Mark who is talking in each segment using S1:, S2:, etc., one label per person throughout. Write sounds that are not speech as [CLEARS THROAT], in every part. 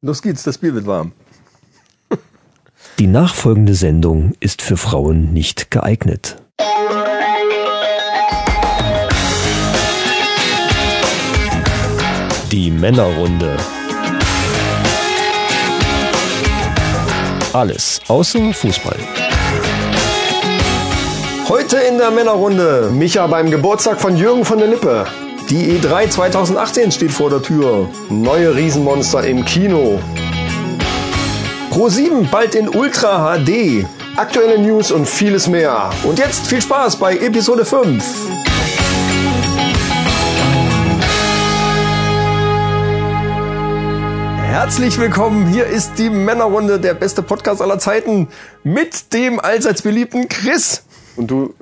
S1: Los geht's, das Bier wird warm.
S2: Die nachfolgende Sendung ist für Frauen nicht geeignet. Die Männerrunde. Alles außer Fußball.
S3: Heute in der Männerrunde. Micha beim Geburtstag von Jürgen von der Lippe.
S1: Die E3 2018 steht vor der Tür.
S3: Neue Riesenmonster im Kino.
S1: Pro7 bald in Ultra HD.
S3: Aktuelle News und vieles mehr.
S1: Und jetzt viel Spaß bei Episode 5. Herzlich willkommen. Hier ist die Männerrunde, der beste Podcast aller Zeiten mit dem allseits beliebten Chris.
S3: Und du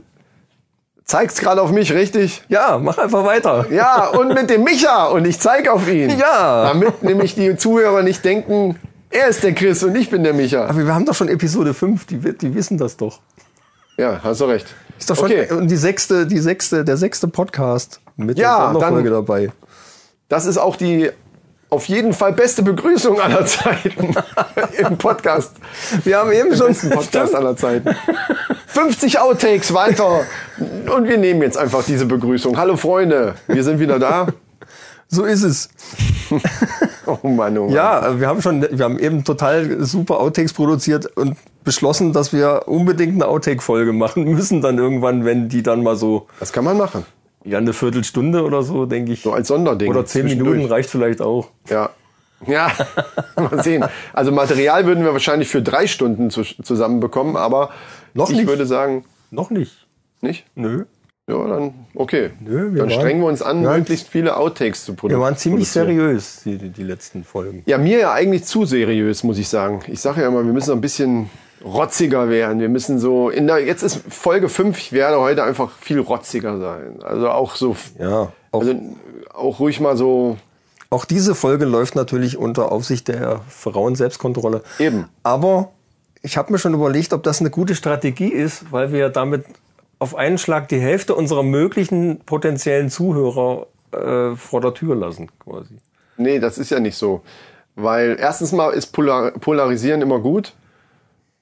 S3: zeigst gerade auf mich, richtig?
S1: Ja, mach einfach weiter.
S3: Ja, und mit dem Micha und ich zeige auf ihn.
S1: Ja.
S3: Damit nämlich die Zuhörer nicht denken, er ist der Chris und ich bin der Micha.
S1: Aber wir haben doch schon Episode 5, die, wi- die wissen das doch.
S3: Ja, hast du recht.
S1: Ist doch schon
S3: okay,
S1: und die sechste, die sechste, der sechste Podcast mit
S3: Ja,
S1: der Sonderfolge
S3: dann-
S1: dabei.
S3: das ist auch die auf jeden Fall beste Begrüßung aller Zeiten [LAUGHS] im Podcast.
S1: Wir haben eben schon
S3: besten Podcast aller Zeiten. 50 Outtakes weiter. Und wir nehmen jetzt einfach diese Begrüßung. Hallo Freunde, wir sind wieder da.
S1: So ist es.
S3: [LAUGHS] Oh Mann, oh Mann.
S1: Ja, wir haben schon, wir haben eben total super Outtakes produziert und beschlossen, dass wir unbedingt eine Outtake-Folge machen müssen dann irgendwann, wenn die dann mal so,
S3: Das kann man machen.
S1: ja, eine Viertelstunde oder so, denke ich.
S3: So als Sonderding.
S1: oder zehn
S3: zwischendurch.
S1: Minuten reicht vielleicht auch.
S3: Ja. Ja, [LAUGHS] mal sehen. Also Material würden wir wahrscheinlich für drei Stunden zu, zusammenbekommen, aber
S1: Noch
S3: ich
S1: nicht.
S3: würde sagen,
S1: Noch nicht.
S3: nicht?
S1: Nö.
S3: Ja, dann okay.
S1: Nö, wir waren-
S3: dann strengen wir uns an,
S1: wir waren-
S3: möglichst viele Outtakes zu produ- produzieren.
S1: Wir waren ziemlich seriös, die, die, die letzten Folgen.
S3: Ja, mir ja eigentlich zu seriös, muss ich sagen. Ich sage ja immer, wir müssen so ein bisschen rotziger werden. Wir müssen so, in der, jetzt ist Folge 5, ich werde heute einfach viel rotziger sein. Also auch so,
S1: Ja. Auch,
S3: also auch ruhig mal so,
S1: auch diese Folge läuft natürlich unter Aufsicht der Frauen-Selbstkontrolle.
S3: Eben.
S1: Aber ich habe mir schon überlegt, ob das eine gute Strategie ist, weil wir damit auf einen Schlag die Hälfte unserer möglichen potenziellen Zuhörer äh, vor der Tür lassen, quasi.
S3: nee, das ist ja nicht so. Weil erstens mal ist Polar, Polarisieren immer gut.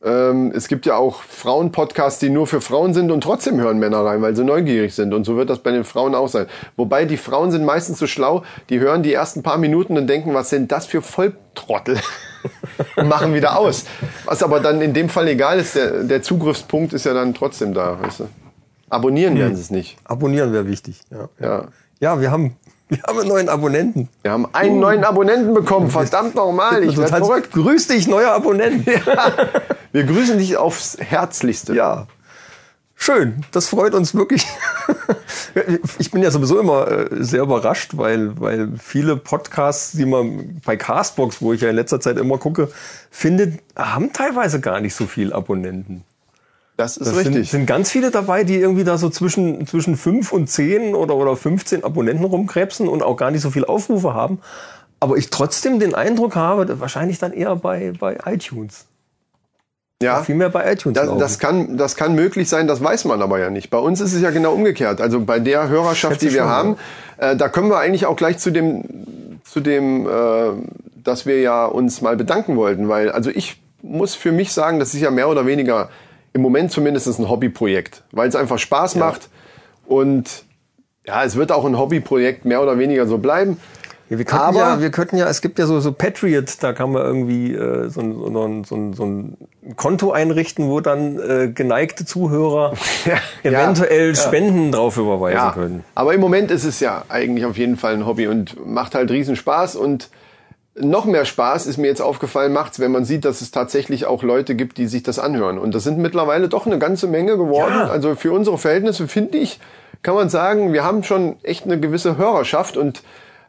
S3: Ähm, es gibt ja auch Frauen-Podcasts, die nur für Frauen sind und trotzdem hören Männer rein, weil sie neugierig sind. Und so wird das bei den Frauen auch sein. Wobei die Frauen sind meistens so schlau, die hören die ersten paar Minuten und denken, was sind das für Volltrottel? [LAUGHS] und machen wieder aus. Was aber dann in dem Fall egal ist, der, der Zugriffspunkt ist ja dann trotzdem da. Weißt du? Abonnieren werden sie es nicht.
S1: Abonnieren wäre wichtig. Ja,
S3: Ja.
S1: ja wir, haben, wir haben einen neuen Abonnenten.
S3: Wir haben einen neuen Abonnenten bekommen. Verdammt nochmal, ich werde
S1: Total-
S3: verrückt.
S1: Grüß dich, neuer Abonnent.
S3: Wir grüßen dich aufs Herzlichste.
S1: Ja. Schön, das freut uns wirklich. [LAUGHS] Ich bin ja sowieso immer äh, sehr überrascht, weil, weil viele Podcasts, die man bei Castbox, wo ich ja in letzter Zeit immer gucke, findet, haben teilweise gar nicht so viel Abonnenten.
S3: das ist
S1: Das Sind,
S3: richtig.
S1: sind ganz viele dabei, die irgendwie da so zwischen, zwischen 5 und 10 oder, oder 15 Abonnenten rumkrebsen und auch gar nicht so viel Aufrufe haben. Aber ich trotzdem den Eindruck habe, wahrscheinlich dann eher bei, bei iTunes.
S3: ja.
S1: Viel mehr bei iTunes.
S3: Das,
S1: laufen.
S3: das, kann, das kann möglich sein, das weiß man aber ja nicht. Bei uns ist es ja genau umgekehrt. Also bei der Hörerschaft,
S1: Schätze
S3: die wir
S1: schon,
S3: haben, äh, da können wir eigentlich auch gleich zu dem, zu dem äh, dass wir ja uns mal bedanken wollten. Weil, also ich muss für mich sagen, das ist ja mehr oder weniger im Moment zumindest ein Hobbyprojekt, weil es einfach Spaß macht. Und ja, es wird auch ein Hobbyprojekt mehr oder weniger so bleiben.
S1: Ja, wir könnten
S3: Aber-
S1: ja, wir könnten ja, es gibt ja so, so Patriot, da kann man irgendwie äh, so, ein, so, ein, so, ein, so ein Konto einrichten, wo dann äh, geneigte Zuhörer
S3: [LAUGHS] Ja,
S1: eventuell Spenden drauf überweisen
S3: Ja,
S1: können.
S3: aber im Moment ist es ja eigentlich auf jeden Fall ein Hobby und macht halt riesen Spaß und noch mehr Spaß ist mir jetzt aufgefallen, macht's, wenn man sieht, dass es tatsächlich auch Leute gibt, die sich das anhören. Und das sind mittlerweile doch eine ganze Menge geworden.
S1: Ja.
S3: Also für unsere Verhältnisse finde ich, kann man sagen, wir haben schon echt eine gewisse Hörerschaft und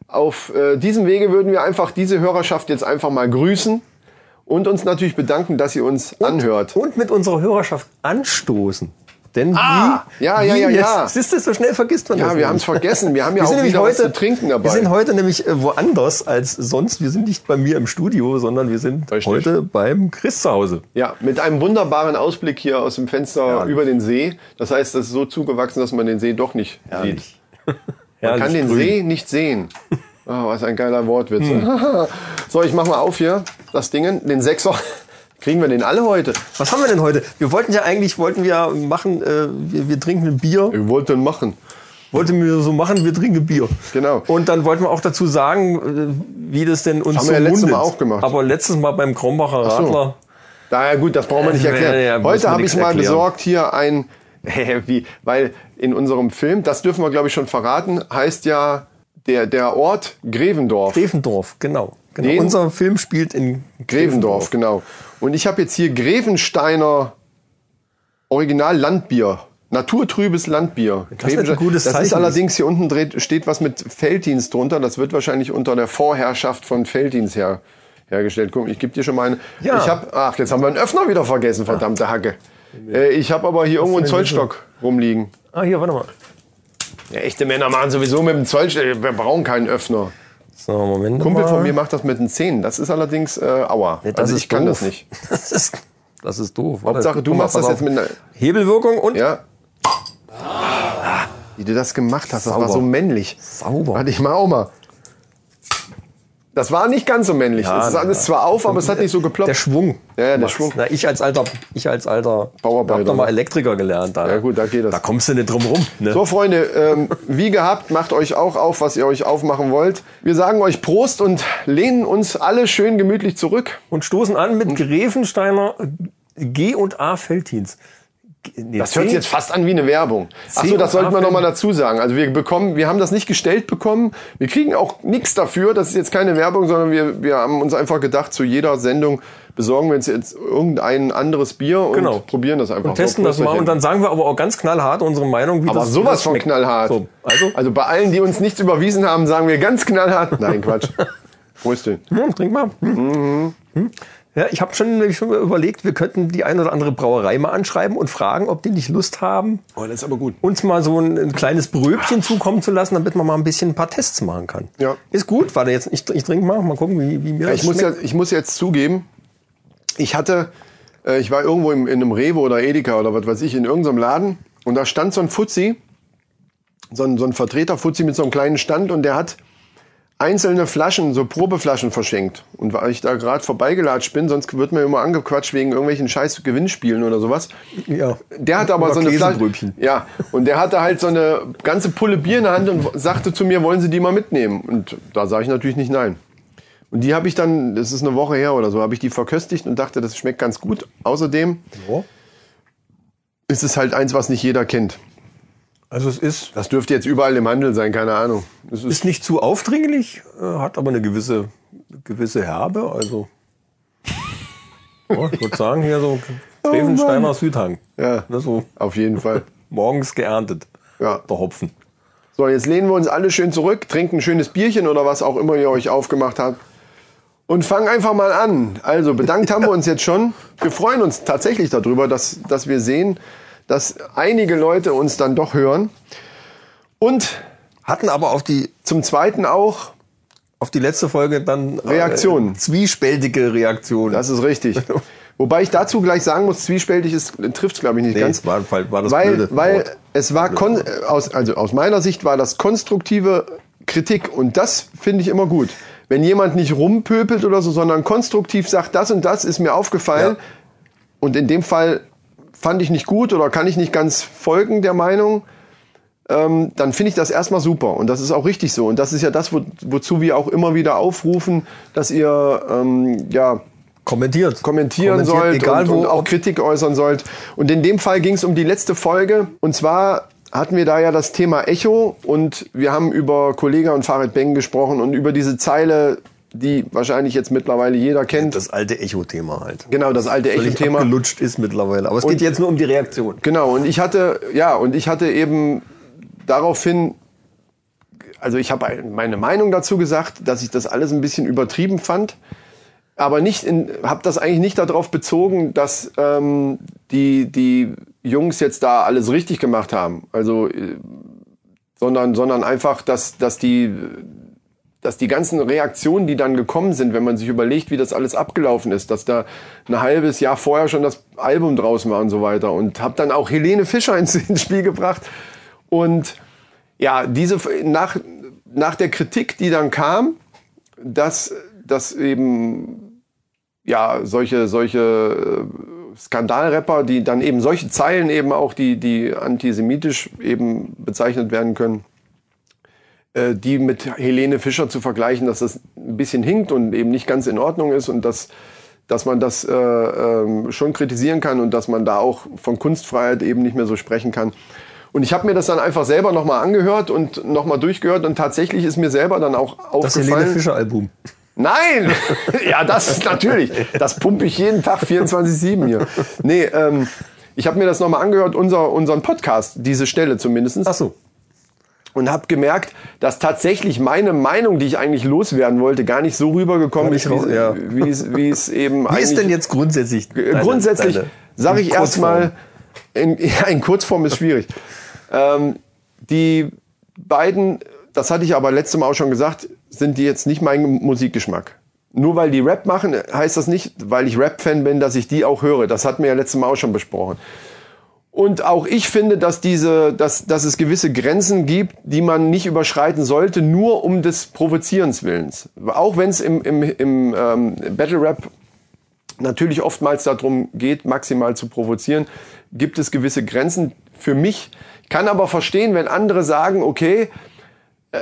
S3: auf äh, diesem Wege würden wir einfach diese Hörerschaft jetzt einfach mal grüßen und uns natürlich bedanken, dass ihr uns anhört.
S1: Und mit unserer Hörerschaft anstoßen. Denn
S3: Ah,
S1: wie,
S3: ja, ja,
S1: wie
S3: ja,
S1: jetzt,
S3: ja.
S1: Siehst du, so schnell vergisst man
S3: Ja,
S1: das.
S3: wir
S1: nicht. [LAUGHS]
S3: haben's vergessen. Wir haben ja auch
S1: nämlich
S3: wieder was zu trinken dabei.
S1: Wir sind heute nämlich äh, woanders als sonst. Wir sind nicht bei mir im Studio, sondern wir sind
S3: Richtig.
S1: heute beim Chris zu Hause.
S3: Ja, mit einem wunderbaren Ausblick hier aus dem Fenster
S1: Herrlich.
S3: über den See. Das
S1: [LAUGHS]
S3: heißt, das ist so zugewachsen, dass man den See doch nicht sieht. Man kann den See nicht sehen. Ah, was ein geiler Wortwitz.
S1: Hm.
S3: [LAUGHS] so, ich mach mal auf hier, das Ding, den Sechser. [LAUGHS] Kriegen wir den alle heute?
S1: Was haben wir denn heute? Wir wollten ja eigentlich, wollten wir machen, äh, wir, wir trinken ein Bier.
S3: Wir wollten machen.
S1: Wollten wir so machen, wir trinken Bier.
S3: Genau.
S1: Und dann wollten wir auch dazu sagen, äh, wie das denn uns
S3: Haben
S1: so
S3: wir ja letztes
S1: mundet.
S3: Mal auch gemacht.
S1: Aber letztes Mal beim Krombacher
S3: Ach so.
S1: Radler.
S3: Naja, gut, das brauchen wir nicht
S1: Ja,
S3: erklären.
S1: ja, muss
S3: Heute
S1: man
S3: habe ich
S1: nichts
S3: mal
S1: erklären.
S3: besorgt hier ein, [LAUGHS] wie, weil in unserem Film, das dürfen wir glaube ich schon verraten, heißt ja der, der Ort Grevendorf.
S1: Grevendorf, genau. genau.
S3: Den-
S1: Unser Film spielt in
S3: Grevendorf, genau. Und ich habe jetzt hier Grevensteiner Original Landbier. Naturtrübes Landbier.
S1: Das ist ein gutes
S3: das ist
S1: Zeichen.
S3: allerdings hier unten dreht, steht was mit Felddienst drunter. Das wird wahrscheinlich unter der Vorherrschaft von Felddienst her, hergestellt. Guck, ich gebe dir schon mal eine.
S1: Ja.
S3: Ich hab, ach, jetzt haben wir einen Öffner wieder vergessen, verdammte Hacke. Äh, ich habe aber hier irgendwo einen Zollstock rumliegen.
S1: Ah, hier, warte mal.
S3: Ja, echte Männer machen sowieso mit dem Zollstock. Wir brauchen keinen Öffner.
S1: So, Moment.
S3: Kumpel
S1: mal.
S3: von mir macht das mit den Zähnen. Das ist allerdings äh, aua.
S1: Ja,
S3: also ich kann das nicht.
S1: [LAUGHS] Das ist, das ist doof. Warte,
S3: Hauptsache, du
S1: guck mal,
S3: machst das
S1: pass
S3: jetzt
S1: auf.
S3: mit einer-
S1: Hebelwirkung und
S3: Ja. Wie du das gemacht hast, das war
S1: Sauber.
S3: so männlich.
S1: sauber.
S3: Warte, ich mach auch mal. Das war nicht ganz so männlich.
S1: Ja,
S3: es ist
S1: na,
S3: alles zwar auf, aber es hat nicht so
S1: Der
S3: geploppt.
S1: Schwung.
S3: Ja, ja, der
S1: Max.
S3: Schwung.
S1: Na, ich als alter, ich als alter
S3: Bauarbeiter,
S1: hab doch mal
S3: ne?
S1: Elektriker gelernt. Da,
S3: Ja, gut, da geht das.
S1: Da kommst du nicht drum rum. Ne?
S3: So, Freunde, ähm, wie gehabt, macht euch auch auf, was ihr euch aufmachen wollt. Wir sagen euch Prost und lehnen uns alle schön gemütlich zurück.
S1: Und stoßen an mit Grevensteiner G und A Felddienst. G- nee,
S3: Das hört
S1: C.
S3: sich jetzt fast an wie eine Werbung. Ach so, das sollten wir nochmal dazu sagen. Also wir bekommen, wir haben das nicht gestellt bekommen. Wir kriegen auch nichts dafür. Das ist jetzt keine Werbung, sondern wir, wir haben uns einfach gedacht, zu jeder Sendung besorgen wir uns jetzt irgendein anderes Bier und
S1: Genau.
S3: probieren das einfach.
S1: Und testen
S3: So,
S1: das mal
S3: Prösterchen.
S1: und dann sagen wir aber auch ganz knallhart unsere Meinung, wie
S3: aber
S1: das wie
S3: sowas
S1: das
S3: von
S1: schmeckt.
S3: knallhart.
S1: So, also,
S3: also bei allen, die uns nichts überwiesen haben, sagen wir ganz knallhart. Nein,
S1: [LAUGHS]
S3: Quatsch. Prösteln.
S1: hm, trink mal. Hm.
S3: Mhm.
S1: Hm. Ja, ich habe schon, ich schon mal überlegt, wir könnten die ein oder andere Brauerei mal anschreiben und fragen, ob die nicht Lust haben,
S3: Oh, das ist aber gut.
S1: uns mal so ein, ein kleines Bröbchen zukommen zu lassen, damit man mal ein bisschen ein paar Tests machen kann.
S3: Ja.
S1: Ist gut, warte jetzt, ich, ich trinke mal, mal gucken, wie, wie mir
S3: Ja, ich, muss ja, ich muss jetzt zugeben, ich hatte, äh, ich war irgendwo im, in einem Rewe oder Edeka oder was weiß ich, in irgendeinem Laden und da stand so ein Fuzzi, so ein, so ein Vertreter Fuzzi mit so einem kleinen Stand und der hat einzelne Flaschen, so Probeflaschen verschenkt. Und weil ich da gerade vorbeigelatscht bin, sonst wird mir immer angequatscht wegen irgendwelchen scheiß Gewinnspielen oder sowas.
S1: ja.
S3: Der hat aber
S1: Oder
S3: so eine Flasche.
S1: Käsebrötchen.
S3: Ja, und der hatte halt so eine ganze Pulle Bier in der Hand und sagte zu mir, wollen Sie die mal mitnehmen? Und da sage ich natürlich nicht nein. Und die habe ich dann, das ist eine Woche her oder so, habe ich die verköstigt und dachte, das schmeckt ganz gut. Außerdem
S1: Ja.
S3: ist es halt eins, was nicht jeder kennt.
S1: Also es ist,
S3: Das dürfte jetzt überall im Handel sein, keine Ahnung. Es ist,
S1: ist nicht zu aufdringlich, äh, hat aber eine gewisse, gewisse Herbe,
S3: [LAUGHS]
S1: also ja, ich würde sagen, hier so Grevensteiner Südhang.
S3: Oh Ja.
S1: Ne, so
S3: auf jeden Fall.
S1: morgens geerntet,
S3: Ja.
S1: der Hopfen.
S3: So, jetzt lehnen wir uns alle schön zurück, trinken ein schönes Bierchen oder was auch immer ihr euch aufgemacht habt. Und fangen einfach mal an. Also, bedankt haben wir uns jetzt schon. Wir freuen uns tatsächlich darüber, dass, dass wir sehen, dass einige Leute uns dann doch hören. Und
S1: Hatten aber auf die,
S3: zum Zweiten auch,
S1: auf die letzte Folge dann äh,
S3: Reaktionen.
S1: zwiespältige Reaktionen.
S3: das
S1: [LAUGHS]
S3: ist richtig. Wobei ich dazu gleich sagen muss, zwiespältig ist, trifft es glaube ich nicht
S1: Nee,
S3: ganz.
S1: war, war das
S3: weil,
S1: blöde
S3: weil
S1: Wort.
S3: es war, kon aus, also aus meiner Sicht war das konstruktive Kritik und das finde ich immer gut. Wenn jemand nicht rumpöpelt oder so, sondern konstruktiv sagt, das und das ist mir aufgefallen
S1: Ja.
S3: und in dem Fall fand ich nicht gut oder kann ich nicht ganz folgen der Meinung, ähm, dann finde ich das erstmal super und das ist auch richtig so und das ist ja das, wo, wozu wir auch immer wieder aufrufen, dass ihr ähm, ja
S1: kommentiert.
S3: kommentieren sollt
S1: Egal
S3: und,
S1: wo,
S3: und auch Kritik äußern sollt. Und in dem Fall ging es um die letzte Folge. Und zwar hatten wir da ja das Thema Echo und wir haben über Kollega und Farid Beng gesprochen und über diese Zeile, die wahrscheinlich jetzt mittlerweile jeder kennt.
S1: das alte Echo-Thema halt.
S3: genau, das alte
S1: völlig
S3: Echo-Thema.
S1: abgelutscht ist mittlerweile. Aber es geht jetzt nur um die Reaktion.
S3: Genau, und ich hatte, ja, und ich hatte eben daraufhin, also ich habe ein- meine Meinung dazu gesagt, dass ich das alles ein bisschen übertrieben fand, aber nicht in, habe das eigentlich nicht darauf bezogen, dass ähm, die, die Jungs jetzt da alles richtig gemacht haben. Also, äh, sondern, sondern einfach, dass, dass die, dass die ganzen Reaktionen, die dann gekommen sind, wenn man sich überlegt, wie das alles abgelaufen ist, dass da ein halbes Jahr vorher schon das Album draus war und so weiter. Und habe dann auch [LAUGHS] Helene Fischer ins, ins Spiel gebracht. Und ja, diese nach nach der Kritik, die dann kam, dass, dass eben ja solche, solche äh, Skandalrapper, die dann eben solche Zeilen eben auch, die, die antisemitisch eben bezeichnet werden können, äh, die mit Helene Fischer zu vergleichen, dass das ein bisschen hinkt und eben nicht ganz in Ordnung ist und dass, dass man das äh, ähm, schon kritisieren kann und dass man da auch von Kunstfreiheit eben nicht mehr so sprechen kann. Und ich habe mir das dann einfach selber nochmal angehört und nochmal durchgehört und tatsächlich ist mir selber dann auch
S1: Das
S3: aufgefallen.
S1: Helene Fischer-Album. [LAUGHS]
S3: Nein! ja, das ist natürlich. Das pumpe ich jeden Tag 24-7 hier. Nee, ähm, ich habe mir das nochmal angehört, unser, unseren Podcast, diese Stelle zumindestens
S1: Ach so.
S3: und habe gemerkt, dass tatsächlich meine Meinung, die ich eigentlich loswerden wollte, gar nicht so rübergekommen
S1: Gar
S3: ist,
S1: nicht
S3: wie,
S1: raus- ja.
S3: wie, es, wie es eben
S1: Wie ist denn jetzt grundsätzlich? deine-
S3: Äh, grundsätzlich
S1: deine-
S3: sage ich
S1: in Kurzform?
S3: erstmal, in, [LAUGHS] ja, in Kurzform ist schwierig. ähm, die beiden, das hatte ich aber letztes Mal auch schon gesagt, sind die jetzt nicht mein Musikgeschmack. Nur weil die Rap machen, heißt das nicht, weil ich Rap-Fan bin, dass ich die auch höre. Das hatten wir ja letztes Mal auch schon besprochen. Und auch ich finde, dass diese, dass, dass es gewisse Grenzen gibt, die man nicht überschreiten sollte, nur um des Provozierens willens. Auch wenn es im, im, im ähm, Battle Rap natürlich oftmals darum geht, maximal zu provozieren, gibt es gewisse Grenzen für mich. Ich kann aber verstehen, wenn andere sagen, okay, äh,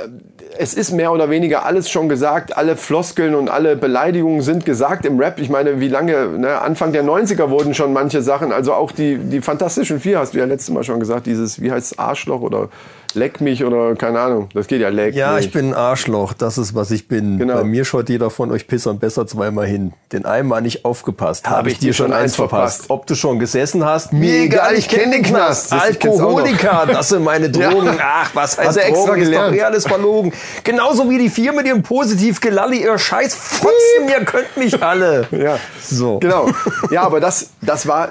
S3: es ist mehr oder weniger alles schon gesagt, alle Floskeln und alle Beleidigungen sind gesagt im Rap. Ich meine, wie lange, ne, Anfang der 90er wurden schon manche Sachen, also auch die, die Fantastischen Vier hast du ja letztes Mal schon gesagt, dieses, wie heißt Arschloch oder Leck mich oder keine Ahnung, das geht ja, Leck
S1: Ja,
S3: mich.
S1: ich bin ein Arschloch, das ist, was ich bin.
S3: Genau.
S1: Bei mir schaut jeder von euch Pisser und Besser zweimal hin. Den einmal nicht aufgepasst, habe ich dir schon eins verpasst. Ob du schon gesessen hast, mir egal, ich kenne den Knast.
S3: Das- ich kenn's auch noch. [LAUGHS]
S1: Alkoholiker, das sind meine Drogen.
S3: Ja.
S1: Ach, was heißt
S3: Hat er
S1: Drogen?
S3: extra
S1: Ist doch
S3: gelernt.
S1: eh alles verlogen. Genauso wie die vier mit ihrem positiv Gelalli, ihr scheiß Fotzen, ihr könnt mich alle.
S3: Ja,
S1: So. [LAUGHS]
S3: Genau. Ja, aber das, das war.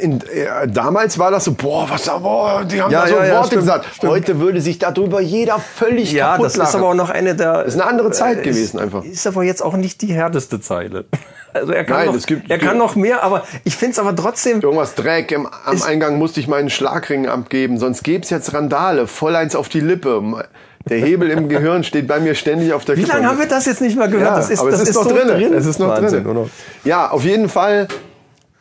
S3: In, äh, damals war das so, boah, was da, boah, die haben
S1: Ja,
S3: da so
S1: ja, ja,
S3: Worte
S1: stimmt,
S3: gesagt.
S1: stimmt.
S3: Heute würde sich darüber jeder völlig
S1: Ja,
S3: kaputt
S1: das
S3: lachen.
S1: ist aber auch noch eine der.
S3: Ist eine andere Zeit
S1: äh,
S3: gewesen einfach.
S1: Ist aber jetzt auch nicht die härteste Zeile. [LAUGHS] Also er kann,
S3: Nein,
S1: noch,
S3: es gibt-
S1: er kann noch mehr, aber ich finde es aber trotzdem.
S3: Irgendwas Dreck im, am Eingang musste ich meinen Schlagring abgeben, sonst gäb's jetzt Randale, voll eins auf die Lippe. Der Hebel im Gehirn steht bei mir ständig auf der
S1: Wie lange haben wir das jetzt nicht mehr gehört?
S3: Ja,
S1: das
S3: aber es
S1: das
S3: ist, noch
S1: so
S3: drin. Es ist noch
S1: Wahnsinn,
S3: drin.
S1: Oder?
S3: Ja, auf jeden Fall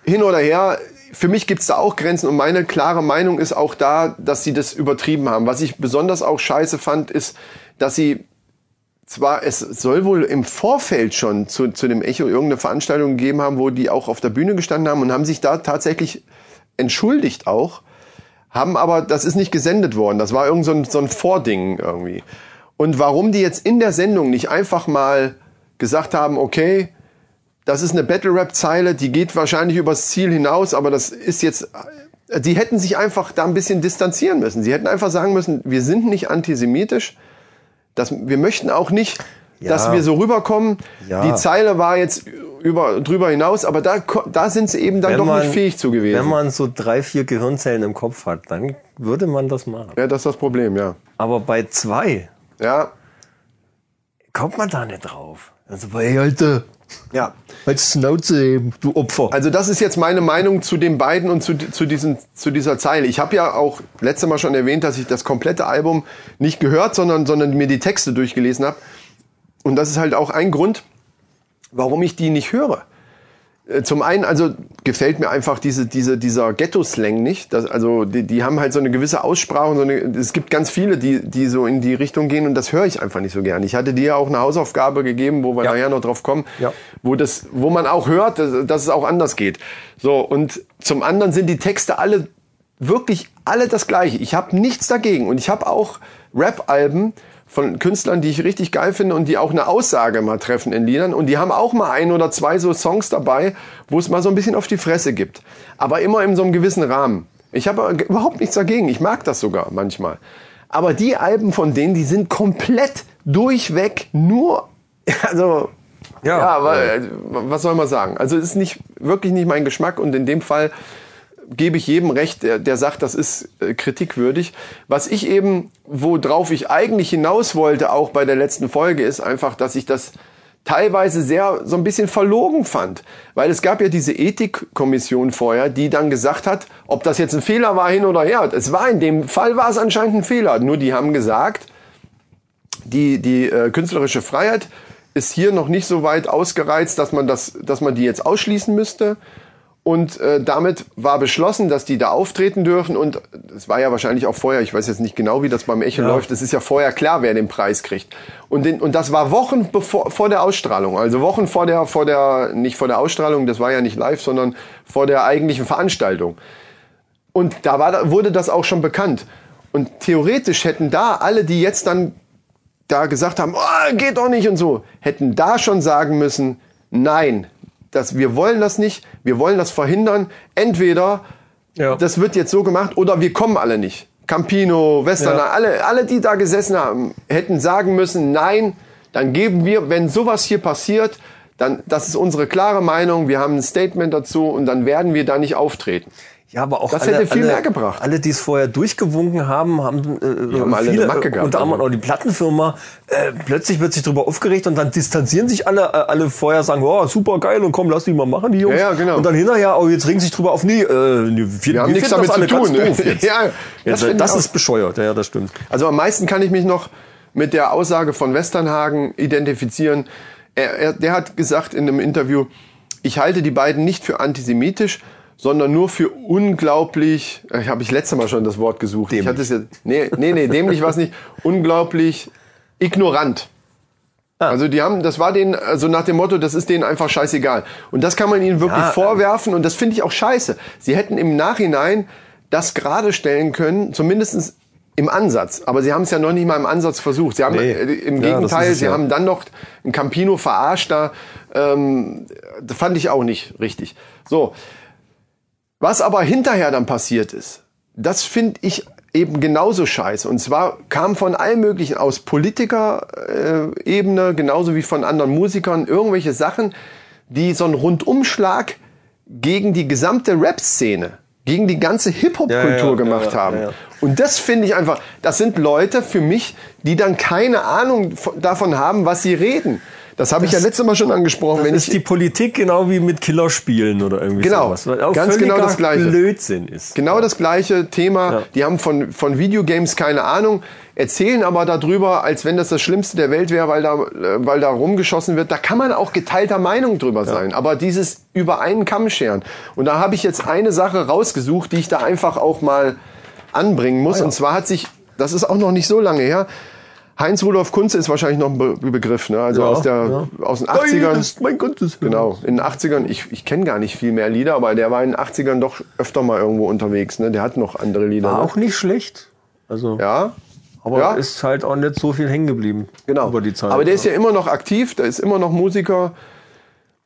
S3: hin oder her. Für mich gibt's da auch Grenzen und meine klare Meinung ist auch da, dass sie das übertrieben haben. Was ich besonders auch scheiße fand, ist, dass sie zwar, es soll wohl im Vorfeld schon zu, zu dem Echo irgendeine Veranstaltung gegeben haben, wo die auch auf der Bühne gestanden haben und haben sich da tatsächlich entschuldigt auch, haben aber, das ist nicht gesendet worden. Das war irgend so ein, so ein Vording irgendwie. Und warum die jetzt in der Sendung nicht einfach mal gesagt haben, okay, das ist eine Battle-Rap-Zeile, die geht wahrscheinlich übers Ziel hinaus, aber das ist jetzt. Die hätten sich einfach da ein bisschen distanzieren müssen. Sie hätten einfach sagen müssen, wir sind nicht antisemitisch. Das, wir möchten auch nicht,
S1: Ja.
S3: dass wir so rüberkommen.
S1: Ja.
S3: Die Zeile war jetzt über, drüber hinaus, aber da, ko- da sind sie eben dann doch nicht fähig zu gewesen.
S1: Wenn man so drei, vier Gehirnzellen im Kopf hat, dann würde man das machen.
S3: ja, das ist das Problem, ja.
S1: Aber bei zwei
S3: Ja,
S1: kommt man da nicht drauf. Also, hey, Alter,
S3: ja.
S1: als Schnauze eben, du Opfer.
S3: Also das ist jetzt meine Meinung zu den beiden und zu, zu, diesen, zu dieser Zeile. Ich habe ja auch letztes Mal schon erwähnt, dass ich das komplette Album nicht gehört, sondern, sondern mir die Texte durchgelesen habe. Und das ist halt auch ein Grund, warum ich die nicht höre. Äh, Zum einen, also gefällt mir einfach diese, diese, dieser Ghetto-Slang nicht. Das, also die, die haben halt so eine gewisse Aussprache. und So eine, es gibt ganz viele, die, die so in die Richtung gehen und das höre ich einfach nicht so gern. Ich hatte dir ja auch eine Hausaufgabe gegeben, wo wir
S1: Ja.
S3: nachher noch drauf kommen,
S1: Ja.
S3: wo, das, wo man auch hört, dass, dass es auch anders geht. So, und zum anderen sind die Texte alle wirklich alle das Gleiche. Ich habe nichts dagegen und ich habe auch Rap-Alben von Künstlern, die ich richtig geil finde und die auch eine Aussage mal treffen in Liedern und die haben auch mal ein oder zwei so Songs dabei, wo es mal so ein bisschen auf die Fresse gibt, aber immer in so einem gewissen Rahmen. Ich habe überhaupt nichts dagegen. Ich mag das sogar manchmal. Aber die Alben von denen, die sind komplett durchweg nur, [LAUGHS] also
S1: Ja.
S3: ja, aber äh, was soll man sagen? Also es ist nicht wirklich nicht mein Geschmack und in dem Fall gebe ich jedem recht, der, der sagt, das ist äh, kritikwürdig. Was ich eben, worauf ich eigentlich hinaus wollte, auch bei der letzten Folge, ist einfach, dass ich das teilweise sehr so ein bisschen verlogen fand. Weil es gab ja diese Ethikkommission vorher, die dann gesagt hat, ob das jetzt ein Fehler war hin oder her. Es war in dem Fall war es anscheinend ein Fehler. Nur die haben gesagt, die, die äh, künstlerische Freiheit ist hier noch nicht so weit ausgereizt, dass man, das, dass man die jetzt ausschließen müsste. Und äh, damit war beschlossen, dass die da auftreten dürfen. Und es war ja wahrscheinlich auch vorher, ich weiß jetzt nicht genau, wie das beim Echo
S1: Ja.
S3: läuft, es ist ja vorher klar, wer den Preis kriegt. Und, den, und das war Wochen bevor, vor der Ausstrahlung. Also Wochen vor der, vor der, nicht vor der Ausstrahlung, das war ja nicht live, sondern vor der eigentlichen Veranstaltung. Und da war, wurde das auch schon bekannt. Und theoretisch hätten da alle, die jetzt dann da gesagt haben, oh, geht doch nicht und so, hätten da schon sagen müssen, nein, das, wir wollen das nicht, wir wollen das verhindern. Entweder
S1: Ja.
S3: das wird jetzt so gemacht oder wir kommen alle nicht. Campino, Westerner,
S1: Ja.
S3: alle, alle, die da gesessen haben, hätten sagen müssen, nein, dann geben wir, wenn sowas hier passiert, dann, das ist unsere klare Meinung, wir haben ein Statement dazu und dann werden wir da nicht auftreten.
S1: Ja, aber auch
S3: Das
S1: alle,
S3: hätte viel
S1: alle,
S3: mehr gebracht.
S1: Alle, die es vorher durchgewunken haben, haben, äh,
S3: haben alle
S1: viele,
S3: eine Macke
S1: äh,
S3: gehabt,
S1: unter anderem
S3: also.
S1: auch die Plattenfirma, äh, plötzlich wird sich darüber aufgeregt und dann distanzieren sich alle, äh, alle vorher sagen, oh, super geil und komm, lass die mal machen, die Jungs.
S3: Ja, ja, genau.
S1: Und dann hinterher, oh, jetzt regen sich drüber auf, nee, äh, wir, wir
S3: haben nichts
S1: finden das
S3: damit zu
S1: alle
S3: tun,
S1: ganz
S3: ne?
S1: doof Jetzt.
S3: [LAUGHS] Ja,
S1: ja,
S3: das
S1: das,
S3: finde
S1: jetzt,
S3: ich
S1: das
S3: auch.
S1: ist bescheuert, ja, ja, das stimmt.
S3: Also am meisten kann ich mich noch mit der Aussage von Westernhagen identifizieren. Er, er, der hat gesagt in einem Interview, ich halte die beiden nicht für antisemitisch, sondern nur für unglaublich, äh, habe ich letztes Mal schon das Wort gesucht. Ich hatte es jetzt, nee, nee, nee, dämlich war es nicht, unglaublich ignorant.
S1: Ah.
S3: Also die haben, das war denen, also nach dem Motto, das ist denen einfach scheißegal. Und das kann man ihnen wirklich
S1: Ja, ähm.
S3: vorwerfen und das finde ich auch scheiße. Sie hätten im Nachhinein das gerade stellen können, zumindest im Ansatz. Aber sie haben es ja noch nicht mal im Ansatz versucht. Sie haben
S1: Nee.
S3: äh, im
S1: Ja, das
S3: Gegenteil,
S1: ist es
S3: sie
S1: ja.
S3: haben dann noch ein Campino verarscht da. Ähm, das fand ich auch nicht richtig. So, was aber hinterher dann passiert ist, das finde ich eben genauso scheiße. Und zwar kam von allen möglichen, aus Politiker-Ebene, genauso wie von anderen Musikern, irgendwelche Sachen, die so einen Rundumschlag gegen die gesamte Rap-Szene, gegen die ganze Hip-Hop-Kultur
S1: Ja, ja, ja,
S3: gemacht
S1: ja,
S3: haben.
S1: ja, ja.
S3: Und das finde ich einfach, das sind Leute für mich, die dann keine Ahnung von- davon haben, was sie reden. Das habe ich ja letztes Mal schon angesprochen. Wenn
S1: Ist
S3: ich,
S1: die Politik genau wie mit Killerspielen oder irgendwie
S3: Genau.
S1: sowas. weil auch
S3: Ganz genau
S1: völliger
S3: das Gleiche.
S1: Blödsinn ist.
S3: Genau das gleiche Thema.
S1: Ja.
S3: Die haben von, von Videogames keine Ahnung, erzählen aber darüber, als wenn das das Schlimmste der Welt wäre, weil da, äh, weil da rumgeschossen wird. Da kann man auch geteilter Meinung drüber sein. Aber dieses über einen Kamm scheren. Und da habe ich jetzt eine Sache rausgesucht, die ich da einfach auch mal anbringen
S1: Ah,
S3: muss. Und zwar hat sich, das ist auch noch nicht so lange her, Heinz Rudolf Kunze ist wahrscheinlich noch ein Be Begriff, ne? Also
S1: Ja,
S3: aus, der,
S1: ja.
S3: aus den 80ern.
S1: Geil ist mein Gottes.
S3: Genau, in den 80ern, ich, ich kenne gar nicht viel mehr Lieder, aber der war in den 80ern doch öfter mal irgendwo unterwegs. Ne? Der hat noch andere Lieder.
S1: War
S3: ne?
S1: auch nicht schlecht. Also,
S3: Ja,
S1: aber
S3: ja.
S1: ist halt auch nicht so viel hängen geblieben.
S3: genau.
S1: Über die Zeit.
S3: aber der ist ja immer noch aktiv, der ist immer noch Musiker.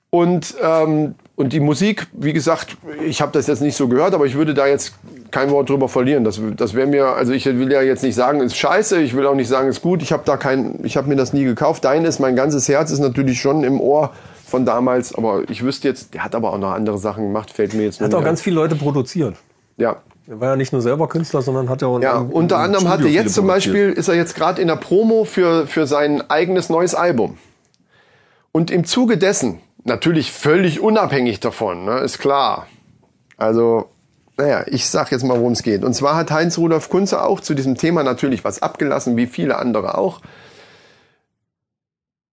S3: Und, ähm, und die Musik, wie gesagt, ich habe das jetzt nicht so gehört, aber ich würde da jetzt kein Wort drüber verlieren. Das, das wäre mir, also ich will ja jetzt nicht sagen, ist scheiße, ich will auch nicht sagen, ist gut. Ich habe da kein, ich habe mir das nie gekauft. Dein ist mein ganzes Herz, ist natürlich schon im Ohr von damals, aber ich wüsste jetzt, der hat aber auch noch andere Sachen gemacht, fällt mir jetzt nur
S1: Hat auch
S3: nicht ein.
S1: ganz viele Leute produziert.
S3: Ja,
S1: Er war ja nicht nur selber Künstler, sondern hat ja auch
S3: ja
S1: im- im
S3: unter anderem
S1: Studio
S3: hatte
S1: viele
S3: jetzt zum
S1: produziert.
S3: Beispiel, ist er jetzt gerade in der Promo für, für sein eigenes neues Album. Und im Zuge dessen, natürlich völlig unabhängig davon, ne, ist klar. Also, naja, ich sag jetzt mal, worum es geht. Und zwar hat Heinz Rudolf Kunze auch zu diesem Thema natürlich was abgelassen, wie viele andere auch.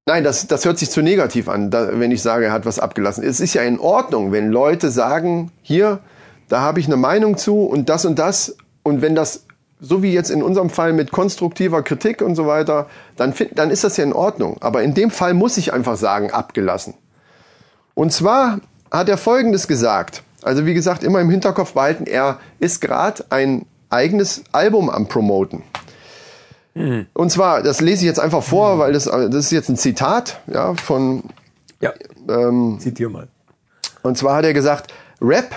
S3: Nein, das, das hört sich zu negativ an, da, wenn ich sage, er hat was abgelassen. Es ist ja in Ordnung, wenn Leute sagen, hier, da habe ich eine Meinung zu und das und das. Und wenn das, so wie jetzt in unserem Fall mit konstruktiver Kritik und so weiter, dann, find- dann ist das ja in Ordnung. Aber in dem Fall muss ich einfach sagen, abgelassen. Und zwar hat er Folgendes gesagt. Also wie gesagt, immer im Hinterkopf behalten, er ist gerade ein eigenes Album am Promoten. Und zwar, das lese ich jetzt einfach vor, weil das, äh, das ist jetzt ein Zitat ja, von,
S1: Ja,
S3: ähm,
S1: zitier mal.
S3: und zwar hat er gesagt, Rap,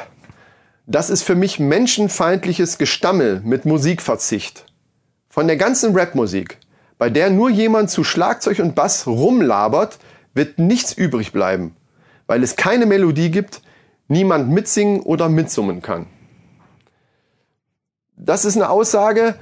S3: das ist für mich menschenfeindliches Gestammel mit Musikverzicht. Von der ganzen Rapmusik, bei der nur jemand zu Schlagzeug und Bass rumlabert, wird nichts übrig bleiben, weil es keine Melodie gibt, niemand mitsingen oder mitsummen kann. Das ist eine Aussage,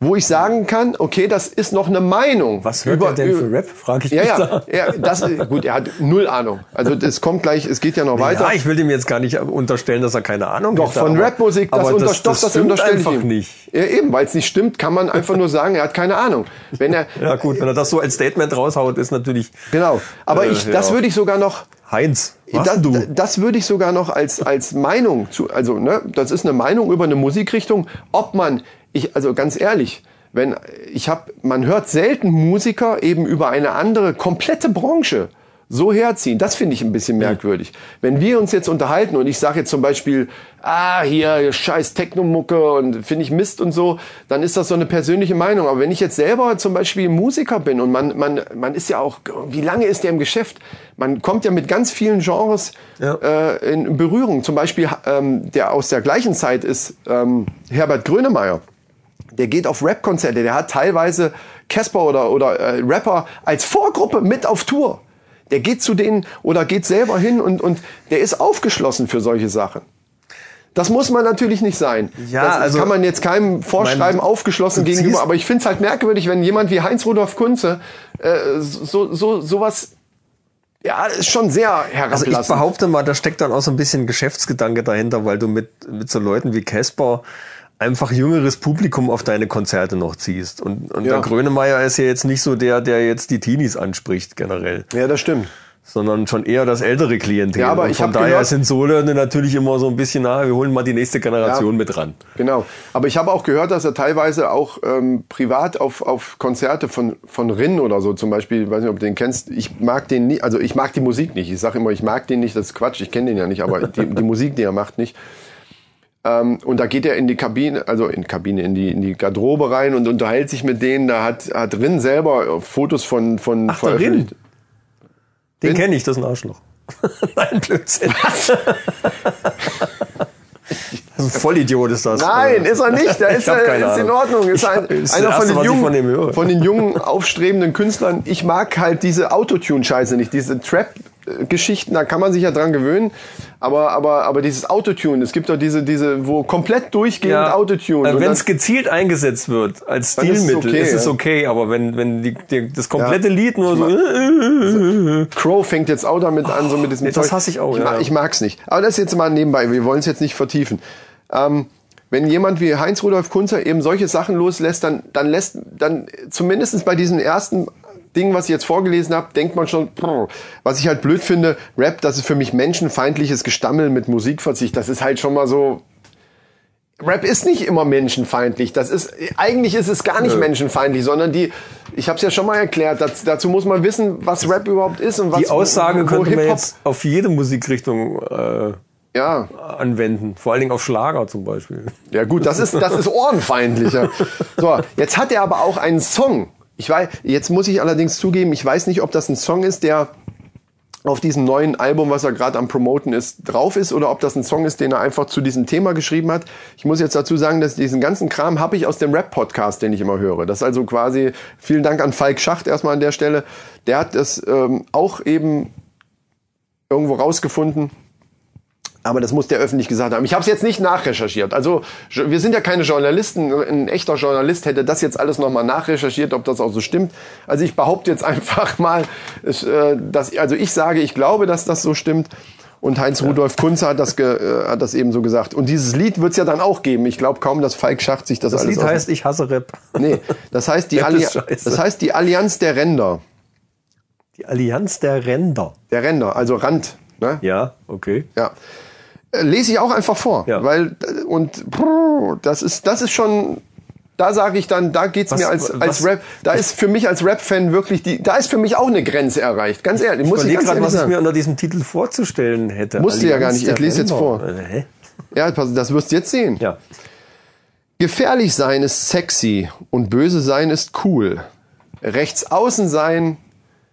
S3: wo ich sagen kann, okay, das ist noch eine Meinung.
S1: Was hört er denn für Rap, frage ich
S3: Ja,
S1: mich [LAUGHS]
S3: ja,
S1: da.
S3: ja das, gut, er hat null Ahnung. Also das kommt gleich, es geht ja noch weiter.
S1: Ja, ich will dem jetzt gar nicht unterstellen, dass er keine Ahnung
S3: Doch,
S1: hätte,
S3: von
S1: aber-
S3: Rapmusik, das,
S1: aber
S3: unter, das, das,
S1: stimmt
S3: unterstelle ich
S1: einfach
S3: ihm.
S1: nicht.
S3: Ja, eben, weil es nicht stimmt, kann man einfach nur sagen, er hat keine Ahnung. Wenn er,
S1: [LAUGHS] Ja gut, wenn er das so als Statement raushaut, ist natürlich
S3: genau. Aber
S1: Äh,
S3: ich, das
S1: ja.
S3: würde ich sogar noch,
S1: Heinz, was
S3: das,
S1: du?
S3: das würde ich sogar noch als, als Meinung zu, also, ne, das ist eine Meinung über eine Musikrichtung, ob man, ich, also ganz ehrlich, wenn, ich hab, man hört selten Musiker eben über eine andere komplette Branche so herziehen. Das finde ich ein bisschen merkwürdig. Wenn wir uns jetzt unterhalten und ich sage jetzt zum Beispiel, ah, hier, scheiß Technomucke und finde ich Mist und so, dann ist das so eine persönliche Meinung. Aber wenn ich jetzt selber zum Beispiel Musiker bin und man, man, man ist ja auch, wie lange ist der im Geschäft? Man kommt ja mit ganz vielen Genres
S1: Ja.
S3: äh, in Berührung. Zum Beispiel, ähm, der aus der gleichen Zeit ist ähm, Herbert Grönemeyer. Der geht auf Rap-Konzerte, der hat teilweise Casper oder, oder äh, Rapper als Vorgruppe mit auf Tour. Der geht zu denen oder geht selber hin und, und der ist aufgeschlossen für solche Sachen. Das muss man natürlich nicht sein.
S1: Ja,
S3: das
S1: also-
S3: kann man jetzt keinem vorschreiben,
S1: Mein-
S3: aufgeschlossen
S1: Du
S3: gegenüber.
S1: ziehst-
S3: Aber ich finde es halt merkwürdig, wenn jemand wie Heinz Rudolf Kunze äh, so, so, sowas, ja, ist schon sehr
S1: Also ich
S3: herablassend.
S1: behaupte mal, da steckt dann auch so ein bisschen Geschäftsgedanke dahinter, weil du mit, mit so Leuten wie Casper einfach jüngeres Publikum auf deine Konzerte noch ziehst. Und, und
S3: Ja.
S1: der Grönemeyer ist ja jetzt nicht so der, der jetzt die Teenies anspricht generell,
S3: ja, das stimmt.
S1: sondern schon eher das ältere Klientel.
S3: Ja, aber
S1: und
S3: ich
S1: von
S3: hab
S1: daher
S3: gehört-
S1: sind Solone natürlich immer so ein bisschen, na, wir holen mal die nächste Generation
S3: Ja.
S1: mit ran.
S3: Genau. Aber ich habe auch gehört, dass er teilweise auch ähm, privat auf, auf Konzerte von, von Rin oder so zum Beispiel, ich weiß nicht, ob du den kennst, ich mag den nie, also ich mag die Musik nicht. Ich sage immer, ich mag den nicht, das ist Quatsch, ich kenne den ja nicht, aber die, die Musik, die er macht, nicht. Ähm, und da geht er in die Kabine, also in die Kabine, in die, in die Garderobe rein und unterhält sich mit denen. Da hat, hat Rin selber Fotos von, von
S1: Ach, der Rin. Den kenne ich, das ist ein Arschloch. [LAUGHS] Nein, Blödsinn. Was? [LAUGHS] Also Vollidiot ist das.
S3: Nein, ist er nicht.
S1: [LAUGHS]
S3: Der
S1: Ich
S3: ist,
S1: hab keine
S3: äh, ist in
S1: Ahnung.
S3: Ordnung. Ist
S1: Ich-
S3: ein,
S1: ist
S3: einer
S1: das
S3: von
S1: Erste,
S3: den,
S1: was ich
S3: jungen,
S1: von dem höre.
S3: von den jungen, aufstrebenden Künstlern. Ich mag halt diese Autotune-Scheiße nicht, diese Trap-Geschichten, da kann man sich ja dran gewöhnen. Aber, aber, aber dieses Autotune, es gibt doch diese, diese, wo komplett durchgehend Autotune.
S1: Äh,
S3: Und
S1: wenn
S3: dann-
S1: es gezielt eingesetzt wird als
S3: Dann ist es
S1: Stilmittel,
S3: okay,
S1: ist es
S3: ja.
S1: okay. Aber wenn, wenn die, die, das komplette
S3: Ja.
S1: Lied nur so, äh,
S3: Crow fängt jetzt auch damit an, so mit diesem
S1: nee, das
S3: Zeug.
S1: hasse ich auch,
S3: Ich,
S1: ja,
S3: mag,
S1: ja.
S3: ich mag's nicht. Aber das jetzt mal nebenbei. Wir wollen es jetzt nicht vertiefen. Ähm, wenn jemand wie Heinz Rudolf Kunzer eben solche Sachen loslässt, dann, dann lässt, dann zumindestens bei diesem ersten Ding, was ich jetzt vorgelesen habe, denkt man schon, brr. was ich halt blöd finde, Rap, das ist für mich menschenfeindliches Gestammel mit Musikverzicht. Das ist halt schon mal so, Rap ist nicht immer menschenfeindlich. Das ist eigentlich ist es gar nicht menschenfeindlich, sondern die. Ich habe es ja schon mal erklärt. Das, dazu muss man wissen, was Rap überhaupt ist und was
S1: die Aussage
S3: wo
S1: könnte man
S3: Hip-Hop-
S1: jetzt auf jede Musikrichtung äh,
S3: Ja,
S1: anwenden. Vor allen Dingen auf Schlager zum Beispiel.
S3: ja gut, das ist das ist ohrenfeindlicher. so, jetzt hat er aber auch einen Song. Ich weiß, jetzt muss ich allerdings zugeben, ich weiß nicht, ob das ein Song ist, der auf diesem neuen Album, was er gerade am Promoten ist, drauf ist oder ob das ein Song ist, den er einfach zu diesem Thema geschrieben hat. Ich muss jetzt dazu sagen, dass diesen ganzen Kram habe ich aus dem Rap-Podcast, den ich immer höre. Das ist also quasi, vielen Dank an Falk Schacht erstmal an der Stelle. Der hat das ähm, auch eben irgendwo rausgefunden. Aber das muss der öffentlich gesagt haben. Ich habe es jetzt nicht nachrecherchiert. Also jo- wir sind ja keine Journalisten. Ein echter Journalist hätte das jetzt alles nochmal nachrecherchiert, ob das auch so stimmt. Also ich behaupte jetzt [LAUGHS] einfach mal, es, äh, dass, also ich sage, ich glaube, dass das so stimmt. Und Heinz Rudolf Kunze hat das, ge, äh, hat das eben so gesagt. Und dieses Lied wird es ja dann auch geben. Ich glaube kaum, dass Falk Schacht sich das,
S1: Das
S3: alles
S1: Lied
S3: aus-
S1: heißt Ich hasse Rap.
S3: Nee, das
S1: [LAUGHS]
S3: heißt, die
S1: Rap
S3: Alli
S1: ist scheiße.
S3: das heißt die Allianz der Ränder.
S1: Die Allianz der Ränder.
S3: Der Ränder, also Rand. Ne?
S1: Ja, okay.
S3: Ja. Äh, Lese ich auch einfach vor,
S1: Ja.
S3: weil äh, und brrr, das ist das ist schon da sage ich dann, da geht's
S1: Was-
S3: mir als als
S1: was-
S3: Rap, da ist für mich als Rap Fan wirklich die da ist für mich auch eine Grenze erreicht, ganz ehrlich,
S1: Ich
S3: muss ich
S1: überlege
S3: ganz
S1: gerade,
S3: ehrlich
S1: was ich mir
S3: sagen.
S1: unter diesem Titel vorzustellen hätte.
S3: Musste ja gar
S1: Allianz
S3: nicht. Ich
S1: der
S3: lese jetzt
S1: Ränder.
S3: vor.
S1: Äh, Hä?
S3: Ja, pass, das wirst du jetzt sehen.
S1: Ja.
S3: Gefährlich sein ist sexy und böse sein ist cool. Rechts außen sein,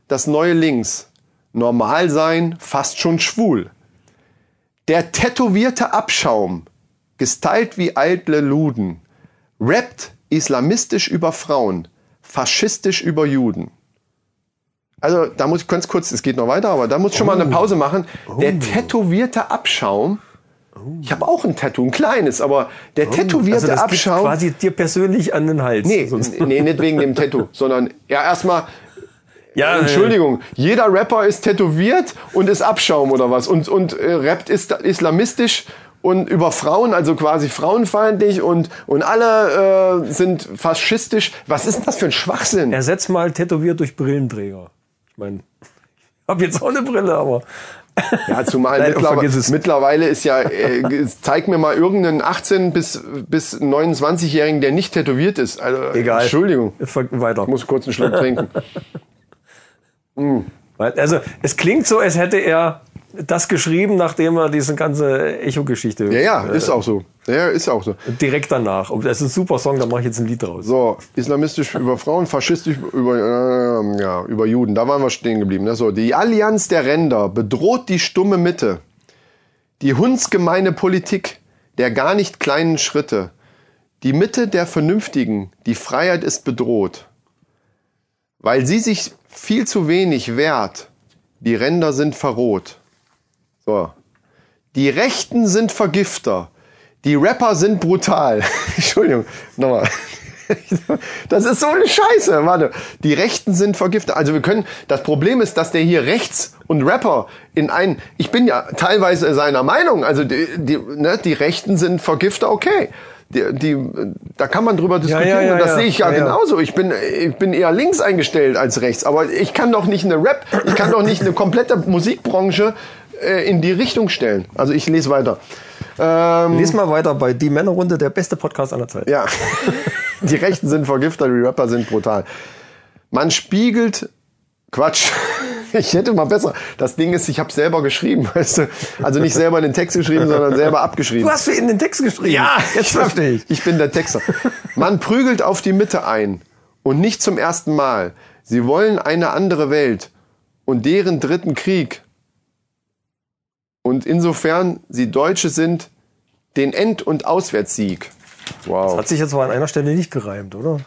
S3: das neue links. Normal sein, fast schon schwul. Der tätowierte Abschaum, gestylt wie eitle Luden, rappt islamistisch über Frauen, faschistisch über Juden. Also, da muss ich
S1: Oh.
S3: ganz kurz, es geht noch weiter, aber da muss ich schon mal eine Pause machen. Der tätowierte Abschaum, Ich habe auch ein Tattoo, ein kleines, aber der
S1: Oh. Also
S3: tätowierte
S1: das liegt
S3: Abschau.
S1: quasi dir persönlich an den Hals.
S3: Nee,
S1: Sonst-
S3: nee, nicht wegen dem Tattoo, sondern ja erstmal,
S1: ja,
S3: Entschuldigung, jeder Rapper ist tätowiert und ist Abschaum oder was und, und äh, rappt ist islamistisch und über Frauen, also quasi frauenfeindlich und, und alle äh, sind faschistisch. Was ist denn das für ein Schwachsinn?
S1: Ersetz mal tätowiert durch Brillenträger. Ich meine, ich habe jetzt auch eine Brille, aber.
S3: Ja,
S1: [LAUGHS]
S3: zumal
S1: Nein,
S3: mittlerweile,
S1: vergiss es.
S3: mittlerweile ist ja, äh, g- zeig mir mal irgendeinen 18- bis, bis 29-Jährigen, der nicht tätowiert ist. Also,
S1: Egal.
S3: Entschludigung.
S1: Ver- Weiter.
S3: Ich muss kurz einen Schluck trinken.
S1: Also, es klingt so, als hätte er das geschrieben, nachdem er diese ganze Echo-Geschichte äh,
S3: Ja,
S1: [LAUGHS]
S3: ja, ist auch so. Ja, ist auch so.
S1: direkt danach. Und Das ist ein super Song, da mache ich jetzt ein Lied draus.
S3: So, islamistisch über Frauen, faschistisch über, ähm, ja, über Juden. Da waren wir stehen geblieben. Ne? So, die Allianz der Ränder bedroht die stumme Mitte. Die hundsgemeine Politik der gar nicht kleinen Schritte. Die Mitte der Vernünftigen. Die Freiheit ist bedroht. Weil sie sich viel zu wenig wehrt. Die Ränder sind verrot. So. Die Rechten sind Vergifter. Die Rapper sind brutal. [LAUGHS] Entschuldigung, nochmal. [LAUGHS] Das ist so eine Scheiße. Warte. Die Rechten sind Vergifter. Also wir können. Das Problem ist, dass der hier rechts und Rapper in einen. Ich bin ja teilweise seiner Meinung. Also die, die, ne, die Rechten sind Vergifter, okay. Die, die, da kann man drüber diskutieren.
S1: ja,
S3: und das
S1: ja.
S3: sehe ich ja, genau
S1: Ja, ja.
S3: genauso. Also, Ich bin, ich bin eher links eingestellt als rechts. Aber ich kann doch nicht eine Rap, ich kann doch nicht eine komplette Musikbranche äh, in die Richtung stellen. Also ich lese weiter. Ähm,
S1: Lies mal weiter bei Die Männerrunde, der beste Podcast aller Zeiten.
S3: ja. [LAUGHS] Die Rechten sind Vergifter, die Rapper sind brutal. Man spiegelt Quatsch. [LAUGHS] Ich hätte mal besser. Das Ding ist, ich habe selber geschrieben, weißt du. Also nicht selber den Text geschrieben, sondern selber abgeschrieben.
S1: Du hast für ihn den Text geschrieben.
S3: Ja,
S1: jetzt verstehe ich.
S3: Ich bin der Texter. Man prügelt auf die Mitte ein und nicht zum ersten Mal. Sie wollen eine andere Welt und deren dritten Krieg. Und insofern sie Deutsche sind, den End- und Auswärtssieg. Wow.
S1: Hat sich jetzt mal an einer Stelle nicht gereimt, oder?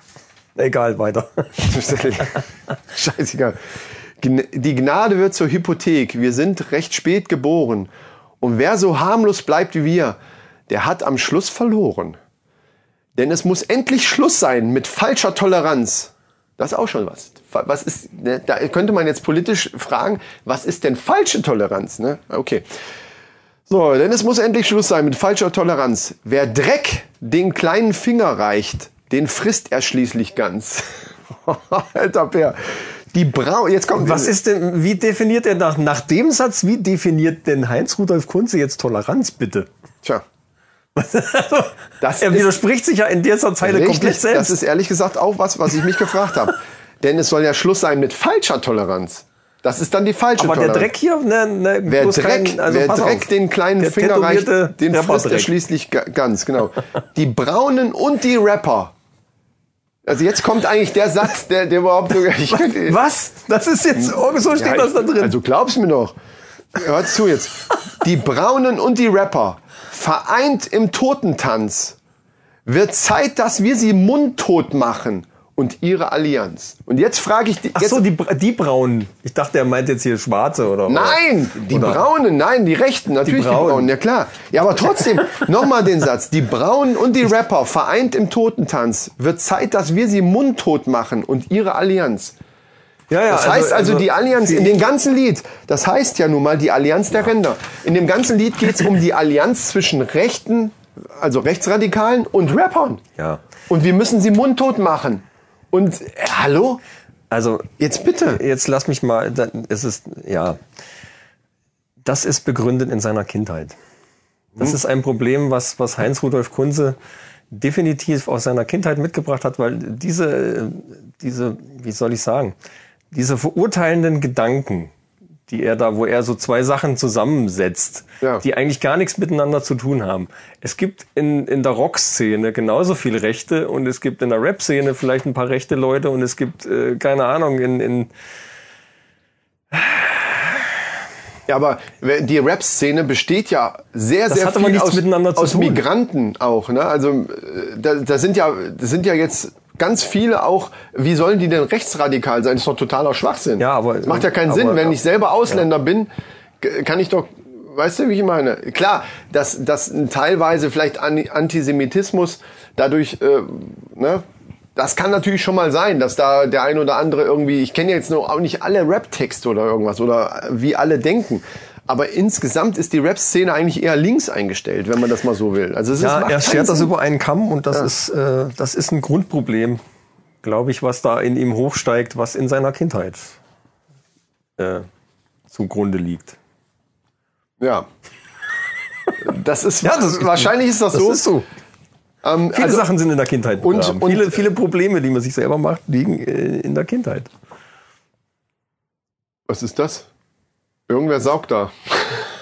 S1: Egal, weiter.
S3: [LAUGHS] Scheißegal. Gn- Die Gnade wird zur Hypothek. Wir sind recht spät geboren. Und wer so harmlos bleibt wie wir, der hat am Schluss verloren. Denn es muss endlich Schluss sein mit falscher Toleranz. Das ist auch schon was. Fa- Was ist, ne, da könnte man jetzt politisch fragen, was ist denn falsche Toleranz? Ne? Okay. So, denn es muss endlich Schluss sein mit falscher Toleranz. Wer Dreck den kleinen Finger reicht, den frisst er schließlich ganz. [LAUGHS] Alter Bär. Die Brau, jetzt kommt
S1: Was ist denn, wie definiert er nach, nach dem Satz, wie definiert denn Heinz Rudolf Kunze jetzt Toleranz bitte? [LAUGHS] Also,
S3: Tja, Das
S1: er
S3: ist-
S1: widerspricht sich ja in dieser Zeile komplett
S3: richtig, das
S1: selbst.
S3: ist ehrlich gesagt auch was, was ich mich
S1: [LAUGHS]
S3: gefragt habe. Denn es soll ja Schluss sein mit falscher Toleranz. Das ist dann die falsche
S1: Aber der
S3: Toleranz.
S1: Dreck hier, ne, ne,
S3: Wer
S1: bloß
S3: Dreck,
S1: kein- also
S3: wer
S1: pass
S3: Dreck
S1: auf.
S3: den kleinen
S1: Der
S3: Finger reicht,
S1: tätowierte
S3: den
S1: Rapper
S3: frisst er
S1: Dreck.
S3: schließlich ga- ganz, genau. Die Braunen und die Rapper. Also jetzt kommt eigentlich der Satz, der, der überhaupt sogar... [LAUGHS]
S1: [LAUGHS]
S3: Ich könnte,
S1: Was? Das ist jetzt, oh, so steht
S3: Hm. Ja,
S1: das da
S3: ich-
S1: drin.
S3: Also glaub's mir doch. Hör zu jetzt. Die Braunen und die Rapper, vereint im Totentanz, wird Zeit, dass wir sie mundtot machen und ihre Allianz. Und jetzt frage ich dich...
S1: Ach
S3: jetzt-
S1: so, die, Bra- die Braunen. Ich dachte, er meint jetzt hier Schwarze oder
S3: Nein, die
S1: oder-
S3: Braunen, nein, die Rechten, natürlich die Braunen.
S1: Braunen.
S3: ja klar. Ja, aber trotzdem, nochmal den Satz. Die Braunen und die Rapper vereint im Totentanz. Wird Zeit, dass wir sie mundtot machen und ihre Allianz.
S1: Ja, ja,
S3: Das heißt also, die Allianz in dem ganzen Lied, das heißt ja nun mal die Allianz der Ränder. In dem ganzen Lied geht es um die Allianz zwischen Rechten, also Rechtsradikalen und Rappern.
S1: Ja.
S3: Und wir müssen sie mundtot machen. Und äh, hallo?
S1: Also,
S3: Jetzt bitte.
S1: jetzt lass mich mal, dann- es ist, ja. Das ist begründet in seiner Kindheit. Das
S3: Hm?
S1: ist ein Problem, was, was Heinz Rudolf Kunze definitiv aus seiner Kindheit mitgebracht hat, weil diese, diese, wie soll ich sagen, diese verurteilenden Gedanken, die er da, wo er so zwei Sachen zusammensetzt,
S3: Ja.
S1: die eigentlich gar nichts miteinander zu tun haben. Es gibt in, in der Rock-Szene genauso viel Rechte und es gibt in der Rap-Szene vielleicht ein paar rechte Leute und es gibt, äh, keine Ahnung, in, in,
S3: Ja, aber äh, die Rap-Szene besteht ja sehr, sehr
S1: hat
S3: viel
S1: aber nichts
S3: aus,
S1: miteinander zu
S3: aus
S1: tun.
S3: Migranten auch. Ne? Also äh, da, da sind ja, das sind ja jetzt ganz viele auch. Wie sollen die denn rechtsradikal sein? Das ist doch totaler Schwachsinn.
S1: Ja, aber-
S3: das macht ja keinen
S1: aber-
S3: Sinn, wenn ich selber Ausländer bin, g- kann ich doch weißt du, wie ich meine? Klar, dass, dass teilweise vielleicht An- Antisemitismus dadurch, äh, ne, das kann natürlich schon mal sein, dass da der ein oder andere irgendwie, ich kenne jetzt noch auch nicht alle Rap-Texte oder irgendwas oder äh, wie alle denken. Aber insgesamt ist die Rap-Szene eigentlich eher links eingestellt, wenn man das mal so will. Also es ist,
S1: Ja,
S3: macht
S1: er
S3: keinen
S1: schert das
S3: Sinn.
S1: über einen Kamm und das ist, äh, das ist ein Grundproblem, glaube ich, was da in ihm hochsteigt, was in seiner Kindheit äh, zugrunde liegt.
S3: Ja. Das ist,
S1: Ja, das-
S3: wahrscheinlich ist das,
S1: das
S3: so.
S1: ist so.
S3: Ähm,
S1: Viele
S3: also,
S1: Sachen sind in der Kindheit
S3: Und-
S1: begraben.
S3: und-
S1: viele, viele Probleme, die man sich selber macht, liegen äh, in der Kindheit.
S3: was ist das? Irgendwer saugt da.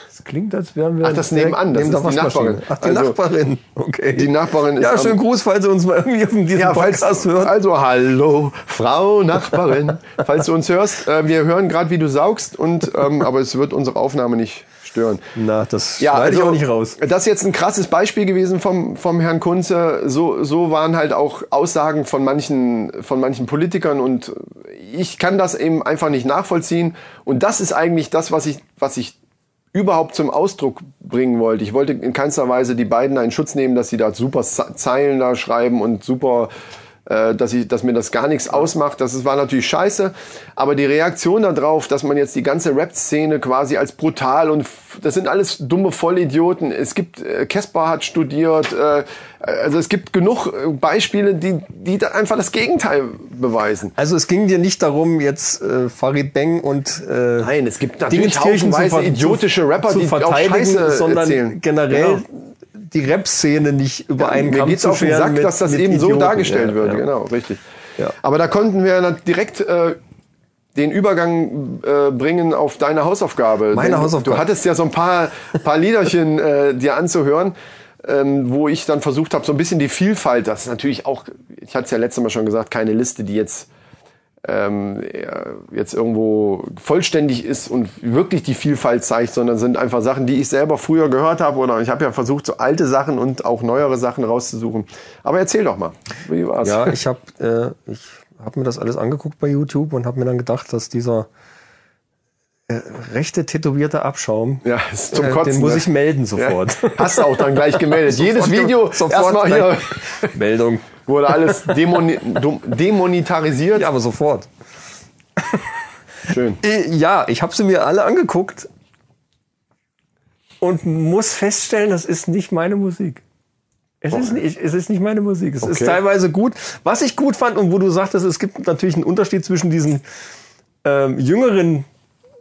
S1: Das klingt, als wären wir.
S3: Ach, das
S1: direkt
S3: nebenan, das
S1: neben
S3: ist
S1: der
S3: die
S1: Waschmaschine.
S3: Nachbarin.
S1: Ach, die
S3: Also-
S1: Nachbarin. Okay.
S3: Die Nachbarin ist
S1: Ja,
S3: am-
S1: schönen Gruß, falls ihr uns mal irgendwie auf diesem Podcast hört.
S3: Also hallo,
S1: [LAUGHS]
S3: Frau Nachbarin, falls du uns hörst, äh, wir hören gerade, wie du saugst, und, ähm, aber es wird unsere Aufnahme nicht stören. also,
S1: Na, das schneide ich auch nicht raus.
S3: Das ist jetzt ein krasses Beispiel gewesen vom, vom Herrn Kunze. So, so waren halt auch Aussagen von manchen, von manchen Politikern und ich kann das eben einfach nicht nachvollziehen. Und das ist eigentlich das, was ich, was ich überhaupt zum Ausdruck bringen wollte. Ich wollte in keinster Weise die beiden einen Schutz nehmen, dass sie da super Ze- Zeilen da schreiben und super, äh, dass, ich, dass mir das gar nichts ausmacht. Das ist- war natürlich scheiße. Aber die Reaktion darauf, dass man jetzt die ganze Rap-Szene quasi als brutal und f- das sind alles dumme Vollidioten. Es gibt, äh, Caspar hat studiert, äh, also es gibt genug äh, Beispiele, die, die da einfach das Gegenteil beweisen.
S1: Also es ging dir nicht darum, jetzt äh, Farid Beng und äh,
S3: Nein, es gibt natürlich
S1: Dingenskirchen
S3: haufenweise
S1: ver-
S3: idiotische Rapper,
S1: zu
S3: die auch
S1: verteidigen,
S3: Scheiße
S1: sondern
S3: erzählen.
S1: generell
S3: Genau.
S1: die Rap-Szene nicht über einen
S3: mir
S1: Kamm
S3: geht's
S1: zu
S3: auf den
S1: scheren.
S3: Sack,
S1: mit-
S3: dass das
S1: mit
S3: eben so
S1: Idioten.
S3: dargestellt
S1: Ja,
S3: wird.
S1: ja.
S3: Genau, richtig.
S1: Ja.
S3: Aber da konnten wir dann direkt äh, den Übergang äh, bringen auf deine Hausaufgabe.
S1: Meine
S3: Denn
S1: Hausaufgabe.
S3: Du hattest ja so ein paar, paar Liederchen äh, dir anzuhören. Ähm, wo ich dann versucht habe, so ein bisschen die Vielfalt, das ist natürlich auch, ich hatte es ja letztes Mal schon gesagt, keine Liste, die jetzt ähm, eher jetzt irgendwo vollständig ist und wirklich die Vielfalt zeigt, sondern sind einfach Sachen, die ich selber früher gehört habe oder ich habe ja versucht, so alte Sachen und auch neuere Sachen rauszusuchen. Aber erzähl doch mal, wie war's?
S1: Ja, ich habe äh, ich hab mir das alles angeguckt bei YouTube und habe mir dann gedacht, dass dieser äh, rechte tätowierte Abschaum,
S3: Ja, ist zum
S1: äh,
S3: Kotzen.
S1: den muss
S3: ne?
S1: ich melden sofort.
S3: Ja, [LAUGHS] hast du auch dann gleich gemeldet. Jedes Video
S1: [LAUGHS] Sofort
S3: erstmal hier
S1: gleich- Meldung.
S3: wurde alles demoni dom- demonetarisiert.
S1: Ja, aber sofort.
S3: Schön.
S1: Äh, Ja, ich habe sie mir alle angeguckt und muss feststellen, das ist nicht meine Musik. Es, ist, nicht, es ist nicht meine Musik. Es ist
S3: Okay.
S1: teilweise gut. Was ich gut fand und wo du sagtest, es gibt natürlich einen Unterschied zwischen diesen ähm, jüngeren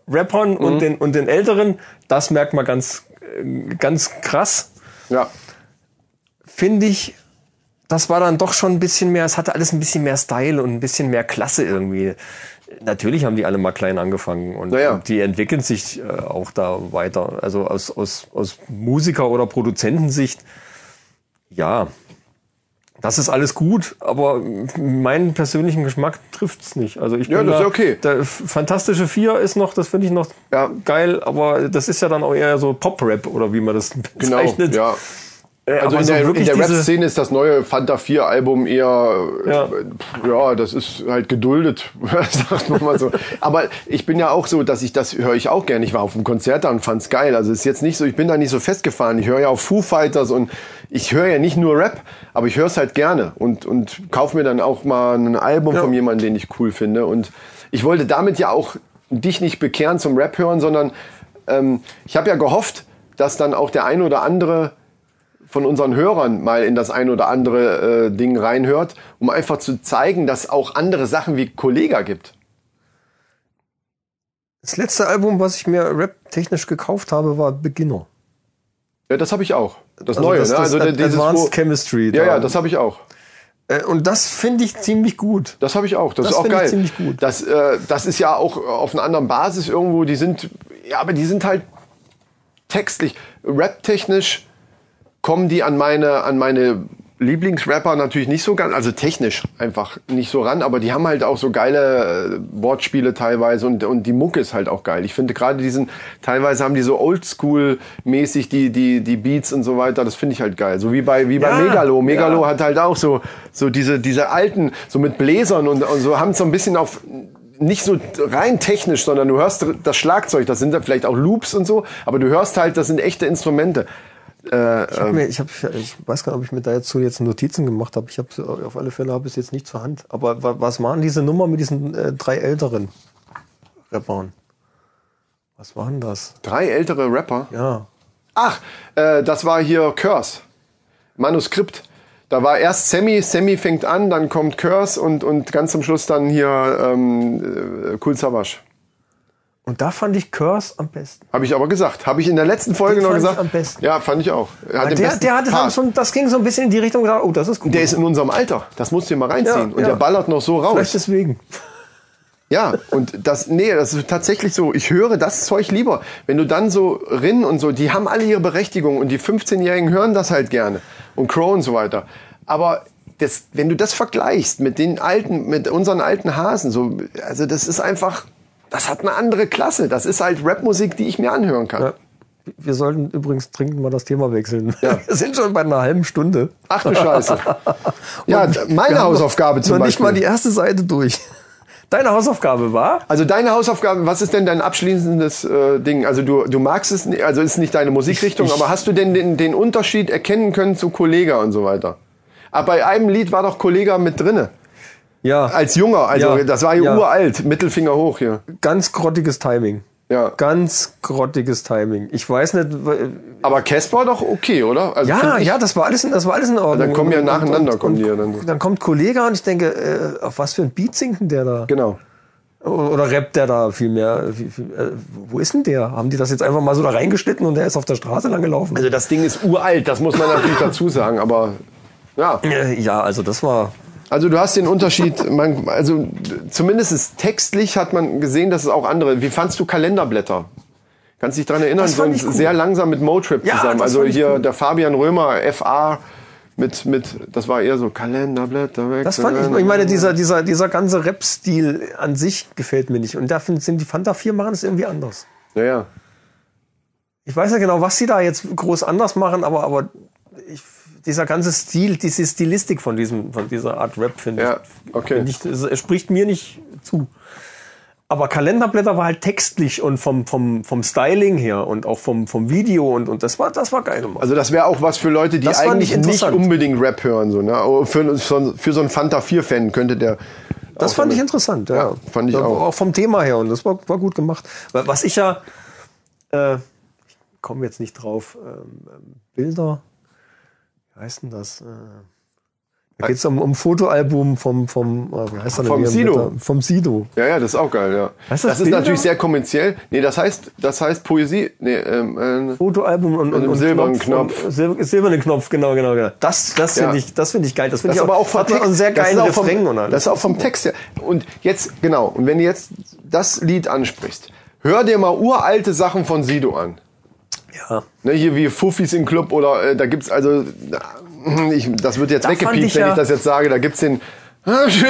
S1: Rappern und, den, und den älteren, das merkt man ganz, äh, ganz krass
S3: Ja.
S1: finde ich, das war dann doch schon ein bisschen mehr, es hatte alles ein bisschen mehr Style und ein bisschen mehr Klasse irgendwie. Natürlich haben die alle mal klein angefangen und,
S3: Naja.
S1: und die entwickeln sich äh, auch da weiter. Also aus, aus, aus Musiker- oder Produzentensicht, ja, das ist alles gut, aber meinen persönlichen Geschmack trifft's nicht. Also ich
S3: Ja,
S1: bin
S3: das ist
S1: da,
S3: ja okay.
S1: Der F- Fantastische Vier ist noch, das finde ich noch
S3: Ja.
S1: geil, aber das ist ja dann auch eher so Pop-Rap oder wie man das
S3: Genau.
S1: bezeichnet.
S3: Ja.
S1: Äh,
S3: Also
S1: aber
S3: in
S1: so
S3: der, in
S1: wirklich
S3: der
S1: diese-
S3: Rap-Szene ist das neue Fanta 4 Album eher, ja.
S1: Ja.
S3: ja, das ist halt geduldet, [LAUGHS] sagt man mal so. Aber ich bin ja auch so, dass ich das höre ich auch gerne. Ich war auf einem Konzert da und fand's geil. Also ist jetzt nicht so, ich bin da nicht so festgefahren. Ich höre ja auch Foo Fighters und ich höre ja nicht nur Rap, aber ich höre es halt gerne und und kauf mir dann auch mal ein Album von jemandem, den ich cool finde. Und ich wollte damit ja auch dich nicht bekehren zum Rap hören, sondern ähm, ich habe ja gehofft, dass dann auch der ein oder andere von unseren Hörern mal in das ein oder andere äh, Ding reinhört, um einfach zu zeigen, dass auch andere Sachen wie Kollega gibt.
S1: Das letzte Album, was ich mir rap-technisch gekauft habe, war Beginner.
S3: Ja, das habe ich auch. Das neue,
S1: das,
S3: ne?
S1: das
S3: Also
S1: Ad-
S3: dieses
S1: Advanced
S3: wo,
S1: Chemistry.
S3: Ja,
S1: da.
S3: ja, das habe ich auch.
S1: Äh, Und das finde ich ziemlich gut.
S3: Das habe ich auch. Das,
S1: Das
S3: ist auch
S1: finde ich
S3: geil.
S1: ziemlich gut.
S3: Das, äh, das ist ja auch auf einer anderen Basis irgendwo. Die sind, ja, aber die sind halt textlich, rap-technisch kommen die an meine, an meine Lieblingsrapper natürlich nicht so ganz, also technisch einfach nicht so ran, aber die haben halt auch so geile äh, Wortspiele teilweise und, und die Mucke ist halt auch geil. Ich finde gerade diesen, teilweise haben die so oldschool-mäßig die, die, die Beats und so weiter, das finde ich halt geil. So wie bei, wie bei
S1: Ja,
S3: Megalo. Megalo
S1: ja.
S3: hat halt auch so, so diese, diese alten, so mit Bläsern und, und so, haben so ein bisschen auf nicht so rein technisch, sondern du hörst das Schlagzeug, das sind ja vielleicht auch Loops und so, aber du hörst halt, das sind echte Instrumente. Äh,
S1: Ich, hab mir, ich, hab, ich weiß gar nicht, ob ich mir dazu jetzt Notizen gemacht habe. Ich habe auf alle Fälle habe ich es jetzt nicht zur Hand. Aber wa, was waren diese Nummer mit diesen äh, drei älteren Rappern? Was waren das?
S3: drei ältere Rapper.
S1: Ja.
S3: Ach, äh, das war hier Curse. Manuskript. Da war erst Sammy, Sammy fängt an, dann kommt Curse und, und ganz zum Schluss dann hier ähm, äh, Cool Savage.
S1: Und da fand ich Curse am besten.
S3: Habe ich aber gesagt. Habe ich in der letzten Folge
S1: Den
S3: noch
S1: fand ich
S3: gesagt.
S1: am besten.
S3: Ja, fand ich auch. Er Hat den
S1: der,
S3: besten
S1: der hatte
S3: Part.
S1: schon, das ging so ein bisschen in die Richtung, oh, das ist gut.
S3: der ist in unserem Alter. Das musst du dir mal reinziehen.
S1: Ja,
S3: und
S1: ja.
S3: der ballert noch so raus.
S1: Vielleicht deswegen.
S3: Ja, und das, nee, das ist tatsächlich so. Ich höre das Zeug lieber. Wenn du dann so Rin und so, die haben alle ihre Berechtigung und die 15-Jährigen hören das halt gerne. Und Crow und so weiter. Aber das, wenn du das vergleichst mit den alten, mit unseren alten Hasen, so, also das ist einfach, das hat eine andere Klasse. Das ist halt Rapmusik, die ich mir anhören kann.
S1: Ja. Wir sollten übrigens dringend mal das Thema wechseln.
S3: [LAUGHS]
S1: Wir sind schon bei einer halben [LAUGHS] Stunde.
S3: Ach du Scheiße. ja,
S1: Und wir
S3: meine
S1: haben
S3: Hausaufgabe zum
S1: noch
S3: Beispiel.
S1: nicht mal die erste Seite
S3: [LAUGHS]
S1: durch. Deine Hausaufgabe war?
S3: Also deine Hausaufgaben, was ist denn dein abschließendes äh, Ding? Also du, du magst es, ni- also ist nicht deine Musikrichtung,
S1: Ich- ich-
S3: aber hast du denn den, den Unterschied erkennen können zu Kollega und so weiter? Aber bei einem Lied war doch Kollega mit drinne.
S1: Ja.
S3: Als junger, also
S1: Ja,
S3: das war ja
S1: ja.
S3: uralt, Mittelfinger hoch hier.
S1: ganz grottiges Timing.
S3: Ja. Also
S1: Ganz grottiges Timing. Ich weiß nicht. weil-
S3: Aber Casper doch okay, oder? Also
S1: Ja,
S3: find ich,
S1: ja, das war alles, in- das war alles in Ordnung.
S3: Dann kommen ja
S1: Und-
S3: nacheinander, kommen die ja
S1: und,
S3: dann.
S1: dann. Dann kommt Kollega und ich denke, äh, auf was für ein Beat singt denn der da?
S3: Genau.
S1: Oder rappt der da vielmehr? Viel, viel, äh, wo ist denn der? Haben die das jetzt einfach mal so da reingeschnitten und der ist auf der Straße lang gelaufen?
S3: Also das Ding ist uralt, das muss
S1: [LAUGHS]
S3: man natürlich dazu sagen, aber ja.
S1: Äh, ja, also das war.
S3: Also du hast den Unterschied, man, also d- zumindest ist textlich hat man gesehen, dass es auch andere. Wie fandst du Kalenderblätter? Kannst dich dran erinnern,
S1: Das
S3: so
S1: fand
S3: ein-
S1: ich cool.
S3: sehr langsam mit Motrip
S1: Ja,
S3: zusammen.
S1: das
S3: Also
S1: fand ich
S3: hier
S1: cool.
S3: der Fabian Römer, FA mit mit das war eher so Kalenderblätter weg.
S1: Das fand ich, ich meine, dieser, dieser, dieser ganze Rap-Stil an sich gefällt mir nicht. Und da find- sind die Fanta 4 machen es irgendwie anders.
S3: ja, ja.
S1: ich weiß nicht genau, was sie da jetzt groß anders machen, aber, aber ich, dieser ganze Stil, diese Stilistik von, diesem, von dieser Art Rap finde
S3: Ja,
S1: ich,
S3: okay.
S1: finde ich, es es spricht mir nicht zu. Aber Kalenderblätter war halt textlich und vom, vom, vom Styling her und auch vom, vom Video und, und das war, das war geil gemacht.
S3: Also das wäre auch was für Leute, die
S1: Das fand
S3: eigentlich
S1: ich
S3: nicht
S1: interessant.
S3: unbedingt Rap hören so, ne? Aber Für, für, für so einen Fanta 4 Fan könnte der
S1: Das
S3: auch
S1: fand
S3: damit-
S1: ich interessant, ja.
S3: Ja, fand ich
S1: Ja,
S3: auch.
S1: Auch vom Thema her und das war, war gut gemacht. Weil Was ich ja, äh, ich komme jetzt nicht drauf, ähm, ähm, Bilder, wie heißt denn das? Äh, da geht es um, um Fotoalbum vom, vom, äh, wie heißt er denn
S3: Äh, Vom
S1: hier?
S3: Sido.
S1: Vom Sido.
S3: Ja, ja, das ist auch geil, ja.
S1: Heißt das
S3: das ist
S1: Bilder?
S3: natürlich sehr kommerziell. Nee, das heißt, das heißt Poesie. Nee, ähm, äh,
S1: Fotoalbum und, und,
S3: einem
S1: und
S3: silbernen Knopf.
S1: und Silber, silbernen Knopf, genau, genau, genau. Das, das
S3: Ja.
S1: finde ich, das finde ich geil. Das finde
S3: Das
S1: ich
S3: ist aber auch vom
S1: hat man
S3: Text.
S1: einen sehr
S3: das ist
S1: geilen
S3: auch vom-
S1: Refrain und alles.
S3: Das ist auch vom Text her. Und jetzt, genau, und wenn du jetzt das Lied ansprichst, hör dir mal uralte Sachen von Sido an.
S1: ja.
S3: Ne, hier wie Fuffis im Club oder äh, da gibt's also, na, ich, das wird jetzt
S1: Da fand
S3: weggepiept,
S1: ich
S3: wenn
S1: ja-
S3: ich das jetzt sage, da gibt's den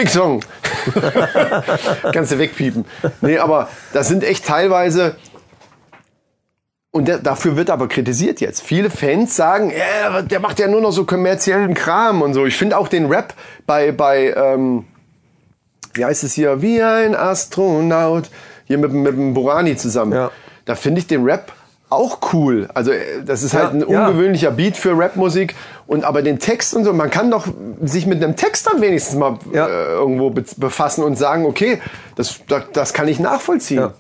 S3: Song. [LAUGHS] Kannst du wegpiepen. Nee, aber das sind echt teilweise, und der, dafür wird aber kritisiert jetzt. Viele Fans sagen, äh, der macht ja nur noch so kommerziellen Kram und so. Ich finde auch den Rap bei, bei ähm, wie heißt es hier, wie ein Astronaut, hier mit, mit dem Borani zusammen.
S1: Ja.
S3: Da finde ich den Rap auch cool. Also äh, das ist
S1: Ja,
S3: halt ein
S1: ja.
S3: ungewöhnlicher Beat für Rapmusik. Und aber den Text und so, man kann doch sich mit einem Text dann wenigstens mal
S1: Ja.
S3: äh, irgendwo be befassen und sagen, okay, das, das, das kann ich nachvollziehen.
S1: ja,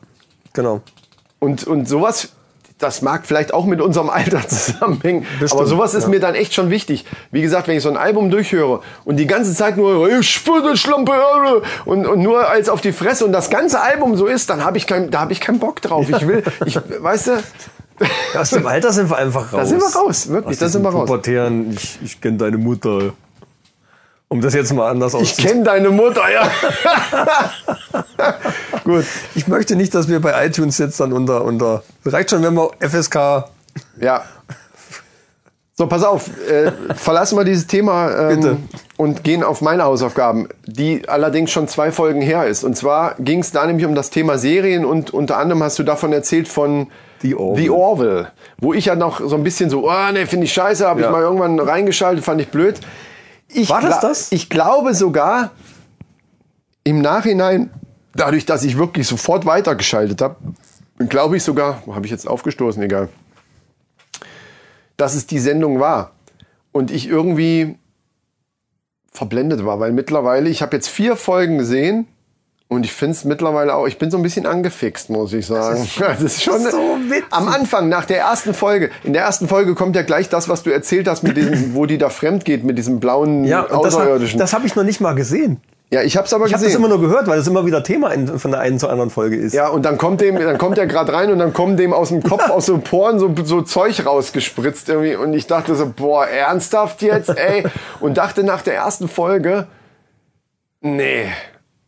S1: genau.
S3: Und, und sowas, das mag vielleicht auch mit unserem [LAUGHS] Alter zusammenhängen,
S1: Bestimmt,
S3: aber sowas ist
S1: ja.
S3: mir dann echt schon wichtig. Wie gesagt, wenn ich so ein Album durchhöre und die ganze Zeit nur ich spüre Schlampe äh, und, und nur als auf die Fresse und das ganze Album so ist, dann habe ich kein, da habe ich keinen Bock drauf. Ich will, ich, weißt du,
S1: Ja, Aus dem Alter sind wir einfach raus.
S3: da sind wir raus, wirklich, da sind wir raus.
S1: Pubertären, ich, ich kenne deine Mutter. Um das jetzt mal anders
S3: Ich kenne deine Mutter, ja. Gut.
S1: Ich möchte nicht, dass wir bei iTunes jetzt dann unter, unter, reicht schon, wenn wir FSK,
S3: Ja. So, pass auf, äh, verlassen wir dieses Thema
S1: Bitte.
S3: ähm, und gehen auf meine Hausaufgaben, die allerdings schon zwei Folgen her ist. Und zwar ging es da nämlich um das Thema Serien und unter anderem hast du davon erzählt von
S1: The Orville.
S3: The Orville, wo ich ja noch so ein bisschen so, oh ne, finde ich scheiße, habe
S1: Ja.
S3: ich mal irgendwann reingeschaltet, fand ich blöd. Ich
S1: War das
S3: gla-
S1: das?
S3: Ich glaube sogar im Nachhinein, dadurch, dass ich wirklich sofort weitergeschaltet habe, glaube ich sogar, habe ich jetzt aufgestoßen, egal, dass es die Sendung war. Und ich irgendwie verblendet war, weil mittlerweile, ich habe jetzt vier Folgen gesehen und ich finde es mittlerweile auch, ich bin so ein bisschen angefixt, muss ich sagen. [LAUGHS] Das ist schon
S1: so witzig.
S3: am Anfang, nach der ersten Folge. In der ersten Folge kommt ja gleich das, was du erzählt hast, mit diesem, wo die da fremd geht, mit diesem blauen
S1: Ja, und das, hab-
S3: Außerirdischen.
S1: das habe ich noch nicht mal gesehen.
S3: ja, ich habe es aber
S1: Ich habe das
S3: gesehen.
S1: immer nur gehört, weil das immer wieder Thema in, von der einen zur anderen Folge ist.
S3: Ja, und dann kommt dem, dann kommt er gerade rein und dann kommt dem aus dem Kopf, aus den Poren so, so Zeug rausgespritzt irgendwie. Und ich dachte so, boah, ernsthaft jetzt, ey? Und dachte nach der ersten Folge, nee.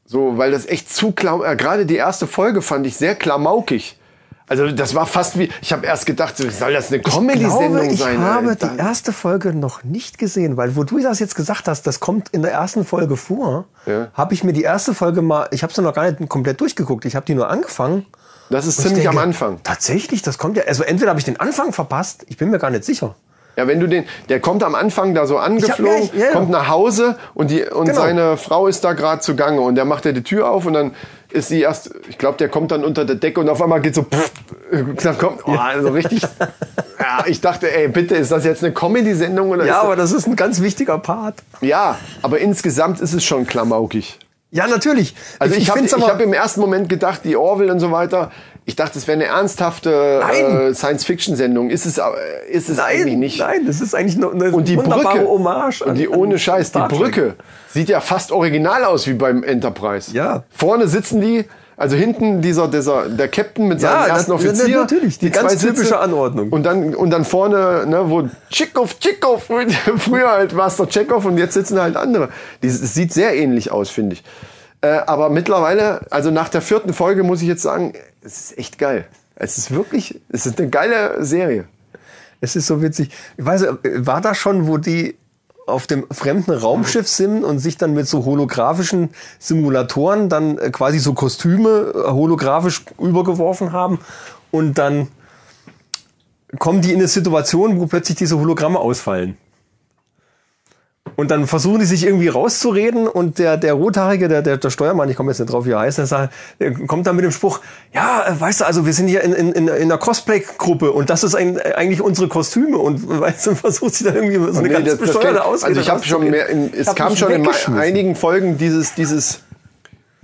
S3: So, weil das echt zu klam, äh, gerade die erste Folge fand ich sehr klamaukig. Also das war fast wie, ich habe erst gedacht, so, soll das eine Comedy-Sendung
S1: ich
S3: sein?
S1: habe
S3: Alter?
S1: die erste Folge noch nicht gesehen, weil wo du das jetzt gesagt hast, das kommt in der ersten Folge vor,
S3: Ja.
S1: habe ich mir die erste Folge mal, ich habe sie noch gar nicht komplett durchgeguckt, ich habe die nur angefangen.
S3: das ist
S1: Und ich
S3: ziemlich am
S1: denke,
S3: Anfang.
S1: Tatsächlich, das kommt ja, also entweder habe ich den Anfang verpasst, ich bin mir gar nicht sicher.
S3: Ja, wenn du den, der kommt am Anfang da so
S1: Ich hab-
S3: angeflogen,
S1: ja, ich- ja, ja.
S3: kommt nach Hause und die und
S1: Genau.
S3: seine Frau ist da gerade zugange und der macht ja die Tür auf und dann ist sie erst, ich glaube, der kommt dann unter der Decke und auf einmal geht so, pff, dann kommt, oh,
S1: [LAUGHS]
S3: also richtig. Ja, ich dachte, ey, bitte, ist das jetzt eine Comedy-Sendung oder?
S1: Ja,
S3: ist
S1: aber das ist ein ganz wichtiger Part.
S3: das, ja, aber insgesamt ist es schon klamaukig.
S1: Ja, natürlich.
S3: Also ich, habe
S1: find's
S3: hab im ersten Moment gedacht, die Orwell und so weiter. Ich dachte, es wäre eine ernsthafte
S1: Nein.
S3: äh, Science-Fiction-Sendung. Ist es, aber- ist es eigentlich
S1: nein,
S3: nicht?
S1: nein, das ist eigentlich nur eine
S3: Und die
S1: wunderbare
S3: Brücke.
S1: Hommage.
S3: und die
S1: an-
S3: ohne
S1: an
S3: Scheiß, die
S1: Star Trek.
S3: Brücke sieht ja fast original aus wie beim Enterprise.
S1: Ja.
S3: Vorne sitzen die, also hinten dieser, dieser der Captain mit
S1: Ja,
S3: seinem ersten
S1: na- na-
S3: Offizier.
S1: natürlich, die ganz
S3: zwei Sitze.
S1: typische Anordnung.
S3: Und dann, und dann vorne, ne, wo Tschikow, Tschikow, [LAUGHS] früher halt Master Tschekow und jetzt sitzen halt andere. Die, es sieht sehr ähnlich aus, finde ich. Äh, aber mittlerweile, also nach der vierten Folge muss ich jetzt sagen, es ist echt geil. Es ist wirklich, es ist eine geile Serie.
S1: Es ist so witzig. Ich weiß, äh, war da schon, wo die auf dem fremden Raumschiff sind und sich dann mit so holographischen Simulatoren dann äh, quasi so Kostüme äh, holographisch übergeworfen haben und dann kommen die in eine Situation, wo plötzlich diese Hologramme ausfallen. Und dann versuchen die sich irgendwie rauszureden und der, der Rothaarige, der, der, der Steuermann, ich komme jetzt nicht drauf, wie er heißt, der, sagt, der kommt dann mit dem Spruch, ja, äh, weißt du, also wir sind hier in, in, in in einer Cosplay-Gruppe und das ist ein, äh, eigentlich unsere Kostüme und [LAUGHS] weißt du, versucht sie dann irgendwie so eine
S3: Nee,
S1: ganz
S3: das- das
S1: besteuerte
S3: klingt-
S1: Ausrede
S3: Also ich habe schon
S1: rauszureden.
S3: mehr, in, es
S1: Ich hab
S3: kam
S1: mich
S3: schon in
S1: weggeschmissen.
S3: einigen Folgen dieses, dieses,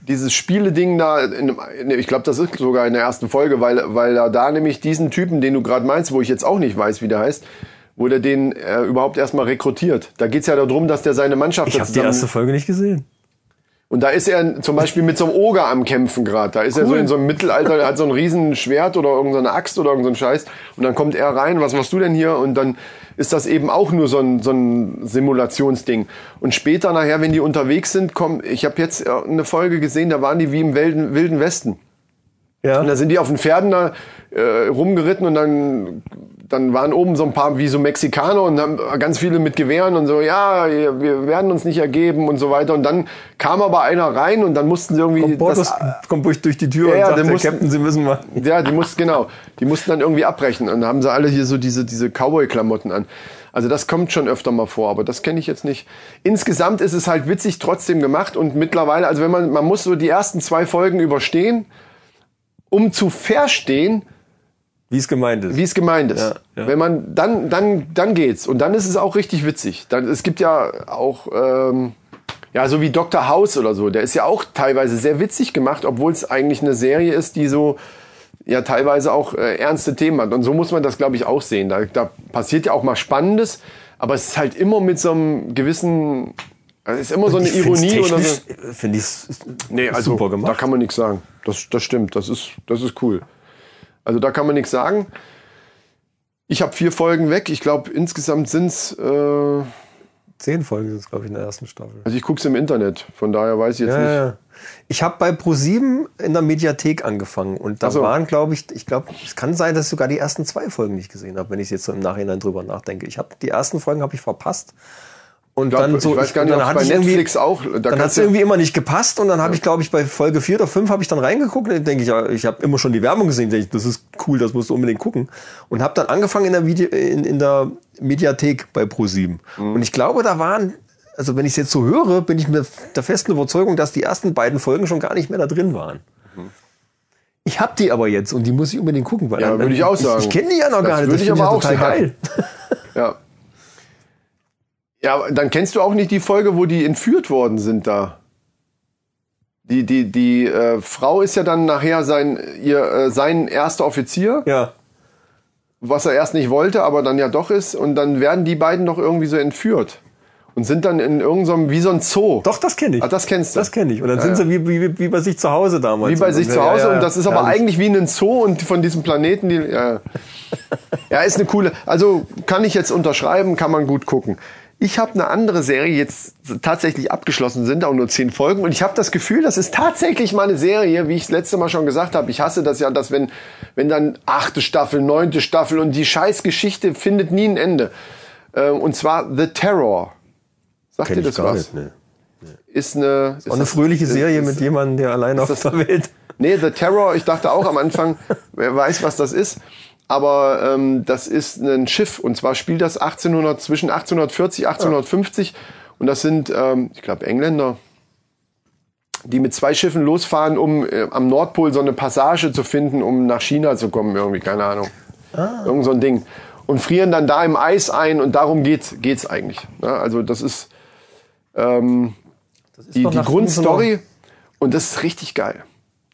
S3: dieses Spiele-Ding da, in, einem- in, ich glaube, das ist sogar in der ersten Folge, weil, weil da, da nämlich diesen Typen, den du gerade meinst, wo ich jetzt auch nicht weiß, wie der heißt, wo der den äh, überhaupt erstmal rekrutiert. Da geht's ja darum, dass der seine Mannschaft
S1: Ich
S3: da
S1: habe die erste Folge nicht gesehen.
S3: und da ist er zum Beispiel mit so einem Oger am Kämpfen gerade. Da ist er so in so einem Mittelalter, der hat so ein riesen Schwert oder irgendeine Axt oder irgendeinen Scheiß. Und dann kommt er rein, was machst du denn hier? Und dann ist das eben auch nur so ein, so ein Simulationsding. Und später nachher, wenn die unterwegs sind, kommen, ich habe jetzt äh, eine Folge gesehen, da waren die wie im Wilden, Wilden Westen.
S1: Ja.
S3: Und da sind die auf den Pferden da äh, rumgeritten und dann, dann waren oben so ein paar wie so Mexikaner und haben ganz viele mit Gewehren und so, ja, wir wir werden uns nicht ergeben und so weiter. Und dann kam aber einer rein und dann mussten sie irgendwie.
S1: Bortus
S3: Das,
S1: kommt durch die Tür
S3: Ja, ja,
S1: und
S3: der
S1: sagt, der
S3: muss-
S1: Captain, Sie müssen mal.
S3: ja, die mussten, genau. Die mussten dann irgendwie abbrechen. Und dann haben sie alle hier so diese, diese Cowboy-Klamotten an. Also das kommt schon öfter mal vor, aber das kenne ich jetzt nicht. Insgesamt ist es halt witzig trotzdem gemacht und mittlerweile, also wenn man, man muss so die ersten zwei Folgen überstehen, um zu verstehen,
S1: Wie es gemeint ist.
S3: wie es gemeint ist.
S1: Ja, ja.
S3: Wenn man dann, dann, dann geht's und dann ist es auch richtig witzig. Dann es gibt ja auch ähm, ja so wie Dr. House oder so. Der ist ja auch teilweise sehr witzig gemacht, obwohl es eigentlich eine Serie ist, die so ja teilweise auch äh, ernste Themen hat. Und so muss man das glaube ich auch sehen. Da, da passiert ja auch mal Spannendes, aber es ist halt immer mit so einem gewissen also es ist immer so eine
S1: Ich find's
S3: Ironie oder so.
S1: technisch, äh, Finde ich
S3: Nee, also
S1: super
S3: da
S1: gemacht.
S3: kann man nichts sagen. Das, das stimmt, das ist, das ist cool. Also da kann man nichts sagen. Ich habe vier Folgen weg. Ich glaube, insgesamt sind's. Äh, also
S1: Zehn Folgen sind es, glaube ich, in der ersten Staffel.
S3: ich guck's im Internet, von daher weiß ich jetzt
S1: Ja,
S3: nicht.
S1: ja. Ich habe bei ProSieben in der Mediathek angefangen und da
S3: Ach so.
S1: waren, glaube ich, ich glaube, es kann sein, dass ich sogar die ersten zwei Folgen nicht gesehen habe, wenn ich jetzt so im Nachhinein drüber nachdenke. Ich habe die ersten Folgen habe ich verpasst und
S3: glaub,
S1: dann so
S3: ich weiß gar nicht,
S1: und dann
S3: ob's
S1: hatte
S3: bei
S1: ich
S3: Netflix
S1: irgendwie,
S3: auch- da
S1: dann
S3: kannst
S1: hat es
S3: du-
S1: irgendwie immer nicht gepasst und dann habe ich, glaube ich, bei Folge vier oder fünf habe ich dann reingeguckt und dann denke ich, ja, ich habe immer schon die Werbung gesehen, denke ich, das ist cool, das musst du unbedingt gucken und habe
S3: Mhm.
S1: dann angefangen in der Video, in, in der Mediathek bei ProSieben und ich glaube, da waren also wenn ich es jetzt so höre, bin ich mir der festen Überzeugung, dass die ersten beiden Folgen schon gar nicht mehr da drin waren. Ich hab die aber jetzt und die muss ich unbedingt gucken, weil
S3: Mhm. Ja,
S1: dann-
S3: würde ich auch sagen.
S1: Ich, ich kenne die ja noch
S3: Das
S1: gar nicht.
S3: würde ich
S1: finde
S3: aber
S1: ja
S3: auch
S1: total
S3: sagen.
S1: geil.
S3: Ja. Ja, aber dann kennst du auch nicht die Folge, wo die entführt worden sind da. Die, die, die äh, Frau ist ja dann nachher sein, ihr, äh, sein erster Offizier,
S1: Ja.
S3: was er erst nicht wollte, aber dann ja doch ist. Und dann werden die beiden doch irgendwie so entführt. Und sind dann in irgendeinem, wie so ein Zoo.
S1: Doch, das kenne ich.
S3: Ach, das kennst du.
S1: Das kenne ich. Und dann sind sie wie, wie, wie bei sich zu Hause damals.
S3: Wie bei
S1: Und-
S3: sich
S1: und-
S3: zu
S1: ja,
S3: Hause.
S1: ja, ja.
S3: Und das ist aber
S1: Herrlich.
S3: eigentlich wie in einem Zoo und von diesem Planeten, die. Ja,
S1: [LAUGHS]
S3: ja. ja, ist eine coole. Also kann ich jetzt unterschreiben, kann man gut gucken. Ich habe eine andere Serie jetzt tatsächlich abgeschlossen, sind auch nur zehn Folgen. Und ich habe das Gefühl, das ist tatsächlich mal eine Serie, wie ich es letzte Mal schon gesagt habe. Ich hasse das ja, dass wenn, wenn dann achte Staffel, neunte Staffel und die Scheißgeschichte findet nie ein Ende. Äh, Und zwar The Terror. Sagt
S1: Kenn
S3: ihr
S1: ich
S3: das
S1: gar
S3: was?
S1: nicht, ne.
S3: Ist eine. Ist
S1: Auch eine fröhliche Serie mit jemandem, der allein auf
S3: das-
S1: der Welt.
S3: Nee, The Terror, ich dachte auch
S1: [LAUGHS]
S3: am Anfang, wer weiß, was das ist. Aber ähm, das ist ein Schiff und zwar spielt das 1800, zwischen 1840, 1850 und das sind, ähm, ich glaube, Engländer, die mit zwei Schiffen losfahren, um äh, am Nordpol so eine Passage zu finden, um nach China zu kommen, irgendwie, keine Ahnung.
S1: Ah.
S3: Irgend so ein Ding. Und frieren dann da im Eis ein und darum geht's, geht's eigentlich. Ne? also das ist ähm, die,
S1: doch
S3: die
S1: nach
S3: Grundstory und das ist richtig geil.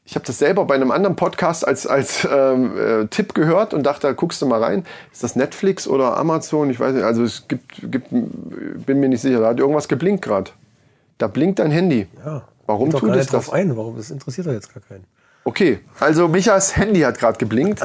S3: Ich habe das selber bei einem anderen Podcast als, als ähm, äh, Tipp gehört und dachte, da guckst du mal rein. Ist das Netflix oder Amazon? Ich weiß nicht. Also es gibt, gibt bin mir nicht sicher. Da hat irgendwas geblinkt gerade. Da blinkt dein Handy.
S1: Ja.
S3: Warum
S1: Geht doch
S3: tut
S1: keiner
S3: es das?
S1: drauf ein? Warum? Das interessiert doch jetzt gar keinen.
S3: Okay, also Michas Handy hat
S1: [LAUGHS]
S3: gerade geblinkt.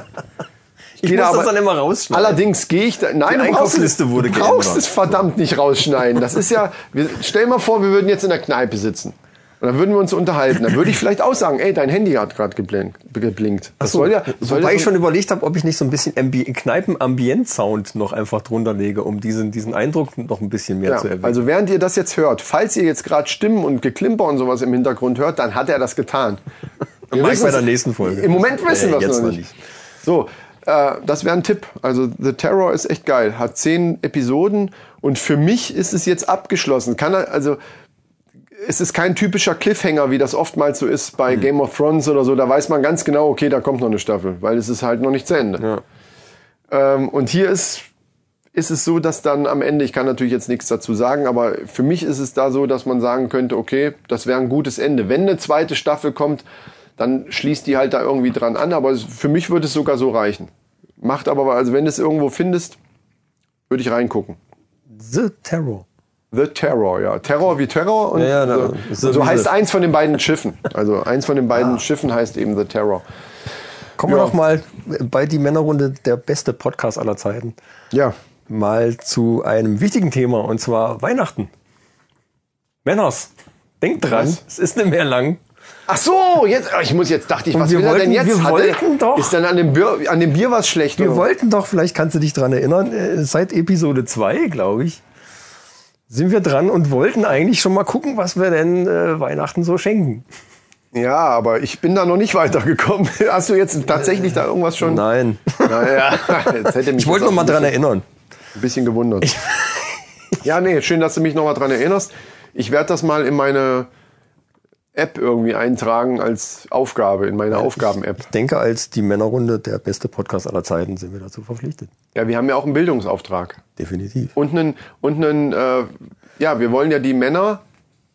S1: Ich
S3: Jeder
S1: muss das
S3: aber-
S1: dann immer rausschneiden.
S3: Allerdings gehe ich da. Nein,
S1: Die
S3: du brauchst
S1: Einkaufsliste
S3: es-
S1: wurde
S3: Du brauchst
S1: geändert.
S3: es verdammt nicht rausschneiden. Das ist ja. Wir, stell mal vor, wir würden jetzt in der Kneipe sitzen. Und dann würden wir uns unterhalten. Dann würde ich vielleicht auch sagen, ey, dein Handy hat gerade geblinkt. geblinkt. Das
S1: So,
S3: soll ja. das Soll ja
S1: wobei ich
S3: so-
S1: schon überlegt habe, ob ich nicht so ein bisschen Ambi Kneipen-Ambient-Sound noch einfach drunter lege, um diesen, diesen Eindruck noch ein bisschen mehr
S3: ja,
S1: zu erwecken.
S3: also während ihr das jetzt hört, falls ihr jetzt gerade Stimmen und Geklimper und sowas im Hintergrund hört, dann hat er
S1: [LAUGHS]
S3: das getan. Wir
S1: mach ich bei
S3: wissen's-
S1: der nächsten Folge.
S3: Im Moment wissen
S1: Äh,
S3: wir es
S1: jetzt
S3: noch
S1: noch
S3: nicht. So, äh, das wäre ein Tipp. Also The Terror ist echt geil. Hat zehn Episoden und für mich ist es jetzt abgeschlossen. Kann er, also es ist kein typischer Cliffhanger, wie das oftmals so ist bei
S1: Mhm.
S3: Game of Thrones oder so. Da weiß man ganz genau, okay, da kommt noch eine Staffel, weil es ist halt noch nicht zu Ende. Ähm, und hier ist, ist es so, dass dann am Ende, ich kann natürlich jetzt nichts dazu sagen, aber für mich ist es da so, dass man sagen könnte, okay, das wäre ein gutes Ende. Wenn eine zweite Staffel kommt, dann schließt die halt da irgendwie dran an, aber es, für mich würde es sogar so reichen. Macht aber, also wenn du es irgendwo findest, würde ich reingucken.
S1: The Terror.
S3: The Terror, ja. Terror wie Terror und
S1: Ja, ja,
S3: so,
S1: na, so
S3: so,
S1: wie
S3: heißt
S1: das.
S3: eins von den beiden Schiffen. Also eins von den beiden Schiffen heißt eben The Terror.
S1: Kommen wir
S3: Ja.
S1: doch mal bei die Männerrunde, der beste Podcast aller Zeiten,
S3: Ja.
S1: mal zu einem wichtigen Thema und zwar Weihnachten. Männers, denkt dran,
S3: Was?
S1: es ist nicht mehr lang.
S3: Ach so, jetzt, oh, ich muss jetzt, dachte ich, was
S1: wir
S3: will er denn
S1: wollten-
S3: jetzt?
S1: wir
S3: Hat er-
S1: wollten doch-
S3: Ist dann an dem Bier, an dem Bier was schlecht?
S1: Wir
S3: oder?
S1: wollten doch, vielleicht kannst du dich dran erinnern, äh, seit Episode 2, glaube ich, sind wir dran und wollten eigentlich schon mal gucken, was wir denn äh, Weihnachten so schenken.
S3: ja, aber ich bin da noch nicht [LAUGHS] weitergekommen. Hast du jetzt tatsächlich da irgendwas schon?
S1: Nein.
S3: Naja, [LAUGHS] jetzt hätte mich
S1: Ich wollte noch mal dran
S3: erinnern.
S1: erinnern.
S3: ein bisschen gewundert. ja, nee, schön, dass du mich nochmal dran erinnerst. Ich werde das mal in meine App irgendwie eintragen als Aufgabe, in meine Aufgaben-App.
S1: Ich denke, als die Männerrunde der beste Podcast aller Zeiten sind wir dazu verpflichtet.
S3: Ja, wir haben ja auch einen Bildungsauftrag.
S1: Definitiv.
S3: Und einen, und einen äh, ja, wir wollen ja die Männer,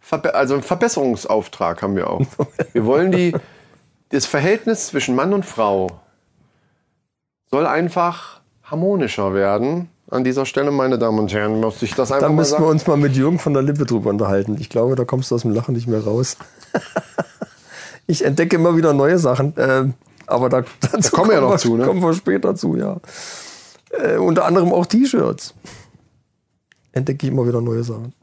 S3: verbe- also einen Verbesserungsauftrag
S1: [LAUGHS]
S3: haben wir auch. Wir wollen die, das Verhältnis zwischen Mann und Frau soll einfach harmonischer werden. An dieser Stelle, meine Damen und Herren, muss ich das einfach
S1: Da
S3: mal
S1: müssen wir
S3: sagen.
S1: uns mal mit Jürgen von der Lippe drüber unterhalten. Ich glaube, da kommst du aus dem Lachen nicht mehr raus. [LAUGHS] ich entdecke immer wieder neue Sachen. Äh, aber da, [LAUGHS] dazu
S3: kommen wir ja noch
S1: wir,
S3: zu, ne?
S1: Kommen wir später zu, ja. Äh, unter anderem auch T-Shirts. Entdecke ich immer wieder neue Sachen.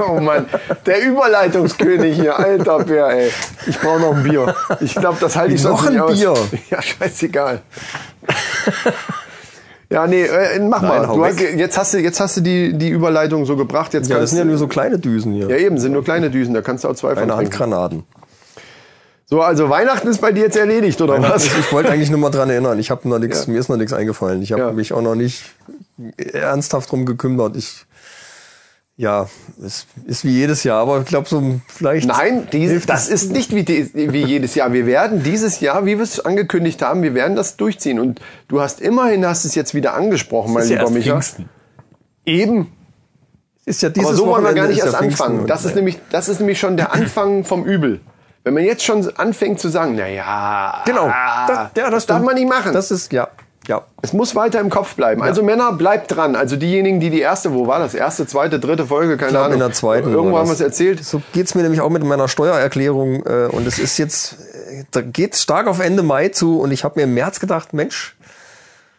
S3: Oh Mann, der Überleitungskönig hier, alter Bär, ey. Ich brauche noch ein Bier. Ich glaube, das halte ich
S1: Noch
S3: sonst
S1: ein
S3: nicht aus.
S1: Bier?
S3: [LAUGHS] Ja, scheißegal. Ja, nee, äh, mach
S1: Nein,
S3: mal.
S1: hau
S3: Du
S1: weg.
S3: hast, jetzt hast du, jetzt hast du die, die Überleitung so gebracht. Jetzt
S1: Ja, das
S3: kannst
S1: sind ja
S3: du-
S1: nur so kleine Düsen hier.
S3: ja, eben, sind nur kleine Düsen, da kannst du auch zwei von
S1: Kleine
S3: trinken.
S1: Handgranaten.
S3: So, also Weihnachten ist bei dir jetzt erledigt, oder was?
S1: Ich wollte eigentlich nur mal dran erinnern. Ich habe noch nichts,
S3: Also Ja.
S1: mir ist noch nichts eingefallen. Ich habe
S3: Ja.
S1: mich auch noch nicht ernsthaft drum gekümmert. Ich Ja, es ist wie jedes Jahr, aber ich glaube, so vielleicht.
S3: Nein, dies,
S1: hilft
S3: das
S1: es.
S3: ist nicht wie, die, wie jedes Jahr. Wir werden dieses Jahr, wie wir es angekündigt haben, wir werden das durchziehen. Und du hast immerhin hast es jetzt wieder angesprochen, mein
S1: ist ja
S3: lieber
S1: erst
S3: Micha.
S1: Pfingsten.
S3: Eben.
S1: Ist ja dieses
S3: Aber so wollen wir
S1: Wochenende
S3: gar nicht
S1: ist
S3: erst
S1: ja Pfingsten
S3: anfangen.
S1: und-
S3: Das ist, nämlich, das ist nämlich schon der Anfang vom Übel. Wenn man jetzt schon anfängt zu sagen, naja,
S1: Genau.
S3: das,
S1: ja,
S3: Ah, darf
S1: stimmt.
S3: man nicht machen.
S1: Das ist, ja. Ja.
S3: es muss weiter im Kopf bleiben. Also Männer, bleibt dran. Also diejenigen, die die erste, wo war das? Erste, zweite, dritte Folge, keine
S1: Ich glaube,
S3: Ahnung.
S1: in der zweiten.
S3: Irgendwo
S1: war
S3: haben wir
S1: das.
S3: es erzählt.
S1: So geht's mir nämlich auch mit meiner Steuererklärung. Äh, und es ist jetzt, äh, da geht's stark auf Ende Mai zu. Und ich habe mir im März gedacht, Mensch,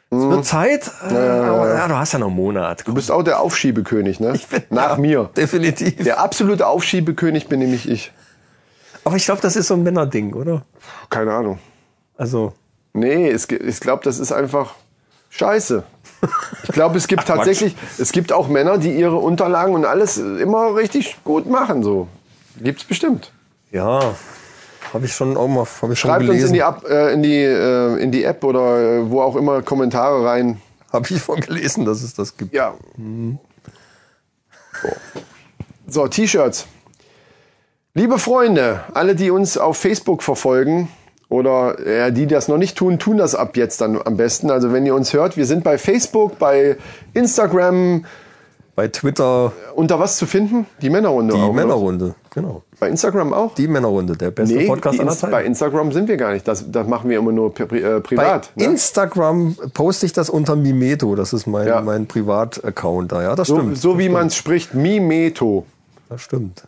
S1: es
S3: Mhm.
S1: wird Zeit. Äh, aber, ja, du hast ja noch einen Monat.
S3: Du bist auch der Aufschiebekönig, ne? Nach
S1: Ja,
S3: mir.
S1: Definitiv.
S3: Der absolute Aufschiebekönig bin nämlich ich.
S1: Aber ich glaube, das ist so ein Männerding, oder?
S3: Keine Ahnung.
S1: Also,
S3: Nee, es, ge- ich glaube, das ist einfach scheiße. Ich glaube, es gibt tatsächlich, es gibt auch Männer, die ihre Unterlagen und alles immer richtig gut machen. So. Gibt's bestimmt.
S1: ja, habe ich schon auch mal hab ich schon
S3: Schreibt uns in
S1: gelesen.
S3: die, App, äh, in, die, äh, in die App oder äh, wo auch immer Kommentare rein.
S1: Habe ich von gelesen, dass es das gibt.
S3: Ja.
S1: Mhm.
S3: So, so T-Shirts. Liebe Freunde, alle, die uns auf Facebook verfolgen oder äh, die das noch nicht tun, tun das ab jetzt dann am besten. Also wenn ihr uns hört, wir sind bei Facebook, bei Instagram,
S1: Bei Twitter
S3: unter was zu finden? Die Männerrunde
S1: die
S3: auch. ne?
S1: Männerrunde. Genau.
S3: Bei Instagram auch?
S1: Die Männerrunde, der beste
S3: nee,
S1: Podcast
S3: die
S1: aller
S3: Inst- bei
S1: Zeiten.
S3: Instagram sind wir gar nicht. Das, das machen wir immer nur pri äh,
S1: Bei
S3: privat. ne?
S1: Instagram poste ich das unter Mimeto. Das ist mein,
S3: Ja.
S1: mein Privat-Account da. Ja, das
S3: so,
S1: stimmt.
S3: so wie man es spricht, Mimeto.
S1: Das stimmt.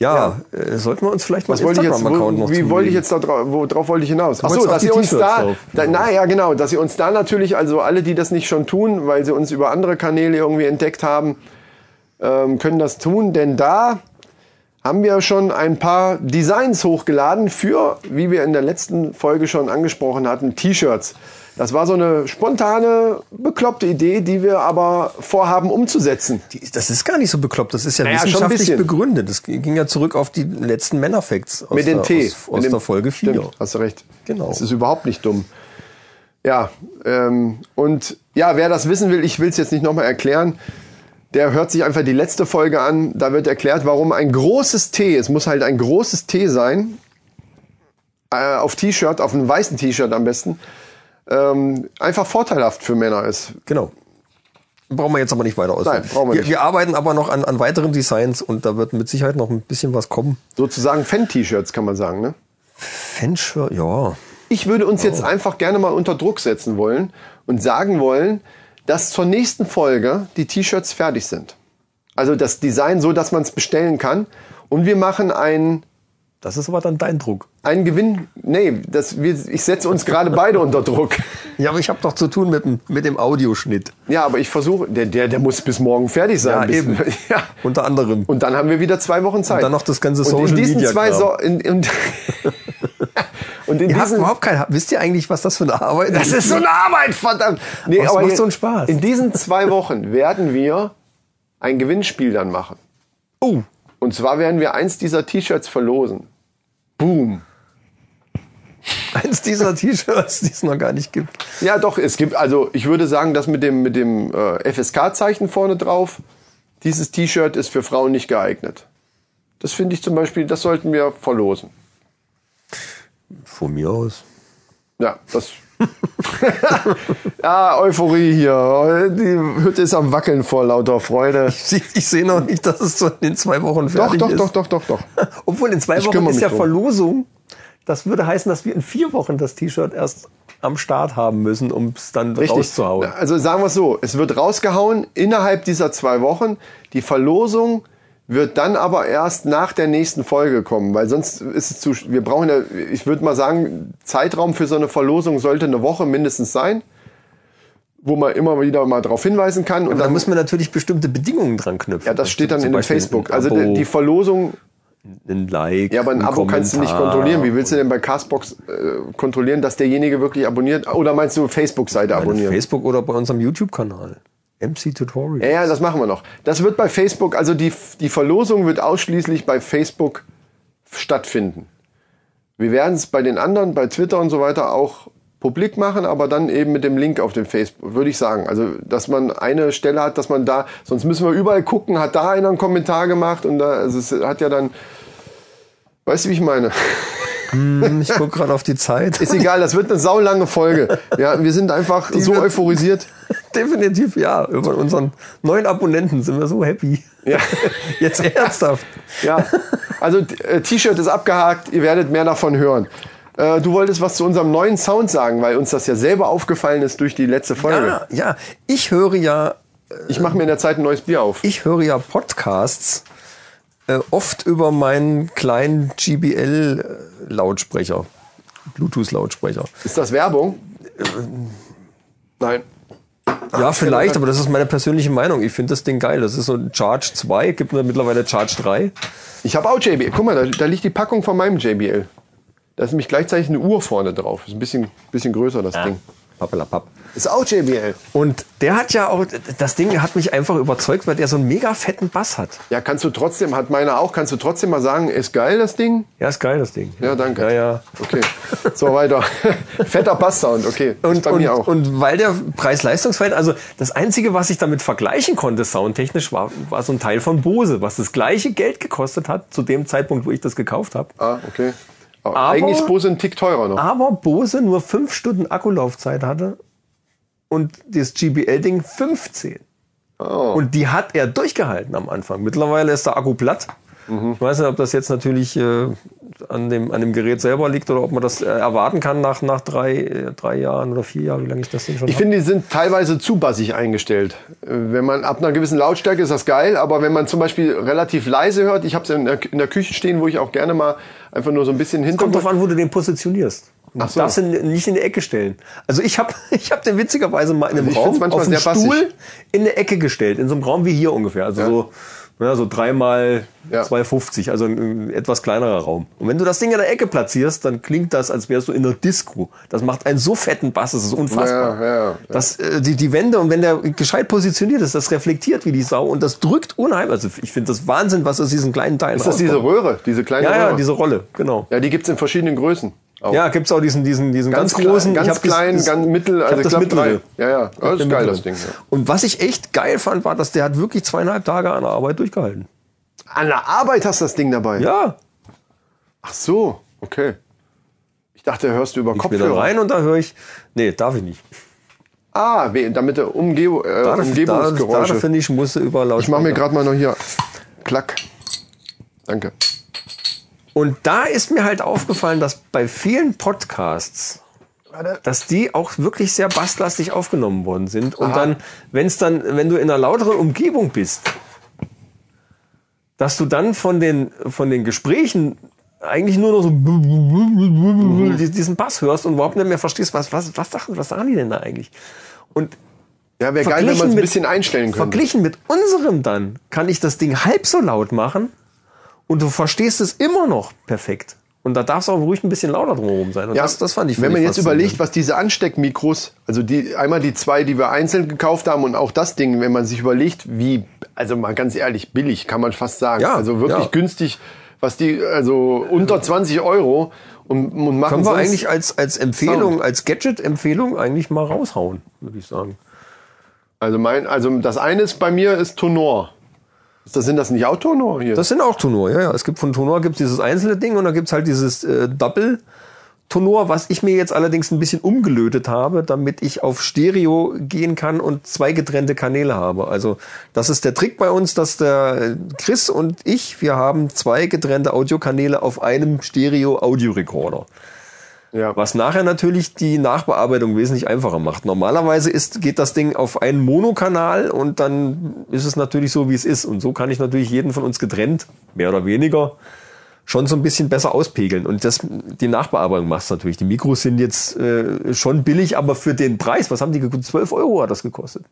S1: Ja, Äh, sollten wir uns vielleicht mal
S3: Was wollte ich jetzt, wo,
S1: Instagram-Account noch
S3: wie wollte
S1: zulegen?
S3: ich jetzt da drauf, worauf wollte ich hinaus? Ach so,
S1: wolltest auf
S3: dass
S1: die
S3: ihr uns
S1: T-Shirts
S3: da,
S1: drauf.
S3: da, naja, genau, dass ihr uns da natürlich, also alle, die das nicht schon tun, weil sie uns über andere Kanäle irgendwie entdeckt haben, ähm, können das tun, denn da haben wir schon ein paar Designs hochgeladen für, wie wir in der letzten Folge schon angesprochen hatten, T-Shirts. Das war so eine spontane, bekloppte Idee, die wir aber vorhaben umzusetzen.
S1: Die- Das ist gar nicht so bekloppt. Das ist ja,
S3: Naja, schon ein
S1: wissenschaftlich
S3: bisschen.
S1: begründet. Das ging ja zurück auf die letzten Männerfacts aus,
S3: Mit
S1: der,
S3: dem T.
S1: aus,
S3: Mit
S1: aus
S3: dem-
S1: der Folge 4.
S3: Stimmt, hast du recht.
S1: Genau.
S3: Es ist überhaupt nicht dumm. Ja, ähm, und ja, wer das wissen will, ich will es jetzt nicht nochmal erklären, der hört sich einfach die letzte Folge an. Da wird erklärt, warum ein großes T, es muss halt ein großes T sein, äh, auf T-Shirt, auf einem weißen T-Shirt am besten, ähm, einfach vorteilhaft für Männer ist.
S1: Genau. Brauchen wir jetzt aber nicht weiter aus.
S3: Nein, brauchen wir
S1: wir,
S3: nicht.
S1: wir arbeiten aber noch an, an weiteren Designs und da wird mit Sicherheit noch ein bisschen was kommen.
S3: Sozusagen Fan-T-Shirts kann man sagen, ne?
S1: Fanshirt, ja.
S3: Ich würde uns jetzt einfach gerne mal unter Druck setzen wollen und sagen wollen, dass zur nächsten Folge die T-Shirts fertig sind. Also das Design so, dass man es bestellen kann. Und wir machen einen,
S1: Das ist aber dann dein Druck.
S3: einen Gewinn. Nee, das, wir, ich setze uns
S1: [LAUGHS]
S3: gerade beide unter Druck.
S1: Ja, aber ich habe doch zu tun mit, dem- mit dem Audioschnitt.
S3: Ja, aber ich versuche, der, der, der muss bis morgen fertig sein.
S1: Ja,
S3: bis,
S1: eben.
S3: [LAUGHS] Ja.
S1: Unter anderem.
S3: Und dann haben wir wieder zwei Wochen Zeit.
S1: Und dann noch das ganze
S3: Und in
S1: Social
S3: diesen
S1: Media
S3: zwei
S1: Kram.
S3: so, in, in, [LAUGHS] Und in
S1: Ihr habt
S3: diesen
S1: überhaupt kein, wisst ihr eigentlich, was das für eine Arbeit
S3: Das ist so eine Arbeit, verdammt. Nee,
S1: Aber es macht
S3: je-
S1: so einen Spaß.
S3: In diesen zwei Wochen werden wir ein Gewinnspiel dann machen.
S1: Oh,
S3: Und zwar werden wir eins dieser T-Shirts verlosen. Boom.
S1: eins dieser T-Shirts, die es noch gar nicht gibt.
S3: Ja, doch, es gibt, also ich würde sagen, das mit dem, mit dem äh, FSK-Zeichen vorne drauf, dieses T-Shirt ist für Frauen nicht geeignet. Das finde ich zum Beispiel, das sollten wir verlosen.
S1: Von mir aus.
S3: Ja, [LAUGHS] das. ja, Euphorie hier. Die Hütte ist am Wackeln vor lauter Freude.
S1: Ich, ich sehe noch nicht, dass es so in zwei Wochen
S3: Doch,
S1: fertig
S3: doch,
S1: ist.
S3: doch, doch, doch, doch.
S1: Obwohl in zwei
S3: Ich
S1: Wochen
S3: kümmere
S1: ist
S3: mich
S1: ja
S3: drum.
S1: Verlosung. Das würde heißen, dass wir in vier Wochen das T-Shirt erst am Start haben müssen, um es dann rauszuhauen.
S3: Also sagen wir es so, es wird rausgehauen innerhalb dieser zwei Wochen. Die Verlosung wird dann aber erst nach der nächsten Folge kommen, weil sonst ist es zu... Wir brauchen ja, ich würde mal sagen, Zeitraum für so eine Verlosung sollte eine Woche mindestens sein, wo man immer wieder mal darauf hinweisen kann. Und
S1: Und da
S3: dann,
S1: müssen wir natürlich bestimmte Bedingungen dran knüpfen.
S3: ja, das steht dann
S1: Zum
S3: in dem
S1: Beispiel
S3: Facebook.
S1: ein
S3: Also
S1: Abo,
S3: die, die Verlosung
S1: ein Like.
S3: Ja, aber ein, Abo kannst du nicht
S1: Kommentar.
S3: kontrollieren. Wie willst du denn bei Castbox äh, kontrollieren, dass derjenige wirklich abonniert? Oder meinst du Facebook-Seite
S1: Bei
S3: abonnieren?
S1: Facebook oder bei unserem YouTube-Kanal. MC Tutorial.
S3: ja, ja, das machen wir noch. Das wird bei Facebook, also die, die Verlosung wird ausschließlich bei Facebook stattfinden. Wir werden es bei den anderen, bei Twitter und so weiter auch publik machen, aber dann eben mit dem Link auf dem Facebook, würde ich sagen. Also, dass man eine Stelle hat, dass man da, sonst müssen wir überall gucken, hat da einer einen Kommentar gemacht und da, also es hat ja dann, weißt du, wie ich meine?
S1: Hm, Ich gucke gerade auf die Zeit.
S3: Ist egal, das wird eine saulange Folge. Ja, wir sind einfach so
S1: wird-
S3: euphorisiert.
S1: [LAUGHS] Definitiv ja. Über unseren neuen Abonnenten sind wir so happy.
S3: Ja.
S1: [LAUGHS] Jetzt ernsthaft.
S3: Ja, also t- äh, T-Shirt ist abgehakt, ihr werdet mehr davon hören. Äh, du wolltest was zu unserem neuen Sound sagen, weil uns das ja selber aufgefallen ist durch die letzte Folge.
S1: Ja, ja. Ich höre ja,
S3: Ich mache mir in der Zeit ein neues Bier auf.
S1: ich höre ja Podcasts äh, oft über meinen kleinen GBL-Lautsprecher. Bluetooth-Lautsprecher.
S3: Ist das Werbung?
S1: Äh,
S3: Nein.
S1: Ja, vielleicht, aber das ist meine persönliche Meinung. Ich finde das Ding geil. Das ist so ein Charge 2, gibt mir mittlerweile Charge 3.
S3: Ich habe auch JBL. Guck mal, da, da liegt die Packung von meinem JBL. Da ist nämlich gleichzeitig eine Uhr vorne drauf. Ist ein bisschen, bisschen größer, das Ding.
S1: Pappelapapp.
S3: Ist auch JBL.
S1: Und der hat ja auch, das Ding hat mich einfach überzeugt, weil der so einen mega fetten Bass hat.
S3: Ja, kannst du trotzdem, hat meiner auch, kannst du trotzdem mal sagen, ist geil, das Ding?
S1: Ja, ist geil, das Ding.
S3: Ja, danke.
S1: Ja, ja.
S3: Okay, so weiter. [LAUGHS] Fetter Bass-Sound, okay. Ist
S1: Und,
S3: bei
S1: und,
S3: mir auch.
S1: und weil der Preis-Leistungsfeld, also das Einzige, was ich damit vergleichen konnte, soundtechnisch, war, war so ein Teil von Bose, was das gleiche Geld gekostet hat zu dem Zeitpunkt, wo ich das gekauft habe.
S3: Ah, okay. Aber Eigentlich ist Bose ein Tick teurer noch.
S1: Aber Bose nur 5 Stunden Akkulaufzeit hatte und das GBL-Ding 15.
S3: Oh.
S1: Und die hat er durchgehalten am Anfang. Mittlerweile ist der Akku platt.
S3: Mhm.
S1: Ich weiß nicht, ob das jetzt natürlich äh, an, dem, an dem Gerät selber liegt oder ob man das äh, erwarten kann nach, nach drei, äh, drei Jahren oder vier Jahren, wie lange ich das Ding schon
S3: Ich finde, die sind teilweise zu bassig eingestellt. Äh, Wenn man ab einer gewissen Lautstärke ist das geil, aber wenn man zum Beispiel relativ leise hört, ich habe es in, der- in der Küche stehen, wo ich auch gerne mal einfach nur so ein bisschen
S1: Kommt
S3: hinter.
S1: drauf an, wo du den positionierst. Du
S3: Ach so.
S1: darfst ihn nicht in die Ecke stellen. Also ich habe ich hab [LAUGHS] den witzigerweise mal in einem
S3: Also ich
S1: Raum
S3: find's manchmal
S1: auf dem
S3: sehr
S1: Stuhl
S3: bassig.
S1: in eine Ecke gestellt. In so einem Raum wie hier ungefähr. Also
S3: Ja.
S1: so, ja, so dreimal
S3: Ja.
S1: 2,50. Also ein, ein etwas kleinerer Raum. Und wenn du das Ding in der Ecke platzierst, dann klingt das, als wärst du in einer Disco. Das macht einen so fetten Bass, das ist unfassbar.
S3: Ja, ja, ja.
S1: Das, äh, die, die Wände und wenn der gescheit positioniert ist, das reflektiert wie die Sau und das drückt unheimlich. Also ich finde das Wahnsinn, was aus diesen kleinen Teilen
S3: Ist das diese Röhre, diese kleine
S1: ja,
S3: Röhre?
S1: ja, diese Rolle, genau.
S3: ja, die gibt's in verschiedenen Größen. Auch.
S1: Ja, gibt's auch diesen, diesen, diesen ganz,
S3: Ganz
S1: großen,
S3: klein, ganz
S1: ich hab
S3: klein,
S1: das, das,
S3: ganz mittel,
S1: ich hab
S3: also
S1: das
S3: knapp
S1: mittlere.
S3: drei. Ja, ja,
S1: Ich hab
S3: das ist
S1: den mittleren.
S3: geil, das Ding, ja.
S1: Und was ich echt geil fand, war, dass der hat wirklich zweieinhalb Tage an der Arbeit durchgehalten.
S3: An der Arbeit hast du das Ding dabei.
S1: Ja,
S3: Ach so, okay. Ich dachte, hörst du über
S1: ich bin da
S3: Kopfhörer.
S1: rein und da höre ich, nee, darf ich nicht.
S3: Ah, we- damit der Umge äh,
S1: Da, da, da,
S3: Umgebungsgeräusche.
S1: finde ich, musste über laut.
S3: Ich mache mir gerade mal noch hier. Klack. Danke.
S1: Und da ist mir halt aufgefallen, dass bei vielen Podcasts, dass die auch wirklich sehr basslastig aufgenommen worden sind. Und dann, wenn es dann, wenn du in einer lauteren Umgebung bist, dass du dann von den, von den Gesprächen eigentlich nur noch so
S3: Mhm.
S1: die- diesen Bass hörst und überhaupt nicht mehr verstehst, was, was, was, sagen, was sagen die denn da eigentlich? Und
S3: Ja, wäre geil, wenn man es ein
S1: mit-
S3: bisschen einstellen könnte.
S1: Verglichen mit unserem dann kann ich das Ding halb so laut machen und du verstehst es immer noch perfekt. Und da darf es auch ruhig ein bisschen lauter drumherum sein. Und
S3: Ja,
S1: das, das fand ich
S3: Wenn man
S1: wirklich
S3: jetzt überlegt, was diese Ansteckmikros, also die einmal die zwei, die wir einzeln gekauft haben und auch das Ding, wenn man sich überlegt, wie, also mal ganz ehrlich, billig kann man fast sagen.
S1: Ja,
S3: also wirklich
S1: ja.
S3: günstig, was die, also unter 20 Euro und, und machen
S1: Können wir
S3: sonst-
S1: eigentlich als, als Empfehlung, als Gadget-Empfehlung eigentlich mal raushauen, würde ich sagen.
S3: Also mein, also das eine ist bei mir ist Tonor. Ist das, sind das nicht auch Tonor hier?
S1: Das sind auch Tonor, ja, ja. Es gibt von Tonor gibt's dieses einzelne Ding und dann gibt's halt dieses äh, Double. Tonor, was ich mir jetzt allerdings ein bisschen umgelötet habe, damit ich auf Stereo gehen kann und zwei getrennte Kanäle habe. Also das ist der Trick bei uns, dass der äh, Chris und ich, wir haben zwei getrennte Audiokanäle auf einem Stereo-Audio-Recorder.
S3: ja.
S1: Was nachher natürlich die Nachbearbeitung wesentlich einfacher macht. Normalerweise ist, geht das Ding auf einen Monokanal und dann ist es natürlich so, wie es ist. Und so kann ich natürlich jeden von uns getrennt, mehr oder weniger, schon so ein bisschen besser auspegeln. Und das, die Nachbearbeitung macht es natürlich. Die Mikros sind jetzt äh, schon billig, aber für den Preis, was haben die gekostet? 12 Euro hat das gekostet.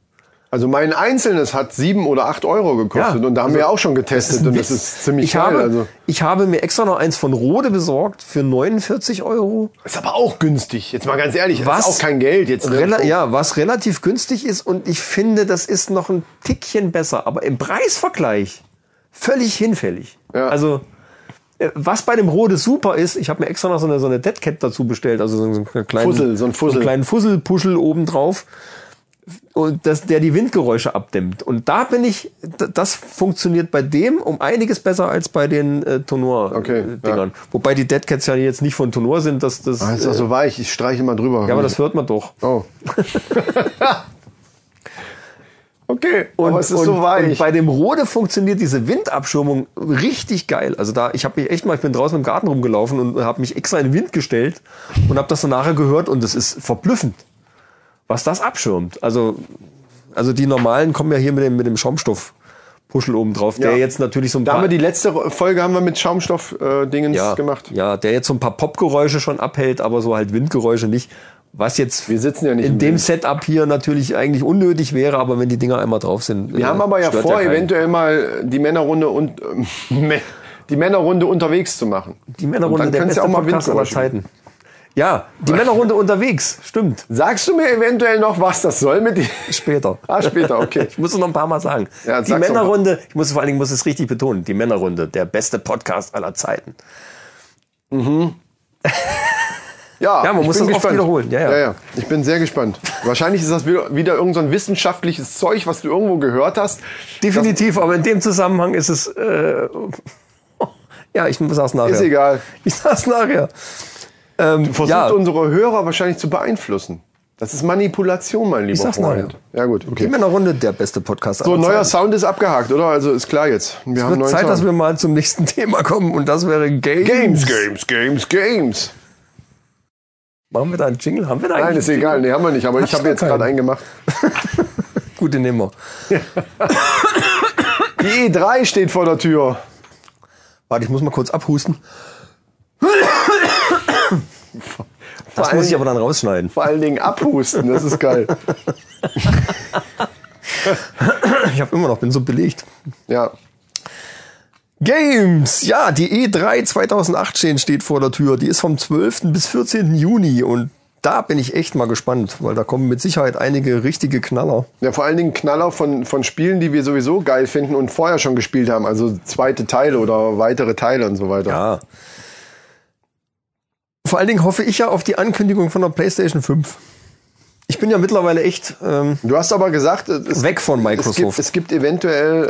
S3: Also mein einzelnes hat sieben oder acht Euro gekostet
S1: Ja, also
S3: und da haben wir auch schon getestet und
S1: Witz.
S3: das ist ziemlich
S1: ich
S3: geil.
S1: Habe,
S3: also.
S1: Ich habe mir extra noch eins von Rode besorgt für 49 Euro.
S3: Ist aber auch günstig. Jetzt mal ganz ehrlich, das
S1: Was?
S3: ist auch kein Geld jetzt. ne?
S1: Rela ja, was relativ günstig ist und ich finde, das ist noch ein Tickchen besser, aber im Preisvergleich völlig hinfällig.
S3: Ja.
S1: Also Äh, Was bei dem Rode super ist, ich habe mir extra noch so eine, so eine Deadcat dazu bestellt, also so einen, so einen kleinen
S3: Fussel, so einen Fussel.
S1: kleinen Fusselpuschel oben drauf, und das, der die Windgeräusche abdämmt. Und da bin ich, d- das funktioniert bei dem um einiges besser als bei den äh,
S3: Okay,
S1: Tonor-Dingern. Wobei die Deadcats ja jetzt nicht von Tonor sind, das, das, äh,
S3: Ah, ist doch so weich, ich streiche mal drüber.
S1: ja, aber das hört man doch.
S3: [LAUGHS] Oh. okay,
S1: Und,
S3: aber es ist
S1: und,
S3: so
S1: und
S3: weich.
S1: bei dem Rode funktioniert diese Windabschirmung richtig geil. Also da, ich habe mich echt mal, ich bin draußen im Garten rumgelaufen und habe mich extra in den Wind gestellt und habe das dann nachher gehört und es ist verblüffend, was das abschirmt. Also, also die normalen kommen ja hier mit dem, mit dem Schaumstoffpuschel oben drauf, der
S3: Ja.
S1: jetzt natürlich so ein
S3: da haben
S1: paar,
S3: wir die letzte Folge haben wir mit Schaumstoff-Dingens
S1: ja,
S3: gemacht.
S1: ja, der jetzt so ein paar Popgeräusche schon abhält, aber so halt Windgeräusche nicht. Was jetzt
S3: Wir sitzen ja nicht
S1: in
S3: im
S1: dem
S3: Wind.
S1: Setup hier natürlich eigentlich unnötig wäre, aber wenn die Dinger einmal drauf sind. äh,
S3: Wir haben aber ja vor,
S1: eventuell
S3: eventuell mal die Männerrunde und ähm, [LAUGHS] die Männerrunde unterwegs zu machen.
S1: Die Männerrunde
S3: Und dann
S1: der
S3: kannst
S1: beste
S3: du auch mal
S1: Podcast aller
S3: Windgeräusche
S1: Zeiten. Ja,
S3: [LAUGHS]
S1: die Männerrunde unterwegs, stimmt.
S3: Sagst du mir eventuell noch, was das soll mit dir?
S1: Später.
S3: Ah, später, [LAUGHS] okay.
S1: Ich muss es noch ein paar Mal sagen.
S3: Ja,
S1: die
S3: sag's doch mal.
S1: Männerrunde, ich muss vor allen Dingen muss es richtig betonen, die Männerrunde, der beste Podcast aller Zeiten.
S3: Ja,
S1: Ja, man
S3: ich
S1: muss
S3: bin
S1: das oft wiederholen. Ja,
S3: Ja
S1: ja.
S3: ja. ich bin sehr gespannt. Wahrscheinlich ist das wieder, wieder irgend so ein wissenschaftliches Zeug, was du irgendwo gehört hast.
S1: Definitiv, aber in dem Zusammenhang ist es. Äh, [LAUGHS] ja, ich sag's nachher.
S3: Ist egal.
S1: Ich sag's nachher. Ähm,
S3: Versucht
S1: ja,
S3: unsere Hörer wahrscheinlich zu beeinflussen. Das ist Manipulation, mein lieber
S1: sag's
S3: Freund.
S1: nachher.
S3: Ja gut,
S1: die
S3: okay.
S1: Männerrunde, der beste Podcast
S3: So, neuer
S1: Zeiten.
S3: Sound ist abgehakt, oder? Also ist klar jetzt. Wir
S1: Es
S3: haben neuen
S1: wird Zeit,
S3: Sound.
S1: dass wir mal zum nächsten [LAUGHS] Thema kommen und das wäre Games.
S3: Games, Games, Games, Games.
S1: Machen wir da einen Jingle? Haben wir da einen
S3: Nein, ist egal, nee, haben wir nicht, aber ich
S1: Hast
S3: habe
S1: du
S3: jetzt
S1: keinen?
S3: gerade einen gemacht.
S1: Gut, den nehmen wir.
S3: Die E3 steht vor der Tür.
S1: Warte, ich muss mal kurz abhusten.
S3: Vor
S1: Das
S3: allen,
S1: muss ich aber dann rausschneiden.
S3: vor allen Dingen abhusten, das ist geil.
S1: Ich habe immer noch, bin so belegt.
S3: Ja.
S1: Games! Ja, die E3 2018 steht vor der Tür. Die ist vom 12. bis 14. Juni und da bin ich echt mal gespannt, weil da kommen mit Sicherheit einige richtige Knaller.
S3: Ja, vor allen Dingen Knaller von, von Spielen, die wir sowieso geil finden und vorher schon gespielt haben. Also zweite Teile oder weitere Teile und so weiter.
S1: Ja. Vor allen Dingen hoffe ich ja auf die Ankündigung von der PlayStation 5. Ich bin ja mittlerweile echt ähm,
S3: Du hast aber gesagt, es,
S1: weg von
S3: es, gibt,
S1: Microsoft.
S3: es gibt eventuell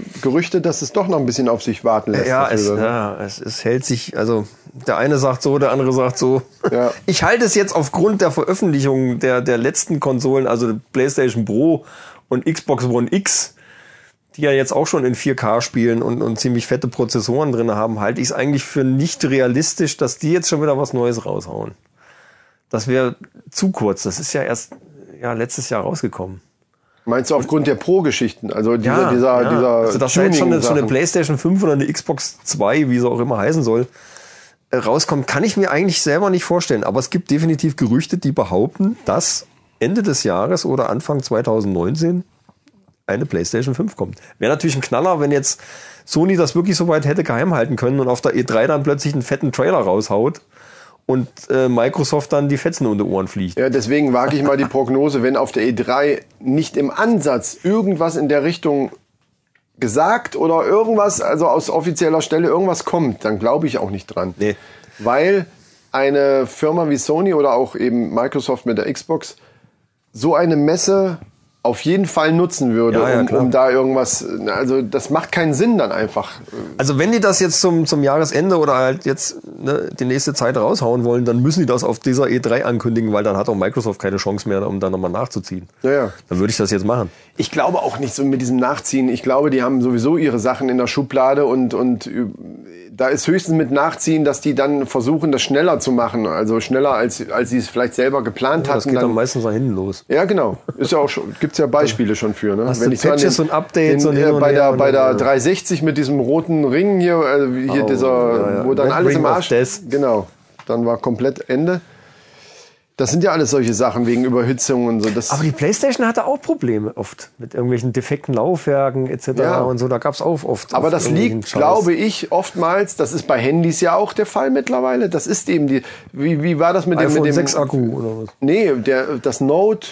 S3: äh, Gerüchte, dass es doch noch ein bisschen auf sich warten lässt. ne?
S1: Ja,
S3: Das
S1: es,
S3: würde-
S1: ja es, es hält sich, also der eine sagt so, der andere sagt so.
S3: Ja.
S1: Ich halte es jetzt aufgrund der Veröffentlichung der, der letzten Konsolen, also der PlayStation Pro und Xbox One X, die ja jetzt auch schon in 4K spielen und, und ziemlich fette Prozessoren drin haben, halte ich es eigentlich für nicht realistisch, dass die jetzt schon wieder was Neues raushauen. Das wäre zu kurz. Das ist ja erst ja, letztes Jahr rausgekommen.
S3: Meinst du aufgrund der Pro-Geschichten? Also dieser,
S1: Ja,
S3: dieser,
S1: ja.
S3: dieser
S1: also dass da jetzt schon eine, schon eine
S3: Tuning-Sachen.
S1: Playstation 5 oder eine Xbox 2, wie sie auch immer heißen soll, äh, rauskommt, kann ich mir eigentlich selber nicht vorstellen. Aber es gibt definitiv Gerüchte, die behaupten, dass Ende des Jahres oder Anfang 2019 eine Playstation 5 kommt. Wäre natürlich ein Knaller, wenn jetzt Sony das wirklich so weit hätte geheim halten können und auf der E3 dann plötzlich einen fetten Trailer raushaut und äh, Microsoft dann die Fetzen unter Ohren fliegt.
S3: Ja, deswegen wage ich mal die Prognose, wenn auf der E3 nicht im Ansatz irgendwas in der Richtung gesagt oder irgendwas, also aus offizieller Stelle irgendwas kommt, dann glaube ich auch nicht dran.
S1: Nee.
S3: Weil eine Firma wie Sony oder auch eben Microsoft mit der Xbox so eine Messe auf jeden Fall nutzen würde,
S1: Ja, ja,
S3: um,
S1: klar.
S3: um da irgendwas, also das macht keinen Sinn dann einfach.
S1: Also wenn die das jetzt zum, zum Jahresende oder halt jetzt ne, die nächste Zeit raushauen wollen, dann müssen die das auf dieser E3 ankündigen, weil dann hat auch Microsoft keine Chance mehr, um da nochmal nachzuziehen.
S3: Ja, ja.
S1: Dann würde ich das jetzt machen.
S3: Ich glaube auch nicht so mit diesem Nachziehen. Ich glaube, die haben sowieso ihre Sachen in der Schublade und, und üb- da ist höchstens mit Nachziehen, dass die dann versuchen, das schneller zu machen. Also schneller, als, als sie es vielleicht selber geplant
S1: Das
S3: hatten.
S1: geht dann
S3: dann
S1: meistens nach hinten los.
S3: ja, genau. Ist ja auch schon, gibt's ja Beispiele schon für, ne?
S1: Hast du
S3: so an
S1: Patches und Updates
S3: den,
S1: und hin
S3: äh,
S1: und
S3: bei
S1: her
S3: der,
S1: und-
S3: bei
S1: ja.
S3: der 360 mit diesem roten Ring hier, äh, hier
S1: Oh,
S3: dieser,
S1: ja, ja.
S3: wo dann
S1: Red
S3: alles
S1: Ring
S3: im
S1: of
S3: Arsch.
S1: Death.
S3: Genau. Dann war komplett Ende. Das sind ja alles solche Sachen wegen Überhitzung und so. Das
S1: Aber die PlayStation hatte auch Probleme oft mit irgendwelchen defekten Laufwerken etc.
S3: Ja.
S1: und so. Da gab's auch oft.
S3: Aber
S1: oft
S3: das
S1: irgendwelchen
S3: liegt,
S1: Scheiß.
S3: glaube ich, oftmals, das ist bei Handys ja auch der Fall mittlerweile. Das ist eben die. Wie, wie war das mit dem.
S1: iPhone
S3: mit dem
S1: 6 Akku oder was?
S3: Nee, der, das Note.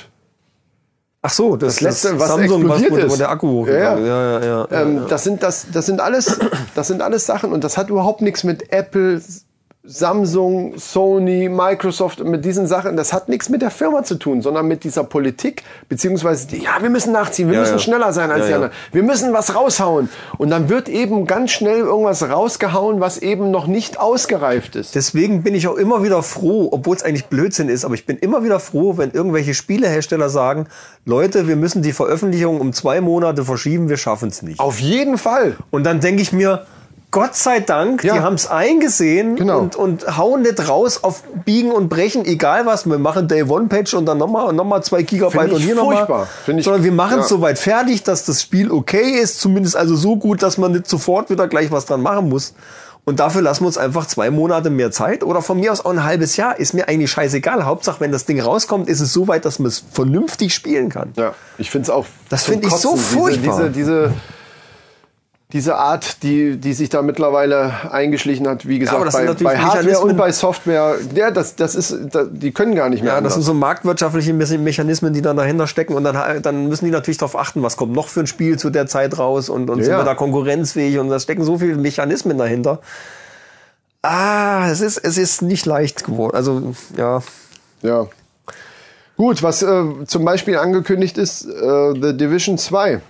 S1: Ach so, das,
S3: Das letzte, was
S1: Samsung, was
S3: explodiert
S1: wo- wo
S3: ist.
S1: der Akku.
S3: Ja, ja.
S1: ja, ja, ja, ja.
S3: Ähm, das, sind, das, das, sind alles, das sind alles Sachen und das hat überhaupt nichts mit Apple, Samsung, Sony, Microsoft und mit diesen Sachen. Das hat nichts mit der Firma zu tun, sondern mit dieser Politik, beziehungsweise, die, ja, wir müssen nachziehen, wir
S1: Ja,
S3: müssen
S1: ja.
S3: schneller sein als
S1: Ja,
S3: die
S1: ja.
S3: anderen, wir müssen was raushauen. Und dann wird eben ganz schnell irgendwas rausgehauen, was eben noch nicht ausgereift ist.
S1: Deswegen bin ich auch immer wieder froh, obwohl es eigentlich Blödsinn ist, aber ich bin immer wieder froh, wenn irgendwelche Spielehersteller sagen, Leute, wir müssen die Veröffentlichung um zwei Monate verschieben, wir schaffen es nicht.
S3: Auf jeden Fall.
S1: Und dann denke ich mir, Gott sei Dank,
S3: Ja.
S1: die haben es eingesehen
S3: Genau.
S1: und, und hauen nicht raus auf Biegen und Brechen, egal was. Wir machen Day One Patch und dann nochmal und nochmal zwei Gigabyte
S3: Find ich
S1: und hier nochmal.
S3: furchtbar. Find ich-
S1: Sondern wir machen es
S3: ja.
S1: soweit fertig, dass das Spiel okay ist, zumindest also so gut, dass man nicht sofort wieder gleich was dran machen muss. Und dafür lassen wir uns einfach zwei Monate mehr Zeit oder von mir aus auch ein halbes Jahr. Ist mir eigentlich scheißegal. Hauptsache, wenn das Ding rauskommt, ist es so weit, dass man es vernünftig spielen kann.
S3: Ja, ich finde es auch.
S1: Das
S3: zum
S1: find ich so
S3: Kotzen, diese-
S1: furchtbar.
S3: Diese, diese, diese Art, die, die sich da mittlerweile eingeschlichen hat, wie gesagt,
S1: aber das sind
S3: bei,
S1: natürlich
S3: bei Hardware
S1: Mechanismen-
S3: und bei Software, ja, das, das ist, da, die können gar nicht mehr.
S1: Ja, das sind
S3: anders.
S1: so marktwirtschaftliche Me- Mechanismen, die dann dahinter stecken und dann, dann müssen die natürlich darauf achten, was kommt noch für ein Spiel zu der Zeit raus und, und
S3: Ja,
S1: sind
S3: ja.
S1: wir da konkurrenzfähig und da stecken so viele Mechanismen dahinter. Ah, es ist, es ist nicht leicht geworden. Also, ja.
S3: ja. Gut, was äh, zum Beispiel angekündigt ist, äh, The Division 2.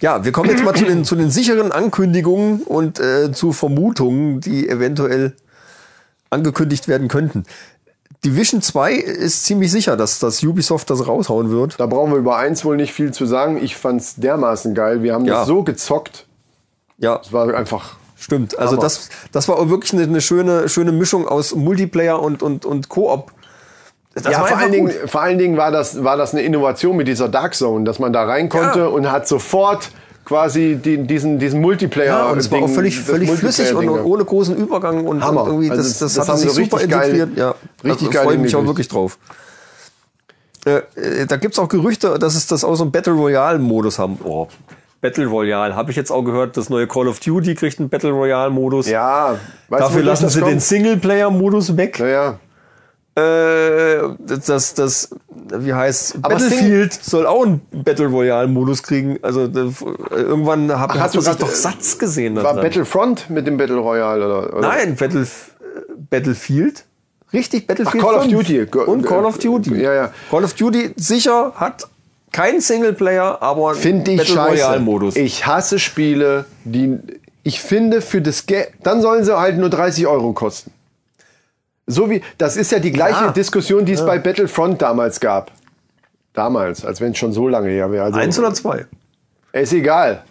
S1: Ja, wir kommen jetzt mal zu den, zu den sicheren Ankündigungen und äh, zu Vermutungen, die eventuell angekündigt werden könnten. Division 2 ist ziemlich sicher, dass, dass Ubisoft das raushauen wird.
S3: Da brauchen wir über eins wohl nicht viel zu sagen. Ich fand's dermaßen geil. Wir haben
S1: Ja.
S3: das so gezockt.
S1: Ja,
S3: Es war einfach.
S1: Stimmt, also
S3: Hammer.
S1: das, das war auch wirklich eine, eine schöne, schöne Mischung aus Multiplayer und, und, und Koop. Das
S3: ja, vor
S1: einfach
S3: allen,
S1: gut.
S3: Dingen, vor allen Dingen war das, war das eine Innovation mit dieser Dark Zone, dass man da rein konnte
S1: Ja.
S3: und hat sofort quasi die, diesen, diesen Multiplayer.
S1: Ja, und es war auch
S3: Ding-
S1: völlig,
S3: das
S1: völlig flüssig und
S3: Multiplayer-Ding.
S1: ohne großen Übergang und,
S3: Hammer.
S1: und irgendwie
S3: Also
S1: das, das,
S3: das
S1: hat
S3: haben
S1: sich
S3: sie
S1: super
S3: richtig geil-
S1: integriert. Ja,
S3: richtig
S1: da
S3: geil
S1: freue ich mich auch
S3: hingekriegt.
S1: wirklich drauf. Äh, äh, da gibt's auch Gerüchte, dass es das auch so einen Battle Royale-Modus haben. Oh, Battle Royale, habe ich jetzt auch gehört, das neue Call of Duty kriegt einen Battle Royale-Modus.
S3: Ja, weißt
S1: Dafür
S3: wodurch
S1: lassen
S3: das
S1: sie den
S3: kommt?
S1: Singleplayer-Modus weg.
S3: Naja,
S1: Äh, das, das, wie heißt
S3: Aber das Ding-
S1: Battlefield soll auch einen Battle Royale Modus kriegen. Also da- äh, irgendwann hab,
S3: Ach,
S1: hat
S3: hast du
S1: man sich
S3: grad,
S1: doch
S3: äh,
S1: Satz gesehen. da
S3: war
S1: dran.
S3: Battlefront mit dem Battle Royale oder? oder?
S1: Nein, Battle, äh, Battlefield. Richtig, Battlefield.
S3: Ach, Call of
S1: 5.
S3: Duty. Go- äh,
S1: Und Call of Duty.
S3: Ja, ja.
S1: Call of Duty sicher hat keinen Singleplayer, aber
S3: Finde ich
S1: Battle
S3: scheiße.
S1: Royale Modus.
S3: Ich hasse Spiele, die ich finde für das Geld, dann sollen sie halt nur 30 Euro kosten. So wie, das ist ja die gleiche
S1: Ja.
S3: Diskussion, die es bei Battlefront damals gab. Damals, als wenn es schon so lange her wäre. Also,
S1: Eins oder zwei?
S3: Ist egal.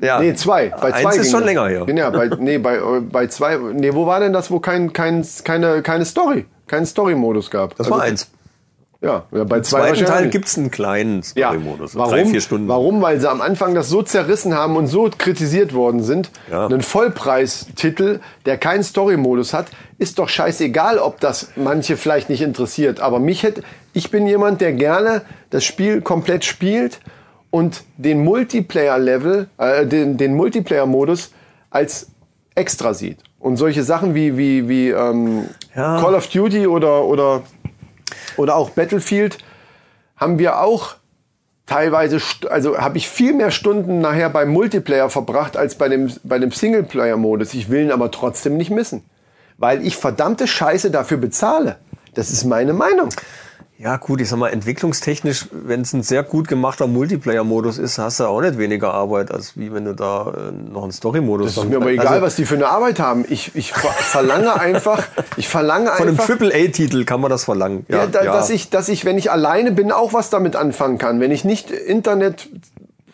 S1: Ja.
S3: Nee, zwei. Bei
S1: Eins
S3: zwei
S1: ist
S3: ging
S1: schon
S3: das. Genau.
S1: länger her. [LAUGHS]
S3: Ja, bei, nee, bei, äh, bei zwei. Nee, wo war denn das, wo kein, kein, keine, keine Story, keinen Story-Modus gab?
S1: Das war eins.
S3: Ja, ja bei
S1: Im
S3: zwei
S1: zweiten Teil
S3: Also wahrscheinlich.
S1: gibt's einen kleinen
S3: Ja,
S1: Story-Modus.
S3: warum?
S1: Drei, vier Stunden.
S3: Warum? Weil sie am Anfang das so zerrissen haben und so kritisiert worden sind.
S1: Ja.
S3: Ein Vollpreistitel, der keinen Story-Modus hat, ist doch scheißegal, ob das manche vielleicht nicht interessiert. Aber mich hätte, ich bin jemand, der gerne das Spiel komplett spielt und den Multiplayer-Level, äh, den, den Multiplayer-Modus als extra sieht. Und solche Sachen wie, wie, wie ähm,
S1: Ja.
S3: Call of Duty oder, oder, oder auch Battlefield haben wir auch teilweise, st- also habe ich viel mehr Stunden nachher beim Multiplayer verbracht als bei dem, bei dem Singleplayer-Modus. Ich will ihn aber trotzdem nicht missen. Weil ich verdammte Scheiße dafür bezahle. Das ist meine Meinung.
S1: Ja, gut, ich sag mal, entwicklungstechnisch, wenn es ein sehr gut gemachter Multiplayer-Modus ist, hast du auch nicht weniger Arbeit, als wie wenn du da äh, noch einen Story-Modus Also,
S3: Das ist mir aber egal, was die für eine Arbeit haben. Ich, ich ver- verlange einfach, ich verlange
S1: Von einem
S3: einfach,
S1: Triple-A-Titel kann man das verlangen.
S3: ja, da, dass ich, dass ich, wenn ich alleine bin, auch was damit anfangen kann. Wenn ich nicht Internet,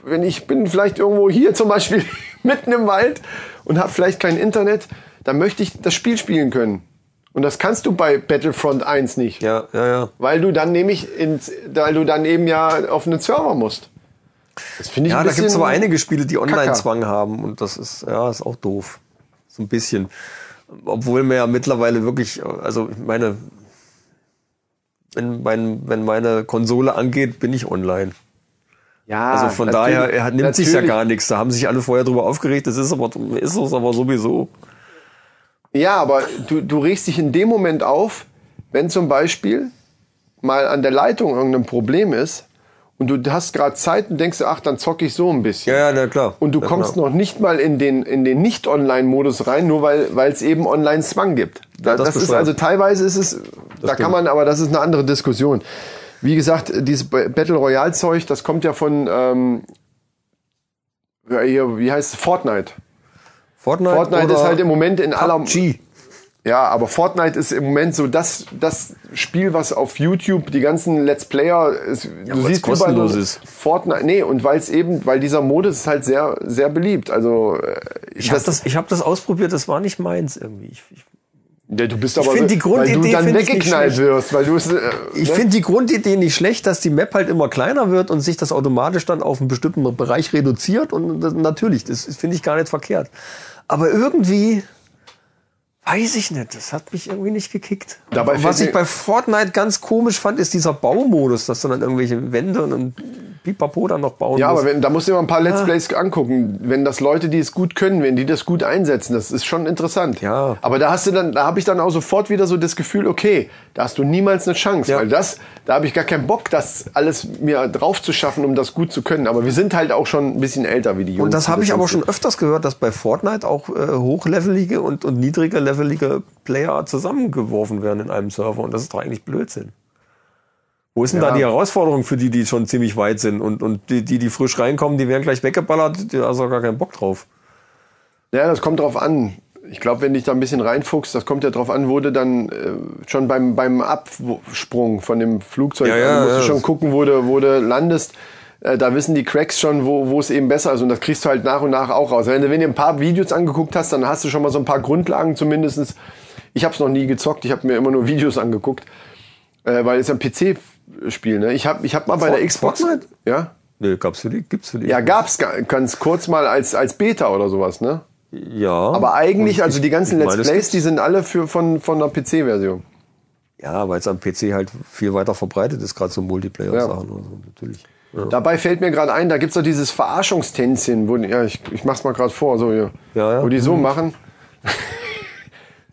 S3: wenn ich bin vielleicht irgendwo hier zum Beispiel [LAUGHS] mitten im Wald und habe vielleicht kein Internet, dann möchte ich das Spiel spielen können. Und das kannst du bei Battlefront 1 nicht.
S1: Ja, ja, ja.
S3: Weil du dann nämlich ins, weil du dann eben ja auf einen Server musst. Das finde ich
S1: Ja,
S3: ein
S1: da gibt es
S3: bisschen-
S1: aber einige Spiele, die Online-Zwang
S3: Kacke.
S1: haben und das ist, ja, ist auch doof. So ein bisschen. Obwohl mir ja mittlerweile wirklich, also ich meine, wenn, mein, wenn meine Konsole angeht, bin ich online.
S3: Ja,
S1: Also von
S3: natürlich-
S1: daher, er hat, nimmt sich ja
S3: natürlich.
S1: gar nichts. Da haben sich alle vorher drüber aufgeregt. Das ist aber, ist es aber sowieso.
S3: Ja, aber du, du regst dich in dem Moment auf, wenn zum Beispiel mal an der Leitung irgendein Problem ist und du hast gerade Zeit und denkst, ach, dann zocke ich so ein bisschen.
S1: Ja, ja, genau. na klar.
S3: Und du
S1: Na
S3: kommst
S1: klar.
S3: noch nicht mal in den, in den Nicht-Online-Modus rein, nur weil es eben Online-Zwang gibt. Da,
S1: Das
S3: das ist
S1: bescheuert.
S3: also teilweise ist es, da kann man, aber das ist eine andere Diskussion. Wie gesagt, dieses Ba- Battle Royale-Zeug, das kommt ja von, ähm, ja, hier, wie heißt es? Fortnite.
S1: Fortnite,
S3: Fortnite
S1: oder
S3: ist halt im Moment in aller,
S1: PUBG.
S3: ja, aber Fortnite ist im Moment so das, das Spiel, was auf YouTube die ganzen Let's Player, es, du
S1: weil's
S3: siehst überall
S1: kostenlos
S3: nur
S1: ist.
S3: Fortnite, nee, und weil es eben, weil dieser Modus ist halt sehr, sehr beliebt. Also äh,
S1: Ich habe das, ich hab das ausprobiert, das war nicht meins irgendwie. Ich, ich,
S3: ja, du bist aber,
S1: find
S3: so-
S1: die
S3: weil du
S1: Grundidee
S3: dann
S1: find ich nicht
S3: weggeknallt
S1: schlecht.
S3: wirst, weil du es, äh,
S1: ich
S3: ne?
S1: finde die Grundidee nicht schlecht, dass die Map halt immer kleiner wird und sich das automatisch dann auf einen bestimmten Bereich reduziert. Und das, natürlich, das finde ich gar nicht verkehrt. Aber irgendwie weiß ich nicht, das hat mich irgendwie nicht gekickt.
S3: Dabei
S1: Was
S3: fällt
S1: ich
S3: mir-
S1: bei Fortnite ganz komisch fand, ist dieser Baumodus, dass du dann irgendwelche Wände und- und Pipapo dann noch bauen Ah.
S3: Ja,
S1: musst.
S3: aber wenn, da musst du dir mal ein paar Let's Plays angucken. Wenn das Leute, die es gut können, wenn die das gut einsetzen, das ist schon interessant.
S1: Ja.
S3: Aber da hast du dann, da habe ich dann auch sofort wieder so das Gefühl, okay, da hast du niemals eine Chance,
S1: Ja.
S3: weil das, da habe ich gar keinen Bock, das alles mir drauf zu schaffen, um das gut zu können. Aber wir sind halt auch schon ein bisschen älter wie die Jungs.
S1: Und das
S3: die
S1: habe ich aber
S3: Ganze-
S1: schon öfters gehört, dass bei Fortnite auch äh, hochlevelige und, und niedriger levelige Player zusammengeworfen werden in einem Server. Und das ist doch eigentlich Blödsinn. Wo ist denn da die Herausforderung für die, die schon ziemlich weit sind? Und, und die, die, die frisch reinkommen, die werden gleich weggeballert. Da hast du doch gar keinen Bock drauf.
S3: Ja, das kommt drauf an. Ich glaube, wenn dich da ein bisschen reinfuchst, das kommt ja drauf an, wurde dann äh, schon beim, beim Absprung von dem Flugzeug,
S1: Ja, ja,
S3: musst
S1: ja.
S3: du schon gucken, wo du, wo du landest. Äh, da wissen die Cracks schon, wo, wo es eben besser ist. Und das kriegst du halt nach und nach auch raus. Wenn du, wenn du ein paar Videos angeguckt hast, dann hast du schon mal so ein paar Grundlagen zumindestens. Ich habe es noch nie gezockt, ich habe mir immer nur Videos angeguckt, äh, weil es ja ein PC-Spiel. Ne? Ich habe ich hab mal bei
S1: Fort-
S3: der Xbox...
S1: Fortnite?
S3: Ja?
S1: Nö, gab's für die, gibt's für die.
S3: ja, gab's ga- ganz kurz mal als, als Beta oder sowas, ne?
S1: ja.
S3: Aber eigentlich,
S1: Und
S3: also die ganzen
S1: ich
S3: Let's
S1: meine, es
S3: Plays, die sind alle für, von, von der PC-Version.
S1: Ja, weil es am PC halt viel weiter verbreitet ist, gerade so Multiplayer-Sachen und so, natürlich. Ja.
S3: Dabei fängt mir gerade ein, da gibt's doch dieses Verarschungstänzchen, wo die, ja, ich, ich mach's mal gerade vor, so hier.
S1: Ja, Mhm. ja.
S3: Wo die so machen. [LAUGHS]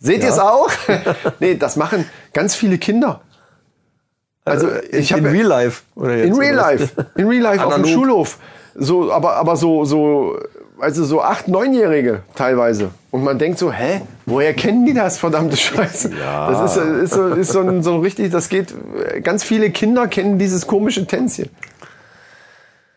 S3: Seht ihr's auch? [LAUGHS] nee, das machen ganz viele Kinder. Also ich
S1: Äh, in
S3: habe
S1: Real Life. Oder jetzt,
S3: In Real
S1: oder? [LAUGHS]
S3: Life. In Real Life auf dem
S1: ne? Analog.
S3: Schulhof. So, aber, aber so, so, also so acht, neunjährige teilweise. Und man denkt so, hä, woher kennen die das, verdammte Scheiße?
S1: Ja.
S3: Das ist, äh, ist, so, ist so, ein, so ein richtig, das geht, äh, ganz viele Kinder kennen dieses komische Tänzchen.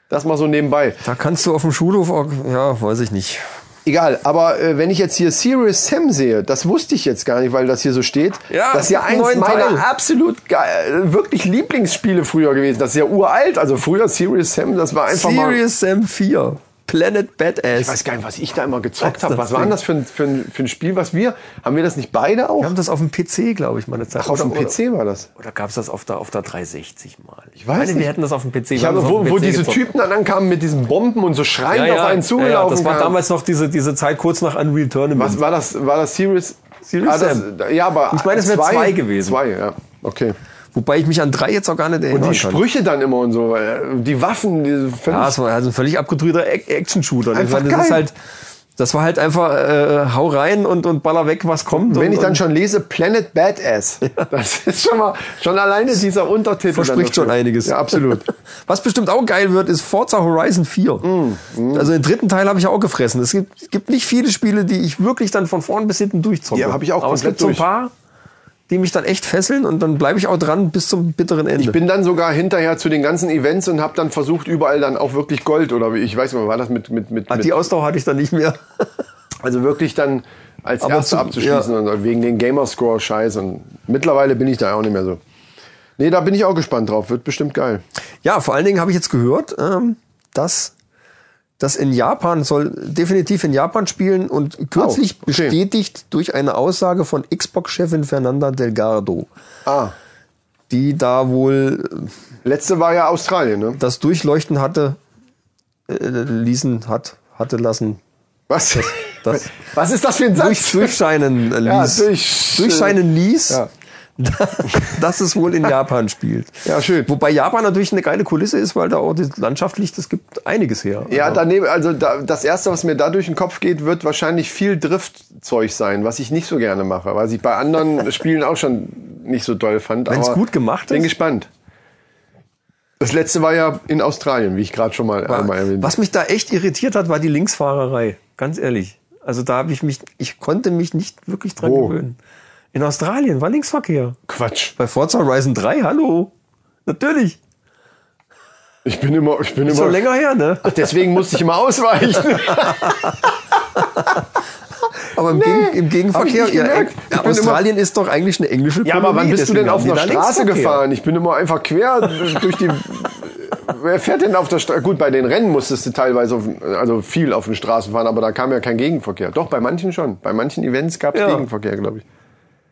S3: Das mal so nebenbei.
S1: Da kannst du auf dem Schulhof, auch, ja, weiß ich nicht.
S3: Egal, aber äh, wenn ich jetzt hier Serious Sam sehe, das wusste ich jetzt gar nicht, weil das hier so steht.
S1: Ja,
S3: das ist ja
S1: es gibt
S3: eins
S1: einen neuen
S3: meiner
S1: Teil.
S3: absolut geil, äh, wirklich Lieblingsspiele früher gewesen. Das ist ja uralt. Also früher Serious Sam, das war einfach mal.
S1: Serious Sam 4. Planet
S3: Ich
S1: Badass.
S3: weiß gar nicht, was ich da immer gezockt
S1: das
S3: habe. Was war
S1: Ding?
S3: denn das für ein, für, ein, für ein Spiel, was wir. Haben wir das nicht beide auch?
S1: Wir haben das auf dem PC, glaube ich, meine Zeit.
S3: Auf dem
S1: Oder-
S3: PC war das.
S1: Oder gab es das auf der, auf der 360 mal? Ich
S3: weiß
S1: meine,
S3: nicht.
S1: wir hatten das auf dem PC.
S3: Ich
S1: wir haben das
S3: habe,
S1: auf
S3: wo,
S1: dem
S3: wo
S1: PC
S3: diese
S1: gezockt.
S3: Typen dann ankamen mit diesen Bomben und so schreiend
S1: ja, ja,
S3: auf einen zugelaufen
S1: Ja, das war
S3: kamen.
S1: damals noch diese, diese Zeit kurz nach Unreal Tournament.
S3: Was war das? War das Serious?
S1: Serious
S3: Ah, das,
S1: Sam.
S3: ja, aber
S1: Ich meine, es wär zwei gewesen.
S3: Zwei, ja. Okay.
S1: Wobei ich mich an drei jetzt auch gar nicht
S3: Und
S1: erinnern
S3: die
S1: kann.
S3: Sprüche dann immer und so, weil, äh, die Waffen, die völlig
S1: Ja, es war also ein völlig abgedrehter Ac- Action-Shooter. Ich
S3: Einfach
S1: meine, Das, ist
S3: geil.
S1: halt, das war halt einfach, äh, hau rein und, und baller weg, was kommt.
S3: Wenn
S1: und,
S3: ich dann
S1: und
S3: schon lese Planet Badass, das ist schon mal schon alleine dieser Untertitel. dann
S1: verspricht
S3: dafür.
S1: schon einiges.
S3: Ja, absolut.
S1: [LAUGHS] Was bestimmt auch geil wird, ist Forza Horizon 4.
S3: Mm,
S1: Also den dritten Teil habe ich auch gefressen. Es gibt, gibt nicht viele Spiele, die ich wirklich dann von vorn bis hinten durchzocke.
S3: Ja, habe ich auch
S1: Aber es
S3: komplett
S1: gibt so ein
S3: durch.
S1: paar, die mich dann echt fesseln und dann bleibe ich auch dran bis zum bitteren Ende.
S3: Ich bin dann sogar hinterher zu den ganzen Events und habe dann versucht, überall dann auch wirklich Gold oder wie- ich weiß nicht, war das mit, mit, mit,
S1: Ah,
S3: mit
S1: die Ausdauer hatte ich dann nicht mehr. [LAUGHS]
S3: also wirklich dann als
S1: Aber
S3: Erster
S1: zu-
S3: abzuschließen und so, wegen den Gamerscore-Scheiß und mittlerweile bin ich da auch nicht mehr so. Nee, da bin ich auch gespannt drauf, wird bestimmt geil.
S1: Ja, vor allen Dingen habe ich jetzt gehört, ähm, dass das in Japan soll definitiv in Japan spielen und kürzlich
S3: Oh, okay.
S1: bestätigt durch eine Aussage von Xbox-Chefin Fernanda Delgado,
S3: Ah,
S1: die da wohl
S3: letzte war ja Australien, ne?
S1: das Durchleuchten hatte, äh, ließen hat, hatte lassen,
S3: Was?
S1: das-
S3: Was ist das für ein Satz?
S1: durch, durchscheinen äh,
S3: Ja,
S1: ließ,
S3: durch- äh,
S1: durchscheinen ließ,
S3: Ja.
S1: [LAUGHS] dass es wohl in Japan spielt.
S3: [LAUGHS] Ja, schön.
S1: Wobei Japan natürlich eine geile Kulisse ist, weil da auch das landschaftlich, das gibt einiges her.
S3: Ja, daneben, also da, das erste, was mir da durch den Kopf geht, wird wahrscheinlich viel Driftzeug sein, was ich nicht so gerne mache, was ich
S1: [LAUGHS]
S3: bei anderen Spielen auch schon nicht so doll fand.
S1: Wenn's
S3: aber
S1: gut gemacht
S3: Bin
S1: ist?
S3: gespannt. Das letzte war ja in Australien, wie ich gerade schon mal einmal erwähnt
S1: Was mich da echt irritiert hat, war die Linksfahrerei. Ganz ehrlich. Also da habe ich mich, ich konnte mich nicht wirklich dran
S3: Wo?
S1: gewöhnen. In Australien war Linksverkehr.
S3: Quatsch.
S1: Bei Forza Horizon 3, hallo. Natürlich.
S3: Ich bin immer, ich bin
S1: Ist schon
S3: immer.
S1: länger her, ne?
S3: Deswegen
S1: [LAUGHS]
S3: musste ich immer ausweichen.
S1: Aber im, Gegen, im Gegenverkehr,
S3: hab ich nicht
S1: ja,
S3: gemerkt. Ich
S1: ja,
S3: bin
S1: Australien ist doch eigentlich eine englische
S3: Ja, aber wann
S1: Kolonie,
S3: bist du denn
S1: deswegen
S3: auf
S1: haben die
S3: einer
S1: da
S3: Straße
S1: Linksverkehr.
S3: gefahren? Ich bin immer einfach quer [LAUGHS] durch die. Wer fährt denn auf der Straße? Gut, bei den Rennen musstest du teilweise auf, also viel auf den Straßen fahren, aber da kam ja kein Gegenverkehr. Doch, bei manchen schon. Bei manchen Events gab es
S1: Ja.
S3: Gegenverkehr, glaube ich.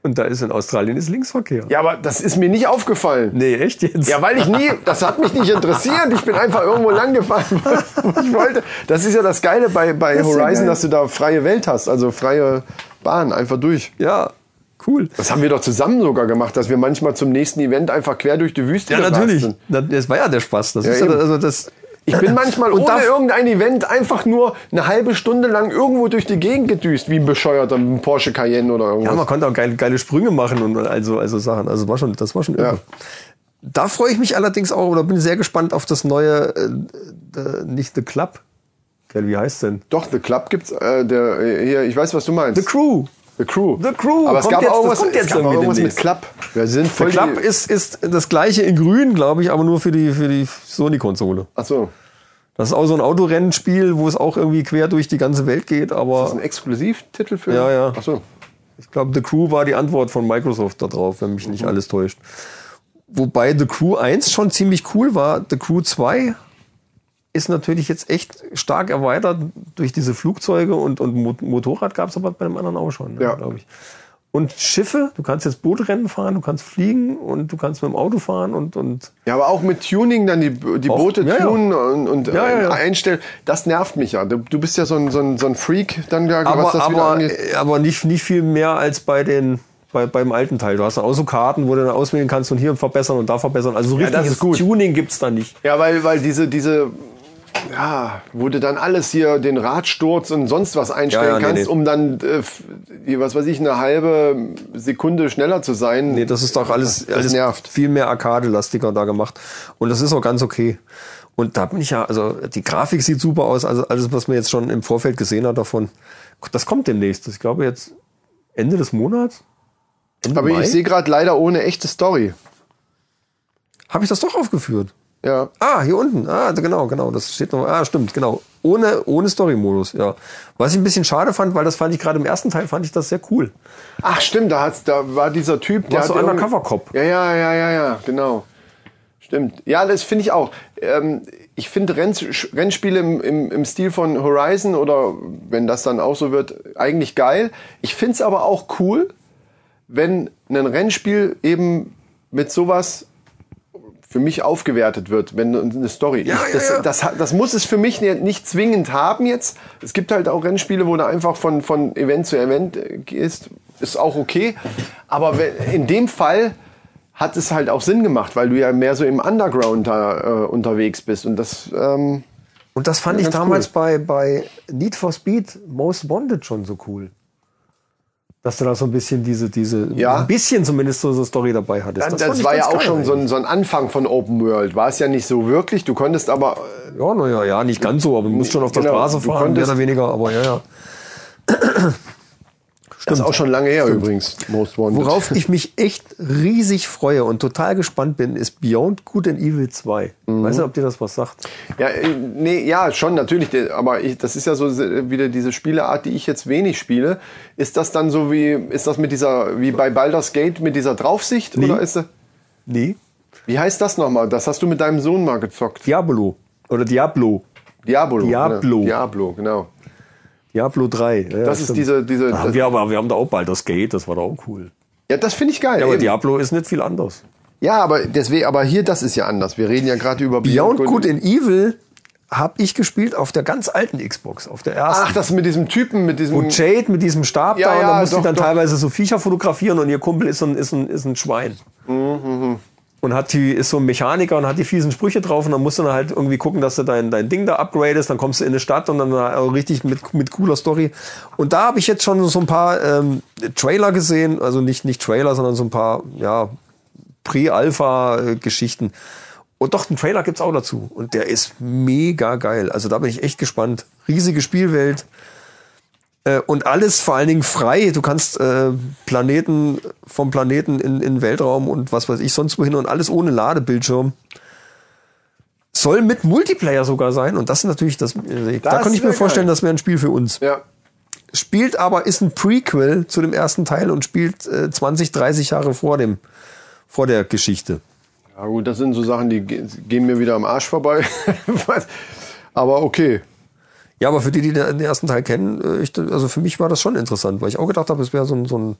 S1: Und da ist in Australien ist Linksverkehr.
S3: Ja, aber das ist mir nicht aufgefallen.
S1: Nee, echt jetzt?
S3: Ja, weil ich nie, das hat mich nicht interessiert. Ich bin einfach irgendwo lang gefahren, [LAUGHS] wo ich wollte. Das ist ja das Geile bei, bei
S1: Das ist ja
S3: Horizon,
S1: geil.
S3: dass du da freie Welt hast, also freie Bahn, einfach durch.
S1: ja cool.
S3: Das haben wir doch zusammen sogar gemacht, dass wir manchmal zum nächsten Event einfach quer durch die Wüste
S1: Ja,
S3: gerast
S1: natürlich.
S3: sind.
S1: Na, Das war ja der Spaß. Das
S3: Ja,
S1: ist ne? ja,
S3: eben.
S1: also das,
S3: Ich bin manchmal
S1: Und
S3: ohne
S1: darf-
S3: irgendein Event einfach nur eine halbe Stunde lang irgendwo durch die Gegend gedüst, wie ein bescheuerter mit einem Porsche Cayenne oder
S1: ja, man
S3: irgendwas.
S1: konnte auch geile, geile Sprünge machen und also, also Sachen. Also war schon, das war schon irre. Da freue ich mich allerdings auch oder bin sehr gespannt auf das neue, äh, äh, nicht The Club. Gell, wie heißt denn?
S3: Doch, The Club gibt's, äh, der, äh, hier, ich weiß, was du meinst.
S1: The Crew.
S3: The Crew.
S1: The Crew.
S3: Aber es
S1: Kommt
S3: gab
S1: jetzt-
S3: auch
S1: das
S3: was,
S1: kommt
S3: es
S1: jetzt
S3: gab auch
S1: irgendwie
S3: irgendwas mit
S1: demnächst.
S3: Club. Wir sind
S1: The
S3: voll
S1: Club
S3: die-
S1: ist, ist das gleiche in grün, glaube ich, aber nur für die, für die Sony-Konsole.
S3: Ach so.
S1: Das ist auch so ein Autorennenspiel, wo es auch irgendwie quer durch die ganze Welt geht,
S3: Ist
S1: aber
S3: ein Exklusivtitel für.
S1: Ja, ja.
S3: Ach so.
S1: ich glaube, The Crew war die Antwort von Microsoft darauf, wenn mich
S3: Mhm.
S1: nicht alles täuscht. Wobei The Crew 1 schon ziemlich cool war. The Crew 2 ist natürlich jetzt echt stark erweitert durch diese Flugzeuge und, und Mo- Motorrad gab es aber bei dem anderen auch schon, ne,
S3: Ja.
S1: glaube ich. Und Schiffe, du kannst jetzt Bootrennen fahren, du kannst fliegen und du kannst mit dem Auto fahren und, und
S3: Ja, aber auch mit Tuning dann die, die
S1: Auch-
S3: Boote
S1: ja, ja.
S3: tunen und, und
S1: Ja, ja,
S3: äh,
S1: ja.
S3: einstellen. Das nervt mich ja. Du, du bist ja so ein, so ein, so ein Freak dann, da, was
S1: aber,
S3: das wieder
S1: aber,
S3: angeht.
S1: äh, aber nicht, nicht viel mehr als bei den, bei, beim alten Teil. Du hast dann auch so Karten, wo du dann auswählen kannst und hier verbessern und da verbessern. Also so
S3: das
S1: richtiges
S3: ist gut.
S1: Tuning gibt's da nicht.
S3: Ja, weil, weil diese, diese, ja, wo du dann alles hier, den Radsturz und sonst was einstellen
S1: Ja, ja, nee,
S3: kannst,
S1: nee.
S3: um dann, äh, f- die, was weiß ich, eine halbe Sekunde schneller zu sein.
S1: Nee, das ist doch alles,
S3: Das
S1: alles
S3: nervt.
S1: viel mehr Arcade-lastiger da gemacht. Und das ist auch ganz okay. Und da bin ich ja, also die Grafik sieht super aus. Also alles, was man jetzt schon im Vorfeld gesehen hat davon, das kommt demnächst. Ich glaube jetzt Ende des Monats. Ende
S3: aber
S1: Mai?
S3: ich sehe gerade leider ohne echte Story.
S1: Habe ich das doch aufgeführt?
S3: Ja.
S1: Ah, hier unten. Ah, genau, genau. Das steht noch. Ah, stimmt, genau. Ohne, ohne Story-Modus, ja. Was ich ein bisschen schade fand, weil das fand ich gerade im ersten Teil, fand ich das sehr cool.
S3: Ach stimmt, da, hat's, da war dieser Typ, der
S1: Warst
S3: hat
S1: du
S3: irgendwie-
S1: Undercover-Cop?
S3: Ja, ja, ja, ja, ja, genau. Stimmt. Ja, das finde ich auch. Ähm, ich finde Renns, Rennspiele im, im, im Stil von Horizon oder wenn das dann auch so wird, eigentlich geil. Ich finde es aber auch cool, wenn ein Rennspiel eben mit sowas für mich aufgewertet wird, wenn eine Story.
S1: Ja, ja,
S3: ich, das,
S1: ja.
S3: Das, ha- das muss es für mich nicht, nicht zwingend haben jetzt. Es gibt halt auch Rennspiele, wo du einfach von, von Event zu Event äh, gehst. Ist auch okay. Aber we- in dem Fall hat es halt auch Sinn gemacht, weil du ja mehr so im Underground da äh, unterwegs bist. Und das, ähm,
S1: Und das fand ich
S3: Ja, ganz
S1: damals
S3: cool.
S1: bei, bei Need for Speed Most Wanted schon so cool. Dass du da so ein bisschen diese, diese,
S3: Ja.
S1: ein bisschen zumindest so eine Story dabei hattest.
S3: das,
S1: fand ich
S3: war ja
S1: ganz
S3: auch
S1: geil
S3: schon so ein, so ein Anfang von Open World. War es ja nicht so wirklich. Du konntest aber äh,
S1: eigentlich. Ja, naja, ja, nicht ganz so, aber du musst schon auf der
S3: Genau,
S1: Straße
S3: du
S1: fahren, mehr
S3: konntest-
S1: oder weniger, aber ja, ja.
S3: Das ist auch schon lange her übrigens, Most Wanted.
S1: Worauf ich mich echt riesig freue und total gespannt bin, ist Beyond Good and Evil 2.
S3: Mhm.
S1: Weißt du, ob dir das was sagt?
S3: Ja, äh, nee, ja, schon natürlich, der- aber ich, das ist ja so se- wieder diese Spieleart, die ich jetzt wenig spiele. Ist das dann so wie ist das mit dieser wie bei Baldur's Gate mit dieser Draufsicht oder ist das,
S1: Nee.
S3: wie heißt das nochmal? Das hast du mit deinem Sohn mal gezockt.
S1: Diablo. Oder Diablo.
S3: Diablo.
S1: Diablo.
S3: Genau. Diablo, genau.
S1: Diablo 3. Ja, ja,
S3: Das ist
S1: stimmt.
S3: diese diese äh,
S1: Da haben
S3: das,
S1: wir, aber wir haben da auch bald das Gate, das war da auch cool.
S3: Ja, das finde ich geil.
S1: Ja, aber
S3: eben.
S1: Diablo ist nicht viel anders.
S3: ja, aber deswegen aber hier das ist ja anders. Wir reden ja gerade über
S1: Beyond Good and Evil habe ich gespielt auf der ganz alten Xbox, auf der ersten.
S3: Ach, das mit diesem Typen mit diesem
S1: und Jade mit diesem Stab
S3: Ja,
S1: da und da
S3: ja,
S1: muss die
S3: doch,
S1: dann
S3: doch.
S1: teilweise so Viecher fotografieren und ihr Kumpel ist so ein, ist ein, ist ein Schwein. Und hat die, ist so ein Mechaniker und hat die fiesen Sprüche drauf und dann musst du dann halt irgendwie gucken, dass du dein, dein Ding da upgradest, dann kommst du in eine Stadt und dann auch richtig mit, mit cooler Story. Und da habe ich jetzt schon so ein paar ähm, Trailer gesehen, also nicht, nicht Trailer, sondern so ein paar, ja, Pre-Alpha-Geschichten. Und doch, einen Trailer gibt's auch dazu. Und der ist mega geil. Also da bin ich echt gespannt. Riesige Spielwelt. Äh, und alles vor allen Dingen frei. Du kannst äh, Planeten vom Planeten in, in Weltraum und was weiß ich sonst wohin und alles ohne Ladebildschirm. Soll mit Multiplayer sogar sein. Und das ist natürlich das. äh, da
S3: Das
S1: kann ich
S3: wär
S1: mir vorstellen,
S3: geil.
S1: das wäre ein Spiel für uns.
S3: Ja.
S1: Spielt aber, ist ein Prequel zu dem ersten Teil und spielt äh, 20, 30 Jahre vor dem, vor der Geschichte.
S3: Ja gut, das sind so Sachen, die ge- gehen mir wieder am Arsch vorbei. [LAUGHS] Was? Aber okay.
S1: Ja, aber für die, die den ersten Teil kennen, äh, ich, also für mich war das schon interessant, weil ich auch gedacht habe, es wäre so ein, so ein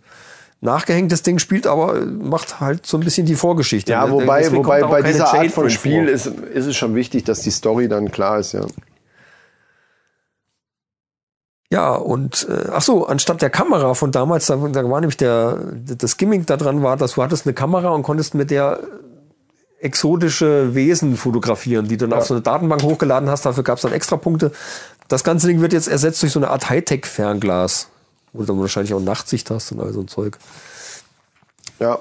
S1: nachgehängtes Ding, spielt aber äh, macht halt so ein bisschen die Vorgeschichte.
S3: Ja,
S1: Ne?
S3: wobei,
S1: Deswegen
S3: wobei
S1: kommt auch
S3: bei
S1: keine
S3: dieser Art
S1: Jade
S3: von
S1: drin
S3: Spiel
S1: vor.
S3: ist, ist es schon wichtig, dass die Story dann klar ist, ja.
S1: Ja, und äh, ach so, anstatt der Kamera von damals, da, da war nämlich der, das Gimmick da dran war, dass du hattest eine Kamera und konntest mit der exotische Wesen fotografieren, die du dann auf so eine Datenbank hochgeladen hast, dafür gab es dann extra Punkte. Das ganze Ding wird jetzt ersetzt durch so eine Art Hightech-Fernglas, wo du dann wahrscheinlich auch Nachtsicht hast und all so ein Zeug.
S3: Ja.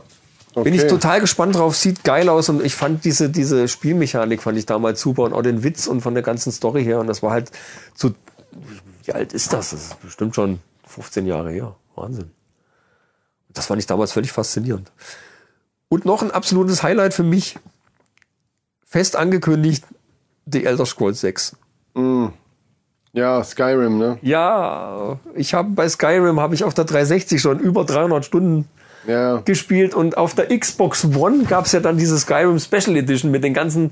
S3: Okay.
S1: Bin ich total gespannt drauf, sieht geil aus und ich fand diese, diese Spielmechanik fand ich damals super und auch den Witz und von der ganzen Story her und das war halt so, wie alt ist das? Das ist bestimmt schon 15 Jahre her. Wahnsinn. Das fand ich damals völlig faszinierend. Und noch ein absolutes Highlight für mich. Fest angekündigt, The Elder Scrolls 6.
S3: Ja, Skyrim, ne?
S1: Ja, ich habe bei Skyrim habe ich auf der 360 schon über 300 Stunden
S3: Ja.
S1: gespielt und auf der Xbox One gab es ja dann diese Skyrim Special Edition mit den ganzen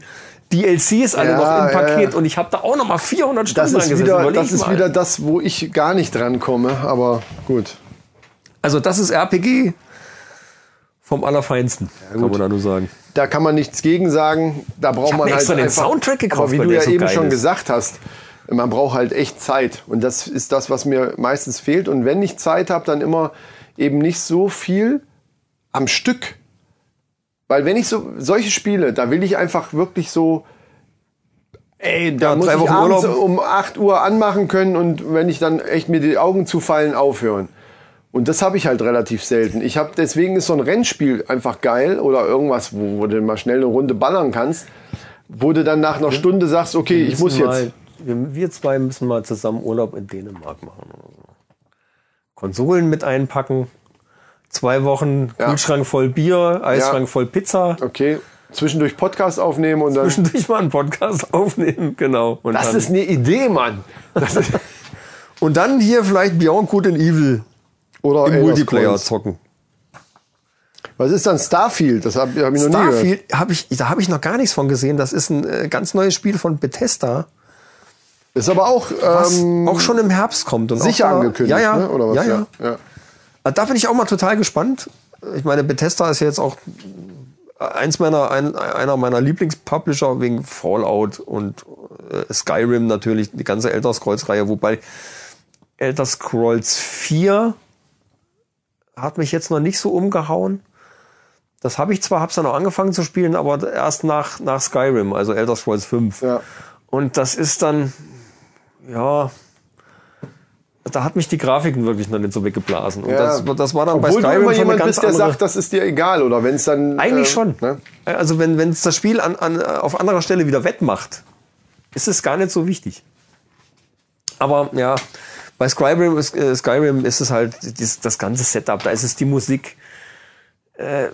S1: DLCs alle
S3: Ja,
S1: noch im
S3: ja,
S1: Paket
S3: ja.
S1: und ich habe da auch noch mal 400 Stunden
S3: Das
S1: dran
S3: ist,
S1: gesessen,
S3: wieder,
S1: überleg
S3: das ist
S1: mal.
S3: wieder das, wo ich gar nicht drankomme, aber gut.
S1: also das ist RPG vom allerfeinsten, kann man da nur sagen.
S3: Da kann man nichts gegen sagen. Da braucht
S1: hab
S3: man
S1: mir
S3: halt
S1: extra den
S3: einfach,
S1: Soundtrack gekauft,
S3: aber wie
S1: weil
S3: du
S1: der
S3: ja
S1: so
S3: eben
S1: geil
S3: schon
S1: ist.
S3: gesagt hast, man braucht halt echt Zeit und das ist das, was mir meistens fehlt. Und wenn ich Zeit habe, dann immer eben nicht so viel am Stück, weil wenn ich so solche Spiele, da will ich einfach wirklich so Ey, da
S1: Ja,
S3: muss
S1: drei
S3: ich
S1: Wochen
S3: abends
S1: Urlaub.
S3: um 8 Uhr anmachen können und wenn ich dann echt mir die Augen zufallen, aufhören. Und das habe ich halt relativ selten. Ich habe deswegen ist so ein Rennspiel einfach geil oder irgendwas, wo, wo du mal schnell eine Runde ballern kannst, wo du dann nach einer Stunde sagst, okay, ich muss jetzt.
S1: wir, zwei müssen mal zusammen Urlaub in Dänemark machen. Konsolen mit einpacken, zwei Wochen
S3: Ja.
S1: Kühlschrank voll Bier, Eisschrank voll Pizza,
S3: Okay, zwischendurch Podcast aufnehmen und dann.
S1: zwischendurch mal einen Podcast [LAUGHS] aufnehmen, genau. Und
S3: Das
S1: dann-
S3: ist eine Idee, Mann. Das ist,
S1: Und dann hier vielleicht Beyond Good and Evil
S3: oder
S1: im
S3: Elder
S1: Multiplayer
S3: Scrolls.
S1: zocken.
S3: Was ist dann Starfield? Das habe hab ich noch nie gehört.
S1: Starfield habe ich, da habe ich noch gar nichts von gesehen. Das ist ein äh, ganz neues Spiel von Bethesda,
S3: Ist aber auch
S1: was
S3: ähm,
S1: auch schon im Herbst kommt und
S3: sicher
S1: auch da,
S3: angekündigt,
S1: Ja, ja,
S3: ne? oder was?
S1: Ja, ja.
S3: ja. ja.
S1: Also Da bin ich auch mal total gespannt. Ich meine, Bethesda ist ja jetzt auch äh, eins meiner, ein, einer meiner Lieblingspublisher wegen Fallout und äh, Skyrim natürlich, die ganze Elder Scrolls-Reihe, wobei Elder Scrolls 4 hat mich jetzt noch nicht so umgehauen. Das habe ich zwar, hab's dann auch angefangen zu spielen, aber erst nach, nach Skyrim, also Elder Scrolls 5.
S3: Ja.
S1: Und das ist dann, ja, da hat mich die Grafiken wirklich noch nicht so weggeblasen. Und
S3: Ja.
S1: das, das war dann bei
S3: Obwohl du
S1: Skyrim
S3: immer
S1: schon eine
S3: jemand
S1: ganz
S3: bist, der
S1: andere...
S3: sagt, das ist dir egal, oder wenn es dann.
S1: Eigentlich
S3: äh,
S1: schon.
S3: Ne?
S1: Also wenn es das Spiel an, an, auf anderer Stelle wieder wettmacht, ist es gar nicht so wichtig. Aber ja, bei Skyrim, ist- äh, Skyrim ist es halt das, das ganze Setup, da ist es die Musik, äh,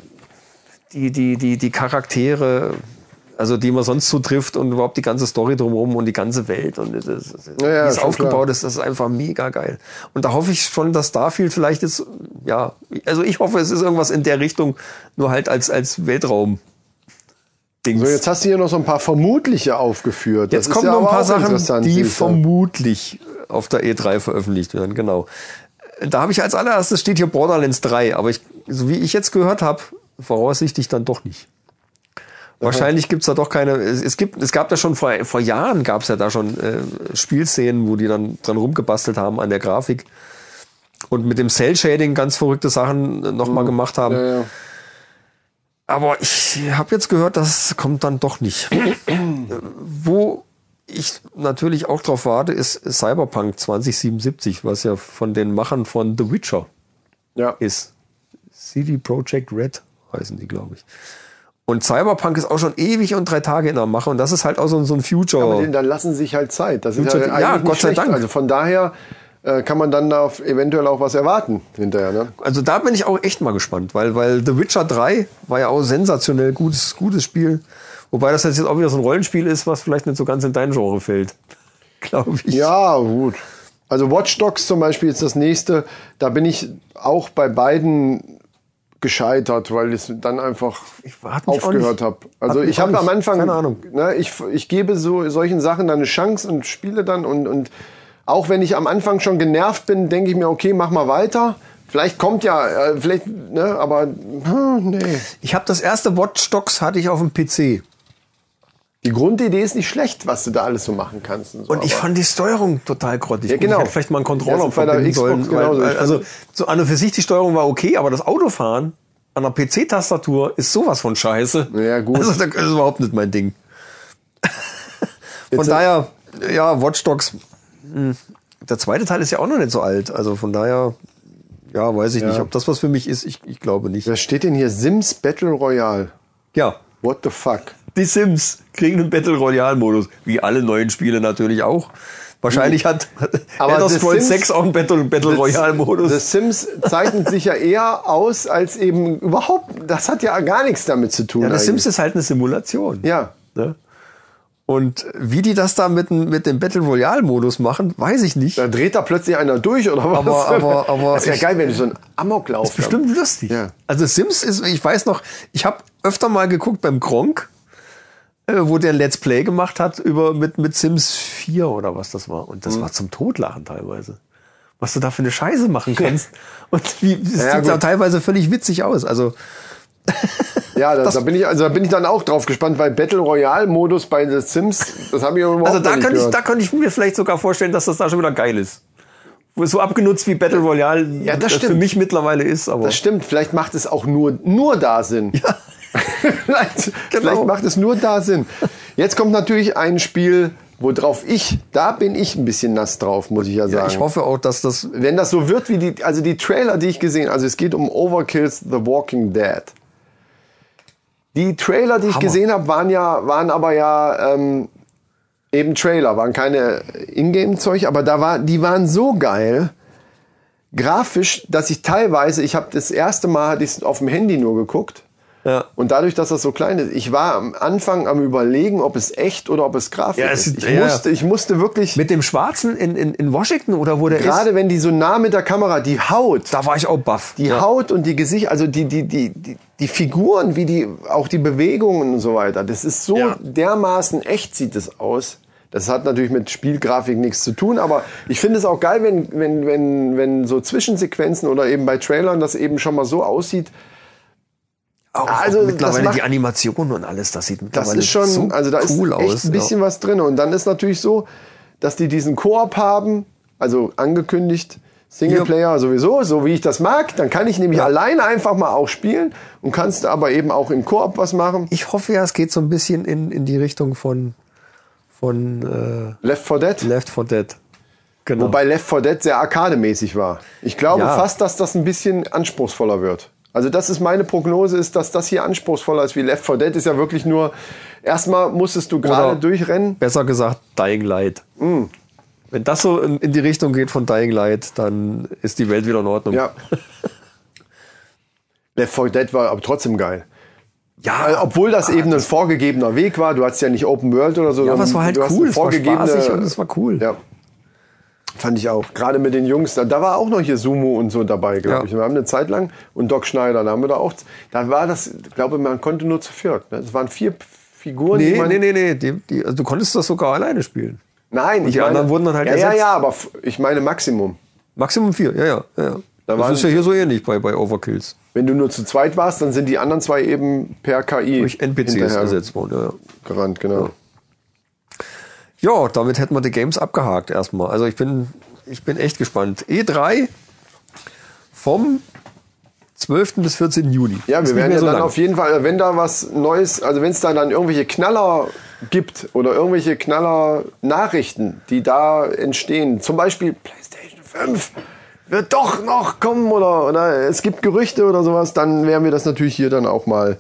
S1: die, die, die, die Charaktere, also die man sonst so trifft und überhaupt die ganze Story drumherum und die ganze Welt und das, das,
S3: Ja, ja,
S1: wie es
S3: schon
S1: aufgebaut
S3: klar.
S1: ist, das ist einfach mega geil. Und da hoffe ich schon, dass Starfield vielleicht jetzt, ja, also ich hoffe, es ist irgendwas in der Richtung, nur halt als, als Weltraum.
S3: So, jetzt hast du hier noch so ein paar vermutliche aufgeführt.
S1: Jetzt
S3: Das ist
S1: kommen
S3: ja
S1: noch ein
S3: aber
S1: paar
S3: auch
S1: Sachen,
S3: interessant,
S1: die
S3: siehst du.
S1: vermutlich auf der E3 veröffentlicht werden, genau. Da habe ich als allererstes steht hier Borderlands 3, aber ich, so wie ich jetzt gehört habe, voraussichtlich dann doch nicht. Wahrscheinlich gibt's da doch keine. Es, es, gibt, es gab da schon vor, vor Jahren gab's ja da schon äh, Spielszenen, wo die dann dran rumgebastelt haben an der Grafik und mit dem Cell-Shading ganz verrückte Sachen äh, noch mal gemacht haben.
S3: Mhm. Ja, ja.
S1: Aber ich habe jetzt gehört, das kommt dann doch
S3: [CLEARS THROAT]
S1: nicht. Äh, Wo ich natürlich auch drauf warte, ist Cyberpunk 2077, was ja von den Machern von The Witcher
S3: Ja.
S1: ist. CD Projekt Red heißen die, glaube ich. Und Cyberpunk ist auch schon ewig und drei Tage in der Mache und das ist halt auch so, ein- so ein
S3: Aber
S1: Future.
S3: den, dann lassen sie sich halt Zeit. Das ist
S1: Future-
S3: ja,
S1: ja,
S3: eigentlich nicht
S1: Gott sei
S3: schlecht.
S1: Dank.
S3: Also von daher äh, kann man dann da auf- eventuell auch was erwarten hinterher. Ne?
S1: also da bin ich auch echt mal gespannt, weil, weil The Witcher 3 war ja auch sensationell gutes, gutes Spiel. Wobei das jetzt auch wieder so ein Rollenspiel ist, was vielleicht nicht so ganz in dein Genre fällt. [LAUGHS] Glaube ich.
S3: Ja, gut. Also Watch Dogs zum Beispiel ist das nächste. Da bin ich auch bei beiden gescheitert, weil ich dann einfach
S1: Ich hat mich auch
S3: aufgehört
S1: nicht-
S3: habe. Also
S1: hat mich
S3: ich
S1: auch
S3: habe am
S1: nicht.
S3: Anfang,
S1: Keine Ahnung.
S3: Ne, ich, ich gebe so solchen Sachen dann eine Chance und spiele dann und, und auch wenn ich am Anfang schon genervt bin, denke ich mir, okay, mach mal weiter. Vielleicht kommt ja, äh, vielleicht, ne, aber hm, nee.
S1: Ich habe das erste Watch Dogs hatte ich auf dem PC.
S3: Die Grundidee ist nicht schlecht, was du da alles so machen kannst. Und, so,
S1: Und ich
S3: aber-
S1: fand die Steuerung total grottig.
S3: Ja,
S1: Gut, ich
S3: genau.
S1: hätte vielleicht mal einen
S3: Ja,
S1: Controller
S3: ist bei der
S1: verbinden
S3: Xbox
S1: sollen. Weil,
S3: genauso. Ich
S1: weil,
S3: fand-
S1: also so an und für sich die Steuerung war okay, aber das Autofahren an der PC-Tastatur ist sowas von scheiße.
S3: Ja, gut.
S1: Also das ist überhaupt nicht mein
S3: [LAUGHS]
S1: Ding. von
S3: Jetzt-
S1: daher, ja, Watch Dogs. hm, Der zweite Teil ist ja auch noch nicht so alt. Also von daher, ja, weiß ich nicht, ob das was für mich ist. Ich, ich glaube nicht.
S3: Was steht denn hier? Sims Battle Royale.
S1: Ja,
S3: What the fuck?
S1: die Sims kriegen einen Battle Royale-Modus. Wie alle neuen Spiele natürlich auch. Wahrscheinlich hat
S3: Aber
S1: Elder
S3: The
S1: Scrolls
S3: Sims-
S1: 6 auch einen Battle, Battle
S3: The
S1: Royale-Modus.
S3: Sims zeichnet sich ja eher aus als eben überhaupt. Das hat ja gar nichts damit zu tun.
S1: Ja, The Sims
S3: eigentlich.
S1: ist halt eine Simulation.
S3: ja.
S1: Ne? Und wie die das da mit, dem- mit dem Battle Royale-Modus machen, weiß ich nicht.
S3: Da dreht da plötzlich einer durch oder was?
S1: Aber- aber- aber
S3: das wäre
S1: ich-
S3: geil, wenn du so einen Amoklauf
S1: Ist bestimmt lustig.
S3: Ja.
S1: Also Sims ist, ich weiß noch, ich habe öfter mal geguckt beim Gronk, äh, wo der ein Let's Play gemacht hat über mit, mit Sims 4 oder was das war.
S3: Mhm.
S1: Und das war zum Totlachen teilweise. Was du da für eine Scheiße machen kannst. Und wie es
S3: Ja,
S1: sieht da
S3: gut.
S1: teilweise völlig witzig aus. Also
S3: [LAUGHS] Ja, da, da bin ich also da bin ich dann auch drauf gespannt, weil Battle Royale Modus bei The Sims, das habe ich überhaupt
S1: Also da
S3: noch nicht
S1: könnte ich,
S3: gehört.
S1: da könnte ich mir vielleicht sogar vorstellen, dass das da schon wieder geil ist. Wo es So abgenutzt wie Battle Royale äh,
S3: Ja, das
S1: für
S3: stimmt.
S1: mich mittlerweile ist, aber [LAUGHS]
S3: Das stimmt, vielleicht macht es auch nur, nur da Sinn. Ja. [LAUGHS] vielleicht,
S1: Genau.
S3: vielleicht macht es nur da Sinn. Jetzt kommt natürlich ein Spiel, worauf ich, da bin ich ein bisschen nass drauf, muss ich ja sagen.
S1: ich hoffe auch, dass das
S3: Wenn das so wird wie die, also die Trailer, die ich gesehen also es geht um Overkills The Walking Dead. Die Trailer, die ich gesehen habe, waren ja, waren aber ja ähm, eben Trailer, waren keine Ingame-Zeug, aber da war, die waren so geil grafisch, dass ich teilweise, ich habe das erste Mal hatte ich's auf dem Handy nur geguckt.
S1: Ja.
S3: Und dadurch, dass das so klein ist, ich war am Anfang am überlegen, ob es echt oder ob es Grafik
S1: Ja, es
S3: ist.
S1: sieht-
S3: Ich,
S1: ja.
S3: musste, ich musste wirklich,
S1: mit dem Schwarzen in, in, in Washington oder wo der ist,
S3: gerade wenn die so nah mit der Kamera, die Haut,
S1: da war ich auch baff.
S3: die Haut und die Gesicht, also die, die, die, die, die Figuren, wie die, auch die Bewegungen und so weiter. Das ist so
S1: Ja.
S3: dermaßen echt sieht es aus. Das hat natürlich mit Spielgrafik nichts zu tun, aber ich finde es auch geil, wenn, wenn, wenn, wenn so Zwischensequenzen oder eben bei Trailern das eben schon mal so aussieht.
S1: Auch,
S3: Also,
S1: auch
S3: das
S1: mittlerweile
S3: macht-
S1: die Animation und alles, das sieht mittlerweile
S3: Das ist schon,
S1: so
S3: also da
S1: cool
S3: ist echt
S1: aus.
S3: ein bisschen was drin. Und dann ist natürlich so, dass die diesen Koop haben, also angekündigt, Singleplayer sowieso, so wie ich das mag. Dann kann ich nämlich alleine einfach mal auch spielen und kannst aber eben auch im Koop was machen.
S1: ja. Ich hoffe ja, es geht so ein bisschen in, in die Richtung von, von
S3: Left 4 Dead.
S1: äh, Left 4 Dead. Genau.
S3: Wobei Left 4 Dead sehr arkademäßig war. Ich glaube
S1: Ja.
S3: fast, dass das ein bisschen anspruchsvoller wird. Also das ist meine Prognose, ist, dass das hier anspruchsvoller ist wie Left 4 Dead. Ist ja wirklich nur, erstmal musstest du
S1: Oder-
S3: gerade durchrennen.
S1: Besser gesagt, Dying Light.
S3: Mm.
S1: Wenn das so in, in die Richtung geht von Dying Light, dann ist die Welt wieder in Ordnung.
S3: Ja. [LAUGHS] Left 4 Dead war aber trotzdem geil.
S1: Ja,
S3: Weil, obwohl das eben ein vorgegebener Weg war, du hattest ja nicht Open World oder so.
S1: Ja, aber es
S3: sondern
S1: war halt
S3: du hast
S1: cool,
S3: eine
S1: es war
S3: vorgegebene-
S1: spaßig und es war cool.
S3: Ja. Fand ich auch. Gerade mit den Jungs. Da, da war auch noch hier Sumo und so dabei, glaube
S1: Ja.
S3: ich. Wir haben eine Zeit lang und Doc Schneider, da haben wir da auch. Da war das, ich glaube, man konnte nur zu viert. Ne? Es waren vier Figuren, die
S1: Nee,
S3: man.
S1: nee, nee, nee. Die, die, also du konntest das sogar alleine spielen.
S3: Nein, ich
S1: die anderen wurden dann halt
S3: ja, ja,
S1: ersetzt.
S3: ja, aber f- ich meine Maximum.
S1: Maximum vier, ja, ja. ja.
S3: Da
S1: das
S3: waren-
S1: ist ja hier so ähnlich bei, bei Overkills.
S3: Wenn du nur zu zweit warst, dann sind die anderen zwei eben per KI
S1: Durch NPCs
S3: hinterher
S1: ersetzt worden, ja, ja.
S3: gerannt, genau.
S1: Ja, damit hätten wir die Games abgehakt erstmal. Also ich bin, ich bin echt gespannt. E3 vom 12. bis 14. Juni.
S3: Ja,
S1: Ist nicht
S3: wir werden
S1: mehr
S3: ja
S1: so
S3: dann
S1: lang.
S3: auf jeden Fall, wenn da was Neues, also wenn es da dann irgendwelche Knaller gibt oder irgendwelche Knaller-Nachrichten, die da entstehen, zum Beispiel PlayStation 5 wird doch noch kommen oder, oder es gibt Gerüchte oder sowas, dann werden wir das natürlich hier dann auch mal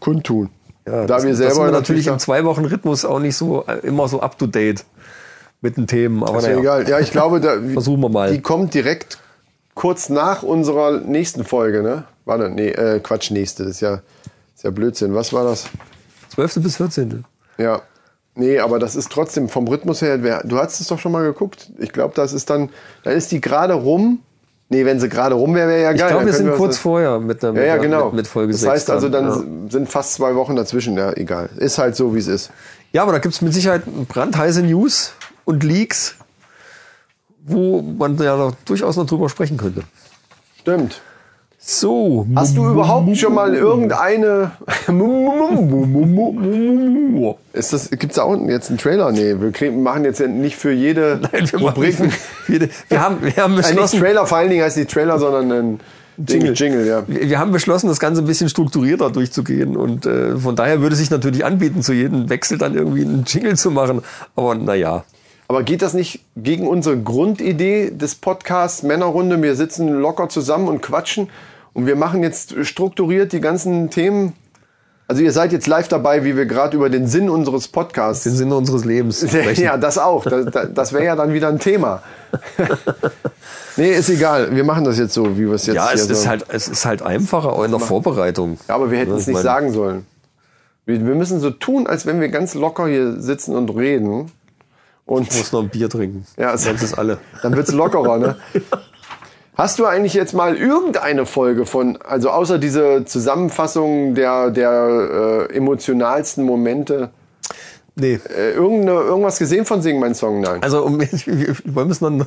S3: kundtun.
S1: Ja, da das, wir selber wir natürlich im zwei Wochen Rhythmus auch nicht so äh, immer so up to date mit den Themen. Aber
S3: ist ja
S1: naja,
S3: egal. Ja, ich glaube, da,
S1: [LAUGHS] versuchen wir mal.
S3: die kommt direkt kurz nach unserer nächsten Folge, ne? Warte, nee, äh, Quatsch, nächste. Das ist ja, ist ja Blödsinn. Was war das?
S1: 12. bis 14.
S3: Ja. Nee, aber das ist trotzdem vom Rhythmus her, wer- du hast es doch schon mal geguckt. Ich glaube, das ist dann, dann ist die gerade rum. Nee, wenn sie gerade rum wäre, wäre ja geil.
S1: Ich glaube,
S3: Dann
S1: wir
S3: können
S1: sind
S3: was-
S1: kurz vorher mit, der,
S3: Ja, ja,
S1: mit, der-
S3: genau.
S1: mit, mit Folge
S3: das
S1: sechs
S3: heißt also, dann
S1: ja.
S3: sind fast zwei Wochen dazwischen. Ja, egal. Ist halt so, wie es ist.
S1: Ja, aber da gibt's mit Sicherheit brandheiße News und Leaks, wo man ja noch durchaus noch drüber sprechen könnte.
S3: Stimmt.
S1: So.
S3: Hast du überhaupt schon
S1: [LAUGHS]
S3: mal irgendeine. Ist das, gibt's da unten jetzt einen Trailer? Nee, wir krie- machen jetzt ja nicht für jede
S1: [LAUGHS] Nein, wir,
S3: Rubrik.
S1: machen, wir, wir, haben, wir haben
S3: Nein, nicht
S1: beschlossen,
S3: Trailer, vor allen Dingen heißt nicht Trailer, sondern ein Jingle. Jingle, ja.
S1: Wir, wir haben beschlossen, das Ganze ein bisschen strukturierter durchzugehen. Und äh, von daher würde sich natürlich anbieten, zu jedem Wechsel dann irgendwie einen Jingle zu machen. Aber naja.
S3: Aber geht das nicht gegen unsere Grundidee des Podcasts Männerrunde? Wir sitzen locker zusammen und quatschen und wir machen jetzt strukturiert die ganzen Themen. Also ihr seid jetzt live dabei, wie wir gerade über den Sinn unseres
S1: Den
S3: Podcasts
S1: Sinne unseres Lebens. sprechen.
S3: [LAUGHS] Ja, das auch. Das, das- das wäre ja dann wieder
S1: [LAUGHS]
S3: ein Thema. nee, ist egal. Wir machen das jetzt so, wie wir es jetzt
S1: ja, es
S3: hier
S1: ist,
S3: so-
S1: halt, es ist halt einfacher auch in der Vorbereitung.
S3: Ja, aber wir hätten
S1: Ja,
S3: es
S1: ich
S3: nicht
S1: meine-
S3: sagen sollen. Wir, wir müssen so tun, als wenn wir ganz locker hier sitzen und reden. Und
S1: Ich muss noch ein Bier trinken.
S3: Ja, also- es-
S1: sonst ist alle.
S3: Dann wird's lockerer,
S1: [LAUGHS]
S3: ne? Hast du eigentlich jetzt mal irgendeine Folge von, also außer diese Zusammenfassung der, der äh, emotionalsten Momente,
S1: Nee.
S3: äh, irgendeine, irgendwas gesehen von Sing mein Song? Nein.
S1: Also, um, wir, wir müssen dann.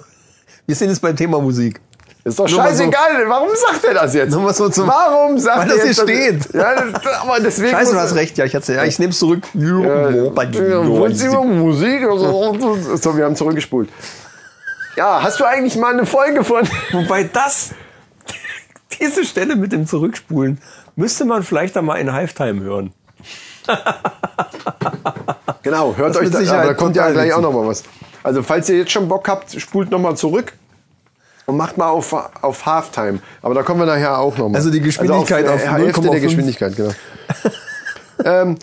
S1: Wir sind jetzt beim Thema Musik.
S3: Ist doch
S1: nur mal
S3: scheißegal, warum sagt er das jetzt?
S1: Nur mal so zum-
S3: warum sagt
S1: Weil
S3: er
S1: das
S3: jetzt
S1: hier steht.
S3: Ja, das- aber deswegen
S1: Scheiße, du
S3: muss- Äh,
S1: hast recht. Ja, ich, hat's- ja, ich nehme es zurück.
S3: Ja,
S1: Ja,
S3: Musik. Musik oder
S1: [LAUGHS]
S3: so. so, wir haben zurückgespult. Ja, hast du eigentlich mal eine Folge von...
S1: Wobei das, [LAUGHS] diese Stelle mit dem Zurückspulen, müsste man vielleicht da mal in Halftime hören.
S3: Genau, hört
S1: Das
S3: euch
S1: mit
S3: das an.
S1: Sicherheit
S3: Da kommt ja
S1: total
S3: gleich auch
S1: witzig.
S3: noch mal was. Also, falls ihr jetzt schon Bock habt, spult noch mal zurück und macht mal auf, auf Halftime. Aber da kommen wir nachher auch noch mal.
S1: Also die Geschwindigkeit
S3: auf, äh,
S1: auf
S3: Hälfte der
S1: 0,5.
S3: Geschwindigkeit, genau. ähm,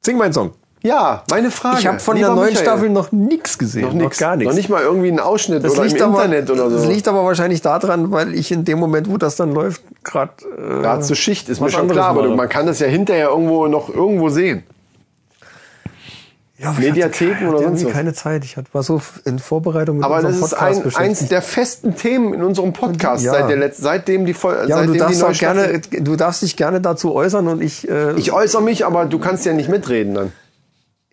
S1: Sing meinen Song.
S3: ja, meine Frage.
S1: Ich habe von
S3: Lieber
S1: der neuen
S3: Michael,
S1: Staffel noch nichts gesehen.
S3: noch, nix,
S1: gar nichts.
S3: Noch nicht mal irgendwie einen Ausschnitt oder im Internet oder so.
S1: Das liegt aber wahrscheinlich daran, weil ich in dem Moment, wo das dann läuft, gerade. Äh,
S3: Gerade zur Schicht ist
S1: Was
S3: mir schon
S1: anderes
S3: klar, aber
S1: mal.
S3: du, man kann das ja hinterher irgendwo noch irgendwo sehen.
S1: ja,
S3: Mediatheken
S1: ich hatte,
S3: oder
S1: hatte
S3: sonst
S1: irgendwie
S3: was.
S1: keine Zeit. Ich hatte, war so in Vorbereitung mit
S3: Aber das
S1: unserem
S3: ist
S1: Podcast
S3: ein,
S1: beschäftigt.
S3: eins der festen Themen in unserem Podcast
S1: Ja.
S3: seit der Letz seitdem die Fol
S1: ja, und
S3: seitdem
S1: du
S3: die
S1: darfst,
S3: neue
S1: auch gerne,
S3: Staffel-
S1: du darfst dich gerne dazu äußern und ich, äh, ich,
S3: Ich äußere mich, aber du kannst ja nicht mitreden dann.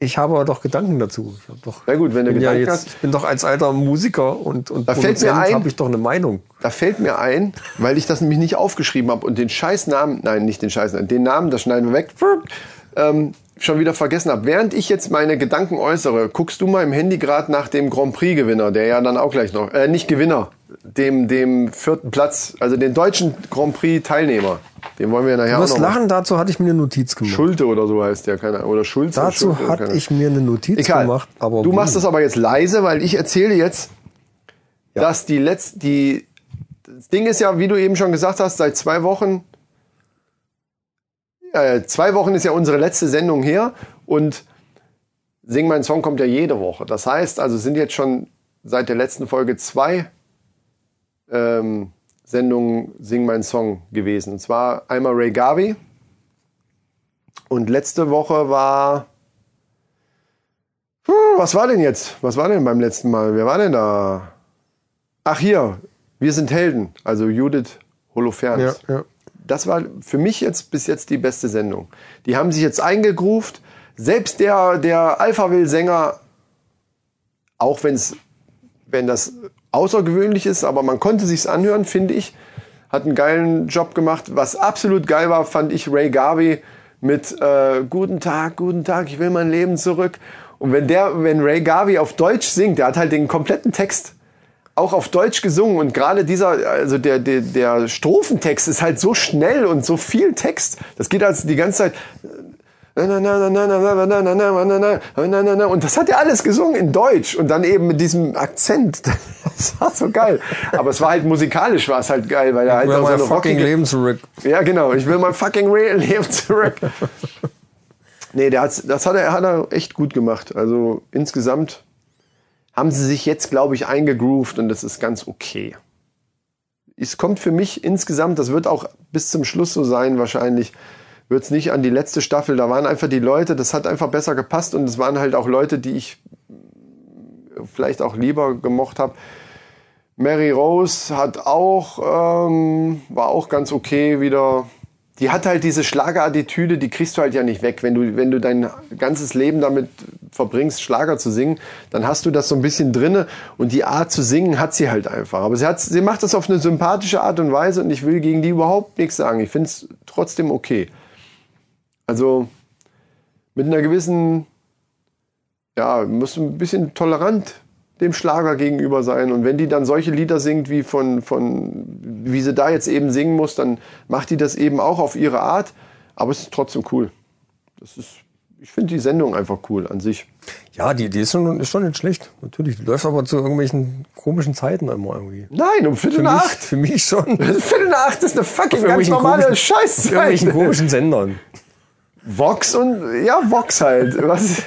S1: habe aber doch Gedanken dazu. Ich hab doch,
S3: Na gut, wenn du
S1: bin ja
S3: Gedanken
S1: jetzt,
S3: hast.
S1: Ich bin doch als alter Musiker und, und
S3: Da fällt mir ein-
S1: habe ich doch eine Meinung.
S3: Da fällt mir ein, weil ich das nämlich nicht aufgeschrieben habe und den Scheißnamen, nein, nicht den Scheißnamen, den Namen, das schneiden wir weg, ähm, schon wieder vergessen habe. Während ich jetzt meine Gedanken äußere, guckst du mal im Handy gerade nach dem Grand Prix-Gewinner, der ja dann auch gleich noch, äh, nicht Gewinner, dem, dem vierten Platz, also den deutschen Grand Prix-Teilnehmer. Den wollen wir nachher
S1: Du
S3: auch
S1: wirst
S3: noch machen.
S1: lachen, dazu hatte ich mir eine Notiz gemacht.
S3: Schulte oder so heißt der, keine Ahnung. Oder Schulze.
S1: dazu
S3: Schulte, keine
S1: hatte
S3: Ahnung.
S1: ich mir eine Notiz
S3: Egal.
S1: gemacht. Aber
S3: du machst das aber jetzt leise, weil ich erzähle jetzt, dass die letzte, die, das Ding ist ja, wie du eben schon gesagt hast, seit zwei Wochen, äh, zwei Wochen ist ja unsere letzte Sendung her und Sing mein Song kommt ja jede Woche. Das heißt, also sind jetzt schon seit der letzten Folge zwei ähm, Sendungen Sing mein Song gewesen. Und zwar einmal Ray Gavi und letzte Woche war Puh, was war denn jetzt? Was war denn beim letzten Mal? Wer war denn da? Ach hier, wir sind Helden, also Judith
S1: Ja,
S3: Holofernes.
S1: ja.
S3: Das war für mich jetzt bis jetzt die beste Sendung. Die haben sich jetzt eingegruft. Selbst der, der Alphaville-Sänger, auch wenn's, wenn das außergewöhnlich ist, aber man konnte sich's anhören, finde ich, hat einen geilen Job gemacht. Was absolut geil war, fand ich Ray Garvey mit äh, Guten Tag, guten Tag, ich will mein Leben zurück. Und wenn der, wenn Ray Garvey auf Deutsch singt, der hat halt den kompletten Text auch auf Deutsch gesungen und gerade dieser, also der, der, der Strophentext ist halt so schnell und so viel Text. Das geht also die ganze Zeit. Na, na, na, na, na, na, na, na, na, na, na, na, na, na, na, na. Und das hat er alles gesungen in Deutsch und dann eben mit diesem Akzent. [LAUGHS] Das war so geil. Aber es war halt musikalisch, war es halt geil, weil er halt
S1: Will
S3: auch so
S1: mein
S3: eine
S1: fucking
S3: rockige
S1: Leben zurück.
S3: ja, genau. Ich will mein fucking real Leben zurück. Nee, der hat's, das hat er, hat er echt gut gemacht. Also insgesamt haben sie sich jetzt, glaube ich, eingegroovt und das ist ganz okay. Es kommt für mich insgesamt, das wird auch bis zum Schluss so sein wahrscheinlich, wird es nicht an die letzte Staffel. Da waren einfach die Leute, das hat einfach besser gepasst und es waren halt auch Leute, die ich vielleicht auch lieber gemocht habe. Mary Rose hat auch, ähm, war auch ganz okay wieder. Die hat halt diese Schlagerattitüde, die kriegst du halt ja nicht weg. Wenn du, wenn du dein ganzes Leben damit verbringst, Schlager zu singen, dann hast du das so ein bisschen drinne und die Art zu singen hat sie halt einfach. Aber sie, hat, sie macht das auf eine sympathische Art und Weise und ich will gegen die überhaupt nichts sagen. Ich finde es trotzdem okay. Also mit einer gewissen ja, muss ein bisschen tolerant dem Schlager gegenüber sein. Und wenn die dann solche Lieder singt, wie von, von, wie sie da jetzt eben singen muss, dann macht die das eben auch auf ihre Art. Aber es ist trotzdem cool. Das ist, ich finde die Sendung einfach cool an sich.
S1: Ja, die, die ist, schon, ist schon nicht schlecht. Natürlich. Die läuft aber zu irgendwelchen komischen Zeiten immer irgendwie.
S3: Nein, um Viertel
S1: Für
S3: nach
S1: mich,
S3: acht. [LAUGHS]
S1: für mich schon. [LAUGHS]
S3: Viertel nach acht ist eine fucking
S1: Auf
S3: ganz
S1: irgendwelchen
S3: normale
S1: komischen- Auf
S3: Scheißzeit.
S1: irgendwelchen komischen Sendern.
S3: Vox und, ja, Vox halt. Was?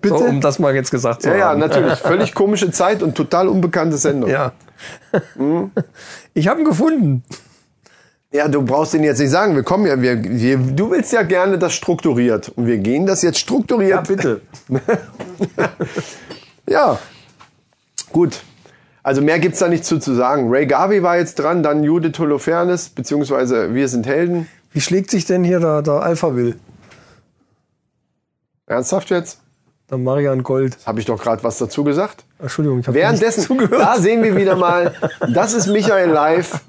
S3: Bitte?
S1: So, um das mal jetzt gesagt zu
S3: ja, ne? ja,
S1: haben.
S3: natürlich. Völlig komische Zeit und total unbekannte Sendung.
S1: Ja.
S3: Hm?
S1: [LAUGHS] Ich habe ihn gefunden.
S3: Ja, du brauchst den jetzt nicht sagen. Wir kommen ja, wir, wir, du willst ja gerne das strukturiert. Und wir gehen das jetzt strukturiert. Ja, [LAUGHS]
S1: bitte.
S3: gut. Also mehr gibt's da nicht zu, zu sagen. Ray Garvey war jetzt dran, dann Judith Holofernes, beziehungsweise Wir sind Helden.
S1: Wie schlägt sich denn hier der, der Alpha Will?
S3: Ernsthaft jetzt?
S1: Der Marian Gold. Ah,
S3: Habe ich doch gerade was dazu gesagt.
S1: Entschuldigung, ich habe
S3: Währenddessen, da sehen wir wieder mal, das ist
S1: [LAUGHS]
S3: Michael Live,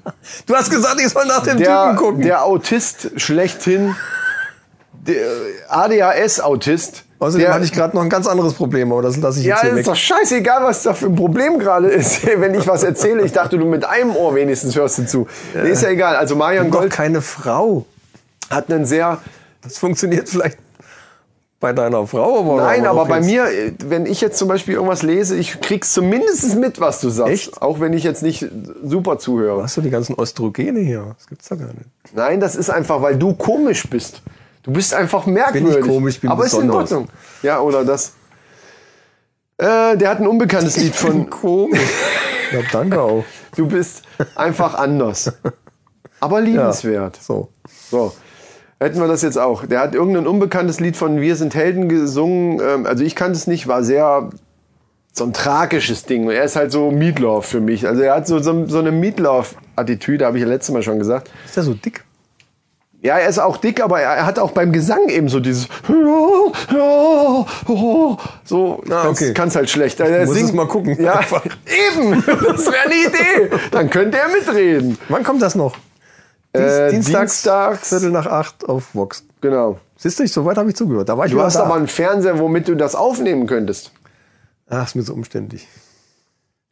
S1: Du hast gesagt, ich soll nach dem
S3: der,
S1: Typen gucken.
S3: der Autist schlechthin, der ADHS-Autist.
S1: Außerdem
S3: der-
S1: hatte ich gerade noch ein ganz anderes Problem, aber das lasse ich
S3: Ja,
S1: jetzt hier
S3: ist
S1: weg.
S3: doch scheißegal, was da für ein Problem gerade ist, [LAUGHS] wenn ich was erzähle. Ich dachte, du mit einem Ohr wenigstens hörst du zu. Nee, ist ja egal. Also Marian
S1: doch
S3: Gold
S1: keine Frau.
S3: hat einen sehr...
S1: Das funktioniert vielleicht bei deiner Frau, aber
S3: Nein, aber
S1: doch
S3: bei
S1: jetzt-
S3: mir, äh, wenn ich jetzt zum Beispiel irgendwas lese, ich krieg's zumindest mit, was du sagst.
S1: Echt?
S3: Auch wenn ich jetzt nicht super zuhöre.
S1: Hast du die ganzen Östrogene hier? Das gibt's da gar nicht.
S3: Nein, das ist einfach, weil du komisch bist. Du bist einfach merkwürdig.
S1: komisch, bin
S3: aber ist in
S1: besonders.
S3: Ordnung. Ja, oder das... Äh, der hat ein unbekanntes Lied von...
S1: komisch. ja, danke
S3: [LAUGHS]
S1: auch.
S3: Du bist einfach anders. Aber liebenswert.
S1: So.
S3: So. Hätten wir das jetzt auch. Der hat irgendein unbekanntes Lied von Wir sind Helden gesungen. Ähm, Also ich kannte es nicht, war sehr so ein tragisches Ding. Und er ist halt so Meatloaf für mich. Also er hat so, so, so eine Meatloaf-Attitüde, habe ich ja letztes Mal schon gesagt.
S1: Ist der so dick?
S3: Ja, er ist auch dick, aber er, er hat auch beim Gesang eben so dieses so
S1: Ah,
S3: kannst,
S1: okay.
S3: kannst halt schlecht. Er
S1: muss es mal gucken.
S3: Ja,
S1: [LAUGHS] Einfach.
S3: eben. Das wäre eine Idee. Dann könnte er mitreden.
S1: Wann kommt das noch?
S3: Äh,
S1: Dienst-
S3: Dienstags.
S1: Viertel nach acht auf Vox.
S3: Genau.
S1: Siehst du, ich- so weit habe ich zugehört. Da war ich
S3: Du
S1: wieder
S3: hast
S1: da.
S3: aber einen Fernseher, womit du das aufnehmen könntest.
S1: Ach, Ah, ist mir so umständlich.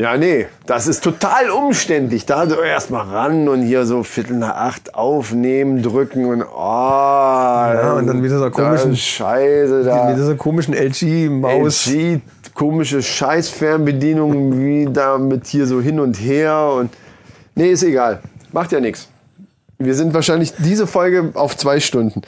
S3: Ja, nee, das ist total umständlich. Da so erstmal ran und hier so Viertel nach acht aufnehmen, drücken und oh. Ja,
S1: und dann mit dieser komischen-
S3: Scheiße
S1: Mit
S3: da.
S1: dieser komischen LG-Maus.
S3: LG, komische Scheißfernbedienung, wie da mit hier so hin und her und nee, ist egal. Macht ja nichts. Wir sind wahrscheinlich diese Folge auf zwei Stunden.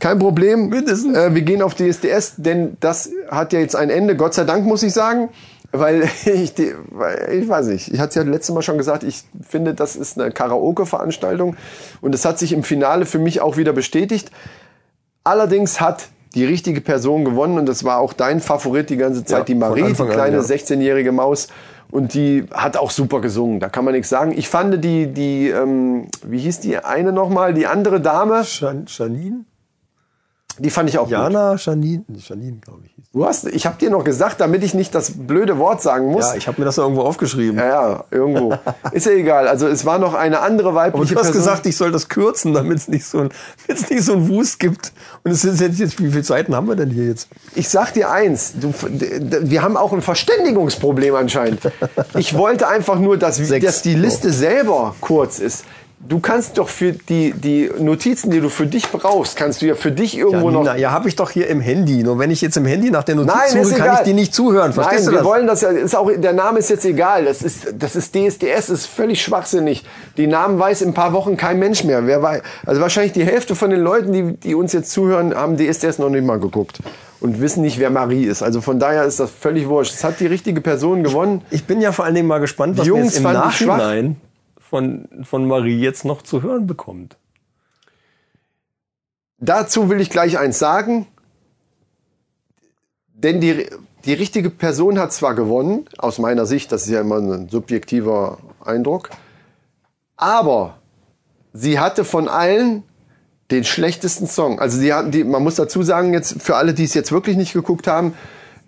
S3: Kein Problem.
S1: Mindestens.
S3: Äh, wir gehen auf DSDS, denn das hat ja jetzt ein Ende. Gott sei Dank, muss ich sagen. Weil [LAUGHS] ich, die, weil ich weiß nicht, ich hatte es ja letztes Mal schon gesagt, ich finde, das ist eine Karaoke-Veranstaltung und es hat sich im Finale für mich auch wieder bestätigt. Allerdings hat die richtige Person gewonnen und das war auch dein Favorit die ganze Zeit,
S1: Ja,
S3: die
S1: von
S3: Marie, die
S1: Anfang an,
S3: kleine
S1: ja.
S3: 16-jährige Maus. Und die hat auch super gesungen, da kann man nichts sagen. Ich fand die, die ähm, wie hieß die eine nochmal, die andere Dame,
S1: Jan Janine?
S3: die fand ich auch gut.
S1: Jana Janine? Nee, Janine, glaube ich. Hieß.
S3: Du hast, ich habe dir noch gesagt, damit ich nicht das blöde Wort sagen muss.
S1: Ja, ich habe mir das da irgendwo aufgeschrieben.
S3: Ja, ja,
S1: [LAUGHS]
S3: irgendwo. Ist ja egal. Also es war noch eine andere
S1: Aber
S3: weibliche
S1: du hast
S3: Person.
S1: gesagt, ich soll das kürzen, damit es nicht so ein, damit's nicht so ein Wust gibt. Und es sind jetzt, jetzt, wie viele Seiten haben wir denn hier jetzt?
S3: ich sag dir eins, du, d- d- wir haben auch ein Verständigungsproblem anscheinend. Ich wollte einfach nur, dass,
S1: Sechs.
S3: dass die Liste selber kurz ist. Du kannst doch für die, die Notizen, die du für dich brauchst, kannst du ja für dich
S1: Ja,
S3: irgendwo noch.
S1: Nina, ja, habe ich doch hier im Handy. Nur wenn ich jetzt im Handy nach der Notiz
S3: Nein, ist
S1: suche, kann
S3: egal.
S1: ich dir nicht zuhören. Verstehst
S3: Nein,
S1: du
S3: wir
S1: das?
S3: wollen das ja, ist auch, der Name ist jetzt egal. Das ist, das ist DSDS, das ist völlig schwachsinnig. Die Namen weiß in ein paar Wochen kein Mensch mehr. Wer weiß, also wahrscheinlich die Hälfte von den Leuten, die, die uns jetzt zuhören, haben DSDS noch nicht mal geguckt und wissen nicht, wer Marie ist. Also von daher ist das völlig wurscht. Es hat die richtige Person gewonnen.
S1: Ich bin ja vor allen Dingen mal gespannt, was
S3: Die
S1: man
S3: Jungs
S1: jetzt im
S3: fanden ich schwach.
S1: Nachhinein von, von Marie jetzt noch zu hören bekommt.
S3: Dazu will ich gleich eins sagen. Denn die, die richtige Person hat zwar gewonnen, aus meiner Sicht, das ist ja immer ein subjektiver Eindruck, aber sie hatte von allen den schlechtesten Song. Also sie hatten die, man muss dazu sagen, jetzt für alle, die es jetzt wirklich nicht geguckt haben,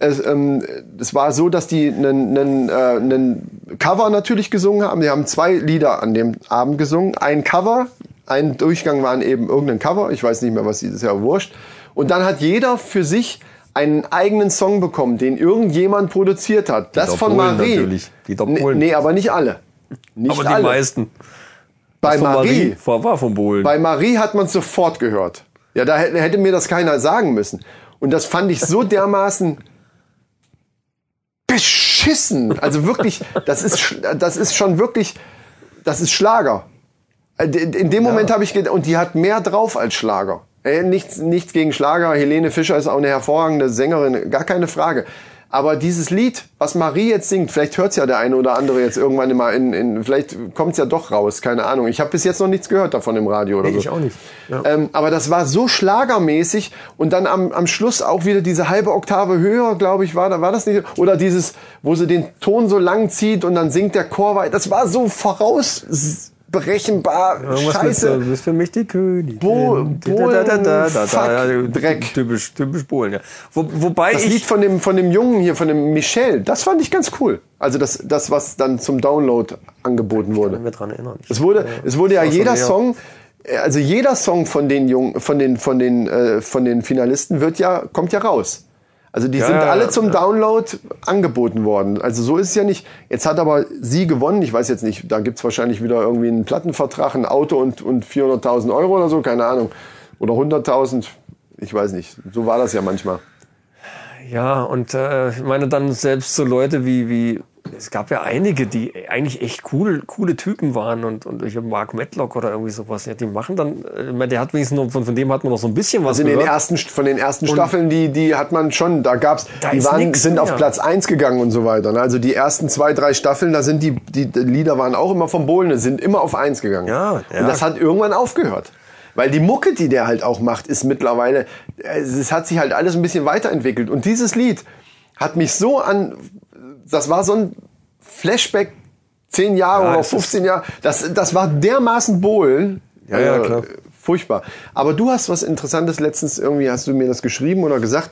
S3: es, ähm, es war so, dass die einen, einen, äh, einen Cover natürlich gesungen haben. Die haben zwei Lieder an dem Abend gesungen. Ein Cover, ein Durchgang waren eben irgendein Cover. Ich weiß nicht mehr, was dieses Jahr wurscht. Und dann hat jeder für sich einen eigenen Song bekommen, den irgendjemand produziert hat. Das
S1: Dieter
S3: von
S1: Bohlen
S3: Marie.
S1: natürlich. Dieter
S3: Nee,
S1: Bohlen.
S3: nee, aber nicht alle. Nicht
S1: Aber die
S3: alle.
S1: meisten.
S3: Bei
S1: Von
S3: Marie
S1: War, war von Bohlen.
S3: bei Marie hat man es sofort gehört. Ja, da hätte, hätte mir das keiner sagen müssen. Und das fand ich so dermaßen beschissen. Also wirklich, das ist, sch- das ist schon wirklich, das ist Schlager. Äh, d- In dem Moment habe ich gedacht, und die hat mehr drauf als Schlager. Äh, Nichts, nichts gegen Schlager. Helene Fischer ist auch eine hervorragende Sängerin, gar keine Frage. Aber dieses Lied, was Marie jetzt singt, vielleicht hört's ja der eine oder andere jetzt irgendwann mal in, in vielleicht kommt's ja doch raus, keine Ahnung. Ich habe bis jetzt noch nichts gehört davon im Radio oder so.
S1: ich auch nicht. Ja.
S3: Ähm, aber das war so schlagermäßig und dann am, am Schluss auch wieder diese halbe Oktave höher, glaube ich, war da war das nicht oder dieses, wo sie den Ton so lang zieht und dann singt der Chor weiter. Das war so vorausberechenbar
S1: Irgendwas mit, äh,
S3: Scheiße.
S1: Du bist für mich die Königin.
S3: Bo-
S1: Da, da, da, da, da, da,
S3: Bohlen-
S1: ja,
S3: fuck, Dreck.
S1: Typisch, typisch Bohlen, ja. Wo, wobei
S3: Das
S1: ich...
S3: Lied von dem von dem Jungen hier, von dem Michel, das fand ich ganz cool. Also das das was dann zum Download angeboten wurde.
S1: Wenn wir dran erinnern.
S3: Es wurde, es wurde ja
S1: Das war schon
S3: jeder
S1: eher-
S3: Song, äh, also jeder Song von den Jungen, von den, von den, äh, von den Finalisten wird ja, kommt ja raus. Also die sind
S1: ja, ja,
S3: alle zum Download angeboten worden. Also so ist es ja nicht. Jetzt hat aber sie gewonnen. Ich weiß jetzt nicht, da gibt's wahrscheinlich wieder irgendwie einen Plattenvertrag, ein Auto und, und 400.000 Euro oder so, keine Ahnung. Oder 100.000, ich weiß nicht. So war das ja manchmal.
S1: Ja, und äh, ich meine dann selbst so Leute wie, wie, es gab ja einige, die eigentlich echt cool, coole Typen waren und, und ich hab Mark Medlock oder irgendwie sowas, ja, die machen dann, äh, ich meine, der hat wenigstens noch, von, von dem hat man noch so ein bisschen was
S3: Also in den
S1: gehört.
S3: ersten, von den ersten Staffeln, die, die hat man schon, da gab's,
S1: Da
S3: die
S1: ist
S3: waren,
S1: nix
S3: sind
S1: mehr.
S3: auf Platz 1 gegangen und so weiter. ne? Also die ersten zwei, drei Staffeln, da sind die, die Lieder waren auch immer vom Bohlen, sind immer auf 1 gegangen.
S1: Ja, ja.
S3: Und das hat irgendwann aufgehört. Weil die Mucke, die der halt auch macht, ist mittlerweile, äh, es hat sich halt alles ein bisschen weiterentwickelt. Und dieses Lied hat mich so an, das war so ein Flashback, 10 Jahre
S1: Ja,
S3: oder
S1: es ist-
S3: 15 Jahre, das, das war dermaßen Bohlen. äh,
S1: Ja, ja, klar.
S3: Furchtbar. Aber du hast was Interessantes letztens irgendwie, hast du mir das geschrieben oder gesagt,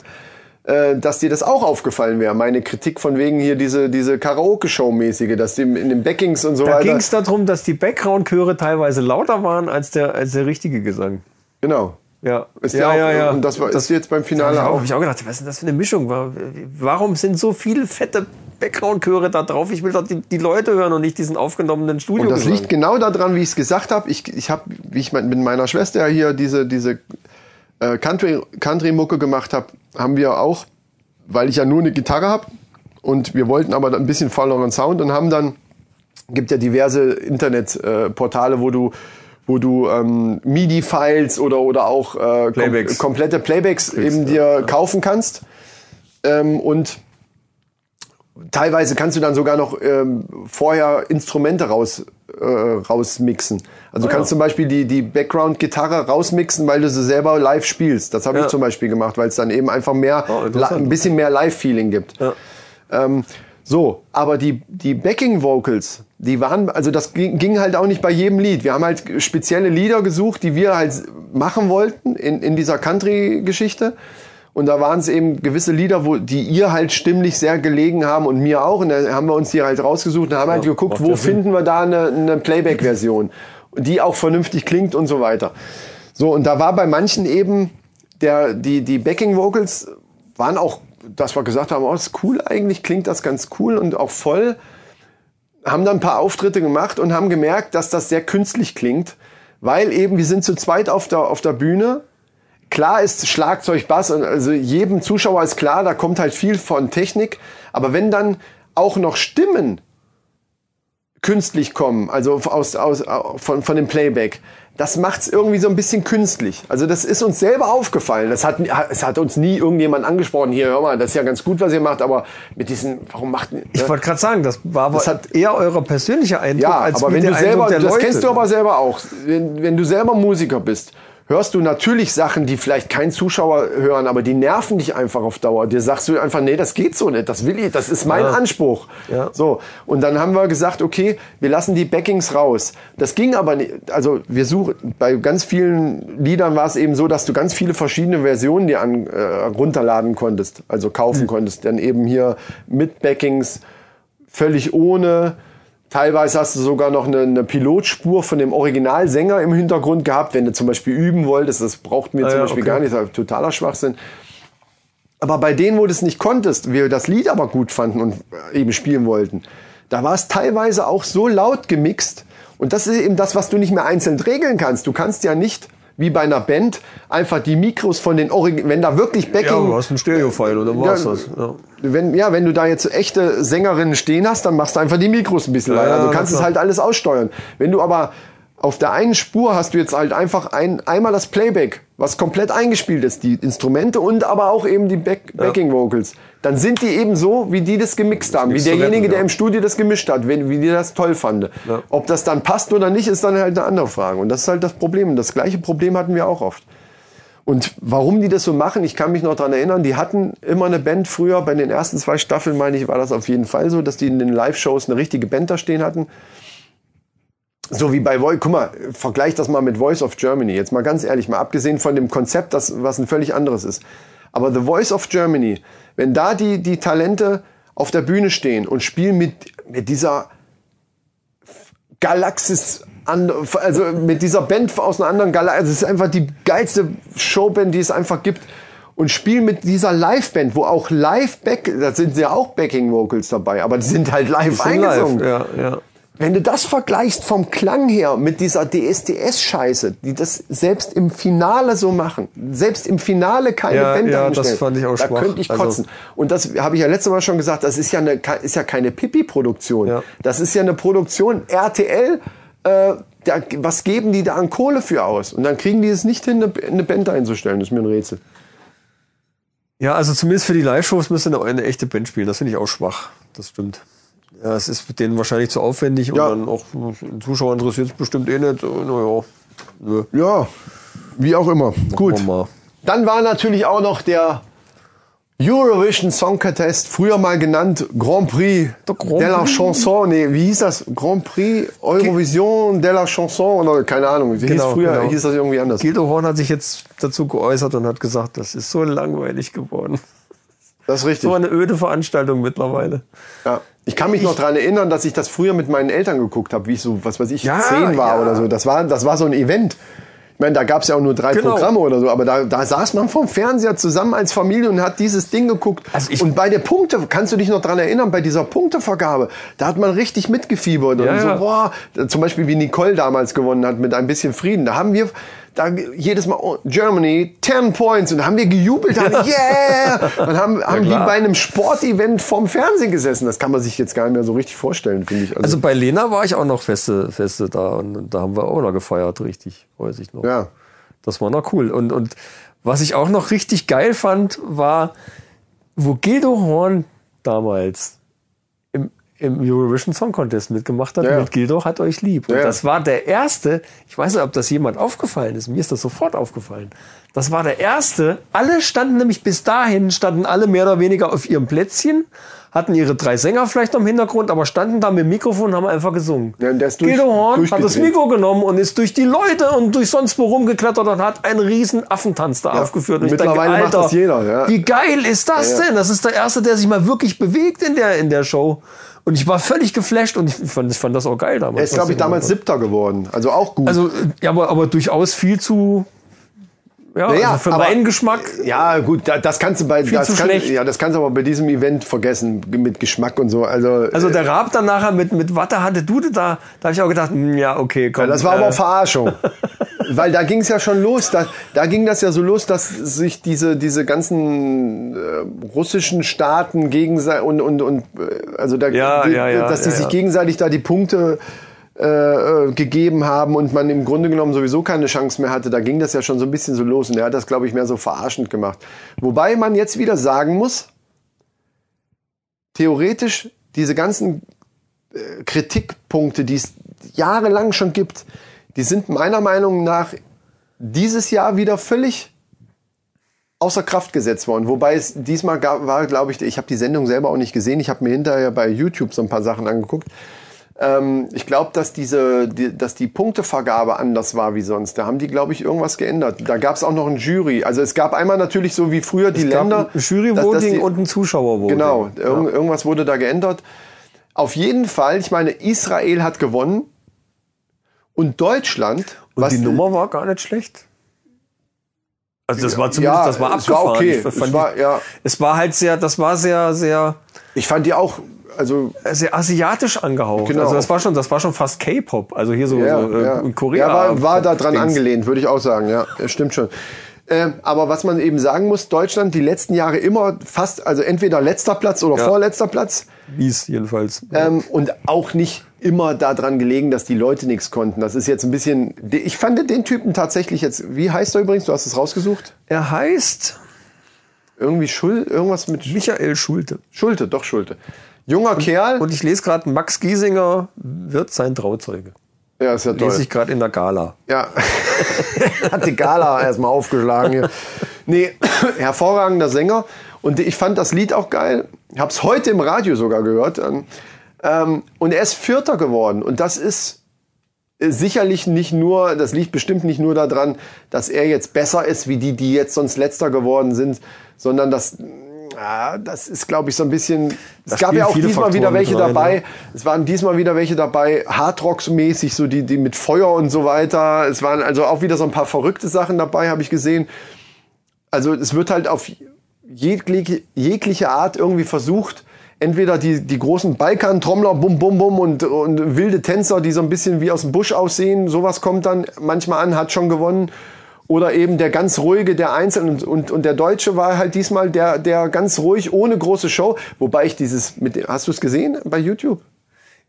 S3: äh, dass dir das auch aufgefallen wäre. Meine Kritik von wegen hier diese, diese Karaoke-Show-mäßige, dass dem in den Backings und so
S1: Da
S3: weiter.
S1: ging es darum, dass die Background-Chöre teilweise lauter waren als der, als der richtige Gesang.
S3: Genau.
S1: Ja,
S3: Ist ja, auch, Und das, war, ist jetzt beim Finale
S1: hab ich
S3: auch.
S1: Hab ich auch gedacht, was ist denn das für eine Mischung? Wa- Warum sind so viele fette Background-Chöre da drauf? Ich will doch die, die Leute hören und nicht diesen aufgenommenen Studio.
S3: Und das liegt genau daran, wie ich es gesagt habe. Ich, ich habe, wie ich mein- mit meiner Schwester hier diese, diese äh, Country- Country-Mucke gemacht habe, haben wir auch, weil ich ja nur eine Gitarre habe und wir wollten aber ein bisschen volleren Sound und haben dann, gibt ja diverse Internetportale, äh, Portale, wo du wo du ähm, MIDI-Files oder, oder auch äh,
S1: Playbacks.
S3: komplette Playbacks eben dir kaufen kannst. Ähm, und teilweise kannst du dann sogar noch ähm, vorher Instrumente raus, äh, rausmixen.
S1: Ah,
S3: Also du kannst zum Beispiel die, die Background-Gitarre rausmixen, weil du sie selber live spielst. Das habe
S1: Ja.
S3: ich zum Beispiel gemacht, weil es dann eben einfach mehr,
S1: Oh, interessant.
S3: la- ein bisschen mehr Live-Feeling gibt.
S1: Ja.
S3: Ähm, so, aber die, die Backing-Vocals, die waren, also das ging, ging halt auch nicht bei jedem Lied. Wir haben halt spezielle Lieder gesucht, die wir halt machen wollten in, in dieser Country-Geschichte. Und da waren es eben gewisse Lieder, wo, die ihr halt stimmlich sehr gelegen haben und mir auch. Und da haben wir uns die halt rausgesucht und haben halt geguckt,
S1: macht
S3: wo
S1: ja Sinn.
S3: finden wir da eine, eine Playback-Version, die auch vernünftig klingt und so weiter. So, und da war bei manchen eben der, die, die Backing-Vocals waren auch, dass wir gesagt haben, oh, ist cool eigentlich, klingt das ganz cool und auch voll. haben dann ein paar Auftritte gemacht und haben gemerkt, dass das sehr künstlich klingt, weil eben wir sind zu zweit auf der, auf der Bühne. Klar ist Schlagzeug, Bass und also jedem Zuschauer ist klar, da kommt halt viel von Technik. Aber wenn dann auch noch Stimmen künstlich kommen, also aus, aus, von, von dem Playback, das macht's irgendwie so ein bisschen künstlich. Also das ist uns selber aufgefallen. Das hat, es hat uns nie irgendjemand angesprochen. Hier, hör mal, das ist ja ganz gut, was ihr macht, aber mit diesen, warum macht ne?
S1: Ich wollte gerade sagen, das war aber
S3: Das hat-
S1: eher euer persönlicher Eindruck
S3: ja,
S1: als
S3: aber
S1: wie
S3: wenn
S1: der
S3: du selber,
S1: Eindruck der
S3: das
S1: Leute.
S3: kennst du aber selber auch. Wenn, wenn du selber Musiker bist, hörst du natürlich Sachen, die vielleicht kein Zuschauer hören, aber die nerven dich einfach auf Dauer. Dir sagst du einfach, nee, das geht so nicht, das will ich, das ist mein
S1: Ja.
S3: Anspruch.
S1: Ja.
S3: So. Und dann haben wir gesagt, okay, wir lassen die Backings raus. Das ging aber nicht, also wir suchen, bei ganz vielen Liedern war es eben so, dass du ganz viele verschiedene Versionen dir an, äh, runterladen konntest, also kaufen
S1: Hm.
S3: konntest. Dann eben hier mit Backings, völlig ohne. Teilweise hast du sogar noch eine, eine Pilotspur von dem Originalsänger im Hintergrund gehabt, wenn du zum Beispiel üben wolltest. Das braucht mir
S1: Ah
S3: zum
S1: ja,
S3: Beispiel
S1: okay.
S3: gar nicht, das ist totaler Schwachsinn. Aber bei denen, wo du es nicht konntest, wir das Lied aber gut fanden und äh, eben spielen wollten, da war es teilweise auch so laut gemixt. Und das ist eben das, was du nicht mehr einzeln regeln kannst. Du kannst ja nicht, wie bei einer Band, einfach die Mikros von den Origin, wenn da wirklich Backing,
S1: Ja, du hast einen Stereo-File oder war's
S3: Ja,
S1: das? Ja.
S3: wenn, ja, wenn du da jetzt echte Sängerinnen stehen hast, dann machst du einfach die Mikros ein bisschen
S1: Ja,
S3: leiser. Also
S1: ja,
S3: du kannst
S1: na
S3: es
S1: klar.
S3: halt alles aussteuern. Wenn du aber auf der einen Spur hast du jetzt halt einfach ein, einmal das Playback, was komplett eingespielt ist, die Instrumente und aber auch eben die Back Backing Vocals. Dann sind die eben so, wie die das gemixt haben, wie
S1: nichts zu
S3: derjenige,
S1: retten,
S3: der
S1: ja.
S3: im Studio das gemischt hat, wenn, wie die das toll fand.
S1: Ja.
S3: Ob das dann passt oder nicht, ist dann halt eine andere Frage. Und das ist halt das Problem. Und das gleiche Problem hatten wir auch oft. Und warum die das so machen, ich kann mich noch dran erinnern, die hatten immer eine Band früher, bei den ersten zwei Staffeln, meine ich, war das auf jeden Fall so, dass die in den Live-Shows eine richtige Band da stehen hatten. So wie bei Voice, guck mal, vergleich das mal mit Voice of Germany, jetzt mal ganz ehrlich, mal abgesehen von dem Konzept, das, was ein völlig anderes ist. Aber The Voice of Germany, wenn da die, die Talente auf der Bühne stehen und spielen mit, mit dieser Galaxis, an, also mit dieser Band aus einer anderen Galaxis. Also es ist einfach die geilste Showband, die es einfach gibt. Und spielen mit dieser Live-Band, wo auch Live-Back, da sind ja auch Backing-Vocals dabei, aber die sind halt
S1: Sind
S3: live
S1: live,
S3: eingesungen.
S1: Ja, ja.
S3: Wenn du das vergleichst vom Klang her mit dieser DSDS-Scheiße, die das selbst im Finale so machen, selbst im Finale keine
S1: Ja,
S3: Band
S1: ja,
S3: dahin
S1: das
S3: stellen,
S1: fand ich auch
S3: da
S1: schwach.
S3: könnte ich
S1: Also-
S3: kotzen. Und das habe ich ja letztes Mal schon gesagt, das ist ja, eine, ist ja keine Pipi-Produktion.
S1: Ja.
S3: Das ist ja eine Produktion RTL. Äh, da, was geben die da an Kohle für aus? Und dann kriegen die es nicht hin, eine, eine Band einzustellen. Das ist mir ein Rätsel.
S1: Ja, also zumindest für die Live-Shows müsste eine, eine echte Band spielen. Das finde ich auch schwach. Das stimmt. Ja, es ist denen wahrscheinlich zu aufwendig
S3: Ja.
S1: und dann auch äh, Zuschauer interessiert es bestimmt eh nicht. Äh, Naja, nö.
S3: Ja, wie auch immer. Gut.
S1: Machen wir mal.
S3: Dann war natürlich auch noch der Eurovision Song Contest, früher mal genannt Grand Prix
S1: Der Grand
S3: de la
S1: Prix.
S3: Chanson. Nee, wie hieß das? Grand Prix Eurovision de la Chanson oder keine Ahnung. Hieß
S1: Genau,
S3: früher
S1: genau.
S3: hieß das irgendwie anders.
S1: Gildo Horn hat sich jetzt dazu geäußert und hat gesagt, das ist so langweilig geworden. [LAUGHS]
S3: Das ist richtig.
S1: So eine öde Veranstaltung mittlerweile.
S3: Ja. Ich kann mich noch dran erinnern, dass ich das früher mit meinen Eltern geguckt habe, wie ich so, was weiß ich,
S1: Ja,
S3: zehn war
S1: ja.
S3: oder so. Das war, das war so ein Event. Ich meine, da gab es ja auch nur drei
S1: Genau.
S3: Programme oder so, aber da, da saß man vom Fernseher zusammen als Familie und hat dieses Ding geguckt.
S1: Also ich-
S3: und bei der Punkte, kannst du dich noch dran erinnern, bei dieser Punktevergabe, da hat man richtig mitgefiebert
S1: Ja,
S3: und so,
S1: ja.
S3: boah, zum Beispiel wie Nicole damals gewonnen hat mit ein bisschen Frieden. Da haben wir da jedes Mal oh, Germany 10 Points und da haben wir gejubelt, haben, yeah! Und haben, haben
S1: klar.
S3: die bei einem Sportevent vorm Fernsehen gesessen. Das kann man sich jetzt gar nicht mehr so richtig vorstellen, finde ich.
S1: Also bei Lena war ich auch noch feste, feste da und da haben wir auch noch gefeiert, richtig, weiß ich noch.
S3: ja.
S1: Das war noch cool. Und, und was ich auch noch richtig geil fand, war, wo Gildo Horn damals im, im Eurovision Song Contest mitgemacht hat,
S3: Ja, ja.
S1: mit Gildo hat euch lieb. Und
S3: Ja, ja.
S1: das war der erste, ich weiß nicht, ob das jemand aufgefallen ist, mir ist das sofort aufgefallen. Das war der erste, alle standen nämlich bis dahin, standen alle mehr oder weniger auf ihrem Plätzchen, hatten ihre drei Sänger vielleicht noch im Hintergrund, aber standen da mit dem Mikrofon und haben einfach gesungen.
S3: Ja, und der ist durch-
S1: Gildo Horn hat das
S3: durchgedreht.
S1: Mikro genommen und ist durch die Leute und durch sonst wo rumgeklettert und hat einen riesen Affentanz da aufgeführt. Und ich
S3: Mittlerweile macht das jeder, ja.
S1: Wie geil ist das
S3: Ja, ja.
S1: denn? Das ist der Erste, der sich mal wirklich bewegt in der, in der Show. Und ich war völlig geflasht und ich fand, ich fand das auch geil damals.
S3: Er ist, glaube ich, damals siebter geworden. Also auch gut.
S1: Also, äh, ja, aber, aber durchaus viel zu Ja,
S3: Naja,
S1: also für
S3: aber-
S1: meinen Geschmack.
S3: Ja, gut, da- das kannst du bei das
S1: zu
S3: kann,
S1: schlecht.
S3: ja, das kannst du aber bei diesem Event vergessen g- mit Geschmack und so. Also,
S1: Also der Raab dann nachher mit, mit Watte hatte Dude da, da habe ich auch gedacht, hm, ja, okay, komm.
S3: Ja, das war
S1: äh, [LAUGHS]
S3: aber Verarschung. Weil da ging es ja schon los. Da, da ging das ja so los, dass sich diese, diese ganzen äh, russischen Staaten gegenseitig und, und, und äh, also da,
S1: Ja,
S3: die,
S1: ja, ja,
S3: dass die
S1: ja,
S3: sich
S1: ja.
S3: gegenseitig da die Punkte äh, äh, gegeben haben und man im Grunde genommen sowieso keine Chance mehr hatte. Da ging das ja schon so ein bisschen so los und er hat das, glaube ich, mehr so verarschend gemacht. Wobei man jetzt wieder sagen muss, theoretisch diese ganzen äh, Kritikpunkte, die es jahrelang schon gibt, die sind meiner Meinung nach dieses Jahr wieder völlig außer Kraft gesetzt worden. Wobei es diesmal gab, war, glaube ich, ich habe die Sendung selber auch nicht gesehen. Ich habe mir hinterher bei YouTube so ein paar Sachen angeguckt. Ähm, ich glaube, dass diese, die, dass die Punktevergabe anders war wie sonst. Da haben die, glaube ich, irgendwas geändert. Da gab es auch noch ein Jury. Also es gab einmal natürlich so wie früher die
S1: es gab
S3: Länder.
S1: ein
S3: dass- dass
S1: Jury-Voting
S3: die-
S1: und ein Zuschauer-Voting.
S3: Genau, irg irgendwas wurde da geändert. Auf jeden Fall, ich meine, Israel hat gewonnen und Deutschland.
S1: Und die Nummer war gar nicht schlecht. Also das war zumindest, das war
S3: es war
S1: abgefahren.
S3: okay.
S1: Ich fand
S3: Es war-
S1: die-
S3: ja.
S1: es war halt sehr, das war sehr, sehr,
S3: Ich fand die auch, also
S1: sehr asiatisch angehaucht.
S3: Genau.
S1: Also das war schon, das war schon fast K-Pop. Also hier so,
S3: ja,
S1: so äh,
S3: ja.
S1: Korea.
S3: Ja, war, war da dran
S1: Dings.
S3: angelehnt, würde ich auch sagen. Ja, das stimmt schon. Ähm, aber was man eben sagen muss, Deutschland die letzten Jahre immer fast, also entweder letzter Platz oder vorletzter Platz.
S1: Hieß jedenfalls.
S3: Ähm, und auch nicht immer daran gelegen, dass die Leute nichts konnten. Das ist jetzt ein bisschen. Ich fand den Typen tatsächlich jetzt. Wie heißt er übrigens? Du hast es rausgesucht?
S1: Er heißt
S3: Irgendwie Schul, irgendwas mit Sch-
S1: Michael Schulte.
S3: Schulte, doch Schulte. Junger Kerl.
S1: Und ich lese gerade, Max Giesinger wird sein Trauzeuge.
S3: ja, ist ja toll.
S1: Lese ich gerade in der Gala.
S3: Ja. [LAUGHS] Hat die Gala erstmal aufgeschlagen hier. Nee, [CLEARS THROAT] hervorragender Sänger. Und ich fand das Lied auch geil. Hab's heute im Radio sogar gehört. Ähm, und er ist Vierter geworden. Und das ist äh, sicherlich nicht nur, das liegt bestimmt nicht nur daran, dass er jetzt besser ist wie die, die jetzt sonst Letzter geworden sind, sondern dass. Ja, das ist, glaube ich, so ein bisschen.
S1: Da
S3: es gab
S1: spielen
S3: ja auch
S1: viele
S3: diesmal wieder
S1: Faktoren
S3: welche
S1: mit rein, ne?
S3: dabei,
S1: ja.
S3: es waren diesmal wieder welche dabei, Hardrocks-mäßig, so die, die mit Feuer und so weiter. Es waren also auch wieder so ein paar verrückte Sachen dabei, habe ich gesehen. Also es wird halt auf jegliche, jegliche Art irgendwie versucht, entweder die, die großen Balkan-Trommler, bum, bum, bum und, und wilde Tänzer, die so ein bisschen wie aus dem Busch aussehen, sowas kommt dann manchmal an, hat schon gewonnen. Oder eben der ganz ruhige, der Einzelne und, und, und der Deutsche war halt diesmal der, der ganz ruhig, ohne große Show. Wobei ich dieses, mit, dem- hast du es gesehen bei YouTube?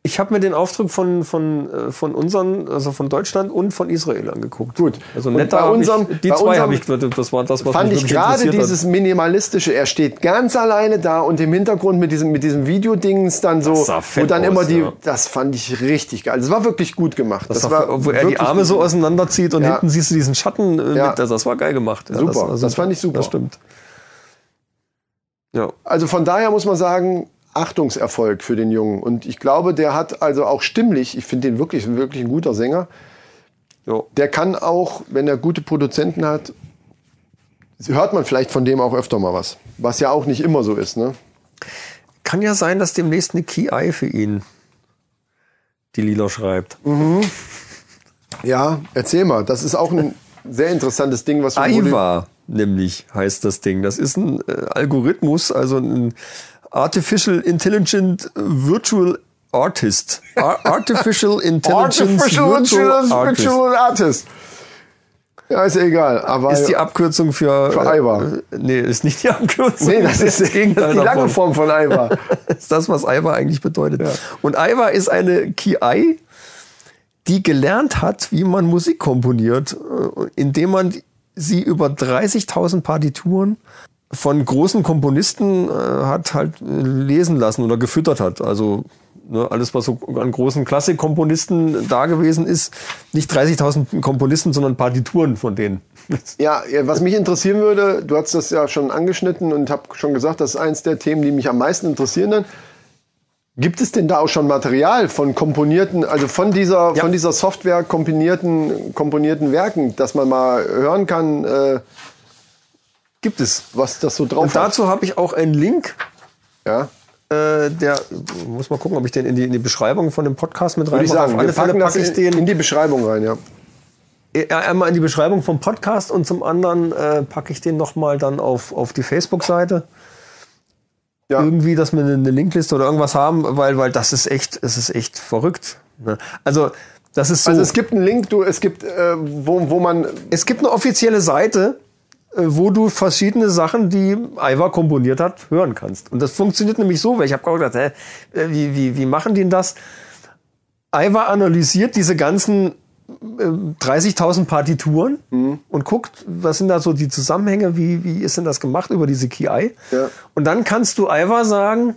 S1: Ich habe mir den Auftritt von, von, äh, von unseren, also von Deutschland und von Israel angeguckt.
S3: Gut.
S1: Also
S3: Und
S1: netter
S3: bei
S1: hab
S3: unserem-
S1: ich, die
S3: bei
S1: zwei habe ich,
S3: unserem
S1: das war das, was
S3: fand
S1: mich
S3: ich
S1: wirklich
S3: gerade
S1: interessiert
S3: dieses
S1: hat.
S3: minimalistische. Er steht ganz alleine da und im Hintergrund mit diesem mit diesem Videodings dann so
S1: sah
S3: wo
S1: fett
S3: dann immer
S1: aus,
S3: die
S1: ja.
S3: das fand ich richtig geil. Das war wirklich gut gemacht.
S1: Das war, wo er die
S3: wirklich
S1: Arme
S3: gut
S1: so
S3: gemacht.
S1: auseinanderzieht und
S3: Ja.
S1: hinten siehst du diesen Schatten äh,
S3: Ja.
S1: mit. Also das war geil gemacht. Ja,
S3: Super,
S1: war
S3: das fand ich super.
S1: Das stimmt. Ja.
S3: Also von daher muss man sagen, Achtungserfolg für den Jungen und ich glaube, der hat also auch stimmlich, ich finde den wirklich wirklich ein guter Sänger.
S1: ja.
S3: Der kann auch, wenn er gute Produzenten hat, hört man vielleicht von dem auch öfter mal was, was ja auch nicht immer so ist, ne?
S1: Kann ja sein, dass demnächst eine Key Eye für ihn die Lila schreibt.
S3: Ja, erzähl mal, das ist auch ein sehr interessantes Ding, was
S1: Ah,
S3: wir-
S1: AIVA nämlich heißt das Ding. Das ist ein äh, Algorithmus, also ein Artificial Intelligent Virtual Artist. Ar
S3: [LAUGHS]
S1: Artificial Intelligence
S3: Artificial Intelligence
S1: Virtual Artist.
S3: Virtual Artist. Ja, ist ja egal. Aber
S1: Ist die Abkürzung für,
S3: Für Aiwa.
S1: Äh, nee, ist nicht die Abkürzung.
S3: [LAUGHS] nee, das
S1: [LAUGHS]
S3: ist,
S1: das Gegenteil
S3: das ist die lange
S1: davon.
S3: Form
S1: [LAUGHS]
S3: von Aiwa.
S1: ist das, was Aiwa eigentlich bedeutet. Und Aiwa ist eine Ki-Ai, die gelernt hat, wie man Musik komponiert, äh, indem man sie über 30.000 Partituren von großen Komponisten äh, hat halt äh, lesen lassen oder gefüttert hat. Also ne, alles, was so an großen Klassikkomponisten da gewesen ist, nicht 30.000 Komponisten, sondern Partituren von denen.
S3: ja, ja, was mich interessieren würde, du hast das ja schon angeschnitten und habe schon gesagt, das ist eins der Themen, die mich am meisten interessieren dann. Gibt es denn da auch schon Material von komponierten, also von dieser,
S1: Ja.
S3: von dieser Software komponierten, komponierten Werken, dass man mal hören kann, äh,
S1: Gibt es.
S3: was das so drauf
S1: Und dazu habe ich auch einen Link
S3: hat? Ja?
S1: äh, der muss mal gucken, ob ich den in die, in die Beschreibung von dem Podcast mit
S3: Würde ich
S1: reinmache.
S3: sagen,
S1: Auf
S3: wir
S1: alle Fälle
S3: packen das
S1: packe ich
S3: in, in
S1: den
S3: die Beschreibung rein, ja.
S1: eh, einmal in die Beschreibung vom Podcast und zum anderen äh, packe ich den nochmal dann auf, auf die Facebook-Seite.
S3: Ja.
S1: Irgendwie, dass wir eine- eine Linkliste oder irgendwas haben, weil, weil das ist echt, es ist echt verrückt. Ne? Also, das ist so.
S3: Also es gibt einen Link, du, es gibt, äh, wo, wo man,
S1: Es gibt eine offizielle Seite, äh, wo du verschiedene Sachen, die Ivar komponiert hat, hören kannst. Und das funktioniert nämlich so, weil ich habe auch gedacht, hä, äh, wie, wie, wie machen die denn das? Ivar analysiert diese ganzen äh, 30.000 Partituren
S3: Mhm.
S1: und guckt, was sind da so die Zusammenhänge, wie, wie ist denn das gemacht über diese KI?
S3: Ja.
S1: Und dann kannst du Ivar sagen,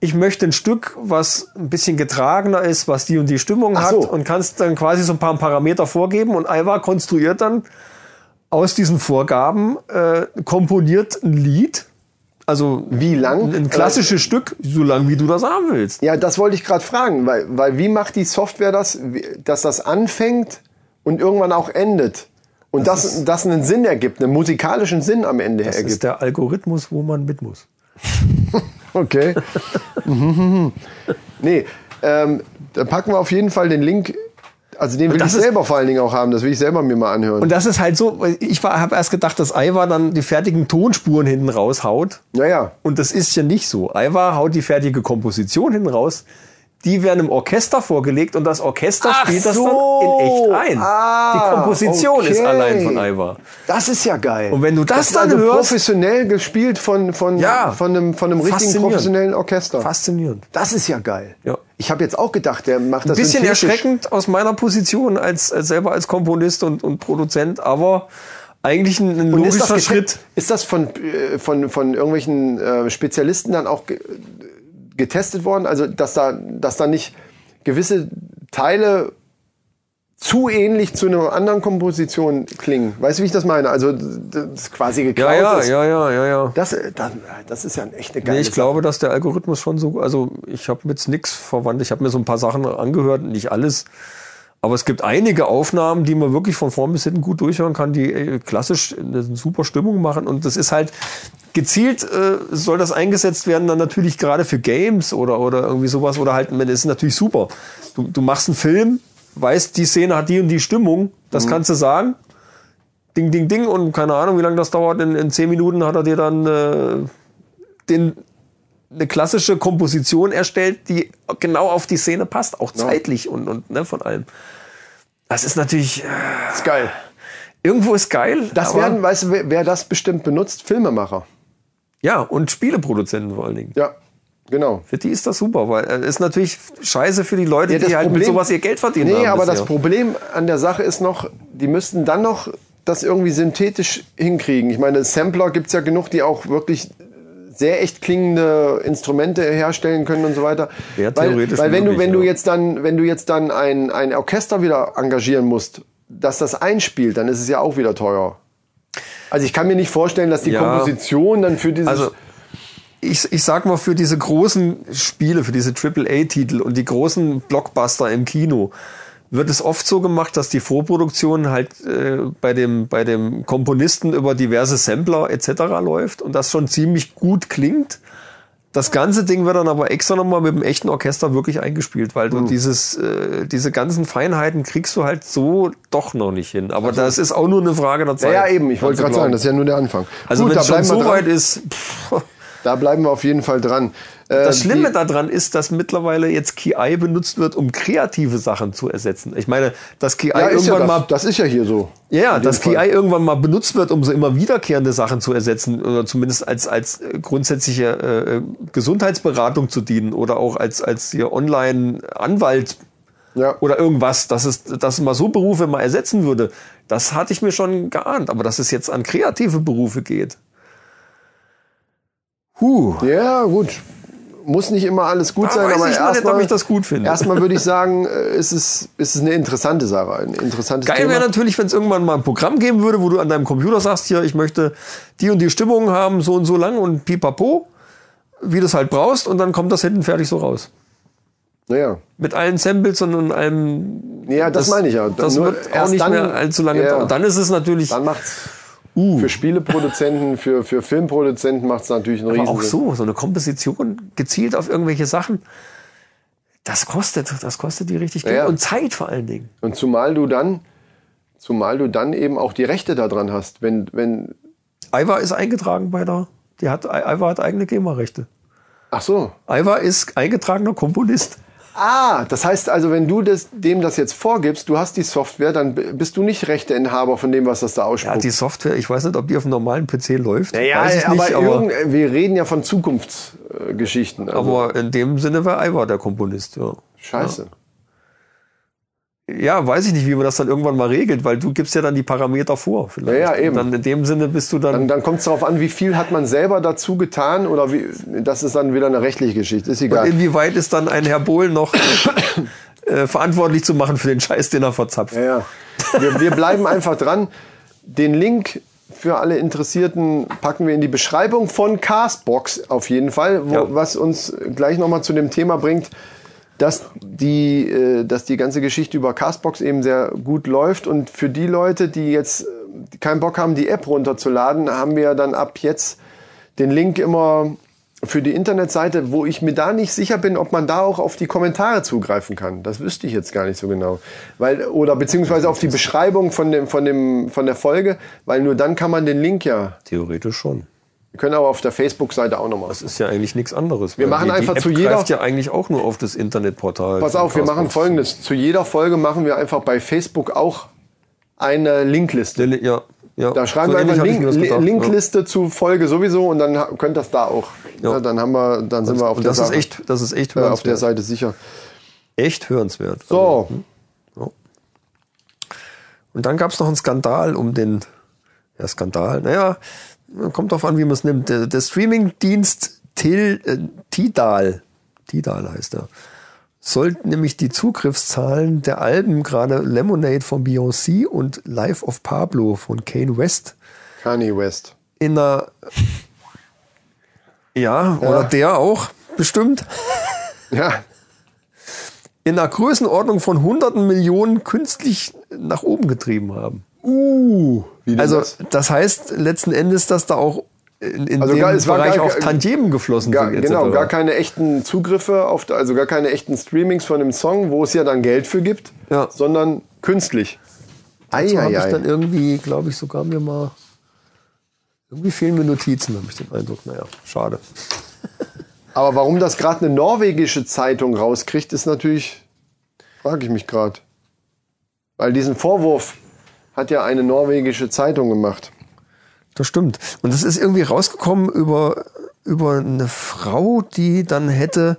S1: ich möchte ein Stück, was ein bisschen getragener ist, was die und die Stimmung
S3: Ach
S1: hat
S3: so.
S1: und kannst dann quasi so ein paar Parameter vorgeben und Ivar konstruiert dann aus diesen Vorgaben, äh, komponiert ein Lied, also
S3: Wie lang?
S1: ein klassisches Stück, Äh, so lang wie du das haben willst.
S3: ja, das wollte ich gerade fragen, weil, weil wie macht die Software das, wie- dass das anfängt und irgendwann auch endet? Und das, das, einen Sinn ergibt, einen musikalischen Sinn am Ende
S1: Das
S3: ergibt.
S1: ist der Algorithmus, wo man mit muss.
S3: Okay. [LAUGHS] nee, ähm, dann packen wir auf jeden Fall den Link. Also den will
S1: das
S3: ich
S1: ist-
S3: selber vor allen Dingen auch haben. Das will ich selber mir mal anhören.
S1: Und das ist halt so, weil ich habe erst gedacht, dass Ivar dann die fertigen Tonspuren hinten raushaut.
S3: naja,
S1: Und das ist ja nicht so. Ivar haut die fertige Komposition hinten raus. Die werden im Orchester vorgelegt und das Orchester
S3: Ach
S1: spielt das
S3: so.
S1: dann in echt ein.
S3: Ah,
S1: die Komposition ist
S3: okay.
S1: allein von Ivar.
S3: das ist ja geil.
S1: Und wenn du das
S3: ist
S1: dann hörst-
S3: professionell gespielt von von
S1: Ja.
S3: von einem von einem richtigen
S1: Faszinierend.
S3: professionellen Orchester.
S1: Faszinierend.
S3: Das ist ja geil.
S1: Ja.
S3: Ich habe jetzt auch gedacht, der macht das
S1: bisschen
S3: synthetisch.
S1: erschreckend aus meiner Position als, als selber als Komponist und, und Produzent, aber eigentlich ein, ein
S3: Und ist das
S1: logischer
S3: getrennt-
S1: Schritt.
S3: Ist das von äh, von von irgendwelchen äh, Spezialisten dann auch ge getestet worden? Also dass da dass da nicht gewisse Teile zu ähnlich zu einer anderen Komposition klingen. Weißt du, wie ich das meine? Also das ist quasi geklaut ist.
S1: ja, ja, ja, ja.
S3: Das, das, das ist ja echt eine geile
S1: Nee, ich glaube, dass der Algorithmus schon so, also ich habe jetzt nichts verwandt. Ich habe mir so ein paar Sachen angehört, nicht alles. Aber es gibt einige Aufnahmen, die man wirklich von vorn bis hinten gut durchhören kann, die äh, klassisch eine super Stimmung machen. Und das ist halt gezielt, äh, soll das eingesetzt werden, dann natürlich gerade für Games oder, oder irgendwie sowas. Oder halt, das ist natürlich super. Du, du machst einen Film, weißt, die Szene hat die und die Stimmung, das kannst du sagen. Ding, ding, ding. Und keine Ahnung, wie lange das dauert. In, in zehn Minuten hat er dir dann äh, den, eine klassische Komposition erstellt, die genau auf die Szene passt, auch zeitlich und, und ne, von allem. Das ist natürlich, äh,
S3: Das ist geil.
S1: irgendwo ist geil.
S3: Das
S1: aber-
S3: werden, weißt du, wer, wer das bestimmt benutzt? Filmemacher.
S1: Ja, und Spieleproduzenten vor allen Dingen.
S3: Ja, genau.
S1: Für die ist das super, weil äh, ist natürlich scheiße für die Leute,
S3: Ja, das
S1: die halt mit
S3: Problem-
S1: sowas ihr Geld verdienen.
S3: Nee,
S1: haben
S3: aber das
S1: bisher.
S3: Problem an der Sache ist noch, die müssten dann noch das irgendwie synthetisch hinkriegen. Ich meine, Sampler gibt es ja genug, die auch wirklich sehr echt klingende Instrumente herstellen können und so weiter.
S1: Wäre
S3: weil,
S1: theoretisch
S3: weil wenn du
S1: möglich,
S3: wenn du
S1: ja.
S3: jetzt dann wenn du jetzt dann ein, ein Orchester wieder engagieren musst, dass das einspielt, dann ist es ja auch wieder teuer. Also ich kann mir nicht vorstellen, dass die
S1: Ja.
S3: Komposition dann für dieses
S1: Also ich, ich sag mal, für diese großen Spiele, für diese AAA-Titel und die großen Blockbuster im Kino wird es oft so gemacht, dass die Vorproduktion halt äh, bei, dem, bei dem Komponisten über diverse Sampler etc. läuft und das schon ziemlich gut klingt. Das ganze Ding wird dann aber extra nochmal mit dem echten Orchester wirklich eingespielt, weil
S3: Hm.
S1: du dieses, äh, diese ganzen Feinheiten kriegst du halt so doch noch nicht hin. Aber das ist auch nur eine Frage der Zeit.
S3: Also
S1: genau.
S3: Ja, ja, eben. Ich wollte gerade sagen, das ist ja nur der Anfang.
S1: Also
S3: Gut,
S1: wenn
S3: da
S1: es schon
S3: bleiben wir
S1: so
S3: dran.
S1: weit ist, pff,
S3: Da bleiben wir auf jeden Fall dran. Äh,
S1: Das Schlimme
S3: die,
S1: daran ist, dass mittlerweile jetzt KI benutzt wird, um kreative Sachen zu ersetzen. Ich meine, dass KI
S3: ja, ist ja
S1: irgendwann
S3: das,
S1: mal
S3: das ist ja hier so.
S1: ja, ja, dass KI
S3: Fall.
S1: irgendwann mal benutzt wird, um so immer wiederkehrende Sachen zu ersetzen oder zumindest als als äh, grundsätzliche äh, Gesundheitsberatung zu dienen oder auch als als hier Online Anwalt
S3: Ja.
S1: oder irgendwas, dass es dass man so Berufe mal ersetzen würde. Das hatte ich mir schon geahnt, aber dass es jetzt an kreative Berufe geht. Huh.
S3: Ja, gut. Muss nicht immer alles gut
S1: Da
S3: sein,
S1: Ah, weiß
S3: aber
S1: ich noch nicht,
S3: erstmal-
S1: ob ich das gut finde.
S3: Erstmal
S1: [LAUGHS]
S3: würde ich sagen, äh, ist es ist es eine interessante Sache, ein interessantes
S1: Geil
S3: Thema.
S1: wäre natürlich, wenn es irgendwann mal ein Programm geben würde, wo du an deinem Computer sagst, hier, ich möchte die und die Stimmung haben, so und so lang und pipapo, wie du es halt brauchst und dann kommt das hinten fertig so raus.
S3: naja.
S1: Mit allen Samples und, und allem.
S3: Ja, das meine ich ja.
S1: Das
S3: Nur
S1: wird auch
S3: erst
S1: nicht
S3: dann-
S1: mehr allzu lange
S3: ja.
S1: dauern. Dann ist es natürlich
S3: Dann macht's
S1: uh,
S3: für Spieleproduzenten, für, für Filmproduzenten macht's natürlich einen riesen.
S1: aber auch so, so eine Komposition gezielt auf irgendwelche Sachen. Das kostet, das kostet die richtig Geld
S3: Ja.
S1: und Zeit vor allen Dingen.
S3: Und zumal du dann Zumal du dann eben auch die Rechte daran hast. Wenn, wenn,
S1: Iva ist eingetragen bei der. Die hat, Iva hat eigene GEMA-Rechte.
S3: ach so.
S1: Iva ist eingetragener Komponist.
S3: Ah, das heißt also, wenn du das, dem das jetzt vorgibst, du hast die Software, dann b- bist du nicht Rechteinhaber von dem, was das da
S1: Ja,
S3: ausspuckt.
S1: die Software, ich weiß nicht, ob die auf einem normalen PC läuft. weiß ich
S3: aber,
S1: nicht, aber,
S3: irgend- wir reden ja von Zukunftsgeschichten. Also,
S1: aber in dem Sinne war Iva der Komponist, ja.
S3: scheiße.
S1: Ja, weiß ich nicht, wie man das dann irgendwann mal regelt, weil du gibst ja dann die Parameter vor. Vielleicht.
S3: Ja, ja, eben.
S1: Und dann in dem Sinne bist du dann.
S3: Dann, dann kommt es darauf an, wie viel hat man selber dazu getan oder wie, das ist dann wieder eine rechtliche Geschichte, ist egal.
S1: inwieweit ist dann ein Herr Bohl noch äh, verantwortlich zu machen für den Scheiß, den er verzapft?
S3: Ja, ja. Wir, wir bleiben einfach dran. Den Link für alle Interessierten packen wir in die Beschreibung von Castbox auf jeden Fall, wo,
S1: Ja.
S3: was uns gleich nochmal zu dem Thema bringt, dass die, äh, dass die ganze Geschichte über Castbox eben sehr gut läuft. Und für die Leute, die jetzt äh, keinen Bock haben, die App runterzuladen, haben wir dann ab jetzt den Link immer für die Internetseite, wo ich mir da nicht sicher bin, ob man da auch auf die Kommentare zugreifen kann. Das wüsste ich jetzt gar nicht so genau. Weil, oder beziehungsweise auf die Beschreibung von, dem, von, dem, von der Folge, weil nur dann kann man den Link ja.
S1: Theoretisch schon.
S3: Wir können aber auf der Facebook-Seite auch nochmal.
S1: Das ist ja eigentlich nichts anderes. Wir
S3: machen
S1: die,
S3: einfach
S1: die App
S3: zu jeder-
S1: greift ja eigentlich auch nur auf das Internetportal.
S3: Pass auf, wir machen
S1: Castbox.
S3: folgendes. Zu jeder Folge machen wir einfach bei Facebook auch eine Linkliste.
S1: Ja, ja.
S3: Da
S1: So
S3: schreiben wir
S1: ähnlich
S3: einfach
S1: hatte ich
S3: Link,
S1: mir das gedacht, ja.
S3: Linkliste zu Folge sowieso und dann ha- könnt das da auch.
S1: Ja.
S3: Ja, dann haben wir, dann sind wir auf
S1: Und
S3: der
S1: das ist
S3: Sache-
S1: echt, das ist echt
S3: äh, auf der
S1: hörenswert.
S3: Seite sicher.
S1: echt hörenswert. Also,
S3: So,
S1: Und dann gab es noch einen Skandal um den, ja Skandal, naja, kommt drauf an, wie man es nimmt. Der, der Streamingdienst Til, äh, Tidal, Tidal heißt er, soll nämlich die Zugriffszahlen der Alben, gerade Lemonade von Beyoncé und Life of Pablo von Kane West,
S3: Kanye West. [LAUGHS]
S1: in einer, ja, oder der auch, bestimmt,
S3: Ja,
S1: in einer Größenordnung von hunderten Millionen künstlich nach oben getrieben haben.
S3: Uh, wie denn
S1: Also
S3: das?
S1: das heißt letzten Endes, dass da auch in, in
S3: Also
S1: dem
S3: gar- es war
S1: Bereich
S3: gar-
S1: auch Tantiemen geflossen
S3: Gar,
S1: sind.
S3: genau,
S1: etc..
S3: gar keine echten Zugriffe, auf, also gar keine echten Streamings von dem Song, wo es ja dann Geld für gibt,
S1: Ja.
S3: sondern künstlich.
S1: Dazu habe ich
S3: Eieiei.
S1: dann irgendwie, glaube ich, sogar mir mal irgendwie fehlen mir Notizen, habe ich den Eindruck. Naja, schade.
S3: Aber warum das gerade eine norwegische Zeitung rauskriegt, ist natürlich, frage ich mich gerade. Weil diesen Vorwurf hat ja eine norwegische Zeitung gemacht.
S1: Das stimmt. Und das ist irgendwie rausgekommen über über eine Frau, die dann hätte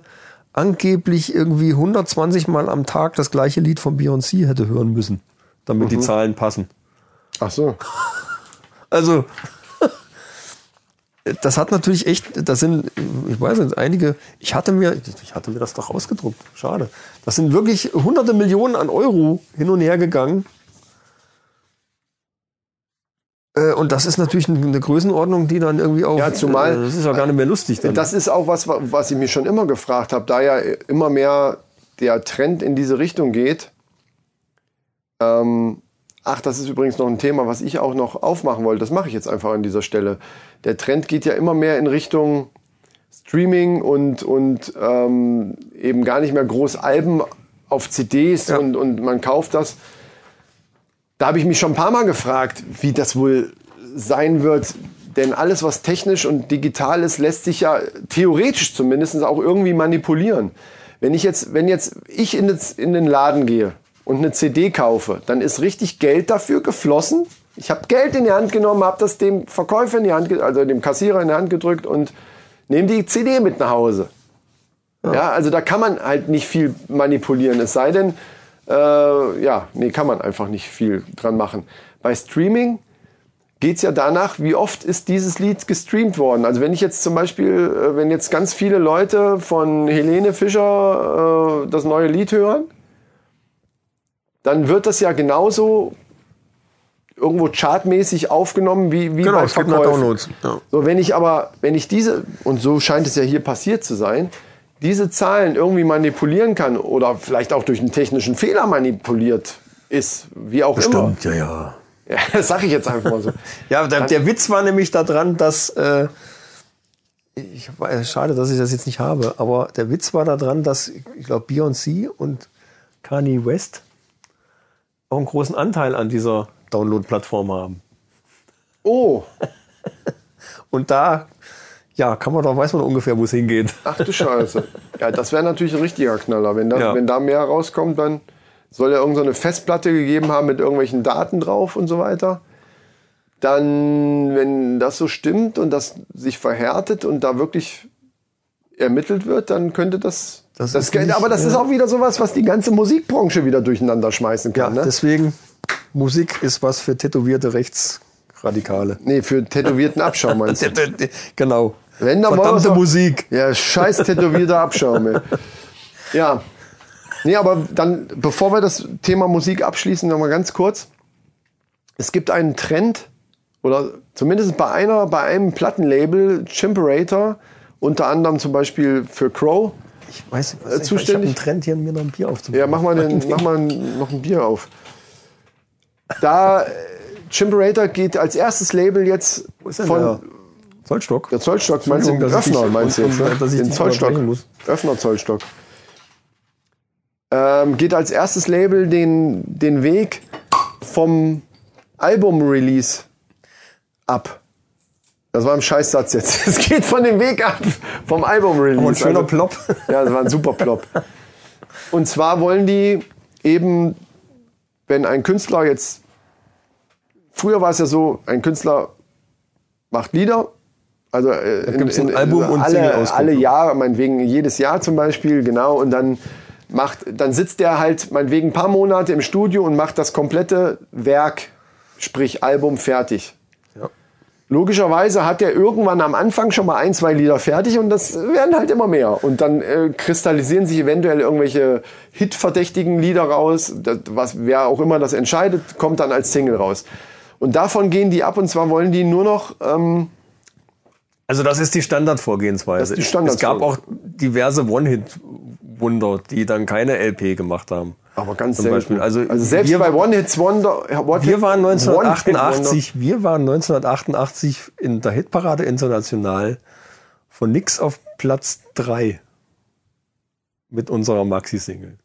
S1: angeblich irgendwie 120 Mal am Tag das gleiche Lied von Beyoncé hätte hören müssen, damit die Zahlen passen.
S3: Ach so.
S1: Also, [LAUGHS] das hat natürlich echt, das sind, ich weiß nicht, einige, ich hatte mir, ich hatte mir das doch ausgedruckt, schade. Das sind wirklich hunderte Millionen an Euro hin und her gegangen. Äh, Und das ist natürlich eine- eine Größenordnung, die dann irgendwie auch.
S3: Ja, zumal-
S1: äh, Das ist ja gar nicht mehr lustig. Dann.
S3: Das ist auch was, wa- was ich mich schon immer gefragt habe, da ja immer mehr der Trend in diese Richtung geht. Ähm, ach, das ist übrigens noch ein Thema, was ich auch noch aufmachen wollte. Das mache ich jetzt einfach an dieser Stelle. Der Trend geht ja immer mehr in Richtung Streaming und, und ähm, eben gar nicht mehr groß Alben auf CDs
S1: Ja.
S3: und, und man kauft das. Da habe ich mich schon ein paar Mal gefragt, wie das wohl sein wird. Denn alles, was technisch und digital ist, lässt sich ja theoretisch zumindest auch irgendwie manipulieren. Wenn ich jetzt, wenn jetzt ich in, das, in den Laden gehe und eine CD kaufe, dann ist richtig Geld dafür geflossen. Ich habe Geld in die Hand genommen, habe das dem Verkäufer in die Hand, ge- also dem Kassierer in die Hand gedrückt und nehme die CD mit nach Hause. Ja, also da kann man halt nicht viel manipulieren. Es sei denn, äh, ja, nee, kann man einfach nicht viel dran machen. Bei Streaming geht es ja danach, wie oft ist dieses Lied gestreamt worden. Also wenn ich jetzt zum Beispiel, äh, wenn jetzt ganz viele Leute von Helene Fischer äh, das neue Lied hören, dann wird das ja genauso irgendwo chartmäßig aufgenommen wie,
S1: Genau,
S3: wie bei Verkäufen.
S1: Ja.
S3: So, wenn ich aber, wenn ich diese, und so scheint es ja hier passiert zu sein, diese Zahlen irgendwie manipulieren kann oder vielleicht auch durch einen technischen Fehler manipuliert ist, wie auch immer.
S1: ja, ja.
S3: Ja, [LAUGHS] das sage ich jetzt einfach mal so.
S1: Ja, der, der Witz war nämlich daran, dass äh, ich weiß, schade, dass ich das jetzt nicht habe, aber der Witz war daran, dass ich glaube Beyoncé und Kanye West auch einen großen Anteil an dieser Download-Plattform haben.
S3: Oh,
S1: Und da, ja, kann man doch, weiß man doch ungefähr, wo es hingeht.
S3: ach du Scheiße. Ja, das wäre natürlich ein richtiger Knaller. Wenn da,
S1: Ja.
S3: wenn da mehr rauskommt, dann soll er irgendeine so eine Festplatte gegeben haben mit irgendwelchen Daten drauf und so weiter. Dann, wenn das so stimmt und das sich verhärtet und da wirklich ermittelt wird, dann könnte das.
S1: Das
S3: Das,
S1: ist
S3: Geld,
S1: nicht,
S3: aber das
S1: ja.
S3: ist auch wieder sowas, was die ganze Musikbranche wieder durcheinander schmeißen
S1: Ja,
S3: kann. ne?
S1: deswegen, Musik ist was für tätowierte Rechtsradikale.
S3: Nee, für tätowierten
S1: [LAUGHS]
S3: Abschau meinst du?
S1: genau.
S3: Wenn, dann wollen
S1: Verdammte
S3: wir-
S1: Musik.
S3: Ja, scheiß tätowierter Abschaum. Ey. Ja. Nee, aber dann, bevor wir das Thema Musik abschließen, nochmal ganz kurz. Es gibt einen Trend, oder zumindest bei einer, bei einem Plattenlabel, Chimperator, unter anderem zum Beispiel für Crow.
S1: Ich weiß nicht, was
S3: Äh,
S1: ich- ich habe
S3: zuständig-
S1: einen Trend hier, mir noch ein Bier aufzumachen.
S3: Ja, mach mal, den, mach mal noch ein Bier auf. Da, äh, Chimperator geht als erstes Label jetzt
S1: Wo ist denn
S3: von,
S1: der Zollstock?
S3: Der Zollstock, meinst du?
S1: Entschuldigung, dass ich
S3: Öffner,
S1: dich-
S3: meinst du
S1: und-
S3: jetzt?
S1: und-
S3: ne?
S1: dass ich
S3: Den
S1: dich
S3: Zollstock.
S1: unterbrechen muss.
S3: Öffner Zollstock. Ähm, geht als erstes Label den, den Weg vom Album-Release ab. Das war ein Scheißsatz jetzt. [LAUGHS] Es geht von dem Weg ab vom Album-Release.
S1: Aber ein schöner
S3: Also-
S1: Plop.
S3: ja, das war ein super Plop. Und zwar wollen die eben, wenn ein Künstler jetzt, früher war es ja so, ein Künstler macht Lieder, also äh, in,
S1: gibt's ein Album und
S3: alle,
S1: Single-Auskopplung.
S3: alle Jahre, meinetwegen jedes Jahr zum Beispiel, genau, und dann macht, dann sitzt der halt meinetwegen ein paar Monate im Studio und macht das komplette Werk, sprich Album fertig.
S1: Ja.
S3: Logischerweise hat er irgendwann am Anfang schon mal ein, zwei Lieder fertig und das werden halt immer mehr. Und dann äh, kristallisieren sich eventuell irgendwelche hitverdächtigen Lieder raus. Das, was, wer auch immer das entscheidet, kommt dann als Single raus. Und davon gehen die ab und zwar wollen die nur noch, ähm,
S1: [LAUGHS] Also das ist die Standardvorgehensweise.
S3: Das ist die
S1: es gab auch
S3: Standardvorgehensweise.
S1: diverse One-Hit-Wunder, die dann keine LP gemacht haben.
S3: aber ganz
S1: Zum
S3: selten.
S1: Beispiel. Also
S3: selbst
S1: wir-
S3: bei One Hits Wonder. What
S1: Wir waren
S3: One Hit Wonder-
S1: 1988, wir waren 1988 in der Hitparade international von nix auf Platz 3 mit unserer Maxi-Single.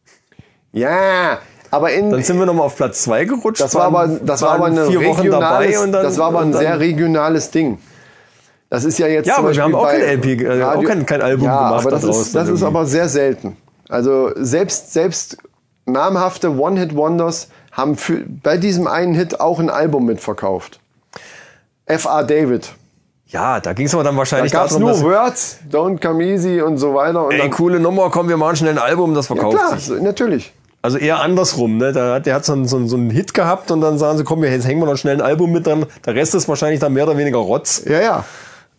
S3: Ja, aber in,
S1: Dann sind wir nochmal auf Platz 2 gerutscht.
S3: Das war aber,
S1: waren-
S3: das war aber
S1: waren
S3: ein
S1: vier Wochen dabei
S3: regionales,
S1: und dann,
S3: das war aber
S1: und
S3: ein
S1: dann,
S3: sehr regionales Ding. Das ist ja jetzt
S1: Ja,
S3: zum
S1: aber wir haben
S3: Beispiel
S1: auch
S3: bei
S1: kein LP, äh, auch kein- kein Album
S3: ja,
S1: gemacht
S3: aber das
S1: daraus
S3: ist,
S1: dann
S3: das ist
S1: irgendwie.
S3: aber sehr selten. Also selbst selbst namhafte One Hit Wonders haben für, bei diesem einen Hit auch ein Album mitverkauft. F.A. David.
S1: Ja, da ging es aber dann
S3: Da
S1: wahrscheinlich
S3: gab es
S1: darum,
S3: nur
S1: dass
S3: Words, Don't Come Easy und so weiter. Und
S1: ey,
S3: dann,
S1: coole Nummer, komm, wir machen schnell ein Album, das
S3: ja,
S1: verkauft
S3: klar,
S1: sich.
S3: so- natürlich.
S1: Also eher andersrum, ne? Da hat, der hat so, einen- so, einen- so einen Hit gehabt und dann sagen sie, komm, jetzt hängen wir noch schnell ein Album mit dran. Der Rest ist wahrscheinlich dann mehr oder weniger Rotz.
S3: Ja, ja.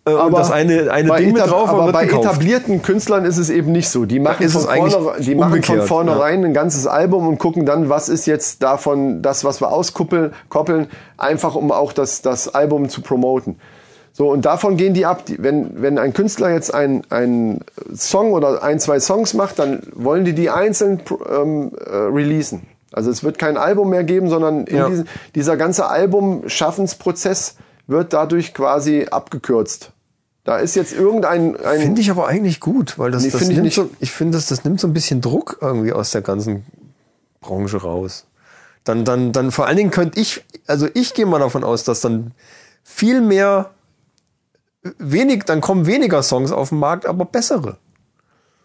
S1: Äh, und das eine, eine
S3: bei
S1: Ding mit
S3: etab-
S1: drauf
S3: aber
S1: wird
S3: bei
S1: gekauft.
S3: etablierten Künstlern ist es eben nicht so. Die machen,
S1: ist
S3: von,
S1: es eigentlich
S3: vornherein, die machen von
S1: umgekehrt,
S3: vornherein ein ganzes Album und gucken dann, was ist jetzt davon, das, was wir auskoppeln, koppeln, einfach um auch das, das Album zu promoten. So, und davon gehen die ab. Die, wenn, wenn ein Künstler jetzt ein ein Song oder ein, zwei Songs macht, dann wollen die die einzeln pr- ähm, äh, releasen. Also es wird kein Album mehr geben, sondern in
S1: Ja.
S3: diesen, dieser ganze Album-Schaffensprozess wird dadurch quasi abgekürzt. Da ist jetzt irgendein ein
S1: Finde ich aber eigentlich gut, weil das,
S3: Nee,
S1: das
S3: finde ich
S1: nimmt
S3: nicht.
S1: so, ich finde, das, das nimmt so ein bisschen Druck irgendwie aus der ganzen Branche raus. Dann, dann, dann vor allen Dingen könnte ich, also ich gehe mal davon aus, dass dann viel mehr wenig, dann kommen weniger Songs auf den Markt, aber bessere.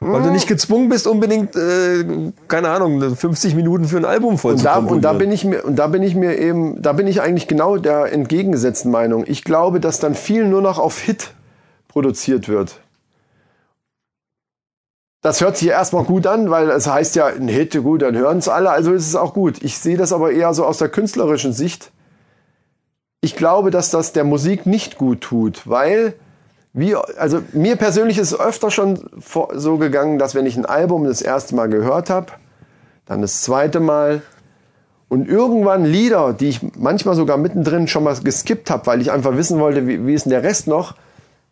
S1: Weil du
S3: Hm.
S1: nicht gezwungen bist, unbedingt, äh, keine Ahnung, 50 Minuten für ein Album voll
S3: und
S1: zu
S3: da, und da
S1: komponieren.
S3: bin ich mir und da bin ich mir eben da bin ich eigentlich genau der entgegengesetzten Meinung. Ich glaube, dass dann viel nur noch auf Hit produziert wird. Das hört sich erstmal gut an, weil es heißt ja ein Hit, gut, dann hören es alle, also ist es auch gut. Ich sehe das aber eher so aus der künstlerischen Sicht. ich glaube, dass das der Musik nicht gut tut, weil wie, also mir persönlich ist es öfter schon vor- so gegangen, dass wenn ich ein Album das erste Mal gehört habe, dann das zweite Mal und irgendwann Lieder, die ich manchmal sogar mittendrin schon mal geskippt habe, weil ich einfach wissen wollte, wie, wie ist denn der Rest noch,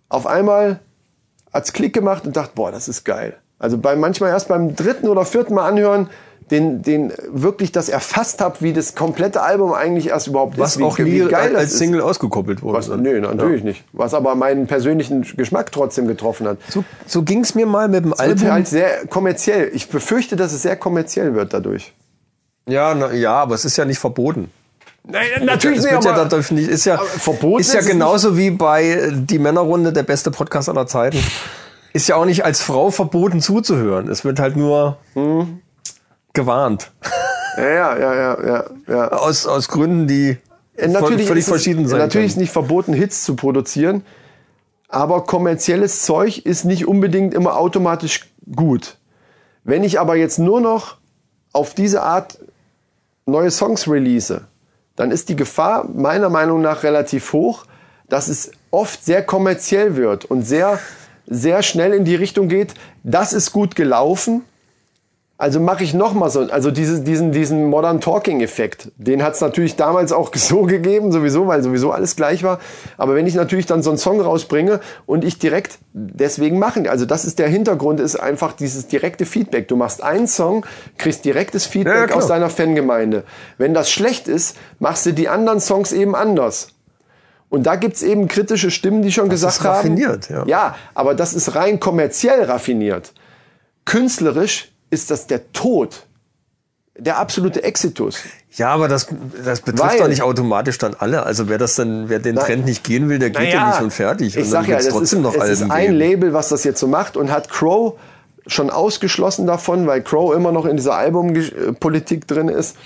S3: auf einmal hat's Klick gemacht und dachte, boah, das ist geil. Also bei, manchmal erst beim dritten oder vierten Mal anhören, den, den wirklich das erfasst habe, wie das komplette Album eigentlich erst überhaupt
S1: was
S3: ist, wie,
S1: auch
S3: wie
S1: nie
S3: das
S1: als
S3: ist.
S1: Single ausgekoppelt wurde.
S3: Was, nee, natürlich nicht. Was aber meinen persönlichen Geschmack trotzdem getroffen hat.
S1: So, so ging es mir mal mit dem
S3: Es wird
S1: Album.
S3: halt sehr kommerziell. Ich befürchte, dass es sehr kommerziell wird dadurch.
S1: Ja, na, ja, aber es ist ja nicht verboten.
S3: Nein,
S1: Es
S3: natürlich
S1: wird ja dadurch nicht, ist ja,
S3: verboten
S1: ist ja
S3: ist es
S1: genauso wie bei äh, die Männerrunde, der beste Podcast aller Zeiten. Ist ja auch nicht als Frau verboten zuzuhören. Es wird halt nur
S3: Hm.
S1: gewarnt.
S3: Ja, ja, ja, ja, ja. ja.
S1: Aus, aus Gründen, die
S3: Äh,
S1: voll- völlig
S3: ist es-
S1: verschieden sein
S3: Natürlich ist nicht verboten, Hits zu produzieren, aber kommerzielles Zeug ist nicht unbedingt immer automatisch gut. Wenn ich aber jetzt nur noch auf diese Art neue Songs release, dann ist die Gefahr meiner Meinung nach relativ hoch, dass es oft sehr kommerziell wird und sehr, sehr schnell in die Richtung geht, das ist gut gelaufen, also mache ich noch mal so, also diese, diesen, diesen Modern Talking Effekt, den hat es natürlich damals auch [LAUGHS] so gegeben, sowieso, weil sowieso alles gleich war. Aber wenn ich natürlich dann so einen Song rausbringe und ich direkt deswegen machen, also das ist der Hintergrund, ist einfach dieses direkte Feedback. Du machst einen Song, kriegst direktes
S1: Ja, ja,
S3: Feedback
S1: klar.
S3: aus deiner Fangemeinde. Wenn das schlecht ist, machst du die anderen Songs eben anders. Und da gibt's eben kritische Stimmen, die schon gesagt
S1: ist
S3: haben.
S1: raffiniert, ja.
S3: Ja, aber das ist rein kommerziell raffiniert. Künstlerisch ist das der Tod. Der absolute Exitus.
S1: Ja, aber das, das betrifft
S3: Weil-
S1: doch nicht automatisch dann alle. Also wer das dann, wer den
S3: Na-
S1: Trend nicht gehen will, der geht ja nicht und fertig.
S3: Ich
S1: und dann
S3: sag ja,
S1: wird's
S3: das ist,
S1: trotzdem noch
S3: es ist
S1: Alben
S3: ein
S1: geben.
S3: Label, was das jetzt so macht und hat Crow schon ausgeschlossen davon, weil Crow immer noch in dieser Albumpolitik drin ist.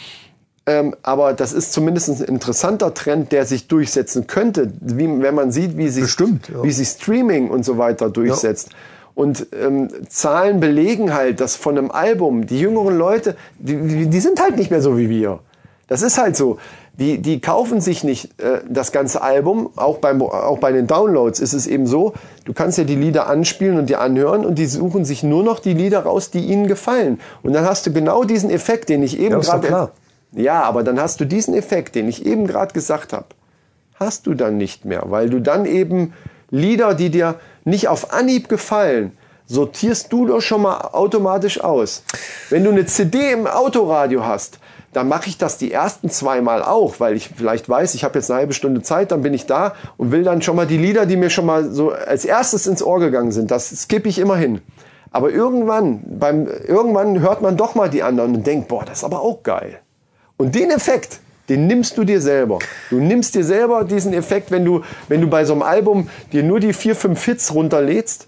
S3: Ähm, aber das ist zumindest ein interessanter Trend, der sich durchsetzen könnte, wie, wenn man sieht, wie sich,
S1: Bestimmt, ja.
S3: wie sich Streaming und so weiter durchsetzt. Und ähm, Zahlen belegen halt, dass von einem Album die jüngeren Leute, die, die, die sind halt nicht mehr so wie wir. Das ist halt so. Die, die kaufen sich nicht äh, das ganze Album. Auch, beim, auch bei den Downloads ist es eben so, du kannst ja die Lieder anspielen und dir anhören und die suchen sich nur noch die Lieder raus, die ihnen gefallen. Und dann hast du genau diesen Effekt, den ich eben
S1: Ja, ist doch
S3: gerade
S1: klar.
S3: ja, aber dann hast du diesen Effekt, den ich eben gerade gesagt habe, hast du dann nicht mehr, weil du dann eben Lieder, die dir nicht auf Anhieb gefallen, sortierst du doch schon mal automatisch aus. Wenn du eine CD im Autoradio hast, dann mache ich das die ersten zweimal auch, weil ich vielleicht weiß, ich habe jetzt eine halbe Stunde Zeit, dann bin ich da und will dann schon mal die Lieder, die mir schon mal so als erstes ins Ohr gegangen sind, das skippe ich immer hin. Aber irgendwann, beim, irgendwann hört man doch mal die anderen und denkt, boah, das ist aber auch geil. Und den Effekt, den nimmst du dir selber. Du nimmst dir selber diesen Effekt, wenn du, wenn du bei so einem Album dir nur die vier, fünf Hits runterlädst.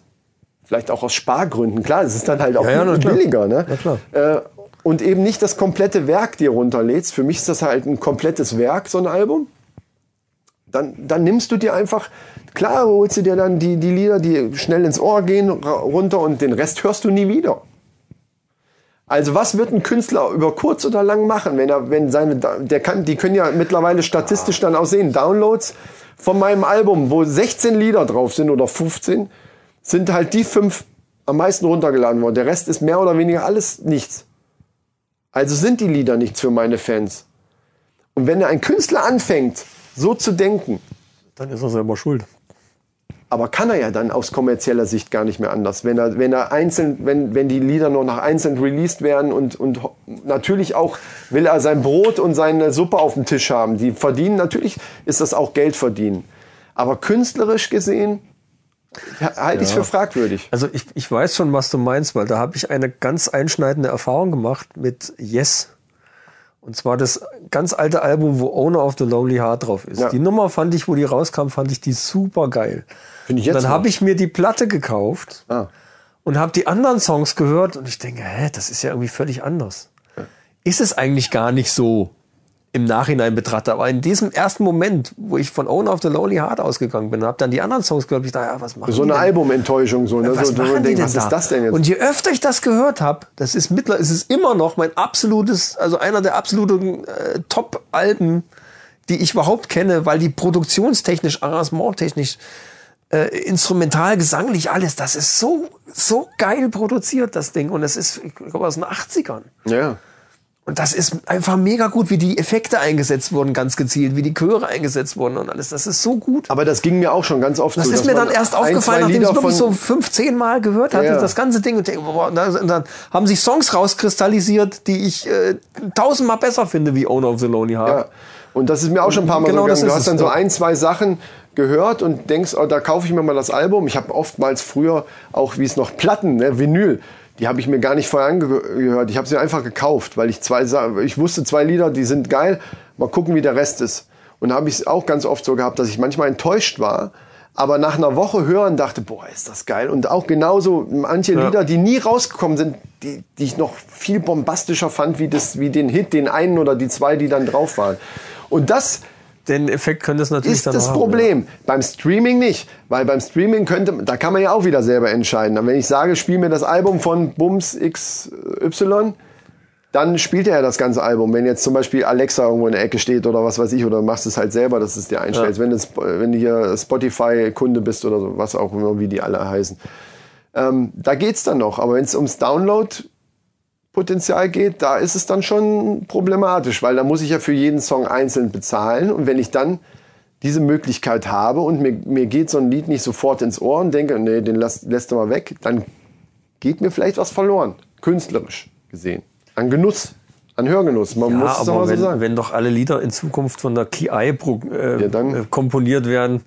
S3: Vielleicht auch aus Spargründen. Klar, es ist dann halt auch
S1: Ja, ja, na klar.
S3: billiger. Ne?
S1: Na klar.
S3: Äh, und eben nicht das komplette Werk dir runterlädst. Für mich ist das halt ein komplettes Werk, so ein Album. Dann, dann nimmst du dir einfach, klar, holst du dir dann die, die Lieder, die schnell ins Ohr gehen, ra- runter und den Rest hörst du nie wieder. Also was wird ein Künstler über kurz oder lang machen, wenn er, wenn seine, der kann, die können ja mittlerweile statistisch dann auch sehen, Downloads von meinem Album, wo 16 Lieder drauf sind oder 15, sind halt die fünf am meisten runtergeladen worden. Der Rest ist mehr oder weniger alles nichts. Also sind die Lieder nichts für meine Fans. Und wenn ein Künstler anfängt, so zu denken,
S1: Dann ist er selber schuld.
S3: aber kann er ja dann aus kommerzieller Sicht gar nicht mehr anders. Wenn er, wenn er einzeln, wenn, wenn die Lieder noch nach einzeln released werden und, und ho- natürlich auch will er sein Brot und seine Suppe auf dem Tisch haben. Die verdienen, natürlich ist das auch Geld verdienen. Aber künstlerisch gesehen ha- halte ich es für fragwürdig.
S1: Also ich, ich weiß schon, was du meinst, weil da habe ich eine ganz einschneidende Erfahrung gemacht mit Yes. Und zwar das ganz alte Album, wo Owner of the Lonely Heart drauf ist.
S3: Ja.
S1: Die Nummer fand ich, wo die rauskam, fand ich die super geil.
S3: Finde ich jetzt
S1: dann
S3: noch.
S1: habe ich mir die Platte gekauft
S3: Ah.
S1: und habe die anderen Songs gehört und ich denke, hä, das ist ja irgendwie völlig anders. Ist es eigentlich gar nicht so im Nachhinein betrachtet, aber in diesem ersten Moment, wo ich von Owner of the Lonely Heart ausgegangen bin, habe dann die anderen Songs gehört, hab ich dachte, ja, was machen
S3: So
S1: die
S3: eine
S1: denn?
S3: Albumenttäuschung, so, ne?
S1: Was,
S3: so, wo man
S1: machen die
S3: denkt,
S1: denn
S3: was
S1: da?
S3: ist das denn jetzt?
S1: Und je öfter ich das gehört habe, das ist mittler, es ist immer noch mein absolutes, also einer der absoluten äh, Top-Alben, die ich überhaupt kenne, weil die produktionstechnisch, arrangementtechnisch, äh, instrumental, gesanglich, alles, das ist so, so geil produziert, das Ding. Und das ist, ich glaube, aus den 80ern.
S3: ja.
S1: Und das ist einfach mega gut, wie die Effekte eingesetzt wurden, ganz gezielt, wie die Chöre eingesetzt wurden und alles. Das ist so gut.
S3: Aber das ging mir auch schon ganz oft
S1: Das
S3: so.
S1: ist
S3: dass
S1: mir
S3: man
S1: dann erst
S3: ein, zwei
S1: aufgefallen, nachdem ich
S3: Lieder
S1: es wirklich so
S3: von-
S1: fünf, zehn Mal gehört hatte,
S3: Ja.
S1: das ganze Ding. Und, denke, boah, und dann- und dann haben sich Songs rauskristallisiert, die ich äh, tausendmal besser finde wie Owner of the Lonely
S3: Ja.
S1: Heart.
S3: Und das ist mir auch schon ein paar Mal
S1: Genau
S3: so
S1: das
S3: gegangen. Du
S1: ist
S3: hast
S1: es,
S3: dann so
S1: ja.
S3: ein, zwei Sachen gehört und denkst, oh, da kaufe ich mir mal das Album. Ich habe oftmals früher auch, wie es noch Platten, ne, Vinyl, die habe ich mir gar nicht vorher angehört. Ich habe sie einfach gekauft, weil ich zwei, Sa- ich wusste zwei Lieder, die sind geil. Mal gucken, wie der Rest ist. Und da habe ich es auch ganz oft so gehabt, dass ich manchmal enttäuscht war, aber nach einer Woche hören dachte, boah, ist das geil. Und auch genauso manche Lieder, die nie rausgekommen sind, die, die ich noch viel bombastischer fand, wie, das, wie den Hit, den einen oder die zwei, die dann drauf waren. Und das
S1: Den Effekt könnte es natürlich
S3: ist
S1: dann
S3: das
S1: haben,
S3: Problem. Beim Streaming nicht, weil beim Streaming könnte, da kann man ja auch wieder selber entscheiden. Aber wenn ich sage, spiel mir das Album von Bums XY, dann spielt er ja das ganze Album. Wenn jetzt zum Beispiel Alexa irgendwo in der Ecke steht oder was weiß ich, oder du machst es halt selber, dass es dir einstellst, wenn, es, wenn du hier Spotify-Kunde bist oder so, was auch immer, wie die alle heißen. Ähm, da geht's dann noch. Aber wenn es ums Download Potenzial geht, da ist es dann schon problematisch, weil da muss ich ja für jeden Song einzeln bezahlen. Und wenn ich dann diese Möglichkeit habe und mir, mir geht so ein Lied nicht sofort ins Ohr und denke, nee, den lass, lässt du mal weg, dann geht mir vielleicht was verloren, künstlerisch gesehen. An Genuss, an Hörgenuss. Man
S1: Ja,
S3: muss es auch
S1: aber
S3: mal so
S1: wenn,
S3: sagen.
S1: wenn doch alle Lieder in Zukunft von der KI pro, äh,
S3: Ja, dann-
S1: äh, komponiert werden,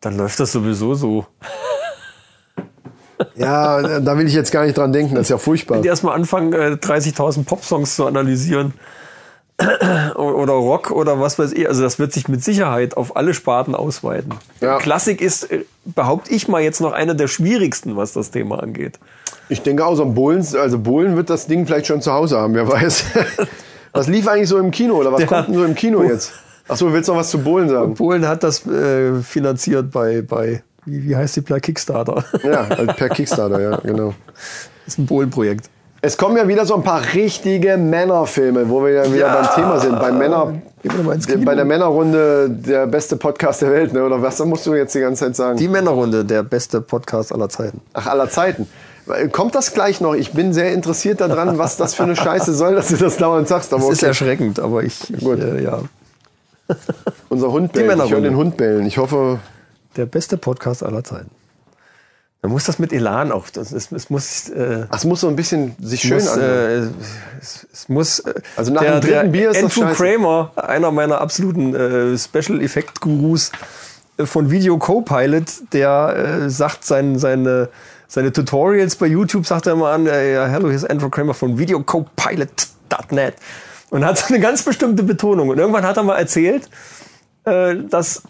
S1: dann läuft das sowieso so.
S3: Ja, da will ich jetzt gar nicht dran denken, das ist ja furchtbar.
S1: Wenn die erstmal anfangen, äh, 30.000 Popsongs zu analysieren [CLEARS THROAT] o- oder Rock oder was weiß ich, also das wird sich mit Sicherheit auf alle Sparten ausweiten.
S3: Ja.
S1: Klassik ist, äh, behaupte ich mal, jetzt noch einer der schwierigsten, was das Thema angeht.
S3: Ich denke auch, so ein Bohlen, also Bohlen wird das Ding vielleicht schon zu Hause haben, wer [LAUGHS] weiß. Was lief eigentlich so im Kino oder was
S1: Ja.
S3: kommt denn so im Kino jetzt? Achso, willst du noch was zu Bohlen sagen?
S1: Polen hat das äh, finanziert bei, bei wie, wie heißt die Play Kickstarter?
S3: Ja, also
S1: [LAUGHS]
S3: per Kickstarter, ja, genau.
S1: ist ein Polen-Projekt.
S3: Es kommen ja wieder so ein paar richtige Männerfilme, wo wir ja wieder beim Thema sind. Bei Männer,
S1: Gehen wir doch mal ins Kino.
S3: bei der Männerrunde der beste Podcast der Welt, ne? Oder was? Das musst du jetzt die ganze Zeit sagen.
S1: Die Männerrunde, der beste Podcast aller Zeiten.
S3: Ach, aller Zeiten. Kommt das gleich noch? Ich bin sehr interessiert daran, was das für eine Scheiße soll, dass du das dauernd sagst. Aber
S1: Es ist
S3: okay.
S1: erschreckend, aber ich, ich
S3: Gut.
S1: äh, ja,
S3: Unser Hund
S1: Die
S3: bellt. Ich höre
S1: Männerrunde.
S3: den Hund bellen. Ich hoffe,
S1: der beste Podcast aller Zeiten. Man muss das mit Elan auch, das, es, es muss, äh,
S3: ach, es muss so ein bisschen sich schön
S1: muss,
S3: anhören.
S1: äh, es, es muss. Äh,
S3: Also nach
S1: der,
S3: dem dritten
S1: der
S3: Bier ist das
S1: Andrew
S3: scheiße.
S1: Kramer, einer meiner absoluten äh, Special Effect Gurus äh, von Video Copilot, der äh, sagt sein, seine seine Tutorials bei YouTube sagt er immer an, äh, ja, hello, hier ist Andrew Kramer von videocopilot.net und hat so eine ganz bestimmte Betonung. Und irgendwann hat er mal erzählt, äh, dass,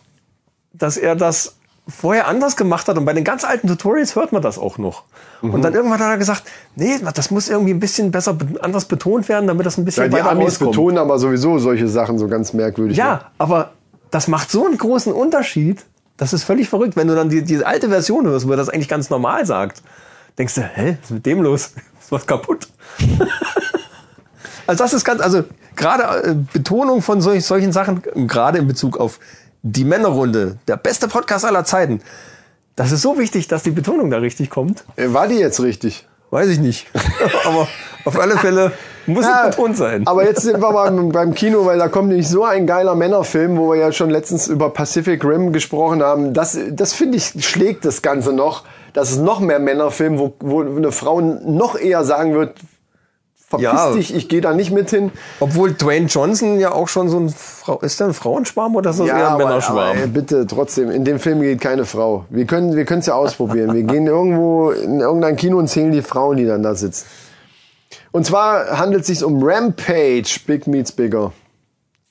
S1: dass er das vorher anders gemacht hat und bei den ganz alten Tutorials hört man das auch noch.
S3: Mhm.
S1: Und dann irgendwann hat er gesagt, nee, das muss irgendwie ein bisschen besser, be- anders betont werden, damit das ein bisschen
S3: Ja, die
S1: weiter
S3: Amis
S1: rauskommt.
S3: betonen aber sowieso solche Sachen so ganz merkwürdig. ne?
S1: Ja, aber das macht so einen großen Unterschied, das ist völlig verrückt, wenn du dann die, die alte Version hörst, wo er das eigentlich ganz normal sagt. Denkst du, hä, was ist mit dem los? [LAUGHS] Ist was kaputt? also das ist ganz, also gerade äh, Betonung von solch, solchen Sachen, gerade in Bezug auf die Männerrunde, der beste Podcast aller Zeiten. Das ist so wichtig, dass die Betonung da richtig kommt.
S3: Äh, War die jetzt richtig?
S1: Weiß ich nicht. [LAUGHS] aber auf alle Fälle muss
S3: Ja,
S1: es betont sein.
S3: Aber jetzt sind wir beim, beim Kino, weil da kommt nämlich so ein geiler Männerfilm, wo wir ja schon letztens über Pacific Rim gesprochen haben. Das, das finde ich, schlägt das Ganze noch. Das ist noch mehr Männerfilm, wo, wo eine Frau noch eher sagen wird, verpiss
S1: Ja.
S3: dich, ich gehe da nicht mit hin.
S1: Obwohl Dwayne Johnson ja auch schon so ein Frau ist der ein Frauenschwarm oder ist das eher ein
S3: aber-
S1: Männerschwarm?
S3: aber, äh, ey, bitte, trotzdem, in dem Film geht keine Frau. Wir können wir es ja ausprobieren. Wir gehen irgendwo in irgendein Kino und zählen die Frauen, die dann da sitzen. Und zwar handelt es sich um Rampage, Big Meets Bigger.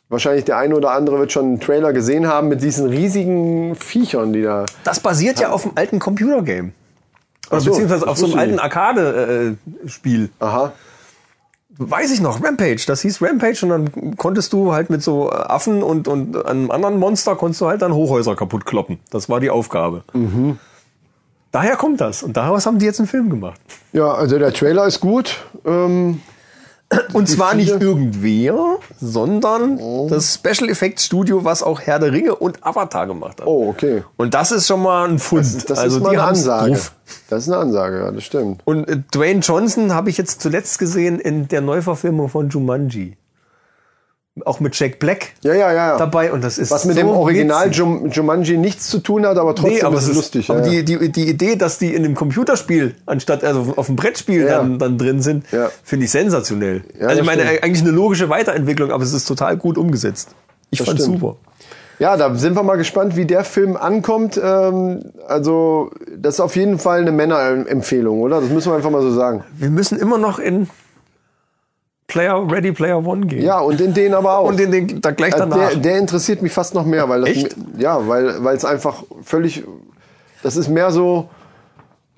S3: Wahrscheinlich der eine oder andere wird schon einen Trailer gesehen haben mit diesen riesigen Viechern, die da.
S1: das basiert ja auf dem alten Computergame. Oder
S3: so,
S1: beziehungsweise
S3: das
S1: auf so einem
S3: wusste
S1: alten
S3: ich
S1: Arcade-Spiel.
S3: Aha.
S1: Weiß ich noch, Rampage. Das hieß Rampage und dann konntest du halt mit so Affen und, und einem anderen Monster konntest du halt dann Hochhäuser kaputt kloppen. Das war die Aufgabe.
S3: Mhm.
S1: Daher kommt das. Und daraus haben die jetzt einen Film gemacht.
S3: Ja, also der Trailer ist gut. Ähm,
S1: Und zwar nicht
S3: viele-
S1: irgendwer, sondern
S3: Oh.
S1: das Special Effects Studio, was auch Herr der Ringe und Avatar gemacht hat.
S3: oh, okay.
S1: Und das ist schon mal ein Fund. Also
S3: Das ist mal eine
S1: haben's
S3: Ansage.
S1: drauf.
S3: Das ist eine Ansage, ja, das stimmt.
S1: Und äh, Dwayne Johnson habe ich jetzt zuletzt gesehen in der Neuverfilmung von Jumanji. Auch mit Jack Black
S3: Ja, ja, ja. ja.
S1: dabei. Und das ist
S3: Was mit
S1: so
S3: dem Original
S1: witzig.
S3: Jum Jumanji nichts zu tun hat, aber trotzdem
S1: Nee, aber
S3: ist
S1: es
S3: es
S1: ist
S3: lustig.
S1: Aber
S3: ja, ja.
S1: die, die, die Idee, dass die in einem Computerspiel anstatt also auf- auf dem Brettspiel
S3: Ja.
S1: dann, dann drin sind,
S3: Ja.
S1: finde ich sensationell. also
S3: Ja, das
S1: ich meine,
S3: stimmt.
S1: eigentlich eine logische Weiterentwicklung, aber es ist total gut umgesetzt. Ich
S3: Das
S1: fand's
S3: stimmt.
S1: super.
S3: Ja, da sind wir mal gespannt, wie der Film ankommt. Ähm, also, das ist auf jeden Fall eine Männerempfehlung, oder? Das müssen wir einfach mal so sagen.
S1: Wir müssen immer noch in Player Ready Player One gehen.
S3: Ja, und in den aber auch.
S1: Und in den, da gleich
S3: Äh,
S1: danach.
S3: Der, der interessiert mich fast noch mehr, weil das
S1: Echt?
S3: mi- ja, weil weil es einfach völlig das ist mehr so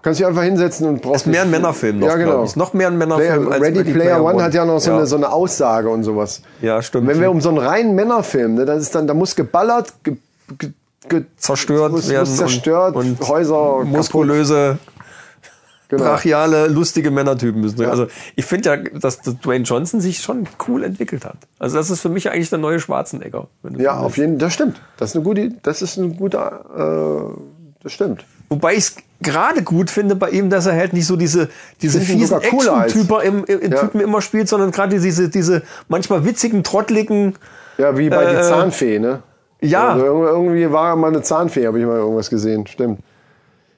S3: kannst dich einfach hinsetzen und brauchst
S1: ist mehr ein
S3: nicht-
S1: Männerfilm noch,
S3: Ja, genau.
S1: glaub ich. Noch mehr ein Männerfilm
S3: Player,
S1: als
S3: Ready,
S1: Ready
S3: Player
S1: Player
S3: One
S1: One.
S3: hat ja noch so,
S1: Ja.
S3: Eine, so eine Aussage und sowas.
S1: Ja, stimmt.
S3: Wenn wir um so einen reinen Männerfilm, ne, das ist dann da muss geballert, ge, ge, ge,
S1: zerstört
S3: muss,
S1: werden
S3: muss zerstört
S1: und, und
S3: Häuser
S1: muskulöse,
S3: kaputt, genau.
S1: brachiale, lustige Männertypen müssen. Also ich finde ja, dass das Dwayne Johnson sich schon cool entwickelt hat. Also das ist für mich eigentlich der neue Schwarzenegger. wenn du
S3: Ja,
S1: so willst.
S3: auf jeden das stimmt. Das ist eine gute das ist ein guter äh, das stimmt.
S1: Wobei ich es gerade gut finde bei ihm, dass er halt nicht so diese, diese
S3: Sind die
S1: fiesen
S3: sogar cooler als-
S1: Action-Typen im, im, im
S3: Ja.
S1: Typen immer spielt, sondern gerade diese, diese manchmal witzigen, trottligen.
S3: Ja, wie bei
S1: Äh,
S3: die Zahnfee, ne?
S1: ja.
S3: Also irgendwie- irgendwie war er mal eine Zahnfee, habe ich mal irgendwas gesehen. Stimmt.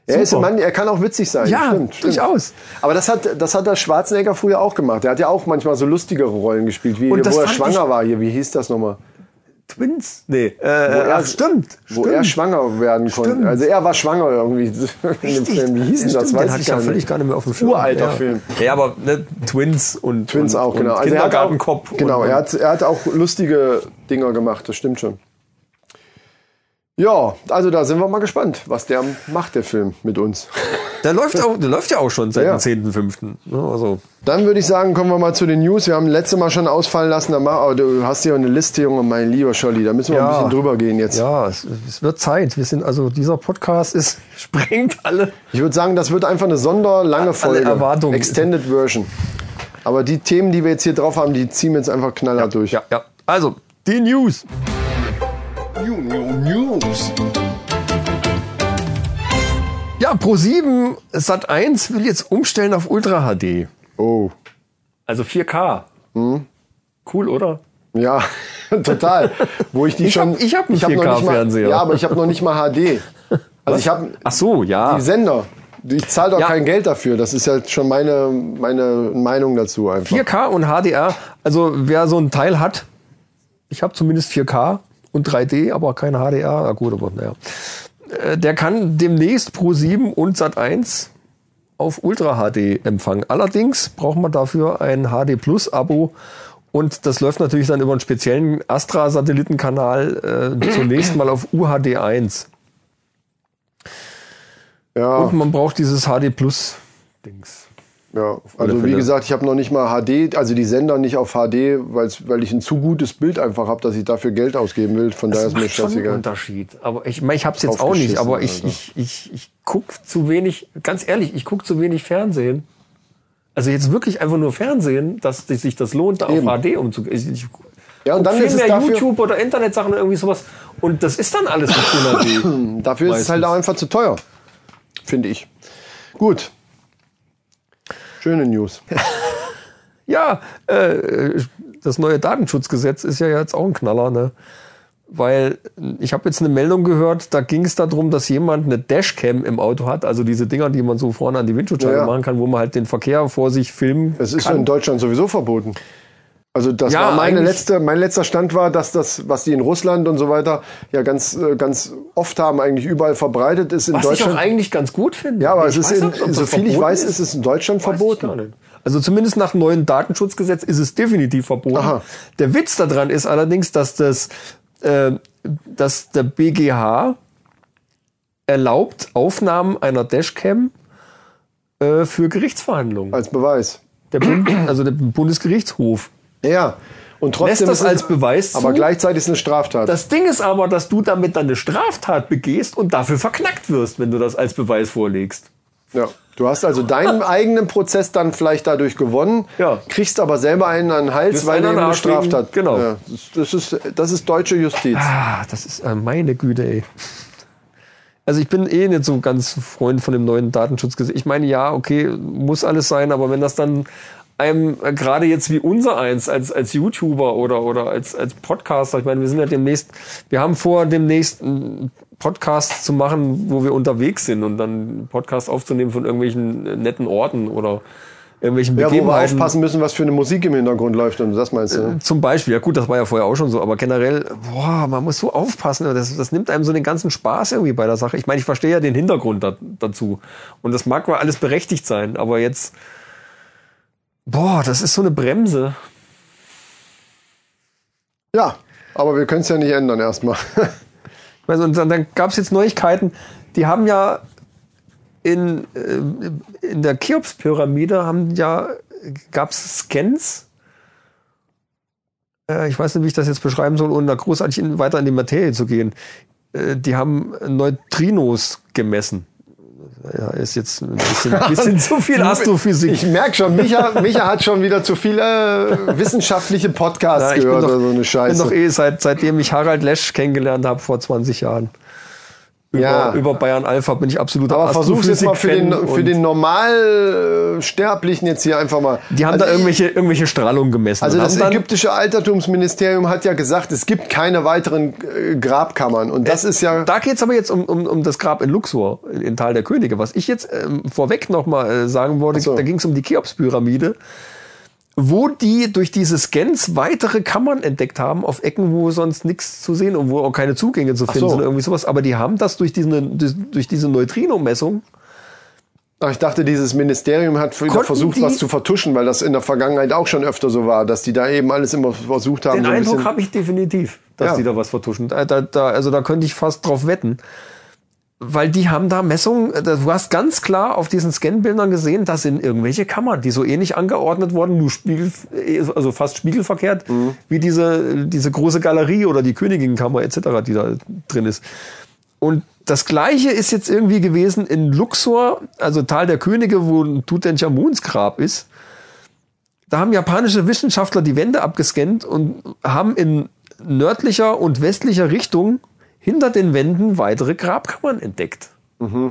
S3: Er ist ein
S1: Super.
S3: Mann, er kann auch witzig sein.
S1: Ja,
S3: stimmt, stimmt.
S1: durchaus.
S3: Aber das hat, das hat der Schwarzenegger früher auch gemacht. Der hat ja auch manchmal so lustigere Rollen gespielt, wie
S1: Und
S3: hier,
S1: das
S3: wo er
S1: fand
S3: schwanger
S1: ich-
S3: war. Hier, wie hieß das nochmal?
S1: Twins? Nee. Äh, ach, stimmt.
S3: Wo
S1: stimmt.
S3: er schwanger werden konnte.
S1: Stimmt.
S3: Also er war schwanger irgendwie [LAUGHS] in dem
S1: Richtig.
S3: Film. Wie hieß denn
S1: Ja, stimmt,
S3: das? Weiß
S1: den hatte
S3: ich
S1: ja
S3: gar nicht.
S1: völlig gar nicht mehr auf dem Schirm.
S3: Uralter
S1: ja.
S3: Film.
S1: Ja, aber ne, Twins und
S3: Twins
S1: und,
S3: auch, genau.
S1: Und
S3: Also er hat auch-
S1: Kindergartenkopf.
S3: Genau,
S1: und,
S3: er hat, er hat auch lustige Dinger gemacht, das stimmt schon. Ja, also da sind wir mal gespannt, was der macht, der Film mit uns.
S1: Der läuft, auch, der läuft ja auch schon seit
S3: Ja.
S1: dem 10.5. ne, Also
S3: Dann würde ich sagen, kommen wir mal zu den News. Wir haben letzte Mal schon ausfallen lassen, aber aber du hast hier eine Liste, Junge, mein lieber Scholli. Da müssen wir ein
S1: Ja.
S3: bisschen drüber gehen jetzt.
S1: ja, es, es wird Zeit. Wir sind also dieser Podcast ist [LAUGHS] sprengt alle.
S3: Ich würde sagen, das wird einfach eine sonderlange Folge.
S1: Erwartungen.
S3: Extended Version. Aber die Themen, die wir jetzt hier drauf haben, die ziehen wir jetzt einfach knallhart durch.
S1: Ja, ja. Also die News.
S3: News.
S1: Ja, Pro7 Sat1 will jetzt umstellen auf Ultra HD.
S3: Oh.
S1: Also 4K. Hm. Cool, oder?
S3: Ja, [LAUGHS] total. Wo ich die
S1: Ich
S3: schon.
S1: hab- ich hab einen
S3: noch nicht mal-
S1: 4K-Fernseher.
S3: Ja, aber ich habe noch nicht mal HD. Also ich habe
S1: Ach so, ja.
S3: die Sender. Ich zahle doch
S1: Ja.
S3: kein Geld dafür. Das ist ja schon meine, meine Meinung dazu einfach.
S1: 4K und HDR. Also wer so ein Teil hat, ich habe zumindest 4K und 3D, aber kein HDR. Na gut, aber naja. Äh, Der kann demnächst Pro 7 und Sat 1 auf Ultra HD empfangen. Allerdings braucht man dafür ein HD Plus Abo. Und das läuft natürlich dann über einen speziellen Astra-Satellitenkanal äh, zunächst mal auf UHD 1.
S3: Ja, Ah.
S1: Und man braucht dieses HD Plus Dings.
S3: ja.
S1: alle
S3: Also wie
S1: Fälle.
S3: gesagt, ich habe noch nicht mal HD, also die Sender nicht auf HD, weil's, weil ich ein zu gutes Bild einfach habe, dass ich dafür Geld ausgeben will. Von daher ist mir
S1: macht schon einen
S3: scheißegal.
S1: Unterschied. Aber ich meine, ich habe es jetzt auch nicht, aber ich,
S3: Aufgeschissen,
S1: ich, ich, ich gucke zu wenig, ganz ehrlich, ich gucke zu wenig Fernsehen. Also jetzt wirklich einfach nur Fernsehen, dass sich sich das lohnt, da auf
S3: Eben.
S1: HD umzugehen. Ich, ich
S3: Ja, und dann
S1: viel
S3: ist es
S1: mehr
S3: dafür-
S1: YouTube oder Internetsachen oder irgendwie sowas. Und das ist dann alles
S3: [LAUGHS]
S1: nicht cool
S3: Dafür ist es halt auch einfach zu teuer. Finde ich. Gut. Schöne News.
S1: Ja, äh, das neue Datenschutzgesetz ist ja jetzt auch ein Knaller, ne? Weil ich habe jetzt eine Meldung gehört, da ging es darum, dass jemand eine Dashcam im Auto hat, also diese Dinger, die man so vorne an die Windschutzscheibe
S3: Ja, ja.
S1: machen kann, wo man halt den Verkehr vor sich filmen
S3: Es ist
S1: kann.
S3: ja in Deutschland sowieso verboten. Also das
S1: Ja,
S3: war meine
S1: eigentlich-
S3: letzte, mein letzter Stand war, dass das, was die in Russland und so weiter ja ganz, äh, ganz oft haben, eigentlich überall verbreitet ist in
S1: was ich auch
S3: Deutschland.
S1: eigentlich ganz gut finde.
S3: Ja, aber es
S1: Ich
S3: ist
S1: weiß
S3: in,
S1: nicht, ob das
S3: so viel ich
S1: verboten
S3: weiß, ist es in Deutschland
S1: Weiß ich gar
S3: verboten.
S1: nicht. Also zumindest nach neuen Datenschutzgesetz ist es definitiv verboten.
S3: Aha.
S1: Der Witz daran ist allerdings, dass das, äh, dass der BGH erlaubt Aufnahmen einer Dashcam äh, für Gerichtsverhandlungen.
S3: Als Beweis.
S1: Der Bund, also der Bundesgerichtshof.
S3: Ja. Und trotzdem
S1: das
S3: ist es-
S1: als Beweis
S3: Aber
S1: zu?
S3: gleichzeitig ist es eine Straftat.
S1: Das Ding ist aber, dass du damit dann eine Straftat begehst und dafür verknackt wirst, wenn du das als Beweis vorlegst.
S3: ja. Du hast
S1: [LAUGHS]
S3: also deinen eigenen Prozess dann vielleicht dadurch gewonnen,
S1: Ja.
S3: kriegst aber selber einen an den Hals,
S1: Wirst
S3: weil du
S1: einen
S3: eben
S1: an
S3: eine
S1: den Arsch legen.
S3: Straftat.
S1: Genau.
S3: Ja. Das, ist, das ist deutsche Justiz.
S1: Ah, das ist äh, meine Güte, ey. Also ich bin eh nicht so ganz Freund von dem neuen Datenschutzgesetz. Ich meine, ja, okay, muss alles sein, aber wenn das dann einem äh, gerade jetzt wie unser eins als, als YouTuber oder, oder als, als Podcaster, ich meine, wir sind ja demnächst, wir haben vor, demnächst einen Podcast zu machen, wo wir unterwegs sind und dann einen Podcast aufzunehmen von irgendwelchen äh, netten Orten oder irgendwelchen
S3: Ja, wo wir
S1: Begebenheiten.
S3: aufpassen müssen, was für eine Musik im Hintergrund läuft und das meinst du? ne?
S1: Zum Beispiel, ja gut, das war ja vorher auch schon so, aber generell, boah, man muss so aufpassen, das, das nimmt einem so den ganzen Spaß irgendwie bei der Sache. Ich meine, ich verstehe ja den Hintergrund da, dazu und das mag wohl alles berechtigt sein, aber jetzt, boah, das ist so eine Bremse.
S3: Ja, aber wir können es ja nicht ändern erstmal.
S1: Also, und dann, dann gab es jetzt Neuigkeiten, die haben ja in, äh, in der Cheops-Pyramide haben ja, gab es Scans. Äh, ich weiß nicht, wie ich das jetzt beschreiben soll, ohne da großartig in, weiter in die Materie zu gehen. Äh, die haben Neutrinos gemessen. Ja, ist jetzt ein
S3: [LAUGHS]
S1: bisschen, ein bisschen zu viel Astrophysik.
S3: [LAUGHS] Ich merke schon, Micha, Micha hat schon wieder zu viele äh, wissenschaftliche Podcasts
S1: Ja, ich bin
S3: gehört
S1: doch,
S3: oder so eine
S1: bin
S3: Scheiße.
S1: doch eh, seit, seitdem ich Harald Lesch kennengelernt habe vor 20 Jahren. Über,
S3: Ja.
S1: über Bayern Alpha bin ich absoluter
S3: Aber versuch's jetzt mal für den,
S1: Astrophysik-Fan
S3: für
S1: und
S3: den Normalsterblichen jetzt hier einfach mal.
S1: Die haben
S3: Also
S1: da
S3: ich-
S1: irgendwelche, irgendwelche Strahlungen gemessen.
S3: Also
S1: und
S3: das
S1: haben dann,
S3: ägyptische Altertumsministerium hat ja gesagt, es gibt keine weiteren äh, Grabkammern. Und das ist ja.
S1: da geht's aber jetzt um, um, um das Grab in Luxor, in, in Tal der Könige. Was ich jetzt ähm, vorweg nochmal äh, sagen wollte,
S3: Ach so.
S1: da ging's um die Cheops-Pyramide, wo die durch diese Scans weitere Kammern entdeckt haben, auf Ecken, wo sonst nichts zu sehen und wo auch keine Zugänge zu finden
S3: so.
S1: sind oder irgendwie sowas. Aber die haben das durch diese, durch, durch diese Neutrino-Messung
S3: Ach, Ich dachte, dieses Ministerium hat wieder
S1: Konnten
S3: versucht,
S1: die-
S3: was zu vertuschen, weil das in der Vergangenheit auch schon öfter so war, dass die da eben alles immer versucht haben.
S1: Den
S3: so ein
S1: Eindruck
S3: bisschen-
S1: habe ich definitiv, dass
S3: Ja.
S1: die da was vertuschen. Da, da, da, also da könnte ich fast drauf wetten. Weil die haben da Messungen, äh, du hast ganz klar auf diesen Scanbildern gesehen, das sind irgendwelche Kammern, die so ähnlich angeordnet wurden, nur spiegel, äh, also fast spiegelverkehrt,
S3: Mhm.
S1: wie diese, diese große Galerie oder die Königinkammer etc., die da drin ist. Und das gleiche ist jetzt irgendwie gewesen in Luxor, also Tal der Könige, wo Tutanchamuns Grab ist. Da haben japanische Wissenschaftler die Wände abgescannt und haben in nördlicher und westlicher Richtung hinter den Wänden weitere Grabkammern entdeckt. Mhm.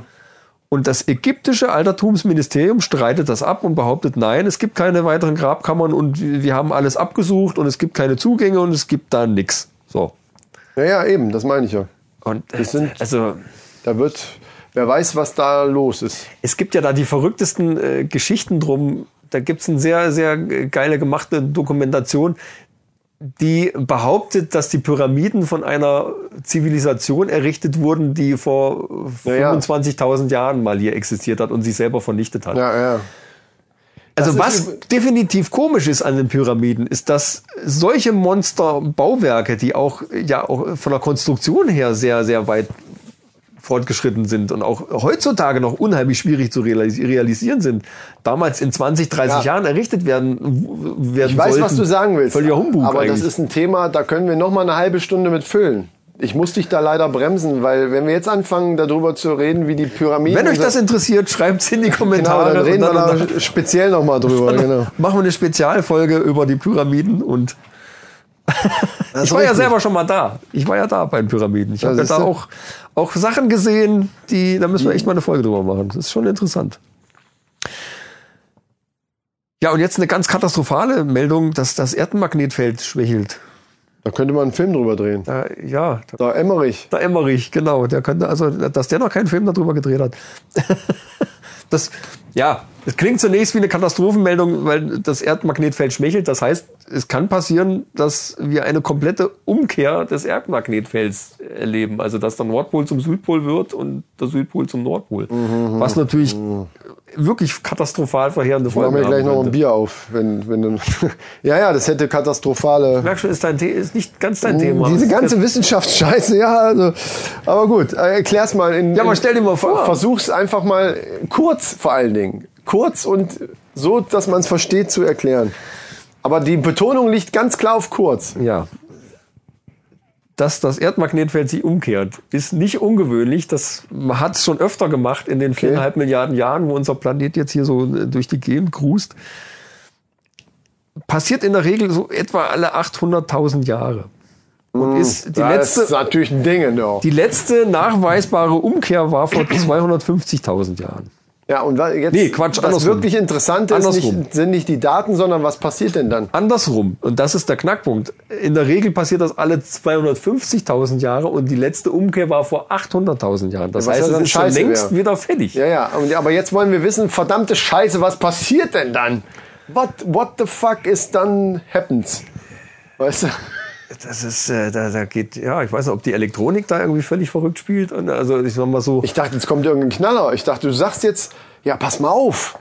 S1: Und das ägyptische Altertumsministerium streitet das ab und behauptet, nein, es gibt keine weiteren Grabkammern und wir wir haben alles abgesucht und es gibt keine Zugänge und es gibt da nichts. So.
S3: Ja, ja, eben, das meine ich ja.
S1: Und äh,
S3: sind-
S1: also
S3: Da wird, wer weiß, was da los ist.
S1: es gibt ja da die verrücktesten äh, Geschichten drum. Da gibt's eine sehr, sehr äh, geile gemachte Dokumentation, die behauptet, dass die Pyramiden von einer Zivilisation errichtet wurden, die vor äh,
S3: Ja, ja.
S1: 25.000 Jahren mal hier existiert hat und sich selber vernichtet hat.
S3: Ja, ja.
S1: Also
S3: Das ist
S1: was definitiv komisch ist an den Pyramiden, ist, dass solche Monsterbauwerke, die auch ja auch von der Konstruktion her sehr sehr weit fortgeschritten sind und auch heutzutage noch unheimlich schwierig zu realis- realisieren sind, damals in 20, 30
S3: Ja.
S1: Jahren errichtet werden w- werden
S3: Ich weiß,
S1: sollten.
S3: was du sagen willst.
S1: Völliger Humbug
S3: aber
S1: eigentlich.
S3: das ist ein Thema, da können wir noch mal eine halbe Stunde mit füllen. Ich muss dich da leider bremsen, weil wenn wir jetzt anfangen, darüber zu reden, wie die Pyramiden...
S1: Wenn euch das interessiert, schreibt es in die
S3: [LAUGHS] genau,
S1: Kommentare.
S3: dann reden
S1: und dann-
S3: wir da speziell noch
S1: [LAUGHS]
S3: mal drüber. Genau.
S1: Machen wir eine Spezialfolge über die Pyramiden und ich war ja
S3: richtig.
S1: selber schon mal da. Ich war ja da bei den Pyramiden. Ich
S3: Ja,
S1: habe ja da
S3: siehste.
S1: auch, auch Sachen gesehen, die, da müssen wir echt mal eine Folge drüber machen. Das ist schon interessant. Ja, und jetzt eine ganz katastrophale Meldung, dass das Erdenmagnetfeld schwächelt.
S3: Da könnte man einen Film drüber drehen.
S1: Da, ja, da,
S3: Da Emmerich.
S1: da Emmerich, genau. Der könnte, also, dass der noch keinen Film darüber gedreht hat. [LAUGHS] das, ja, es klingt zunächst wie eine Katastrophenmeldung, weil das Erdmagnetfeld schwächelt. Das heißt, es kann passieren, dass wir eine komplette Umkehr des Erdmagnetfelds erleben. Also, dass der Nordpol zum Südpol wird und der Südpol zum Nordpol.
S3: Mhm,
S1: Was natürlich wirklich katastrophal verheerende
S3: Mach
S1: Folgen
S3: mir
S1: haben
S3: gleich noch ein
S1: könnte.
S3: Bier auf. Wenn, wenn du [LAUGHS] ja, ja, das hätte katastrophale...
S1: Merkst du, ist, dein The ist nicht ganz dein Thema.
S3: Oh, Diese ganze Wissenschaftsscheiße, ja. Also, aber gut, äh, erklär's mal. In,
S1: Ja, aber
S3: in-
S1: stell dir mal vor.
S3: Versuch's einfach mal äh, kurz vor allen Dingen. Kurz und so, dass man es versteht, zu erklären. Aber die Betonung liegt ganz klar auf kurz.
S1: Ja. Dass das Erdmagnetfeld sich umkehrt, ist nicht ungewöhnlich. Das hat es schon öfter gemacht in den viereinhalb Milliarden Jahren, wo unser Planet jetzt hier so äh, durch die Gegend grust. Passiert in der Regel so etwa alle 800.000 Jahre. Und ist die
S3: Ja, das ist
S1: letzte, ne,
S3: natürlich ein Ding, ja.
S1: die letzte nachweisbare Umkehr war vor 250.000 Jahren.
S3: Ja, und wa- jetzt,
S1: Nee, Quatsch,
S3: was
S1: andersrum.
S3: wirklich interessant ist,
S1: Andersrum.
S3: nicht, sind nicht die Daten, sondern was passiert denn dann?
S1: Andersrum, und das ist der Knackpunkt. In der Regel passiert das alle 250.000 Jahre und die letzte Umkehr war vor 800.000 Jahren. Das
S3: Was ja
S1: heißt, es
S3: dann
S1: ist schon
S3: scheiße
S1: längst
S3: wär.
S1: wieder fertig.
S3: Ja, ja, und, aber jetzt wollen wir wissen, verdammte Scheiße, was passiert denn dann? What, what the fuck is dann happens? Weißt du?
S1: Das ist, äh, da, da geht, ja, ich weiß nicht, ob die Elektronik da irgendwie völlig verrückt spielt. Und, also ich sag mal so,
S3: Ich dachte, jetzt kommt irgendein Knaller. Ich dachte, du sagst jetzt, ja, pass mal auf.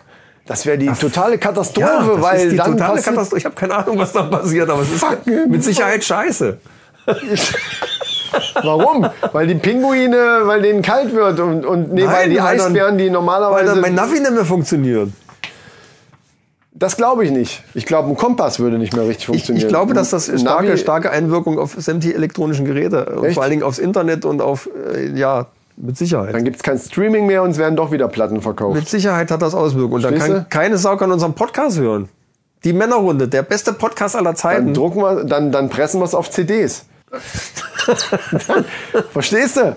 S3: Das wäre die totale
S1: ja,
S3: Katastrophe,
S1: das
S3: weil
S1: ist die
S3: dann
S1: totale
S3: passiert
S1: Katastrophe. Ich habe keine Ahnung, was da passiert, aber es ist
S3: Fuck.
S1: mit Sicherheit scheiße.
S3: Warum? Weil die Pinguine, weil denen kalt wird und, und nee, weil
S1: Nein,
S3: die
S1: weil dann-
S3: Eisbären, die
S1: Weil
S3: normalerweise.
S1: dann mein Navi nicht mehr funktioniert.
S3: das glaube ich nicht. Ich glaube, ein Kompass würde nicht mehr richtig
S1: Ich,
S3: funktionieren.
S1: ich glaube, dass das starke,
S3: Navi-
S1: starke Einwirkung auf sämtliche elektronischen Geräte und
S3: Echt?
S1: vor allen Dingen aufs Internet und auf, äh, ja, mit Sicherheit.
S3: Dann gibt es kein Streaming mehr und es werden doch wieder Platten verkauft.
S1: Mit Sicherheit hat das Auswirkungen. Und dann
S3: Schließe?
S1: kann keine Sau kann unseren Podcast hören. Die Männerrunde, der beste Podcast aller
S3: Dann
S1: Zeiten.
S3: drucken wir, dann, dann pressen wir es
S1: [LAUGHS]
S3: auf CDs. dann, verstehst du?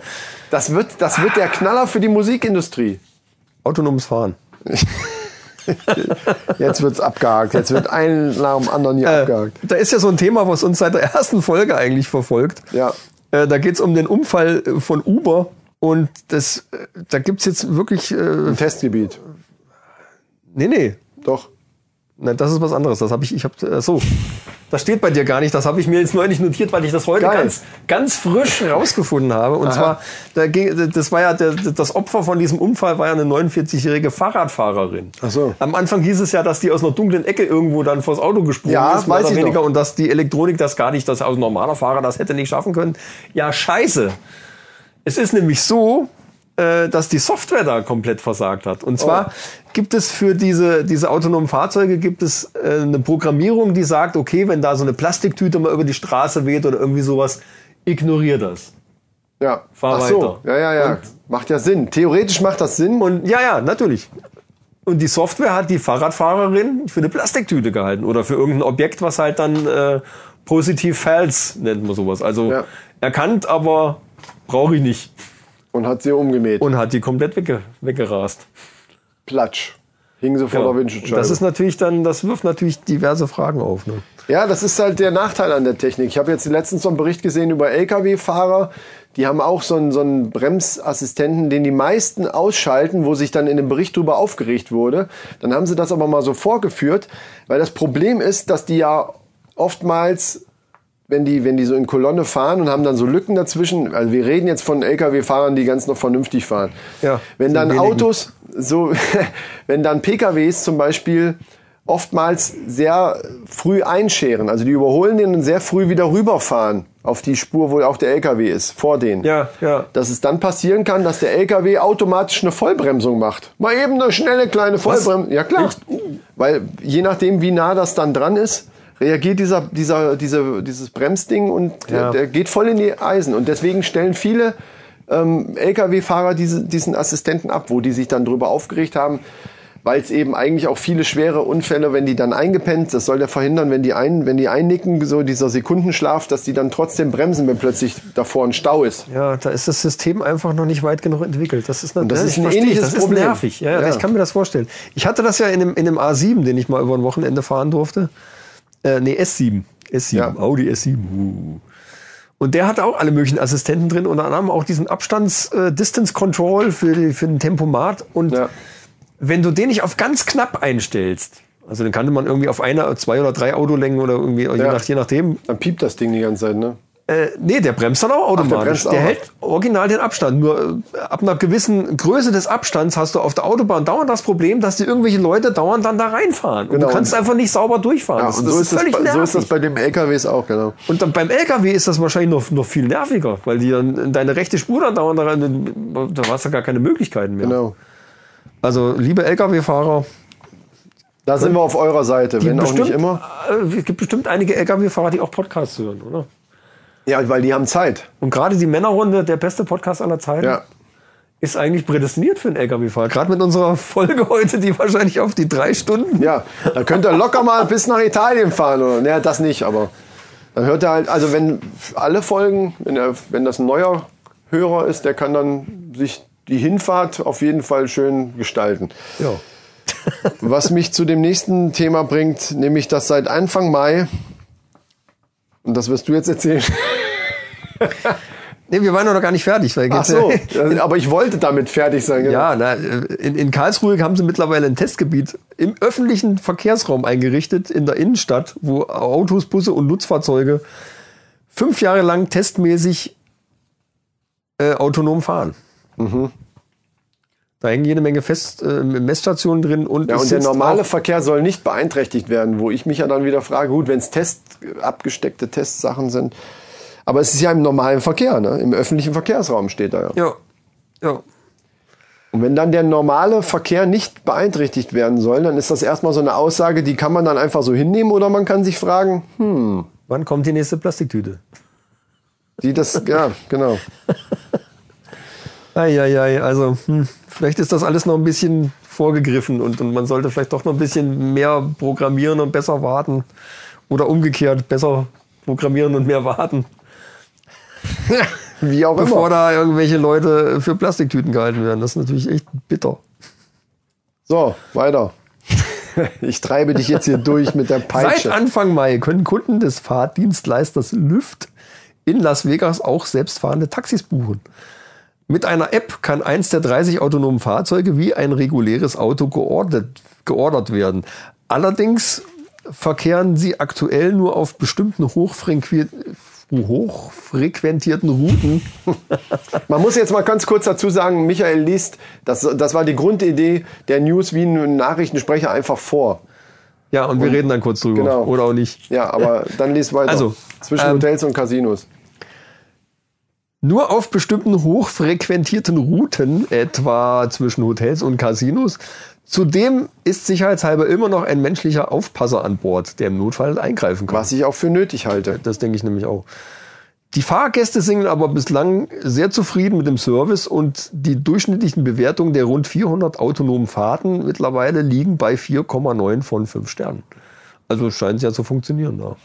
S3: Das wird, das wird der Knaller für die Musikindustrie.
S1: Autonomes Fahren.
S3: Jetzt wird's abgehakt. Jetzt wird ein nach dem anderen hier
S1: Äh,
S3: abgehakt.
S1: da ist ja so ein Thema, was uns seit der ersten Folge eigentlich verfolgt.
S3: Ja.
S1: Äh, da geht es um den Unfall äh, von Uber. Und das, äh, da gibt es jetzt wirklich. Äh,
S3: Im Testgebiet.
S1: nee, nee.
S3: Doch.
S1: Nein, das ist was anderes. Das habe ich, ich habe äh, so. Das steht bei dir gar nicht. Das habe ich mir jetzt neulich notiert, weil ich das heute
S3: Geil.
S1: ganz, ganz frisch rausgefunden habe. Und zwar, da ging, das war ja der, das Opfer von diesem Unfall war ja eine 49-jährige Fahrradfahrerin.
S3: Ach so.
S1: Am Anfang hieß es ja, dass die aus einer dunklen Ecke irgendwo dann vors Auto gesprungen
S3: Ja,
S1: ist, mehr
S3: weiß
S1: oder
S3: ich
S1: weniger,
S3: noch.
S1: und dass die Elektronik das gar nicht, dass also ein normaler Fahrer das hätte nicht schaffen können. Ja, scheiße. Es ist nämlich so, äh, dass die Software da komplett versagt hat. Und zwar
S3: Oh.
S1: gibt es für diese, diese autonomen Fahrzeuge gibt es äh, eine Programmierung, die sagt, okay, wenn da so eine Plastiktüte mal über die Straße weht oder irgendwie sowas, ignorier das.
S3: Ja.
S1: Fahr
S3: Ach so.
S1: weiter.
S3: Ja, ja, ja. macht ja Sinn. Theoretisch macht das Sinn.
S1: Und ja, ja, natürlich. Und die Software hat die Fahrradfahrerin für eine Plastiktüte gehalten oder für irgendein Objekt, was halt dann äh, positiv false nennt man sowas. Also
S3: Ja.
S1: erkannt, aber brauche ich nicht.
S3: Und hat sie umgemäht.
S1: Und hat die komplett wegge weggerast.
S3: Platsch. Hing sie vor
S1: Ja.
S3: der Windschutzscheibe.
S1: Das ist natürlich dann, das wirft natürlich diverse Fragen auf. Ne?
S3: ja, das ist halt der Nachteil an der Technik. Ich habe jetzt letztens so einen Bericht gesehen über Lkw-Fahrer. Die haben auch so einen, so einen Bremsassistenten, den die meisten ausschalten, wo sich dann in dem Bericht drüber aufgeregt wurde. Dann haben sie das aber mal so vorgeführt, weil das Problem ist, dass die ja oftmals wenn die, wenn die so in Kolonne fahren und haben dann so Lücken dazwischen, also wir reden jetzt von Lkw-Fahrern, die ganz noch vernünftig fahren.
S1: Ja,
S3: wenn
S1: sind
S3: dann
S1: wenigen.
S3: Autos, so, [LAUGHS] wenn dann PKWs zum Beispiel oftmals sehr früh einscheren, also die überholen den und sehr früh wieder rüberfahren auf die Spur, wo auch der Lkw ist, vor denen.
S1: Ja, ja.
S3: Dass es dann passieren kann, dass der Lkw automatisch eine Vollbremsung macht. Mal eben eine schnelle kleine Vollbremsung. Ja klar. Weil je nachdem, wie nah das dann dran ist, reagiert dieser, dieser, diese, dieses Bremsding und der,
S1: Ja.
S3: der geht voll in die Eisen. Und deswegen stellen viele ähm, Lkw-Fahrer diese, diesen Assistenten ab, wo die sich dann drüber aufgeregt haben, weil es eben eigentlich auch viele schwere Unfälle, wenn die dann eingepennt, das soll der verhindern, wenn die, ein, wenn die einnicken, so dieser Sekundenschlaf, dass die dann trotzdem bremsen, wenn plötzlich davor ein Stau ist.
S1: Ja, da ist das System einfach noch nicht weit genug entwickelt. Das ist, natürlich
S3: das ist ein
S1: verstehe,
S3: ähnliches
S1: das
S3: Problem.
S1: ist nervig. Ja,
S3: Ja.
S1: Ich kann mir das vorstellen. Ich hatte das ja in dem, in dem A7, den ich mal über ein Wochenende fahren durfte. Äh, nee, S7. S7,
S3: Ja.
S1: Audi S7. Uh. Und der hatte auch alle möglichen Assistenten drin, unter anderem auch diesen Abstands-Distance-Control für, die- für den Tempomat. Und
S3: Ja.
S1: wenn du den nicht auf ganz knapp einstellst, also dann kannte man irgendwie auf einer, zwei oder drei Autolängen oder irgendwie, je,
S3: Ja.
S1: nach, je nachdem,
S3: Dann piept das Ding die ganze Zeit, ne?
S1: äh, nee, der bremst dann auch automatisch.
S3: bremst
S1: der,
S3: auch.
S1: hält original den Abstand. Nur äh, ab einer gewissen Größe des Abstands hast du auf der Autobahn dauernd das Problem, dass die irgendwelche Leute dauernd dann da reinfahren. Und
S3: Genau.
S1: du kannst einfach nicht sauber durchfahren.
S3: Ja,
S1: das,
S3: und
S1: das
S3: so,
S1: ist
S3: ist das
S1: völlig
S3: bei, so
S1: nervig.
S3: ist das bei dem LKWs auch, genau.
S1: und dann beim LKW ist das wahrscheinlich noch, noch viel nerviger, weil die dann in deine rechte Spur dann dauernd da rein, da hast du gar keine Möglichkeiten mehr.
S3: genau.
S1: Also, liebe LKW-Fahrer,
S3: Da sind wir auf eurer Seite, wenn auch nicht immer.
S1: äh, es gibt bestimmt einige LKW-Fahrer, die auch Podcasts hören, oder?
S3: Ja, weil die haben Zeit.
S1: Und gerade die Männerrunde, der beste Podcast aller Zeiten.
S3: Ja.
S1: ist eigentlich prädestiniert für einen LKW-Fahrer. Gerade mit unserer Folge heute, die wahrscheinlich auf die drei Stunden.
S3: Ja, da könnt ihr locker mal bis nach Italien fahren. Oder? Naja, das nicht, aber dann hört er halt, also wenn alle Folgen, wenn, er, wenn das ein neuer Hörer ist, der kann dann sich die Hinfahrt auf jeden Fall schön gestalten.
S1: Ja.
S3: Was mich zu dem nächsten Thema bringt, nämlich dass seit Anfang Mai, und das wirst du jetzt erzählen,
S1: Nee, wir waren ja noch gar nicht fertig. Weil
S3: Ach
S1: geht's
S3: so,
S1: ja-
S3: [LAUGHS] äh, aber ich wollte damit fertig sein. genau.
S1: [LAUGHS] Ja, na, in, in Karlsruhe haben sie mittlerweile ein Testgebiet im öffentlichen Verkehrsraum eingerichtet, in der Innenstadt, wo Autos, Busse und Nutzfahrzeuge fünf Jahre lang testmäßig äh, autonom fahren.
S3: Mhm.
S1: Da hängen jede Menge Fest, äh, Messstationen drin und,
S3: Ja,
S1: es
S3: und der
S1: sitzt
S3: normale
S1: auch,
S3: Verkehr soll nicht beeinträchtigt werden, wo ich mich ja dann wieder frage, gut, wenn es Test, äh, abgesteckte Testsachen sind. Aber es ist ja im normalen Verkehr, ne? im öffentlichen Verkehrsraum steht da ja.
S1: ja, ja,
S3: Und wenn dann der normale Verkehr nicht beeinträchtigt werden soll, dann ist das erstmal so eine Aussage, die kann man dann einfach so hinnehmen oder man kann sich fragen, hm,
S1: wann kommt die nächste Plastiktüte?
S3: die das, ja, genau.
S1: Eieiei, also hm, vielleicht ist das alles noch ein bisschen vorgegriffen und, und man sollte vielleicht doch noch ein bisschen mehr programmieren und besser warten. Oder umgekehrt, besser programmieren und mehr warten,
S3: Wie auch
S1: bevor
S3: immer.
S1: da irgendwelche Leute für Plastiktüten gehalten werden. Das ist natürlich echt bitter.
S3: So, weiter. [LAUGHS] Ich treibe dich jetzt hier durch mit der
S1: Seit
S3: Peitsche.
S1: Anfang Mai können Kunden des Fahrdienstleisters Lyft in Las Vegas auch selbstfahrende Taxis buchen. Mit einer App kann eins der 30 autonomen Fahrzeuge wie ein reguläres Auto geordnet, geordert werden. Allerdings verkehren sie aktuell nur auf bestimmten hochfrequi- hochfrequentierten Routen.
S3: Man muss jetzt mal ganz kurz dazu sagen, Michael liest, das, das war die Grundidee der News wie ein Nachrichtensprecher einfach vor.
S1: Ja, und wir reden dann kurz drüber.
S3: Genau.
S1: Oder auch nicht.
S3: Ja, aber dann liest weiter.
S1: Also,
S3: zwischen
S1: ähm,
S3: Hotels und Casinos.
S1: Nur auf bestimmten hochfrequentierten Routen, etwa zwischen Hotels und Casinos. Zudem ist sicherheitshalber immer noch ein menschlicher Aufpasser an Bord, der im Notfall eingreifen kann.
S3: Was ich auch für nötig halte.
S1: Das denke ich nämlich auch. Die Fahrgäste sind aber bislang sehr zufrieden mit dem Service und die durchschnittlichen Bewertungen der rund 400 autonomen Fahrten mittlerweile liegen bei 4,9 von 5 Sternen. Also scheint es ja zu funktionieren. Ja.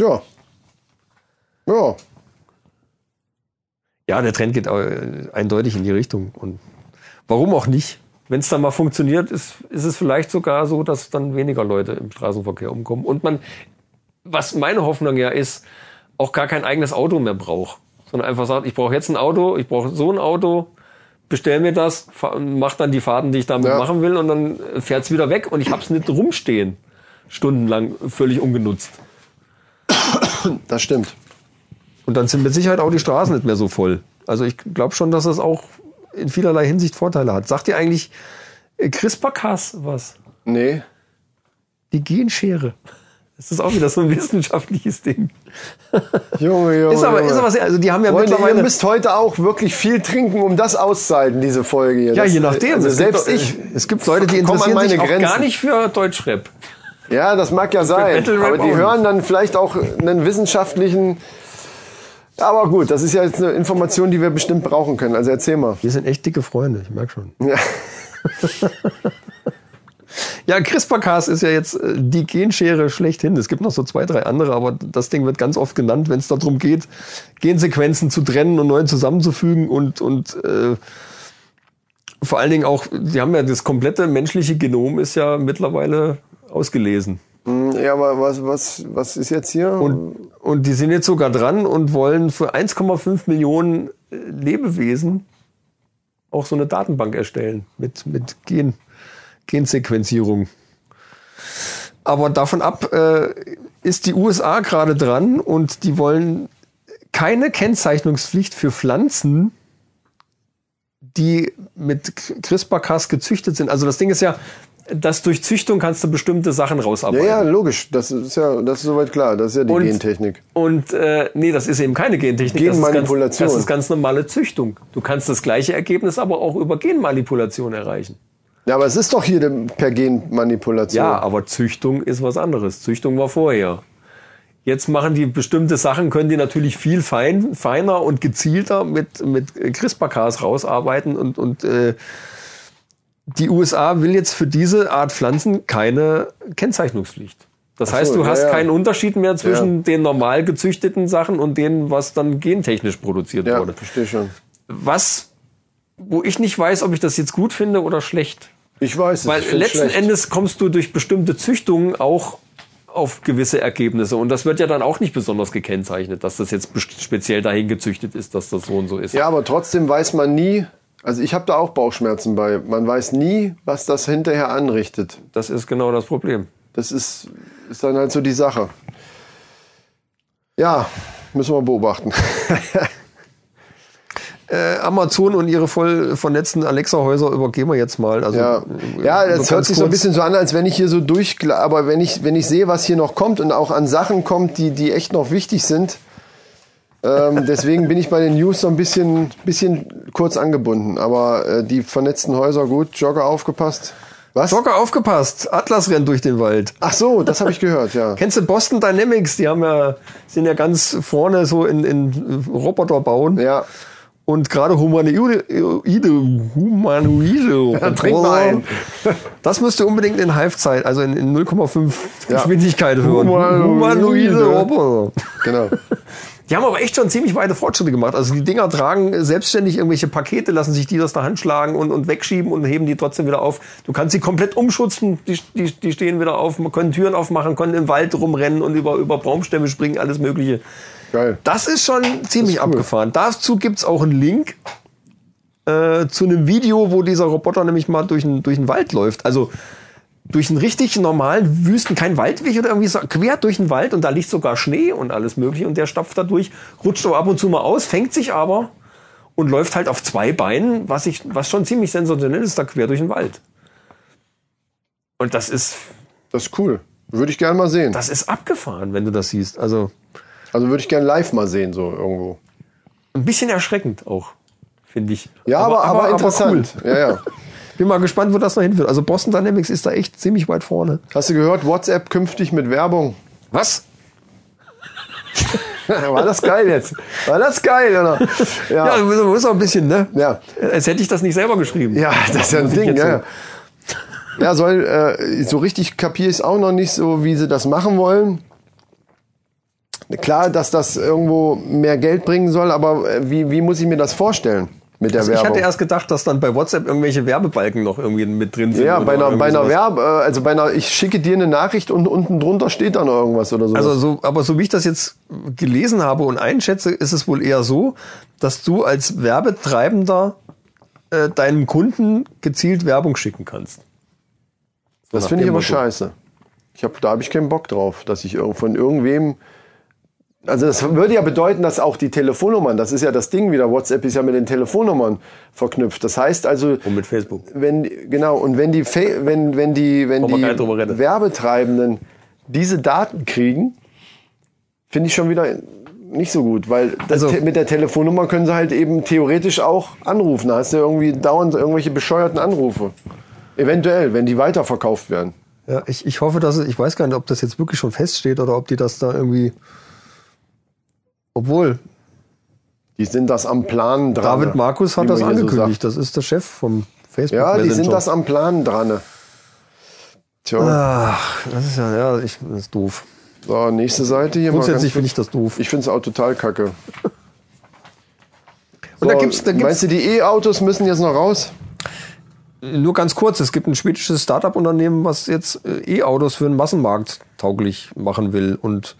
S3: Ja. Ja.
S1: ja, der Trend geht äh, eindeutig in die Richtung. Und warum auch nicht? Wenn es dann mal funktioniert, ist, ist es vielleicht sogar so, dass dann weniger Leute im Straßenverkehr umkommen. Und man, was meine Hoffnung ja ist, auch gar kein eigenes Auto mehr braucht. Sondern einfach sagt, ich brauche jetzt ein Auto, ich brauche so ein Auto, bestell mir das, fahr- mach dann die Fahrten, die ich damit
S3: Ja.
S1: machen will und dann fährt's wieder weg und ich hab's nicht rumstehen. Stundenlang völlig ungenutzt.
S3: Das stimmt.
S1: Und dann sind mit Sicherheit auch die Straßen nicht mehr so voll. Also ich glaube schon, dass das auch in vielerlei Hinsicht Vorteile hat. Sagt ihr eigentlich äh, CRISPR-Cas was?
S3: Nee.
S1: Die Genschere. Das ist auch wieder so ein wissenschaftliches
S3: [LAUGHS]
S1: Ding.
S3: Junge, Junge.
S1: Ist aber,
S3: Junge.
S1: ist aber sehr, also die haben ja
S3: Freunde, ihr
S1: mittlerweile.
S3: müsst heute auch wirklich viel trinken, um das auszuhalten, diese Folge hier.
S1: ja,
S3: Das-
S1: je nachdem.
S3: Also
S1: Es
S3: selbst
S1: gibt,
S3: ich.
S1: Es gibt Leute, die
S3: Komm an
S1: interessieren
S3: meine
S1: sich auch gar
S3: Grenzen.
S1: nicht für Deutschrap.
S3: Ja, das mag ja sein.
S1: Battle Rap
S3: Aber die
S1: auch
S3: hören dann vielleicht auch einen wissenschaftlichen. Aber gut, das ist ja jetzt eine Information, die wir bestimmt brauchen können. Also erzähl mal.
S1: Wir sind echt dicke Freunde, ich merke schon.
S3: Ja.
S1: Ja, CRISPR-Cas ist ja jetzt äh, die Genschere schlechthin. Es gibt noch so zwei, drei andere, aber das Ding wird ganz oft genannt, wenn es darum geht, Gensequenzen zu trennen und neu zusammenzufügen und, und äh, vor allen Dingen auch, die haben ja das komplette menschliche Genom ist ja mittlerweile ausgelesen.
S3: Hm, Ja, aber was, was, was ist jetzt hier?
S1: Und, und die sind jetzt sogar dran und wollen für 1,5 Millionen äh, Lebewesen auch so eine Datenbank erstellen mit, mit Gen, Gensequenzierung. Aber davon ab äh, ist die USA gerade dran und die wollen keine Kennzeichnungspflicht für Pflanzen, die mit CRISPR-Cas gezüchtet sind. Also das Ding ist ja, dass durch Züchtung kannst du bestimmte Sachen
S3: ja,
S1: rausarbeiten.
S3: ja, logisch. Das ist ja, das ist soweit klar. Das ist ja die Gentechnik.
S1: Und äh, nee, das ist eben keine Gentechnik. das ist ganz-
S3: Genmanipulation.
S1: Das ist ganz normale Züchtung. Du kannst das gleiche Ergebnis aber auch über Genmanipulation erreichen.
S3: Ja, aber es ist doch hier dem- per Genmanipulation.
S1: Ja, aber Züchtung ist was anderes. Züchtung war vorher. Jetzt machen die bestimmte Sachen, können die natürlich viel fein, feiner und gezielter mit, mit CRISPR-Cas rausarbeiten und, und äh, die USA will jetzt für diese Art Pflanzen keine Kennzeichnungspflicht. Das heißt,
S3: so,
S1: du
S3: ja,
S1: hast
S3: ja.
S1: keinen Unterschied mehr zwischen den normal gezüchteten Sachen und denen, was dann gentechnisch produziert
S3: ja
S1: wurde.
S3: verstehe schon.
S1: was, wo ich nicht weiß, ob ich das jetzt gut finde oder schlecht.
S3: Ich weiß es.
S1: Weil
S3: ich find's
S1: letzten
S3: schlecht.
S1: Endes kommst du durch bestimmte Züchtungen auch auf gewisse Ergebnisse. Und das wird ja dann auch nicht besonders gekennzeichnet, dass das jetzt best- speziell dahin gezüchtet ist, dass das so und so ist.
S3: Ja, aber trotzdem weiß man nie, also ich habe da auch Bauchschmerzen bei. Man weiß nie, was das hinterher anrichtet.
S1: Das ist genau das Problem.
S3: Das ist, ist dann halt so die Sache. Ja, müssen wir beobachten. [LAUGHS]
S1: Amazon und ihre voll vernetzten Alexa-Häuser übergehen wir jetzt mal. Also,
S3: Ja, ja das hört sich so ein bisschen so an, als wenn ich hier so durch, aber wenn ich, wenn ich sehe, was hier noch kommt und auch an Sachen kommt, die, die echt noch wichtig sind, ähm, [LAUGHS] deswegen bin ich bei den News so ein bisschen, bisschen kurz angebunden. Aber äh, die vernetzten Häuser gut, Jogger aufgepasst. Was?
S1: Zocker, aufgepasst! Atlas rennt durch den Wald.
S3: Ach so, das habe ich
S1: [LAUGHS]
S3: gehört, ja.
S1: Kennst du Boston Dynamics? Die haben ja, sind ja ganz vorne so in, in Roboter bauen.
S3: Ja.
S1: Und gerade Humanoide, Humanoide.
S3: [LAUGHS] Ja, trink mal ein.
S1: Das müsst ihr unbedingt in Halbzeit, also in, in 0,5
S3: Ja.
S1: Geschwindigkeit hören.
S3: Humanoide.
S1: Roboter.
S3: Genau.
S1: Die haben aber echt schon ziemlich weite Fortschritte gemacht. Also die Dinger tragen selbstständig irgendwelche Pakete, lassen sich die aus der Hand schlagen und, und wegschieben und heben die trotzdem wieder auf. Du kannst sie komplett umschützen, die, die, die stehen wieder auf, man können Türen aufmachen, können im Wald rumrennen und über, über Baumstämme springen, alles mögliche.
S3: Geil.
S1: Das ist schon ziemlich abgefahren. Dazu gibt's auch einen Link äh, zu einem Video, wo dieser Roboter nämlich mal durch den durch den Wald läuft. Also durch einen richtig normalen Wüsten, kein Waldweg oder irgendwie so, quer durch den Wald und da liegt sogar Schnee und alles mögliche und der stapft da durch, rutscht aber ab und zu mal aus, fängt sich aber und läuft halt auf zwei Beinen, was, ich, was schon ziemlich sensationell ist, da quer durch den Wald. Und das ist,
S3: Das ist cool. Würde ich gerne mal sehen.
S1: das ist abgefahren, wenn du das siehst. Also
S3: Also würde ich gerne live mal sehen, so irgendwo.
S1: ein bisschen erschreckend auch, finde ich.
S3: Ja, aber, aber, interessant.
S1: cool.
S3: Ja, ja.
S1: Bin mal gespannt, wo das noch hinführt. Also Boston Dynamics ist da echt ziemlich weit vorne.
S3: Hast du gehört, WhatsApp künftig mit Werbung?
S1: Was?
S3: [LAUGHS] War das geil jetzt? War das geil, oder?
S1: Ja,
S3: Ja,
S1: du bist- du bist auch ein bisschen, ne?
S3: ja.
S1: Als hätte ich das nicht selber geschrieben.
S3: ja das ist ja ein
S1: Muss ich
S3: Ding,
S1: jetzt
S3: ja. Ja, soll, äh, so richtig kapiere ich es auch noch nicht, so wie sie das machen wollen. Klar, dass das irgendwo mehr Geld bringen soll, aber äh, wie, wie muss ich mir das vorstellen mit der
S1: Also ich
S3: Werbung?
S1: hatte erst gedacht, dass dann bei WhatsApp irgendwelche Werbebalken noch irgendwie mit drin sind.
S3: ja,
S1: oder
S3: bei einer,
S1: irgendwie
S3: bei einer
S1: sowas.
S3: Werb, äh, also bei einer, ich schicke dir eine Nachricht und unten drunter steht dann irgendwas oder so.
S1: Also so, aber so wie ich das jetzt gelesen habe und einschätze, ist es wohl eher so, dass du als Werbetreibender äh, deinem Kunden gezielt Werbung schicken kannst.
S3: das
S1: nach
S3: finde ich
S1: dem
S3: aber
S1: Motto.
S3: scheiße. Ich hab, da habe ich keinen Bock drauf, dass ich irg- von irgendwem. Also das würde ja bedeuten, dass auch die Telefonnummern, das ist ja das Ding wieder, WhatsApp ist ja mit den Telefonnummern verknüpft. Das heißt also,
S1: Und mit Facebook.
S3: wenn genau und wenn die Fa- wenn wenn die wenn
S1: Brauchen wir gar nicht drüber
S3: die
S1: reden.
S3: Werbetreibenden diese Daten kriegen, finde ich schon wieder nicht so gut, weil das
S1: Also-
S3: Te- mit der Telefonnummer können sie halt eben theoretisch auch anrufen. Da hast du irgendwie dauernd irgendwelche bescheuerten Anrufe. Eventuell, wenn die weiterverkauft werden.
S1: Ja, ich, ich hoffe, dass es, ich weiß gar nicht, ob das jetzt wirklich schon feststeht oder ob die das da irgendwie. Obwohl,
S3: Die sind das am Plan dran.
S1: David Markus
S3: wie
S1: hat das
S3: man hier so
S1: angekündigt. das ist der Chef vom
S3: sagt.
S1: Facebook.
S3: ja, die sind
S1: Messenger.
S3: das am Plan dran.
S1: Ah.
S3: Tja,
S1: Ach, das ist ja, ja, ich, das ist doof.
S3: so, nächste Seite hier mal. ganz
S1: Grundsätzlich finde ich das doof.
S3: Ich finde es auch total kacke.
S1: Und da gibt's- da gibt's-
S3: weißt du, die E-Autos müssen jetzt noch raus.
S1: Nur ganz kurz, es gibt ein schwedisches Startup-Unternehmen, was jetzt äh, E-Autos für den Massenmarkt tauglich machen will. Und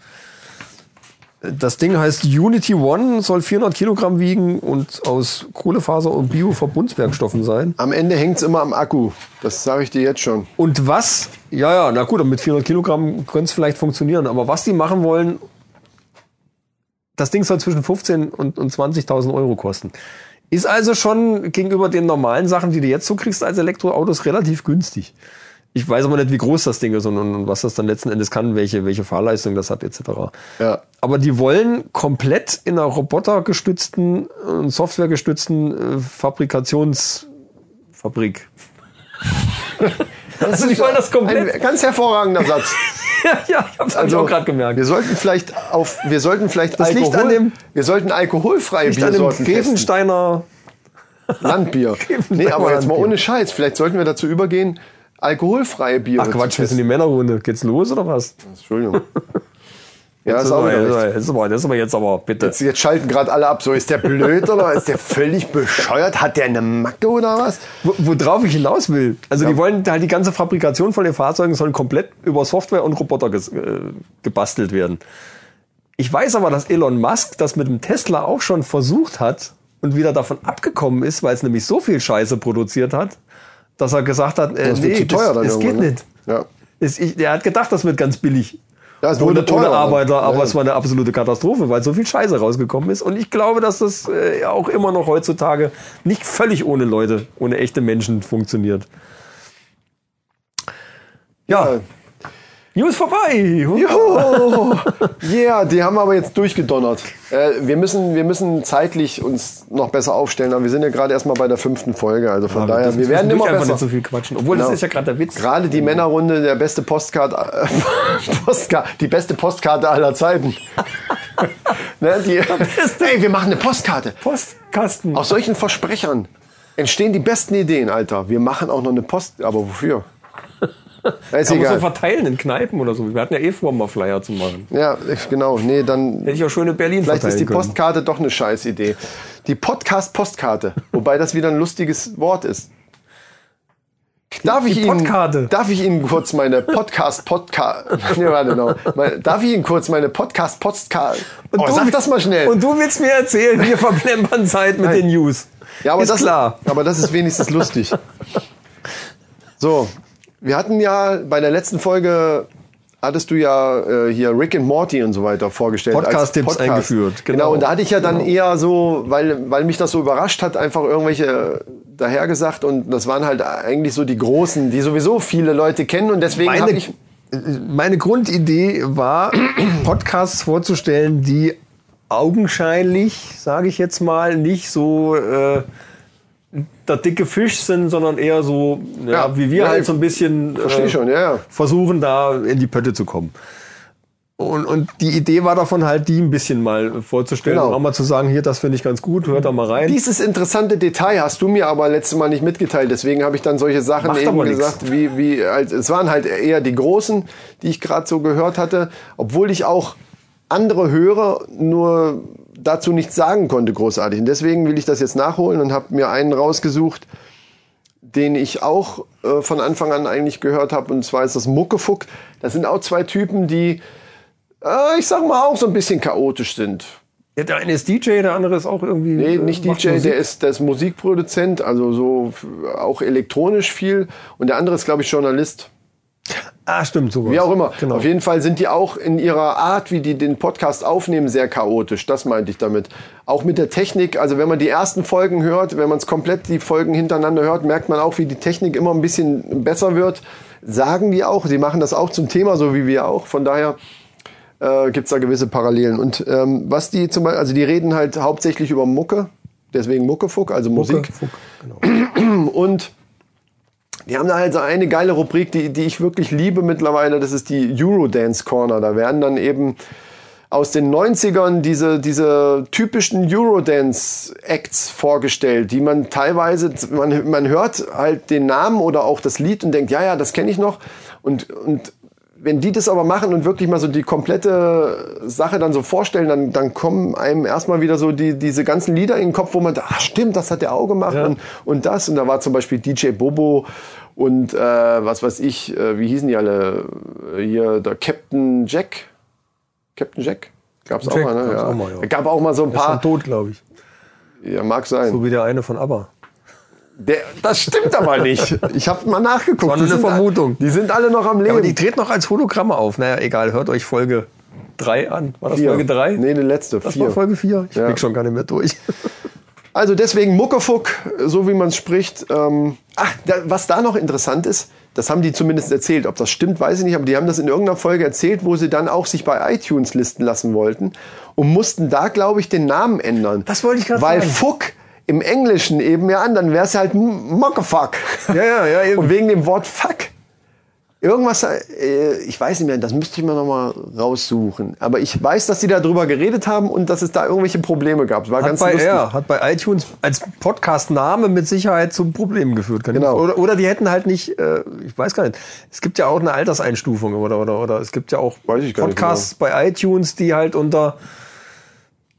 S1: äh, das Ding heißt Unity One, soll 400 Kilogramm wiegen und aus Kohlefaser und Bio-Verbundswerkstoffen sein.
S3: Am Ende hängt es immer am Akku. Das sage ich dir jetzt schon.
S1: Und was, ja, ja, na gut, mit 400 Kilogramm könnte es vielleicht funktionieren, aber was die machen wollen, das Ding soll zwischen 15 und, und 20.000 Euro kosten. Ist also schon gegenüber den normalen Sachen, die du jetzt so kriegst als Elektroautos, relativ günstig. Ich weiß aber nicht, wie groß das Ding ist und, und, und was das dann letzten Endes kann, welche, welche Fahrleistung das hat, etc.
S3: Ja.
S1: Aber die wollen komplett in einer robotergestützten und softwaregestützten äh, Fabrikationsfabrik. also die wollen das komplett.
S3: Ein ganz hervorragender
S1: [LAUGHS]
S3: Satz.
S1: ja, ja, ich hab's also, auch gerade gemerkt.
S3: Wir sollten vielleicht auf, wir sollten vielleicht
S1: Das liegt
S3: Alkohol,
S1: an dem-
S3: wir sollten alkoholfreie
S1: Nicht an dem
S3: Biersorten testen.
S1: Grevensteiner. [LAUGHS]
S3: Landbier.
S1: Gegenstein-
S3: Nee, aber jetzt mal
S1: Landbier.
S3: ohne Scheiß. Vielleicht sollten wir dazu übergehen, alkoholfreie Biere.
S1: Ach Quatsch,
S3: zu
S1: wir sind [LAUGHS]
S3: testen.
S1: die Männerrunde. Geht's los oder was?
S3: Entschuldigung. Ja,
S1: das,
S3: ist
S1: ist
S3: auch
S1: aber,
S3: wieder richtig.
S1: das, ist aber, das ist aber jetzt aber bitte.
S3: Jetzt, jetzt schalten gerade alle ab. So, ist der blöd oder ist der völlig bescheuert? Hat der eine Macke oder was?
S1: Wo- Worauf ich hinaus will. Also die wollen halt die ganze Fabrikation von den Fahrzeugen soll komplett über Software und Roboter ges äh, gebastelt werden. Ich weiß aber, dass Elon Musk das mit dem Tesla auch schon versucht hat und wieder davon abgekommen ist, weil es nämlich so viel Scheiße produziert hat, dass er gesagt hat, äh,
S3: Das
S1: nee,
S3: wird zu teuer
S1: das,
S3: dann
S1: das geht
S3: irgendwann, ne?
S1: nicht.
S3: Ja.
S1: Es- ich, er hat gedacht, das wird ganz billig.
S3: Ja, es
S1: Ohne,
S3: wurde teurer,
S1: ohne
S3: ne?
S1: Arbeiter,
S3: Ja,
S1: aber
S3: ja.
S1: es war eine absolute Katastrophe, weil so viel Scheiße rausgekommen ist. Und ich glaube, dass das äh, auch immer noch heutzutage nicht völlig ohne Leute, ohne echte Menschen funktioniert. Ja,
S3: Ja.
S1: News vorbei.
S3: Juhu! oh, Yeah, die haben aber jetzt durchgedonnert. Äh, wir, müssen, wir müssen zeitlich uns noch besser aufstellen, aber wir sind ja gerade erstmal bei der fünften Folge. Also von daher, wir werden immer
S1: einfach
S3: besser.
S1: nicht so viel quatschen. Obwohl, das
S3: Genau.
S1: ist ja gerade der Witz.
S3: Gerade die Männerrunde, der beste Postcard, äh, [LAUGHS] Postcard, die beste Postkarte aller Zeiten. [LAUGHS] ne, die, hey, wir machen eine Postkarte.
S1: Postkasten.
S3: Aus solchen Versprechern entstehen die besten Ideen, Alter. Wir machen auch noch eine Post, aber
S1: [LAUGHS]
S3: wofür? Ja, Ist
S1: Kann man so
S3: egal.
S1: verteilen in Kneipen oder so. Wir hatten ja eh vor, mal Flyer zu machen.
S3: Ja, genau. Nee, dann
S1: Hätte ich auch schöne Berlin
S3: Vielleicht ist die
S1: verteilen können.
S3: Postkarte doch eine Scheißidee. Die Podcast-Postkarte, wobei das wieder ein lustiges Wort ist. Darf ich,
S1: die
S3: Ihnen,
S1: Podkarte.
S3: darf ich Ihnen kurz meine podcast podcast [LAUGHS] nee, warte, no. Meine- Darf ich Ihnen kurz meine podcast podcast oh,
S1: du-
S3: Sag das mal schnell.
S1: Und du willst mir erzählen,
S3: [LAUGHS]
S1: wir verplempern Zeit mit
S3: Nein.
S1: den News.
S3: ja, aber
S1: ist
S3: das,
S1: klar.
S3: Aber das ist wenigstens lustig. So, wir hatten ja bei der letzten Folge hattest du ja äh, hier Rick and Morty und so weiter vorgestellt. als
S1: Podcast-Tipps eingeführt,
S3: Genau.
S1: genau.
S3: und da hatte ich ja dann eher so, weil, weil mich das so überrascht hat, einfach irgendwelche dahergesagt und das waren halt eigentlich so die Großen, die sowieso viele Leute kennen und deswegen habe
S1: meine,
S3: ich...
S1: meine Grundidee war, [CLEARS THROAT] Podcasts vorzustellen, die augenscheinlich, sage ich jetzt mal, nicht so äh, der dicke Fisch sind, sondern eher so, ja,
S3: Ja,
S1: wie wir
S3: ja, ich
S1: halt so ein bisschen
S3: Verstehe schon, ja, ja.
S1: versuchen, da in die Pötte zu kommen. Und, und die Idee war davon halt, die ein bisschen mal vorzustellen
S3: Genau.
S1: und auch mal zu sagen, hier, das finde ich ganz gut, hört da mal rein.
S3: Dieses interessante Detail hast du mir aber letztes Mal nicht mitgeteilt. Deswegen habe ich dann solche Sachen
S1: Macht
S3: eben
S1: aber nix.
S3: gesagt, wie, wie, als, es waren halt eher die Großen, die ich gerade so gehört hatte, obwohl ich auch andere höre, nur dazu nichts sagen konnte, großartig. Und deswegen will ich das jetzt nachholen und habe mir einen rausgesucht, den ich auch äh, von Anfang an eigentlich gehört habe. Und zwar ist das Muckefuck. Das sind auch zwei Typen, die, äh, ich sag mal, auch so ein bisschen chaotisch sind.
S1: Ja, der eine ist DJ, der andere ist auch irgendwie.
S3: Nee,
S1: äh,
S3: nicht
S1: macht
S3: DJ,
S1: Musik.
S3: der ist, der ist Musikproduzent, also so f- auch elektronisch viel. Und der andere ist, glaube ich, Journalist.
S1: Ah, stimmt, sowas.
S3: Wie auch immer.
S1: Genau.
S3: Auf jeden Fall sind die auch in ihrer Art, wie die den Podcast aufnehmen, sehr chaotisch. Das meinte ich damit. Auch mit der Technik. Also wenn man die ersten Folgen hört, wenn man es komplett die Folgen hintereinander hört, merkt man auch, wie die Technik immer ein bisschen besser wird. Sagen die auch. Sie machen das auch zum Thema, so wie wir auch. Von daher äh, gibt es da gewisse Parallelen. Und ähm, was die zum Beispiel, also die reden halt hauptsächlich über Mucke. Deswegen Muckefuck, also Musik.
S1: Fuck, genau.
S3: Und die haben da halt so eine geile Rubrik, die, die ich wirklich liebe mittlerweile. Das ist die Eurodance Corner. Da werden dann eben aus den 90ern diese, diese typischen Eurodance-Acts vorgestellt, die man teilweise, man, man hört halt den Namen oder auch das Lied und denkt, ja, ja, das kenne ich noch. Und, und wenn die das aber machen und wirklich mal so die komplette Sache dann so vorstellen, dann, dann kommen einem erstmal wieder so die, diese ganzen Lieder in den Kopf, wo man da, ah, stimmt, das hat der auch gemacht und, und das. Und da war zum Beispiel DJ Bobo und äh, was weiß ich, äh, wie hießen die alle? Äh, Hier, der Captain Jack. Captain Jack? Gab's
S1: Captain
S3: auch mal,
S1: Jack
S3: ne?
S1: gab's
S3: Ja.
S1: auch mal, ja.
S3: Gab auch mal so ein
S1: Der ist schon
S3: paar.
S1: tot, glaube ich.
S3: Ja, mag sein.
S1: So wie der eine von ABBA.
S3: Der, das stimmt aber nicht. Ich habe mal nachgeguckt.
S1: war nur
S3: Die
S1: eine
S3: sind
S1: Vermutung.
S3: a- Die sind alle noch am Leben.
S1: aber die dreht noch als Hologramme auf. Naja, egal, hört euch Folge 3 an. War das
S3: Vier.
S1: Folge 3?
S3: Nee, die letzte.
S1: das war
S3: vier.
S1: Folge 4. Ich
S3: Ja.
S1: blick schon gar nicht mehr durch.
S3: Also deswegen Muckefuck, so wie man es spricht. Ähm, ach, da, was da noch interessant ist, das haben die zumindest erzählt. Ob das stimmt, weiß ich nicht, aber die haben das in irgendeiner Folge erzählt, wo sie dann auch sich bei iTunes listen lassen wollten und mussten da, glaube ich, den Namen ändern.
S1: Das wollte ich gerade
S3: Weil
S1: sagen.
S3: Fuck im Englischen eben ja an, dann wäre es halt M- Muckefuck.
S1: Ja, ja, ja, eben.
S3: Und wegen dem Wort Fuck Irgendwas, äh, ich weiß nicht mehr, das müsste ich mir nochmal raussuchen. Aber ich weiß, dass die darüber geredet haben und dass es da irgendwelche Probleme gab. Es War
S1: Hat
S3: ganz
S1: bei,
S3: lustig.
S1: ja, hat bei iTunes als Podcast-Name mit Sicherheit zu Problemen geführt. Kann ich-
S3: Genau.
S1: Oder, oder die hätten halt nicht, äh, ich weiß gar nicht, es gibt ja auch eine Alterseinstufung oder, oder, oder es gibt ja auch
S3: Weiß ich gar nicht genau.
S1: Podcasts bei iTunes, die halt unter,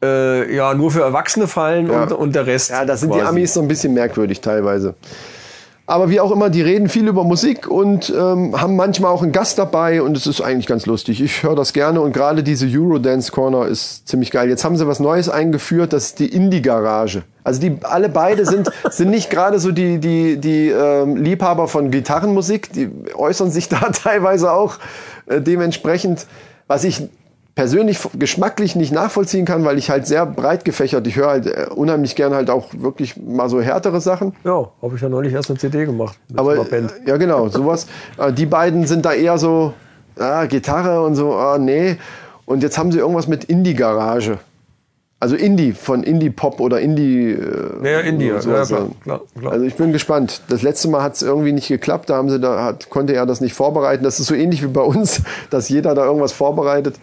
S1: äh, ja, nur für Erwachsene fallen
S3: Ja.
S1: und, und der Rest.
S3: Ja, das sind die
S1: quasi.
S3: Amis so ein bisschen merkwürdig teilweise. Aber wie auch immer, die reden viel über Musik und ähm, haben manchmal auch einen Gast dabei und es ist eigentlich ganz lustig. Ich höre das gerne und gerade diese Eurodance Corner ist ziemlich geil. Jetzt haben sie was Neues eingeführt, das ist die Indie Garage. Also die alle beide sind sind nicht gerade so die die die ähm, Liebhaber von Gitarrenmusik, die äußern sich [LAUGHS] da teilweise auch äh, dementsprechend, was ich persönlich f- geschmacklich nicht nachvollziehen kann, weil ich halt sehr breit gefächert. Ich höre halt äh, unheimlich gern halt auch wirklich mal so härtere Sachen.
S1: Ja, habe ich ja neulich erst eine CD gemacht. Mit
S3: Aber
S1: so einer Band.
S3: ja genau, sowas. Äh, Die beiden sind da eher so ah, Gitarre und so, ah nee. Und jetzt haben sie irgendwas mit Indie Garage. Also Indie von Indie Pop oder Indie äh,
S1: Ja, ja, Indie,
S3: und
S1: ja,
S3: sowas.
S1: klar, klar, klar.
S3: Also ich bin gespannt. Das letzte Mal hat es irgendwie nicht geklappt, da haben sie da hat, konnte er das nicht vorbereiten. Das ist so ähnlich wie bei uns, [LAUGHS] dass jeder da irgendwas vorbereitet.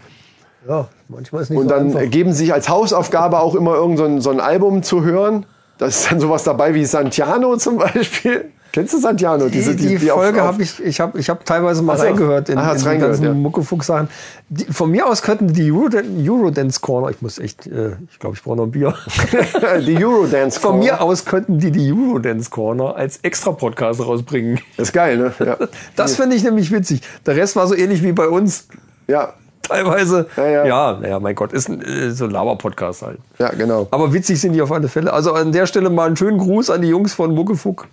S1: ja, manchmal ist nicht
S3: äh, Und
S1: so
S3: dann
S1: einfach.
S3: geben sie sich als Hausaufgabe auch immer irgend so ein, so ein Album zu hören. Da ist dann sowas dabei wie Santiano zum Beispiel. Kennst du Santiano?
S1: Die, die,
S3: auf-
S1: Folge
S3: auf-
S1: habe ich, ich habe ich hab teilweise mal
S3: Ach so.
S1: reingehört in,
S3: Ah, hast
S1: in die
S3: reingehört,
S1: ganzen
S3: ja.
S1: Muckefuchs-Sachen. Die- Von mir aus könnten die Eurodan- Eurodance Corner, ich muss echt, äh, ich glaube, ich brauche noch ein Bier.
S3: [LAUGHS] Die Eurodance.
S1: Von mir aus könnten die die Eurodance Corner als extra Podcast rausbringen.
S3: Ist geil, ne? Ja.
S1: Das finde ich nämlich witzig. Der Rest war so ähnlich wie bei uns.
S3: ja.
S1: Teilweise.
S3: Ja, ja.
S1: ja, naja, mein Gott, ist ein, äh, so ein Laber-Podcast halt.
S3: Ja, genau.
S1: Aber witzig sind die auf alle Fälle. Also an der Stelle mal einen schönen Gruß an die Jungs von Muckefuck.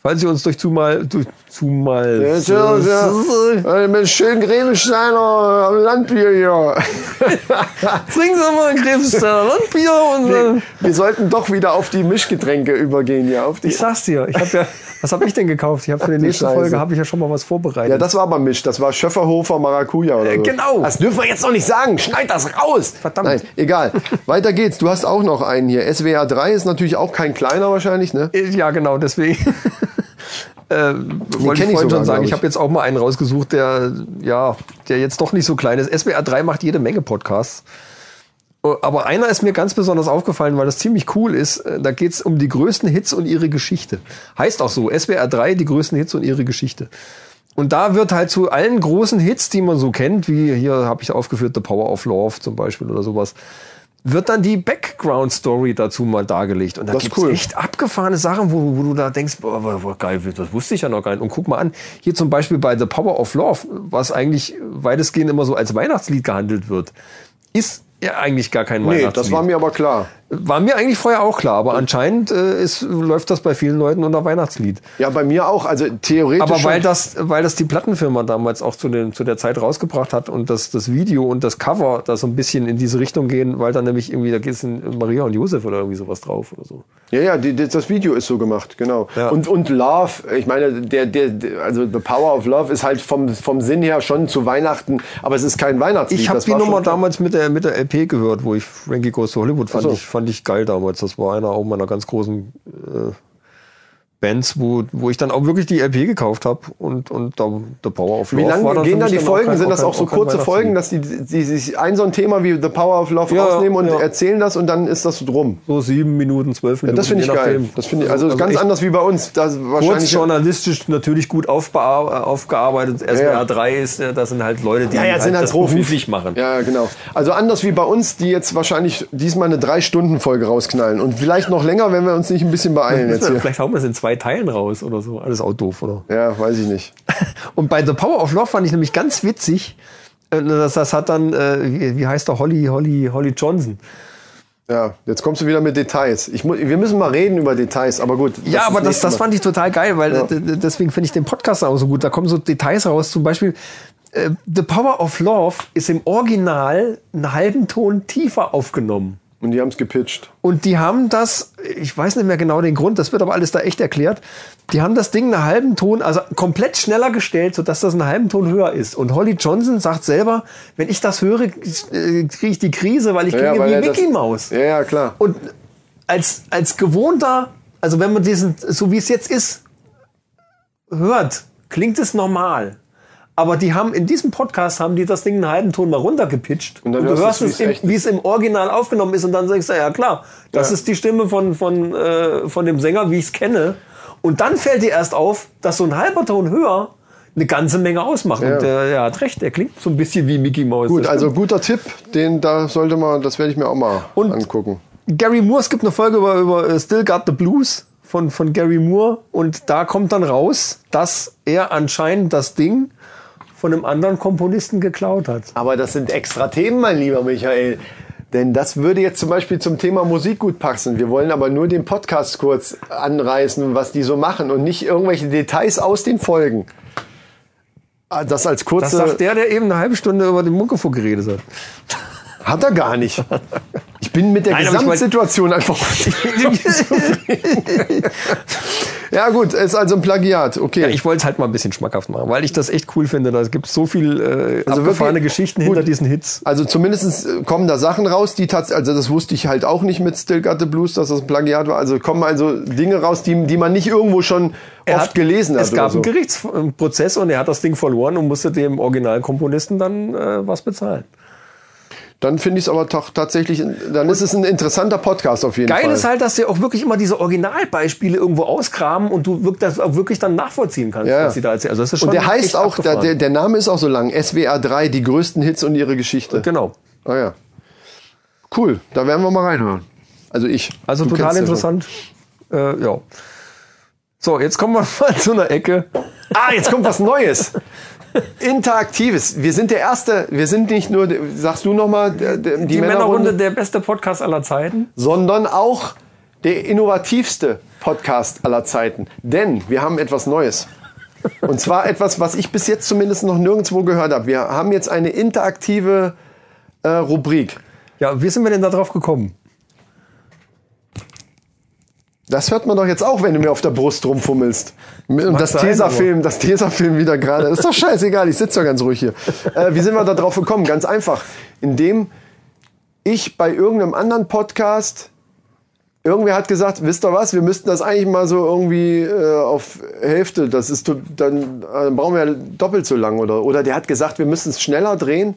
S1: Falls ihr uns durch zumal, durch zumal.
S3: Ja, tja, ja. Äh, Mit schön Grebensteiner am Landbier hier.
S1: [LAUGHS]
S3: [LAUGHS]
S1: Trinken Sie mal einen Krebssteiner Landbier und dann.
S3: Wir sollten doch wieder auf die Mischgetränke übergehen, ja. Auf die
S1: Ich sag's dir, ich hab ja, was habe ich denn gekauft? Ich habe für die
S3: die
S1: nächste
S3: Scheiße.
S1: Folge habe ich ja schon mal was vorbereitet.
S3: ja, das war aber Misch. Das war Schöfferhofer Maracuja oder so.
S1: genau.
S3: Das dürfen wir jetzt noch nicht sagen. Schneid das raus.
S1: Verdammt.
S3: Nein, egal. Weiter geht's. Du hast auch noch einen hier. SWR 3 ist natürlich auch kein kleiner wahrscheinlich, ne?
S1: Äh, ja, genau, deswegen. [LAUGHS] Ähm, wollte ich
S3: kenn ich
S1: vorhin
S3: sogar,
S1: schon sagen,
S3: glaub
S1: ich
S3: ich.
S1: habe jetzt auch mal einen rausgesucht, der ja, der jetzt doch nicht so klein ist. SWR 3 macht jede Menge Podcasts. Äh, Aber einer ist mir ganz besonders aufgefallen, weil das ziemlich cool ist. Äh, Da geht's um die größten Hits und ihre Geschichte. Heißt auch so, SWR 3, die größten Hits und ihre Geschichte. Und da wird halt zu allen großen Hits, die man so kennt, wie hier habe ich aufgeführt, The Power of Love zum Beispiel oder sowas, wird dann die Background-Story dazu mal dargelegt. Und da
S3: Das ist
S1: gibt's
S3: cool.
S1: echt abgefahrene Sachen, wo, wo du da denkst, boah, boah, boah, geil, das wusste ich ja noch gar nicht. Und guck mal an, hier zum Beispiel bei The Power of Love, was eigentlich weitestgehend immer so als Weihnachtslied gehandelt wird, ist ja eigentlich gar kein
S3: Nee,
S1: Weihnachtslied.
S3: das war mir aber klar.
S1: War mir eigentlich vorher auch klar, aber anscheinend äh, ist, läuft das bei vielen Leuten unter Weihnachtslied.
S3: Ja, bei mir auch. Also theoretisch.
S1: Aber weil
S3: schon.
S1: das, weil das die Plattenfirma damals auch zu, den, zu der Zeit rausgebracht hat und das, das Video und das Cover da so ein bisschen in diese Richtung gehen, weil dann nämlich irgendwie, da geht's in Maria und Josef oder irgendwie sowas drauf oder so.
S3: Ja, ja, die, die, das Video ist so gemacht, genau.
S1: Ja.
S3: Und, und Love, ich meine, der, der, der- also The Power of Love ist halt vom, vom Sinn her schon zu Weihnachten, aber es ist kein Weihnachtslied.
S1: Ich habe
S3: das
S1: die
S3: war
S1: Nummer
S3: schon-
S1: damals mit der, mit der LP gehört, wo ich Frankie Goes to Hollywood fand,
S3: Ach so.
S1: ich, fand ich geil damals. Das war einer auch meiner ganz großen äh, Bands, wo, wo ich dann auch wirklich die LP gekauft habe und, und da The Power of
S3: Wie
S1: Love war
S3: lange
S1: dann
S3: gehen
S1: für
S3: da
S1: mich
S3: die
S1: dann
S3: Folgen?
S1: kein-
S3: Sind das
S1: kein-
S3: auch so
S1: kein
S3: kurze
S1: Weihnachtslied.
S3: Folgen, dass die, die sich ein so ein Thema wie The Power of Love
S1: Ja,
S3: rausnehmen und
S1: ja.
S3: erzählen das und dann ist das so drum?
S1: So sieben Minuten, zwölf Minuten.
S3: Das finde ich
S1: je
S3: geil.
S1: nachdem.
S3: Das finde ich, also, ganz
S1: echt
S3: anders wie bei uns. Das
S1: Kurz
S3: wahrscheinlich
S1: journalistisch natürlich gut aufbea- äh, aufgearbeitet. SWR 3 ist, äh, das sind halt Leute, die
S3: Ja, ja, sind halt
S1: das
S3: Profis.
S1: beruflich machen.
S3: Ja, ja, genau. Also anders wie bei uns, die jetzt wahrscheinlich diesmal eine Drei-Stunden-Folge rausknallen. Und vielleicht noch länger, wenn wir uns nicht ein bisschen beeilen jetzt hier.
S1: Vielleicht hauen wir es in zwei Teilen raus oder so. Alles auch doof, oder?
S3: Ja, weiß ich nicht.
S1: Und bei The Power of Love fand ich nämlich ganz witzig, äh, das, das hat dann, äh, wie, wie heißt der, Holly, Holly, Holly Johnson.
S3: Ja, jetzt kommst du wieder mit Details. Ich mu wir müssen mal reden über Details, aber gut.
S1: Ja, aber das,
S3: nächste
S1: das
S3: Mal.
S1: fand ich total geil, weil äh, d- d- deswegen finde ich den Podcast auch so gut. Da kommen so Details raus. Zum Beispiel, äh, The Power of Love ist im Original einen halben Ton tiefer aufgenommen.
S3: Und die haben es gepitcht.
S1: Und die haben das, ich weiß nicht mehr genau den Grund, das wird aber alles da echt erklärt. Die haben das Ding einen halben Ton, also komplett schneller gestellt, sodass das einen halben Ton höher ist. Und Holly Johnson sagt selber, wenn ich das höre, äh, kriege ich die Krise, weil ich klinge
S3: weil er
S1: wie Mickey
S3: das-
S1: Mouse.
S3: Ja, ja, klar.
S1: Und als, als gewohnter, also wenn man diesen, so wie es jetzt ist, hört, klingt es normal. Aber die haben in diesem Podcast haben die das Ding einen halben Ton mal runtergepitcht
S3: Und dann
S1: du hörst
S3: hörst du es,
S1: es,
S3: wie es
S1: im-
S3: echt ist.
S1: wie es im Original aufgenommen ist und dann sagst du, ja klar, das
S3: Ja.
S1: ist die Stimme von, von, äh, von dem Sänger, wie ich es kenne. Und dann fällt dir erst auf, dass so ein halber Ton höher eine ganze Menge ausmacht.
S3: Ja.
S1: Und der, der hat recht, der klingt so ein bisschen wie Mickey Mouse.
S3: Gut,
S1: Das
S3: also guter Tipp, den da sollte man, das werde ich mir auch mal
S1: Und-
S3: angucken.
S1: Gary Moore, es gibt eine Folge über, über äh, Still Got the Blues von, von Gary Moore und da kommt dann raus, dass er anscheinend das Ding von einem anderen Komponisten geklaut hat.
S3: Aber das sind extra Themen, mein lieber Michael. Denn das würde jetzt zum Beispiel zum Thema Musik gut passen. Wir wollen aber nur den Podcast kurz anreißen, was die so machen und nicht irgendwelche Details aus den Folgen. Ah, Das als
S1: Das äh,
S3: kurze
S1: sagt der, der eben eine halbe Stunde über den Muckefuck geredet hat. [LAUGHS]
S3: hat er gar nicht. Ich bin mit der
S1: Nein, aber ich mein-
S3: Gesamtsituation einfach.
S1: [LAUGHS]
S3: ja gut, ist also ein Plagiat. Okay.
S1: ich wollte es halt mal ein bisschen schmackhaft machen, weil ich das echt cool finde. Da gibt es so viel äh, also abgefahrene
S3: wirklich-
S1: Geschichten
S3: gut.
S1: hinter diesen Hits.
S3: Also zumindest äh, kommen da Sachen raus, die tatsächlich, also das wusste ich halt auch nicht mit Still Got the Blues, dass das ein Plagiat war. Also kommen also Dinge raus, die, die man nicht irgendwo schon oft gelesen hat.
S1: Es gab einen
S3: oder so.
S1: Gerichtsprozess und er hat das Ding verloren und musste dem Originalkomponisten dann äh, was bezahlen.
S3: Dann finde ich es aber doch tatsächlich, dann ist es ein interessanter Podcast auf jeden
S1: Geil
S3: Fall.
S1: ist halt, dass sie auch wirklich immer diese Originalbeispiele irgendwo ausgraben und du wirk- das auch wirklich dann nachvollziehen kannst,
S3: Ja.
S1: was sie da erzählen. Also das ist schon
S3: und der heißt
S1: echt
S3: auch, der,
S1: abgefahren.
S3: der der Name ist auch so lang, SWR 3, die größten Hits und ihre Geschichte.
S1: genau.
S3: Ah ja. Cool, da werden wir mal reinhören. Also ich.
S1: Also
S3: Du
S1: total
S3: kennst ja schon.
S1: interessant. Äh, ja. So, jetzt kommen wir [LAUGHS] mal zu einer Ecke.
S3: Ah, jetzt kommt was Neues. Interaktives. Wir sind der erste, wir sind nicht nur, sagst du nochmal, die, die,
S1: Die, Männerrunde,
S3: Männerrunde,
S1: der beste Podcast aller Zeiten.
S3: sondern auch der innovativste Podcast aller Zeiten. Denn wir haben etwas Neues. Und zwar etwas, was ich bis jetzt zumindest noch nirgendwo gehört habe. Wir haben jetzt eine interaktive äh, Rubrik.
S1: Ja, wie sind wir denn da drauf gekommen?
S3: Das hört man doch jetzt auch, wenn du mir auf der Brust rumfummelst. Und
S1: mag
S3: das
S1: sein,
S3: Tesafilm, das Tesafilm wieder gerade. Ist doch scheißegal, ich sitze doch ganz ruhig hier. Äh, wie sind wir da drauf gekommen? Ganz einfach. Indem ich bei irgendeinem anderen Podcast, irgendwer hat gesagt, wisst ihr was, wir müssten das eigentlich mal so irgendwie äh, auf Hälfte, das ist, to- dann, äh, brauchen wir doppelt so lang. Oder, oder der hat gesagt, wir müssen es schneller drehen.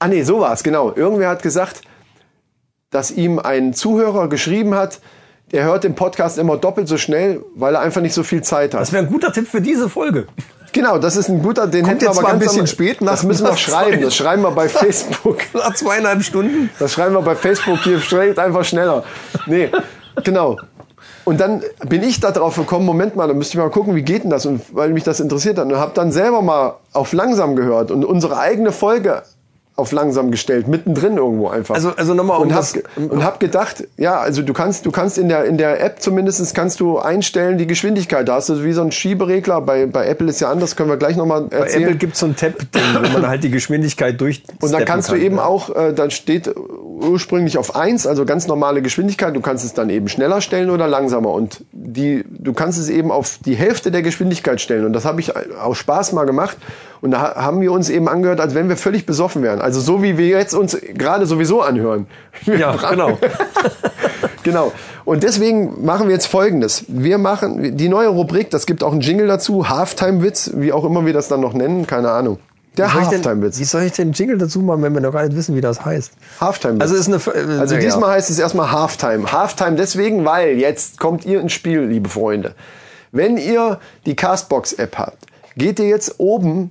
S3: Ah nee, so war es, genau. Irgendwer hat gesagt, dass ihm ein Zuhörer geschrieben hat, er hört den Podcast immer doppelt so schnell, weil er einfach nicht so viel Zeit hat.
S1: Das wäre ein guter Tipp für diese Folge.
S3: genau, das ist ein guter, den hätten
S1: jetzt
S3: wir aber
S1: zwar ein
S3: ganz
S1: bisschen
S3: am-
S1: spät nach-
S3: Das müssen wir
S1: nach
S3: schreiben,
S1: Zeit.
S3: das
S1: [LAUGHS]
S3: schreiben wir bei Facebook.
S1: [LAUGHS] Nach zweieinhalb Stunden.
S3: Das schreiben wir bei Facebook hier, schreibt einfach schneller. Nee, genau. Und dann bin ich da drauf gekommen, Moment mal, da müsste ich mal gucken, wie geht denn das? Und weil mich das interessiert hat. Und habe dann selber mal auf langsam gehört und unsere eigene Folge auf langsam gestellt, mittendrin irgendwo einfach.
S1: Also- also nochmal, um
S3: und hab,
S1: das-
S3: und hab gedacht, ja, also du kannst, du kannst in der, in der App zumindest kannst du einstellen die Geschwindigkeit. Da hast du wie so einen Schieberegler. Bei, bei Apple ist ja anders, können wir gleich nochmal
S1: Bei
S3: erzählen.
S1: Apple gibt es so ein Tab-Ding, wo
S3: [LAUGHS]
S1: man halt die Geschwindigkeit durch.
S3: Und dann kannst du eben auch, äh, dann steht ursprünglich auf 1, also ganz normale Geschwindigkeit, du kannst es dann eben schneller stellen oder langsamer. Und die, du kannst es eben auf die Hälfte der Geschwindigkeit stellen. Und das habe ich aus Spaß mal gemacht. Und da ha- haben wir uns eben angehört, als wenn wir völlig besoffen wären. Also so wie wir jetzt uns gerade sowieso anhören. [LAUGHS] Wir
S1: Ja,
S3: bra-
S1: genau.
S3: [LAUGHS] genau. Und deswegen machen wir jetzt Folgendes. Wir machen die neue Rubrik, das gibt auch einen Jingle dazu, Halftime-Witz, wie auch immer wir das dann noch nennen, keine Ahnung. Der
S1: Soll ich denn,
S3: Halftime-Witz.
S1: wie soll ich denn Jingle dazu machen, wenn wir noch gar nicht wissen, wie das heißt?
S3: Halftime-Witz.
S1: Also ist eine. äh,
S3: Also
S1: naja.
S3: diesmal heißt es erstmal Halftime. Halftime deswegen, weil jetzt kommt ihr ins Spiel, liebe Freunde. Wenn ihr die Castbox-App habt, geht ihr jetzt oben,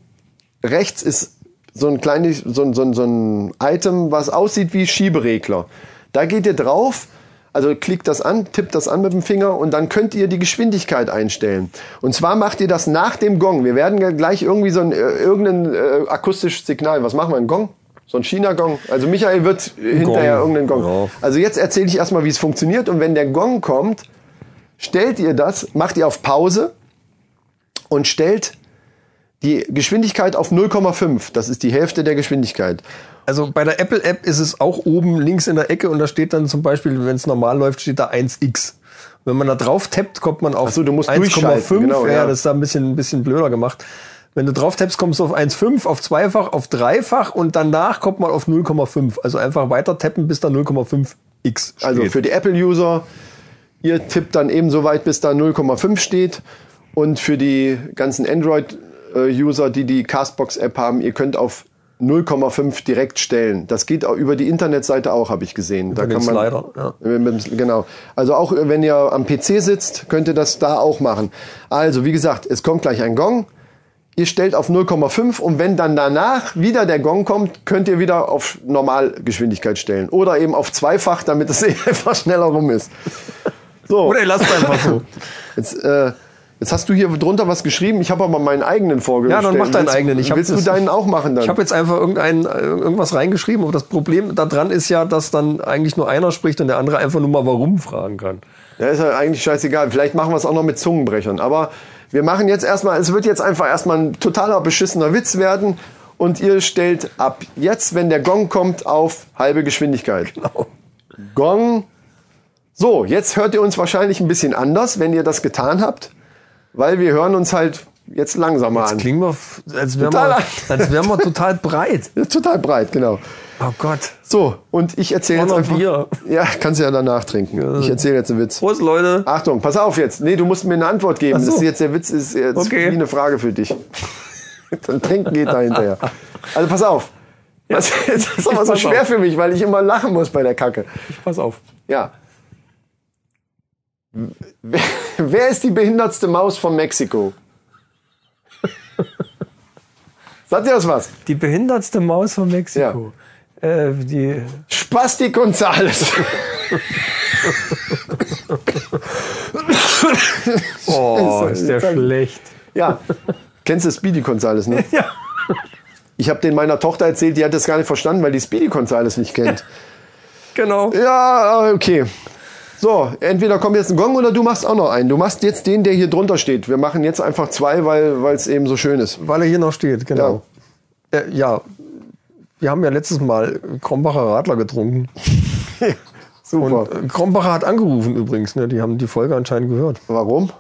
S3: rechts ist so ein kleines, so ein, so ein, so ein Item, was aussieht wie Schieberegler. Da geht ihr drauf, also klickt das an, tippt das an mit dem Finger und dann könnt ihr die Geschwindigkeit einstellen. Und zwar macht ihr das nach dem Gong. Wir werden ja gleich irgendwie so ein, äh, irgendein äh, akustisches Signal. Was machen wir? Ein Gong? So ein China-Gong. Also Michael wird hinterher irgendeinen Gong.
S1: Ja.
S3: Also jetzt erzähle ich erstmal, wie es funktioniert. Und wenn der Gong kommt, stellt ihr das, macht ihr auf Pause und stellt die Geschwindigkeit auf 0,5. Das ist die Hälfte der Geschwindigkeit.
S1: Also bei der Apple-App ist es auch oben links in der Ecke und da steht dann zum Beispiel, wenn es normal läuft, steht da 1x. Wenn man da drauf tappt, kommt man auf
S3: Ach so, du musst
S1: 1,5.
S3: durchschalten, genau,
S1: ja,
S3: ja.
S1: das ist da ein bisschen, ein bisschen blöder gemacht. Wenn du drauf tappst, kommst du auf 1,5, auf zweifach, auf dreifach und danach kommt man auf 0,5. Also einfach weiter tappen, bis da 0,5x steht.
S3: Also für die Apple-User, ihr tippt dann eben so weit, bis da 0,5 steht. Und für die ganzen Android-User, die die Castbox-App haben, ihr könnt auf 0,5 direkt stellen. Das geht auch über die Internetseite auch, habe ich gesehen. da
S1: den
S3: kann man,
S1: Slider, ja.
S3: mit dem Sl- Genau. Also auch äh, wenn ihr am PC sitzt, könnt ihr das da auch machen. Also wie gesagt, es kommt gleich ein Gong. Ihr stellt auf 0,5 und wenn dann danach wieder der Gong kommt, könnt ihr wieder auf Normalgeschwindigkeit stellen. Oder eben auf zweifach, damit es [LAUGHS] einfach schneller rum ist. So.
S1: Oder ihr lasst es einfach so.
S3: Jetzt, äh, jetzt hast du hier drunter was geschrieben. Ich habe aber meinen eigenen vorgestellt.
S1: Ja, dann mach deinen
S3: willst,
S1: eigenen. Ich hab
S3: willst du
S1: das-
S3: deinen auch machen [LAUGHS] dann?
S1: Ich habe jetzt einfach irgendein, äh, irgendwas reingeschrieben, aber das Problem daran ist ja, dass dann eigentlich nur einer spricht und der andere einfach nur mal warum fragen kann.
S3: ja, ist ja eigentlich scheißegal. Vielleicht machen wir es auch noch mit Zungenbrechern. Aber wir machen jetzt erstmal, es wird jetzt einfach erstmal ein totaler beschissener Witz werden. Und ihr stellt ab jetzt, wenn der Gong kommt, auf halbe Geschwindigkeit.
S1: Genau.
S3: Gong. So, jetzt hört ihr uns wahrscheinlich ein bisschen anders, wenn ihr das getan habt, weil wir hören uns halt jetzt langsamer
S1: Das
S3: an.
S1: klingen wir, f- als wären
S3: Total
S1: wir,
S3: an-
S1: [LAUGHS] als wären wir total breit.
S3: Total breit, genau.
S1: Oh Gott.
S3: So, und ich erzähle
S1: Und
S3: jetzt
S1: noch
S3: einfach.
S1: Bier.
S3: Ja, kannst du ja danach trinken. Ich erzähle jetzt einen Witz.
S1: Prost, Leute.
S3: Achtung, pass auf jetzt. Nee, du musst mir eine Antwort geben.
S1: Ach so.
S3: Das ist jetzt der Witz ist jetzt
S1: Okay.
S3: wie eine Frage für dich. [LAUGHS] Dann trinken geht da hinterher. Also pass auf. Was, das ist aber so
S1: pass
S3: schwer
S1: auf.
S3: für mich, weil ich immer lachen muss bei der Kacke.
S1: Pass auf.
S3: Ja. Wer, wer ist die behindertste Maus von Mexiko? Sagt ihr das was?
S1: Die behindertste Maus von Mexiko. Äh, die,
S3: Spasti Gonzales. [LAUGHS]
S1: oh,
S3: Scheiße,
S1: ist der
S3: jetzt hab ich-
S1: schlecht.
S3: Ja. Kennst du Speedy Gonzales, ne?
S1: Ja.
S3: Ich habe den meiner Tochter erzählt, die hat das gar nicht verstanden, weil die Speedy Gonzales nicht kennt.
S1: Genau.
S3: Ja, äh, okay. So, entweder kommt jetzt ein Gong oder du machst auch noch einen. Du machst jetzt den, der hier drunter steht. Wir machen jetzt einfach zwei, weil es eben so schön ist.
S1: Weil er hier noch steht, genau. Ja. Äh, ja. Wir haben ja letztes Mal Krombacher Radler getrunken.
S3: Super.
S1: Und äh, Krombacher hat angerufen übrigens. Ne? Die haben die Folge anscheinend gehört.
S3: Warum?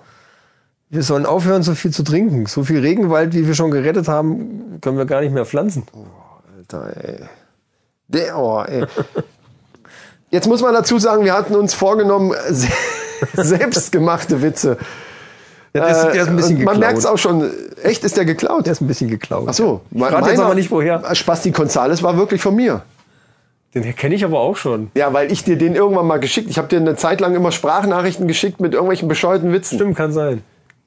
S1: Wir sollen aufhören, so viel zu trinken. So viel Regenwald, wie wir schon gerettet haben, können wir gar nicht mehr pflanzen.
S3: Alter, ey. Der, oh, ey. Jetzt muss man dazu sagen, wir hatten uns vorgenommen, äh, se- [LAUGHS] selbstgemachte Witze.
S1: Ja, der, ist, der ist ein bisschen
S3: Äh, und man merkt es
S1: geklaut.
S3: auch schon. Echt, ist der geklaut?
S1: Der ist ein bisschen geklaut.
S3: Ach so.
S1: Ich frag jetzt
S3: meiner-
S1: aber nicht, woher.
S3: Spasti Gonzales war wirklich von mir.
S1: Den kenne ich aber auch schon.
S3: Ja, weil ich dir den irgendwann mal geschickt. Ich habe dir eine Zeit lang immer Sprachnachrichten geschickt mit irgendwelchen bescheuerten Witzen.
S1: Stimmt, kann sein.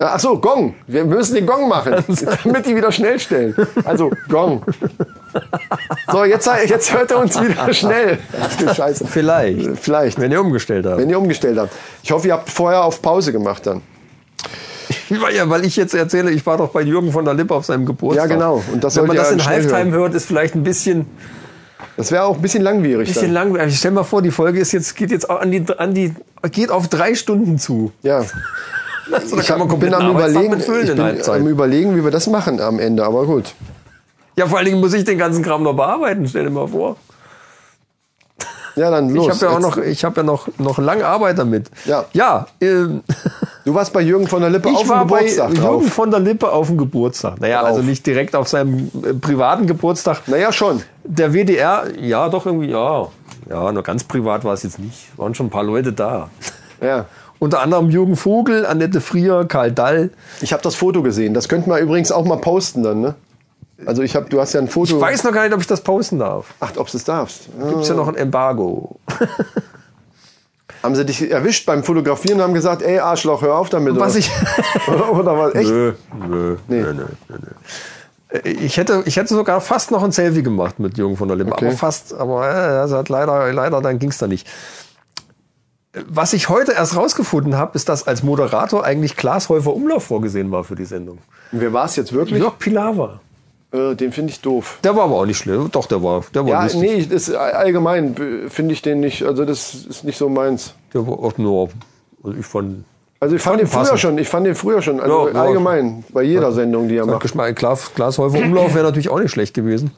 S3: Ach so, Gong. Wir müssen den
S1: [LAUGHS]
S3: Gong machen,
S1: Also-
S3: damit die wieder schnell stellen. Also Gong. So, jetzt, jetzt hört er uns wieder schnell. Ach du Scheiße.
S1: Vielleicht.
S3: Vielleicht,
S1: Wenn ihr umgestellt habt.
S3: wenn ihr umgestellt habt. Ich hoffe, ihr habt vorher auf Pause gemacht dann.
S1: Weil, [LAUGHS] ja, weil ich jetzt erzähle, ich war doch bei Jürgen von der Lippe auf seinem Geburtstag.
S3: Ja, genau. Und das
S1: Wenn
S3: sollt
S1: man
S3: ihr
S1: das in
S3: schnell
S1: Halftime
S3: hören.
S1: hört, ist vielleicht ein bisschen,
S3: Das wäre auch ein bisschen langwierig.
S1: bisschen
S3: dann.
S1: langweilig. Also Stell mal vor, die Folge ist jetzt, geht jetzt auch an die, an die, geht auf drei Stunden zu.
S3: Ja.
S1: Also, da
S3: Ich hab, bin am überlegen, ich bin am überlegen, wie wir das machen am Ende. Aber gut.
S1: Ja, vor allen Dingen muss ich den ganzen Kram noch bearbeiten, stell dir mal vor.
S3: Ja, dann los.
S1: ich habe ja auch
S3: Jetzt-
S1: noch, ich habe ja noch, noch lang Arbeit damit.
S3: Ja.
S1: Ja, ähm,
S3: Du warst bei Jürgen von der Lippe
S1: ich
S3: auf dem
S1: war bei
S3: Geburtstag
S1: Jürgen
S3: drauf.
S1: von der Lippe auf dem Geburtstag. Naja,
S3: Drauf.
S1: also nicht direkt auf seinem äh, privaten Geburtstag.
S3: Naja, schon.
S1: Der WDR, ja, doch irgendwie, ja. Ja, nur ganz privat war es jetzt nicht. Waren schon ein paar Leute da.
S3: Ja.
S1: Unter anderem Jürgen Vogel, Annette Frier, Karl Dall.
S3: Ich habe das Foto gesehen. Das könnten wir übrigens auch mal posten dann, ne? Also ich habe, du hast ja ein Foto.
S1: Ich weiß noch gar nicht, ob ich das posten darf.
S3: Ach, ob du es darfst. ne? Ja.
S1: Gibt's ja noch ein Embargo.
S3: Haben sie dich erwischt beim Fotografieren und haben gesagt, ey Arschloch, hör auf damit.
S1: Was
S3: oder?
S1: ich.
S3: [LAUGHS] oder, oder was? Echt?
S1: Nö, nö, nö, nö, nö, nö. Äh, Ich hätte, ich hätte sogar fast noch ein Selfie gemacht mit Jürgen von der Lippe.
S3: Okay.
S1: Aber fast, aber äh, das hat leider, leider, dann ging's da nicht. Äh, Was ich heute erst rausgefunden habe, ist, dass als Moderator eigentlich Klaas Häufer Umlauf vorgesehen war für die Sendung.
S3: Wer war es jetzt wirklich?
S1: Jörg Pilawa.
S3: Äh, den finde ich doof.
S1: Der war aber auch nicht schlimm. Doch, der war, der war
S3: Ja,
S1: lustig.
S3: nee, das, allgemein b- finde ich den nicht. Also das ist nicht so meins.
S1: Der war auch nur, also ich fand,
S3: Also ich fand den früher
S1: passend.
S3: schon. Ich fand den früher schon. Also
S1: Ja, ja.
S3: allgemein bei jeder Sendung, die er macht.
S1: Geschmack, Glas, Glashäufer Umlauf wäre natürlich auch nicht schlecht gewesen.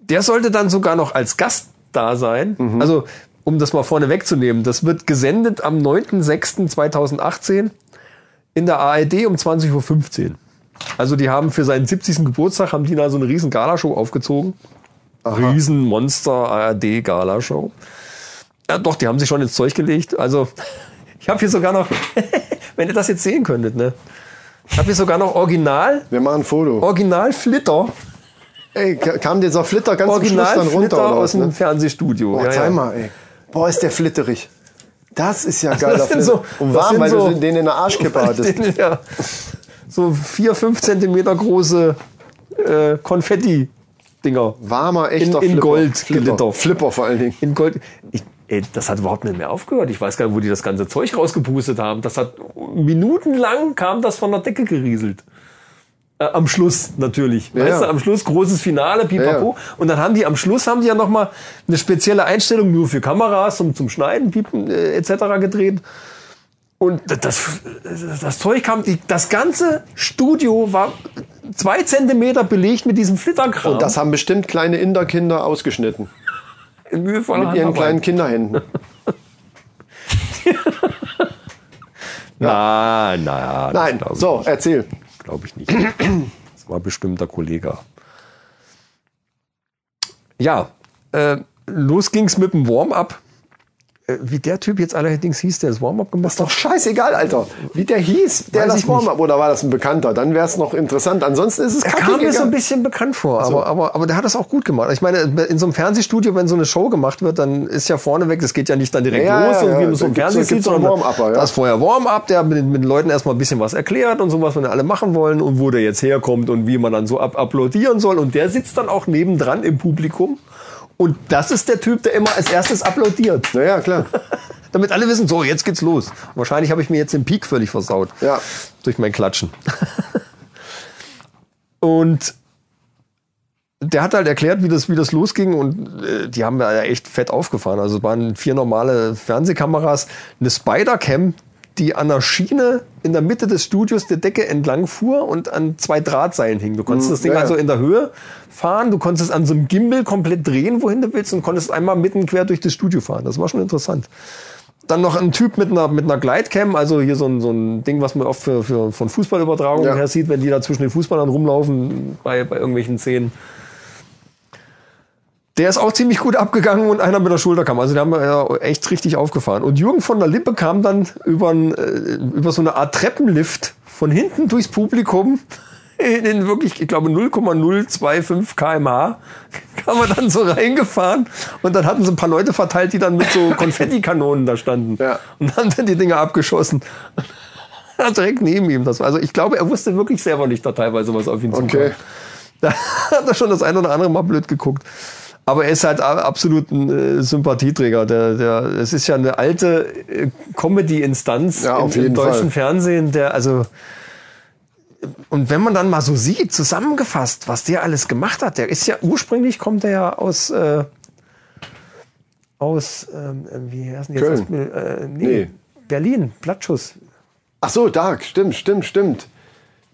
S1: Der sollte dann sogar noch als Gast da sein. Also, um das mal vorne wegzunehmen, das wird gesendet am 9.06.2018 in der ARD um 20.15 Uhr. Also, die haben für seinen 70. Geburtstag, haben die da so eine riesen Galashow aufgezogen. Riesen Monster ARD Galashow. Ja, doch, die haben [LAUGHS] sich schon ins Zeug gelegt. Also, ich habe hier sogar noch, wenn ihr das jetzt sehen könntet, ne? Ich habe hier sogar noch Original,
S3: Wir machen ein Foto.
S1: Original Flitter,
S3: Ey, ka- kam dieser Flitter ganz zum Schluss
S1: Original
S3: dann runter
S1: Flitter
S3: oder
S1: aus
S3: was?
S1: dem
S3: Ne?
S1: Fernsehstudio.
S3: Boah,
S1: Ja,
S3: zeig
S1: ja.
S3: mal, ey. Boah, ist der flitterig. Das ist ja geil.
S1: sind so-
S3: und
S1: das
S3: warm,
S1: sind
S3: weil
S1: so-
S3: du den in der Arschkippe hattest.
S1: Den, [LAUGHS] ja, so vier, fünf Zentimeter große äh, Konfetti-Dinger.
S3: Warmer, echter
S1: In- in
S3: Flipper.
S1: Gold
S3: Flipper.
S1: Glitter.
S3: Flipper vor allen Dingen.
S1: In Gold. Ich, ey, das hat überhaupt nicht mehr aufgehört. Ich weiß gar nicht, wo die das ganze Zeug rausgepustet haben. Das hat minutenlang kam das von der Decke gerieselt. Äh, am Schluss natürlich.
S3: Ja,
S1: weißt
S3: ja.
S1: du, am Schluss großes Finale, pipapo. Und dann haben die am Schluss haben die ja noch mal eine spezielle Einstellung nur für Kameras und zum Schneiden, Piepen äh, etc. gedreht. Und das, das Zeug kam, die, das ganze Studio war zwei Zentimeter belegt mit diesem Flitterkram.
S3: Und das haben bestimmt kleine Inderkinder ausgeschnitten.
S1: in mühevoller
S3: Mit ihren
S1: Handarbeit.
S3: kleinen Kinderhänden.
S1: Na, na, [LAUGHS]
S3: Nein, so, erzähl.
S1: glaube ich nicht. Das war bestimmt der Kollege. Ja, äh, los ging's mit dem Warm-up. Äh, wie der Typ jetzt allerdings hieß, der das Warm-up gemacht
S3: Ist doch
S1: hat.
S3: scheißegal, Alter. Wie der hieß, der
S1: Weiß
S3: das
S1: ich
S3: Warm-up. Oder war das ein Bekannter? Dann wäre es noch interessant. Ansonsten ist Also es
S1: Er
S3: kacke
S1: kam mir so ein
S3: gegangen.
S1: bisschen bekannt vor, aber, aber, aber der hat das auch gut gemacht. Ich meine, in so einem Fernsehstudio, wenn so eine Show gemacht wird, dann ist ja vorneweg, das geht ja nicht dann direkt
S3: Ja,
S1: los
S3: ja,
S1: und
S3: ja,
S1: wie man so
S3: da
S1: im
S3: gibt's-
S1: Fernsehen
S3: da
S1: sieht,
S3: gibt's so einen
S1: sondern
S3: Warm-Upper, ja.
S1: da ist vorher Warm-up, der mit, mit den Leuten erstmal ein bisschen was erklärt und so, was wir alle machen wollen und wo der jetzt herkommt und wie man dann so ab applaudieren soll. Und der sitzt dann auch nebendran im Publikum. Und das ist der Typ, der immer als erstes applaudiert.
S3: Naja, klar.
S1: Damit alle wissen, so, jetzt geht's los. Wahrscheinlich habe ich mir jetzt den Peak völlig versaut.
S3: Ja.
S1: Durch mein Klatschen. [LAUGHS] und der hat halt erklärt, wie das, wie das losging und äh, die haben wir echt fett aufgefahren. Also es waren vier normale Fernsehkameras, eine Spider-Cam, die an der Schiene in der Mitte des Studios der Decke entlang fuhr und an zwei Drahtseilen hing. Du konntest das Ding
S3: Mhm. ja, ja.
S1: also in der Höhe fahren, du konntest an so einem Gimbal komplett drehen, wohin du willst und konntest einmal mitten quer durch das Studio fahren. Das war schon interessant. Dann noch ein Typ mit einer, mit einer Glidecam, also hier so ein, so ein Ding, was man oft für, für, von Fußballübertragungen
S3: Ja.
S1: her sieht, wenn die da zwischen den Fußballern rumlaufen bei, bei irgendwelchen Szenen. Der ist auch ziemlich gut abgegangen und einer mit der Schulter kam. Also, die haben wir ja echt richtig aufgefahren. Und Jürgen von der Lippe kam dann über, ein, äh, über so eine Art Treppenlift von hinten durchs Publikum in, in wirklich, ich glaube, 0,025 kmh [LAUGHS] kam er dann so reingefahren. Und dann hatten sie ein paar Leute verteilt, die dann mit
S3: [LAUGHS]
S1: so Konfettikanonen da standen.
S3: Ja.
S1: Und haben dann die Dinger abgeschossen. [LAUGHS] Direkt neben ihm. Das war, also ich glaube, er wusste wirklich selber nicht, da teilweise was auf ihn zukam.
S3: Okay.
S1: [LAUGHS] Da hat er schon das ein oder andere Mal blöd geguckt. Aber er ist halt a- absolut ein äh, Sympathieträger. Der, der, es ist ja eine alte äh, Comedy-Instanz
S3: Ja, auf
S1: im, im
S3: jeden
S1: deutschen
S3: Fall.
S1: Fernsehen, der also. Und wenn man dann mal so sieht, zusammengefasst, was der alles gemacht hat, der ist ja ursprünglich kommt er ja aus äh, aus ähm, wie heißt denn jetzt?
S3: Köln.
S1: Äh, nee,
S3: Nee.
S1: Berlin, Plattschuss.
S3: Ach so, da, stimmt, stimmt, stimmt.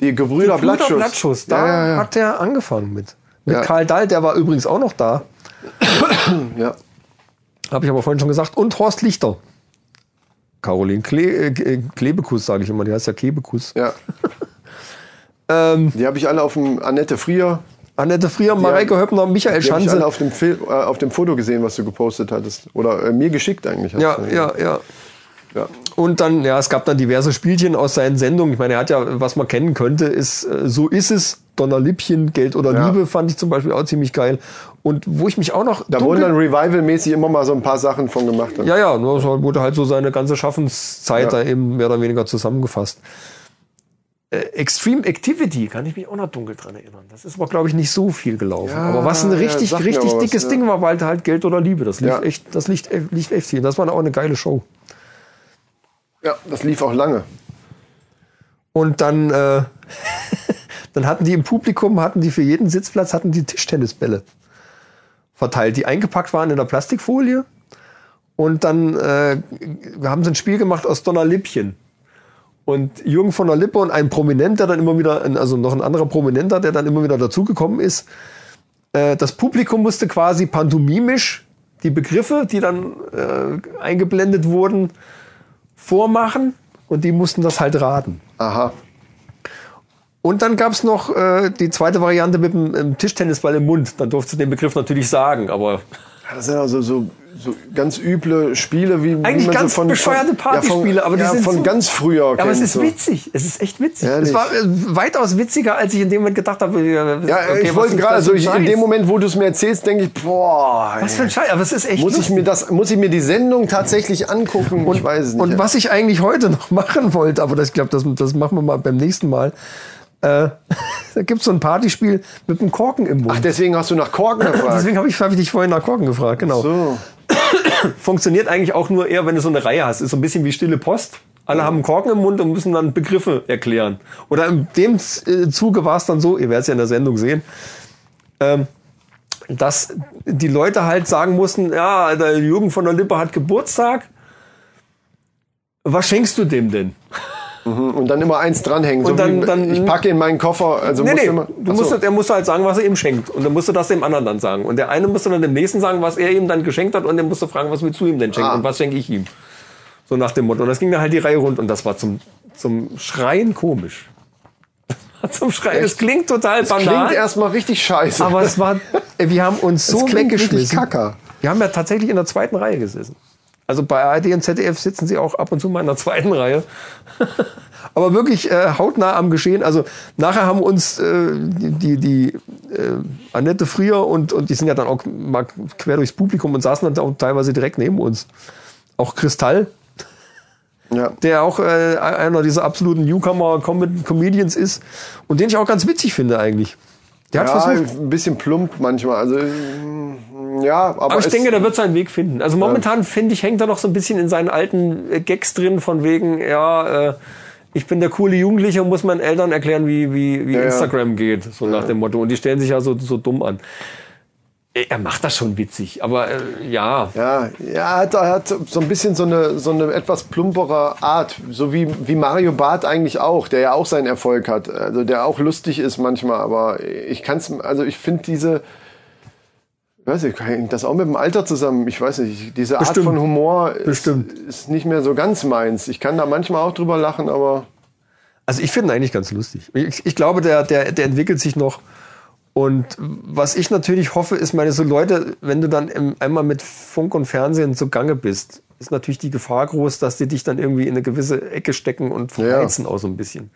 S3: Die
S1: Bruder
S3: Gebrüder Blattschuss.
S1: Blattschuss, da
S3: ja, ja, ja.
S1: hat er angefangen mit. Mit
S3: Ja.
S1: Karl Dahl, der war übrigens auch noch da.
S3: ja.
S1: Habe ich aber vorhin schon gesagt. Und Horst Lichter. Caroline Kle äh, Klebekus, sage ich immer. Die heißt ja Klebekus.
S3: ja.
S1: Ähm,
S3: Die habe ich alle auf dem Annette Frier.
S1: Annette Frier, Mareike Höppner, Michael
S3: Die habe ich alle
S1: Schanze.
S3: auf dem, Fil äh, auf dem Foto gesehen, was du gepostet hattest. Oder äh, mir geschickt eigentlich. hast
S1: Ja,
S3: du.
S1: ja, ja.
S3: ja.
S1: Und dann, ja, es gab dann diverse Spielchen aus seinen Sendungen. Ich meine, er hat ja, was man kennen könnte, ist äh, So ist es, Donnerlippchen, Geld oder
S3: Ja.
S1: Liebe fand ich zum Beispiel auch ziemlich geil. Und wo ich mich auch noch...
S3: Da wurden dann revivalmäßig immer mal so ein paar Sachen von gemacht.
S1: Ja, ja, nur so wurde halt so seine ganze Schaffenszeit
S3: Ja.
S1: da eben mehr oder weniger zusammengefasst. Äh, Extreme Activity, kann ich mich auch noch dunkel dran erinnern. Das ist aber, glaube ich, nicht so viel gelaufen.
S3: Ja,
S1: aber was ein
S3: ja,
S1: richtig,
S3: sag mir
S1: richtig
S3: aber was,
S1: dickes
S3: ja.
S1: Ding war, war halt halt Geld oder Liebe. Das lief
S3: Ja.
S1: echt, das lief, äh, lief echt viel. Das war auch eine geile Show.
S3: ja, das lief auch lange.
S1: Und dann, äh, [LAUGHS] dann hatten die im Publikum, hatten die für jeden Sitzplatz, hatten die Tischtennisbälle verteilt, die eingepackt waren in der Plastikfolie. Und dann äh, haben sie ein Spiel gemacht aus Donnerlippchen. Und Jürgen von der Lippe und ein Prominenter dann immer wieder, also noch ein anderer Prominenter, der dann immer wieder dazugekommen ist. Äh, das Publikum musste quasi pantomimisch die Begriffe, die dann äh, eingeblendet wurden, vormachen. Und die mussten das halt raten.
S3: Aha.
S1: Und dann gab's noch äh, die zweite Variante mit dem ähm, Tischtennisball im Mund. Dann durfte du den Begriff natürlich sagen, aber
S3: Ja, Das sind also so so ganz üble Spiele wie wie
S1: Eigentlich
S3: man
S1: ganz bescheuerte Partyspiele, aber die
S3: ja,
S1: sind
S3: von
S1: so-
S3: ganz früher.
S1: aber es
S3: kennt,
S1: ist
S3: so.
S1: witzig. Es ist echt witzig.
S3: Ehrlich?
S1: Es war äh, weitaus witziger, als ich in dem Moment gedacht habe. äh, Ja,
S3: Ja, ich wollte gerade so, ich, in dem Moment, wo du es mir erzählst, denke ich, boah,
S1: Was für ein Scheiß, aber es ist echt
S3: muss ich
S1: lustig.
S3: mir das, muss ich mir die Sendung tatsächlich angucken? ich weiß es nicht.
S1: Und was ich eigentlich heute noch machen wollte, aber das, ich glaube, das, das machen wir mal beim nächsten Mal. Äh, [LAUGHS] da gibt es so ein Partyspiel mit einem Korken im
S3: Ach,
S1: Mund.
S3: deswegen hast du nach Korken gefragt.
S1: Deswegen habe ich, hab ich dich vorhin nach Korken gefragt, genau.
S3: So.
S1: Funktioniert eigentlich auch nur eher, wenn du so eine Reihe hast. Ist so ein bisschen wie stille Post. Alle haben einen Korken im Mund und müssen dann Begriffe erklären. Oder in dem Z- äh, Zuge war es dann so, ihr werdet es ja in der Sendung sehen, ähm, dass die Leute halt sagen mussten, ja, der Jürgen von der Lippe hat Geburtstag. Was schenkst du dem denn?
S3: Und dann immer eins dranhängen. so
S1: Und dann-
S3: wie,
S1: dann-
S3: ich packe in meinen Koffer. Also
S1: Nee,
S3: musst
S1: nee,
S3: du immer,
S1: du musst,
S3: Achso.
S1: der musste halt sagen, was er ihm schenkt. Und dann musste das dem anderen dann sagen. Und der eine musste dann dem nächsten sagen, was er ihm dann geschenkt hat. Und der musste fragen, was willst du ihm denn schenken?
S3: Ah.
S1: Und was schenke ich ihm? So nach dem Motto. Und das ging dann halt die Reihe rund. Und das war zum, zum Schreien komisch. [LAUGHS] zum Schreien. Es klingt total banal.
S3: klingt erstmal richtig scheiße.
S1: aber es war, [LAUGHS] ey, wir haben uns so
S3: Es klingt richtig
S1: weggeschmissen.
S3: kacker.
S1: Wir haben ja tatsächlich in der zweiten Reihe gesessen. Also bei ARD und ZDF sitzen sie auch ab und zu mal in der zweiten Reihe. [LAUGHS] Aber wirklich äh, hautnah am Geschehen. Also nachher haben uns äh, die, die äh, Annette Frier und, und die sind ja dann auch mal quer durchs Publikum und saßen dann auch teilweise direkt neben uns. Auch Kristall,
S3: ja.
S1: der auch äh, einer dieser absoluten Newcomer-Comedians ist und den ich auch ganz witzig finde eigentlich. Der hat
S3: ja,
S1: versucht,
S3: ein bisschen plump manchmal. Also, mm, ja, aber,
S1: Aber ich
S3: es-
S1: denke, der wird seinen Weg finden. Also momentan, finde ich, hängt er noch so ein bisschen in seinen alten äh, Gags drin, von wegen, ja, äh, ich bin der coole Jugendliche und muss meinen Eltern erklären, wie, wie, wie
S3: ja.
S1: Instagram geht, so nach dem Motto. Und die stellen sich ja so, so dumm an. Äh, Er macht das schon witzig, aber äh, ja.
S3: Ja, ja, er hat, er hat so ein bisschen so eine, so eine etwas plumpere Art, so wie, wie Mario Barth eigentlich auch, der ja auch seinen Erfolg hat, also der auch lustig ist manchmal, aber ich kann's, also ich finde diese, weiß ich, hängt das auch mit dem Alter zusammen, ich weiß nicht, diese Art
S1: Bestimmt.
S3: von Humor ist,
S1: Bestimmt.
S3: ist nicht mehr so ganz meins. Ich kann da manchmal auch drüber lachen, aber
S1: Also ich finde ihn eigentlich ganz lustig. Ich, ich glaube, der, der, der entwickelt sich noch. Und was ich natürlich hoffe, ist, meine, so Leute, wenn du dann im, einmal mit Funk und Fernsehen zugange bist, ist natürlich die Gefahr groß, dass die dich dann irgendwie in eine gewisse Ecke stecken und verheizen auch so ein bisschen.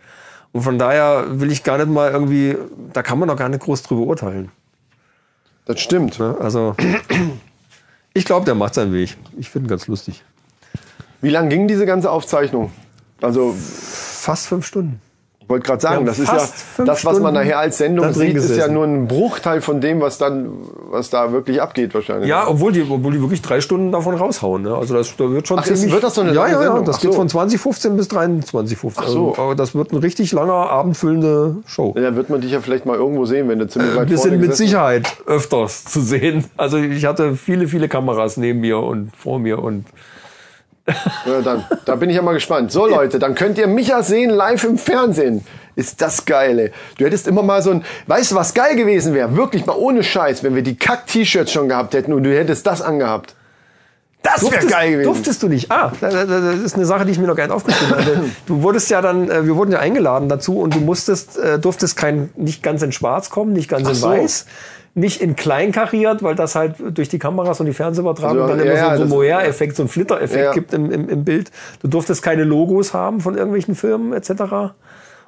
S1: Und von daher will ich gar nicht mal irgendwie, da kann man doch gar nicht groß drüber urteilen.
S3: das stimmt.
S1: Ne? Also ich glaube, der macht seinen Weg. Ich finde ihn ganz lustig.
S3: Wie lang ging diese ganze Aufzeichnung? Also,
S1: Fast fünf Stunden.
S3: ich wollte gerade
S1: Wir haben
S3: sagen, das ist
S1: fast
S3: ja
S1: fünf
S3: das, was man
S1: Stunden
S3: nachher als
S1: da
S3: Sendung
S1: drin
S3: sieht, ist ja
S1: gesessen.
S3: nur ein Bruchteil von dem, was dann, was da wirklich abgeht wahrscheinlich.
S1: Ja, obwohl die, obwohl die wirklich drei Stunden davon raushauen. Ne? Also das da wird schon
S3: Ach, das- wird das so eine
S1: ja,
S3: lange
S1: ja, ja,
S3: Sendung?
S1: das
S3: Ach
S1: geht
S3: so.
S1: von 2015 bis 2315.
S3: Ach so.
S1: Also, aber das wird eine richtig lange, abendfüllende Show.
S3: Ja, Dann wird man dich ja vielleicht mal irgendwo sehen, wenn du ziemlich weit
S1: Wir
S3: vorne
S1: sind mit
S3: gesessen
S1: Sicherheit öfters zu sehen. Also ich hatte viele, viele Kameras neben mir und vor mir und
S3: hast. Ja, dann, da bin ich ja mal gespannt. So Leute, dann könnt ihr Micha sehen live im Fernsehen. Ist das geil, ey. Du hättest immer mal so ein, weißt du, was geil gewesen wäre? Wirklich mal ohne Scheiß, wenn wir die Kack-T-Shirts schon gehabt hätten und du hättest das angehabt.
S1: Das
S3: wär geil gewesen.
S1: Durftest du nicht. Ah, da- da- da- das ist eine Sache, die ich mir noch gar nicht aufgeschrieben hatte.
S3: [LAUGHS]
S1: Du wurdest ja dann, äh, wir wurden ja eingeladen dazu und du musstest, äh, durftest kein, nicht ganz in schwarz kommen, nicht ganz in
S3: so.
S1: weiß, nicht in klein kariert, weil das halt durch die Kameras und die Fernsehübertragung
S3: Also,
S1: dann
S3: ja,
S1: immer
S3: ja,
S1: so,
S3: das-
S1: so einen effekt so einen Flitter-Effekt
S3: Ja.
S1: gibt im, im, im Bild. Du durftest keine Logos haben von irgendwelchen Firmen etc.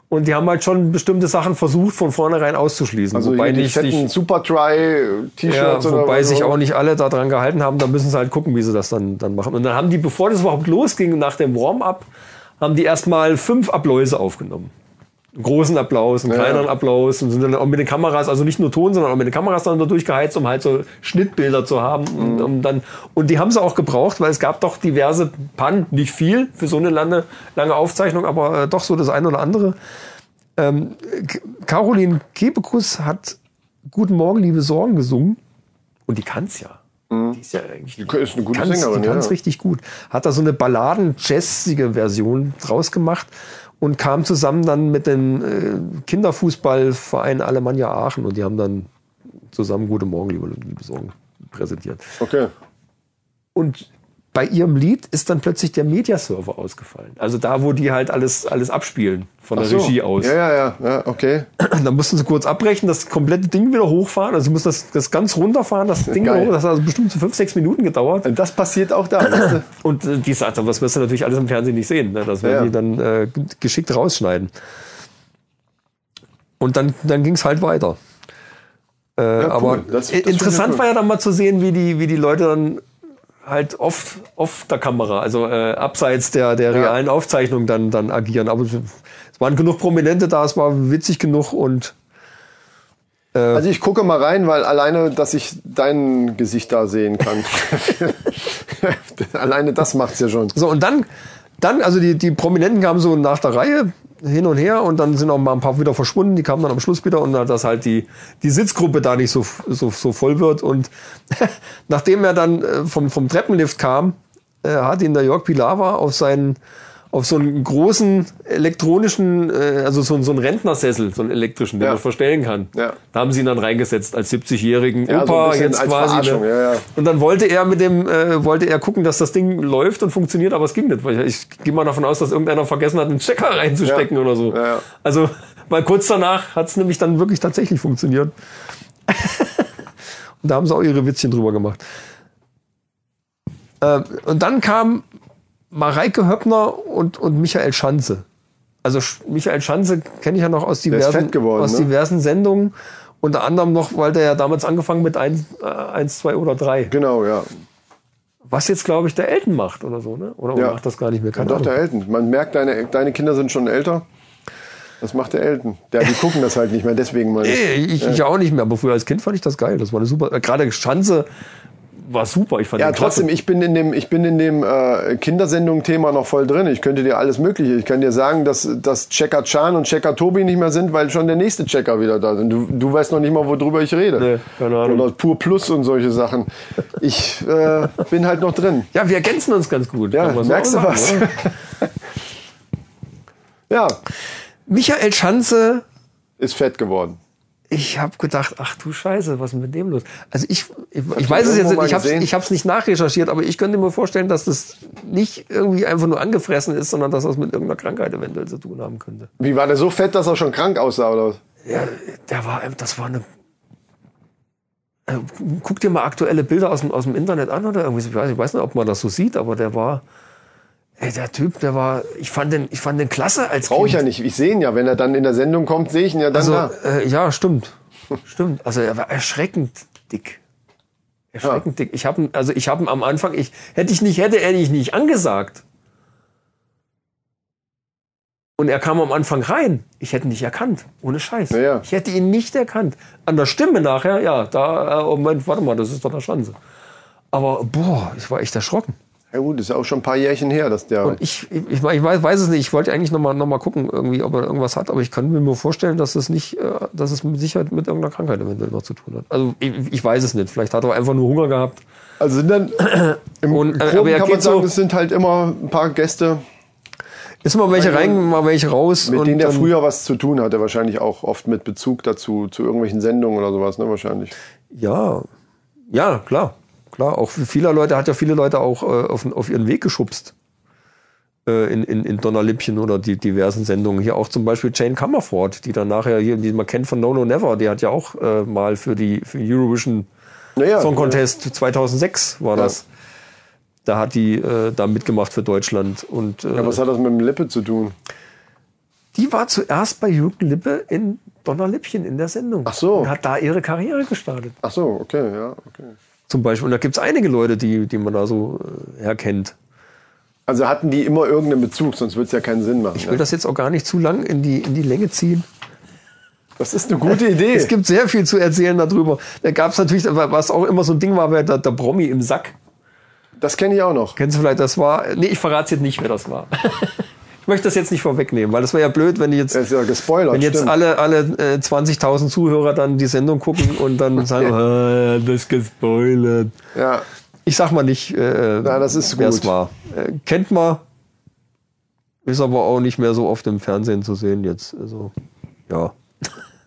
S1: Und die haben halt schon bestimmte Sachen versucht, von vornherein auszuschließen.
S3: Also hier die fetten Supertry-T-Shirts
S1: Ja,
S3: oder
S1: wobei
S3: was
S1: sich
S3: auch
S1: auch nicht alle daran gehalten haben, da müssen sie halt gucken, wie sie das dann, dann machen. Und dann haben die, bevor das überhaupt losging, nach dem Warm-up, haben die erstmal fünf Abläuse aufgenommen. Einen großen Applaus, einen
S3: Ja.
S1: kleineren Applaus und sind dann auch mit den Kameras, also nicht nur Ton, sondern auch mit den Kameras dann da durchgeheizt, um halt so Schnittbilder zu haben.
S3: Mhm.
S1: Und, um dann, und die haben sie auch gebraucht, weil es gab doch diverse Pannen, nicht viel für so eine lange, lange Aufzeichnung, aber äh, doch so das eine oder andere. Ähm, Caroline Kebekus hat Guten Morgen, liebe Sorgen gesungen. Und die kann's ja. Die ist ja eigentlich
S3: Mhm. Die ist eine gute
S1: kann's,
S3: Sängerin,
S1: Die kann's
S3: ja.
S1: richtig gut. Hat da so eine balladen-jazzige Version draus gemacht und kam zusammen dann mit dem äh, Kinderfußballverein Alemannia Aachen und die haben dann zusammen Guten Morgen, liebe, liebe Sorgen präsentiert.
S3: Okay.
S1: Und bei ihrem Lied ist dann plötzlich der Mediaserver ausgefallen. Also da, wo die halt alles, alles abspielen, von der
S3: So.
S1: Regie aus.
S3: Ja, ja, ja, ja, okay.
S1: Dann mussten sie kurz abbrechen, das komplette Ding wieder hochfahren. Also sie mussten das, das ganz runterfahren,
S3: [LAUGHS]
S1: das Ding
S3: Geil. Also
S1: wieder hoch. Das hat also bestimmt so fünf, sechs Minuten gedauert.
S3: Das passiert auch da.
S1: [CLEARS THROAT]
S3: weißt du?
S1: [LAUGHS] Und äh, die Sache, das wirst du natürlich alles im Fernsehen nicht sehen. Ne? Das
S3: Ja.
S1: werden die dann äh, g- geschickt rausschneiden. Und dann, dann ging es halt weiter. Äh, aber
S3: cool. Das- das
S1: i-
S3: finde ich
S1: interessant
S3: cool.
S1: war ja dann mal zu sehen, wie die, wie die Leute dann halt off, off der Kamera, also äh, abseits der, der
S3: Ja.
S1: realen Aufzeichnung dann, dann agieren. Aber es es waren genug Prominente da, es war witzig genug und
S3: Also ich gucke mal rein, weil alleine, dass ich dein Gesicht da sehen kann. alleine das macht's ja schon.
S1: So, und dann, dann also die, die Prominenten kamen so nach der Reihe hin und her und dann sind auch mal ein paar wieder verschwunden. Die kamen dann am Schluss wieder und dann, dass halt die, die Sitzgruppe da nicht so, so, so voll wird. Und [LAUGHS] nachdem er dann äh, vom, vom Treppenlift kam, äh, hat ihn der Jörg Pilawa auf seinen auf so einen großen elektronischen, äh, also so, so einen Rentnersessel, so einen elektrischen, den
S3: Ja.
S1: man verstellen kann.
S3: Ja.
S1: Da haben sie ihn dann reingesetzt als 70-jährigen
S3: Ja, so ein
S1: Opa
S3: bisschen
S1: jetzt
S3: als
S1: quasi.
S3: Verarschung,
S1: Ne?
S3: ja, ja.
S1: Und dann wollte er mit dem, äh, wollte er gucken, dass das Ding läuft und funktioniert, aber es ging nicht. Weil ich, ich gehe mal davon aus, dass irgendeiner vergessen hat, einen Stecker reinzustecken
S3: Ja.
S1: oder so.
S3: Ja, ja.
S1: Also, weil kurz danach hat es nämlich dann wirklich tatsächlich funktioniert. [LAUGHS] und da haben sie auch ihre Witzchen drüber gemacht. Ähm, und dann kam Mareike Höppner und, und Michael Schanze. Also Sch- Michael Schanze kenne ich ja noch aus
S3: ist
S1: diversen,
S3: fett geworden,
S1: aus
S3: ne?
S1: diversen Sendungen. Unter anderem noch, weil der ja damals angefangen mit 1, äh, 1 2 oder 3.
S3: Genau, ja.
S1: Was jetzt, glaube ich, der Elton macht oder so, ne? Oder
S3: Ja.
S1: macht das gar nicht mehr? Keine
S3: Doch,
S1: Ahnung.
S3: der Elton. Man merkt, deine, deine Kinder sind schon älter. Das macht der Elton. Ja, die gucken das halt nicht mehr,
S1: [LAUGHS]
S3: deswegen mal.
S1: Nee, ich, ich auch nicht mehr. Aber früher als Kind fand ich das geil. Das war eine super. äh, Gerade Schanze war super. Ich fand
S3: Ja,
S1: den klasse.
S3: trotzdem, ich bin in dem, ich bin in dem äh, Kindersendung-Thema noch voll drin. Ich könnte dir alles Mögliche. Ich kann dir sagen, dass, dass Checker Chan und Checker Tobi nicht mehr sind, weil schon der nächste Checker wieder da sind. Du, du weißt noch nicht mal, worüber ich rede.
S1: Nee, keine Ahnung.
S3: Oder Pur Plus und solche Sachen. Ich äh, bin halt noch drin.
S1: Ja, wir ergänzen uns ganz gut.
S3: Ja,
S1: kann man so
S3: merkst du
S1: sagen,
S3: was?
S1: oder?
S3: ja,
S1: Michael Schanze
S3: ist fett geworden.
S1: ich habe gedacht, ach du Scheiße, was ist denn mit dem los? Also ich, ich, ich weiß es jetzt
S3: irgendwo
S1: nicht,
S3: mal
S1: ich hab's-
S3: gesehen?
S1: ich habe es nicht nachrecherchiert, aber ich könnte mir vorstellen, dass das nicht irgendwie einfach nur angefressen ist, sondern dass das mit irgendeiner Krankheit eventuell zu tun haben könnte.
S3: Wie war der so fett, dass er schon krank aussah? Oder? was?
S1: Ja, der war, das war eine. Also, guck dir mal aktuelle Bilder aus dem, aus dem Internet an oder irgendwie. so. Ich weiß, ich weiß nicht, ob man das so sieht, aber der war. Ey, der Typ, der war. Ich fand den, ich fand den klasse als
S3: Brauche ich ja nicht. Ich sehe ihn ja. Wenn er dann in der Sendung kommt, sehe ich ihn ja dann
S1: Also,
S3: da.
S1: äh, ja, stimmt. stimmt. Also, er war erschreckend dick. Erschreckend dick. Ich habe also ich habe am Anfang, ich hätte ich nicht hätte er dich nicht angesagt. Und er kam am Anfang rein. Ich hätte ihn nicht erkannt, ohne Scheiß.
S3: Ja, ja.
S1: Ich hätte ihn nicht erkannt. An der Stimme nachher, ja, da äh, oh Moment, warte mal, das ist doch der Schanze. Aber boah, ich war echt erschrocken.
S3: Ja gut, ist ja auch schon ein paar Jährchen her, dass der.
S1: Und ich, ich, ich, ich weiß, weiß es nicht. Ich wollte eigentlich nochmal noch mal gucken, irgendwie, ob er irgendwas hat. Aber ich kann mir nur vorstellen, dass es nicht, äh, dass es mit Sicherheit mit irgendeiner Krankheit eventuell noch zu tun hat. Also ich, ich weiß es nicht. Vielleicht hat er einfach nur Hunger gehabt.
S3: Also
S1: [CLEARS THROAT]
S3: sind dann im
S1: Und, äh,
S3: Groben
S1: aber er
S3: kann man
S1: geht
S3: sagen,
S1: so-
S3: es sind halt immer ein paar Gäste,
S1: Ist mal welche rein, mal welche raus.
S3: mit denen der
S1: dann-
S3: früher was zu tun hatte, wahrscheinlich auch oft mit Bezug dazu zu irgendwelchen Sendungen oder sowas, ne, wahrscheinlich.
S1: Ja, ja, klar, klar. Auch vieler Leute hat ja viele Leute auch äh, auf, auf ihren Weg geschubst. Äh, In, in, in Donnerlippchen oder die diversen Sendungen. Hier auch zum Beispiel Jane Comerford, die dann nachher hier, die man kennt von No No Never, die hat ja auch äh, mal für die für Eurovision
S3: Naja,
S1: Song Contest 2006 war das. Da hat die äh, da mitgemacht für Deutschland und äh,
S3: Ja, was hat das mit dem Lippe zu tun?
S1: die war zuerst bei Jürgen Lippe in Donnerlippchen in der Sendung.
S3: Ach so.
S1: Und hat da ihre Karriere gestartet.
S3: Ach so, okay, ja, okay.
S1: Zum Beispiel. Und da gibt es einige Leute, die, die man da so äh, erkennt.
S3: Also hatten die immer irgendeinen Bezug, sonst würde es ja keinen Sinn machen. ne?
S1: Ich will das jetzt auch gar nicht zu lang in die, in die Länge ziehen.
S3: Das ist eine gute Idee.
S1: Es gibt sehr viel zu erzählen darüber. Da gab es natürlich, was auch immer so ein Ding war, war der, der Promi im Sack.
S3: das kenne ich auch noch.
S1: Kennst du vielleicht, das war. Nee, ich verrate jetzt nicht, wer das
S3: [LAUGHS]
S1: war. ich möchte das jetzt nicht vorwegnehmen, weil das wäre ja blöd, wenn ich jetzt.
S3: Das ist ja gespoilert,
S1: Wenn jetzt
S3: stimmt.
S1: alle, alle äh, 20.000 Zuhörer dann die Sendung gucken und
S3: [LAUGHS]
S1: dann sagen, "Ah, das gespoilert.
S3: Ja,
S1: Ich sag mal nicht, äh,
S3: Na, das ist
S1: wer
S3: gut.
S1: es war. Äh, kennt man, ist aber auch nicht mehr so oft im Fernsehen zu sehen jetzt. Also, ja.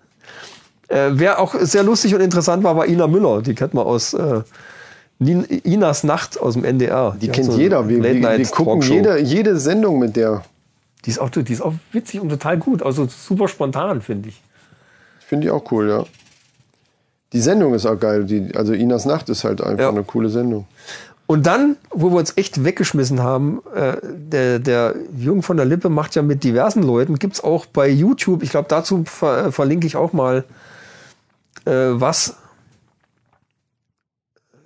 S1: [LAUGHS] äh, wer auch sehr lustig und interessant war, war Ina Müller. Die kennt man aus äh, Nin- Inas Nacht aus dem NDR.
S3: Die
S1: hat
S3: kennt
S1: so eine
S3: jeder. Wir,
S1: Late
S3: wir,
S1: Night
S3: wir gucken
S1: Talkshow.
S3: jede, jede Sendung mit der.
S1: Die ist, auch, die ist auch witzig und total gut. Also super spontan, finde ich.
S3: Finde ich auch cool, ja. Die Sendung ist auch geil. Die, also Inas Nacht ist halt einfach
S1: Ja.
S3: eine coole Sendung.
S1: Und dann, wo wir uns echt weggeschmissen haben, äh, der, der Jürgen von der Lippe macht ja mit diversen Leuten, gibt's auch bei YouTube, ich glaube, dazu ver äh, verlinke ich auch mal, äh, was,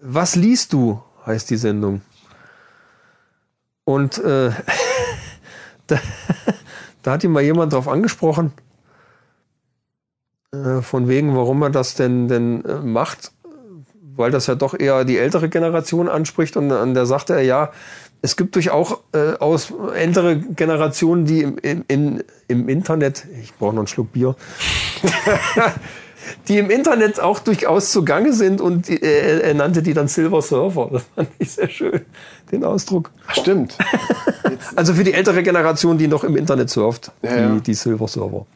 S1: was liest du, heißt die Sendung. Und äh, [LAUGHS] da, da hat ihn mal jemand drauf angesprochen, äh, von wegen, warum er das denn, denn äh, macht weil das ja doch eher die ältere Generation anspricht. Und, und da sagte er, ja, es gibt durchaus äh, aus ältere Generationen, die im, im, im, im Internet, ich brauche noch einen Schluck Bier, [LAUGHS] die im Internet auch durchaus zugange sind und die, äh, er nannte die dann Silver Surfer. Das fand ich sehr schön, den Ausdruck.
S3: Ach, stimmt.
S1: Also für die ältere Generation, die noch im Internet surft,
S3: Ja, ja.
S1: die, die Silver Server.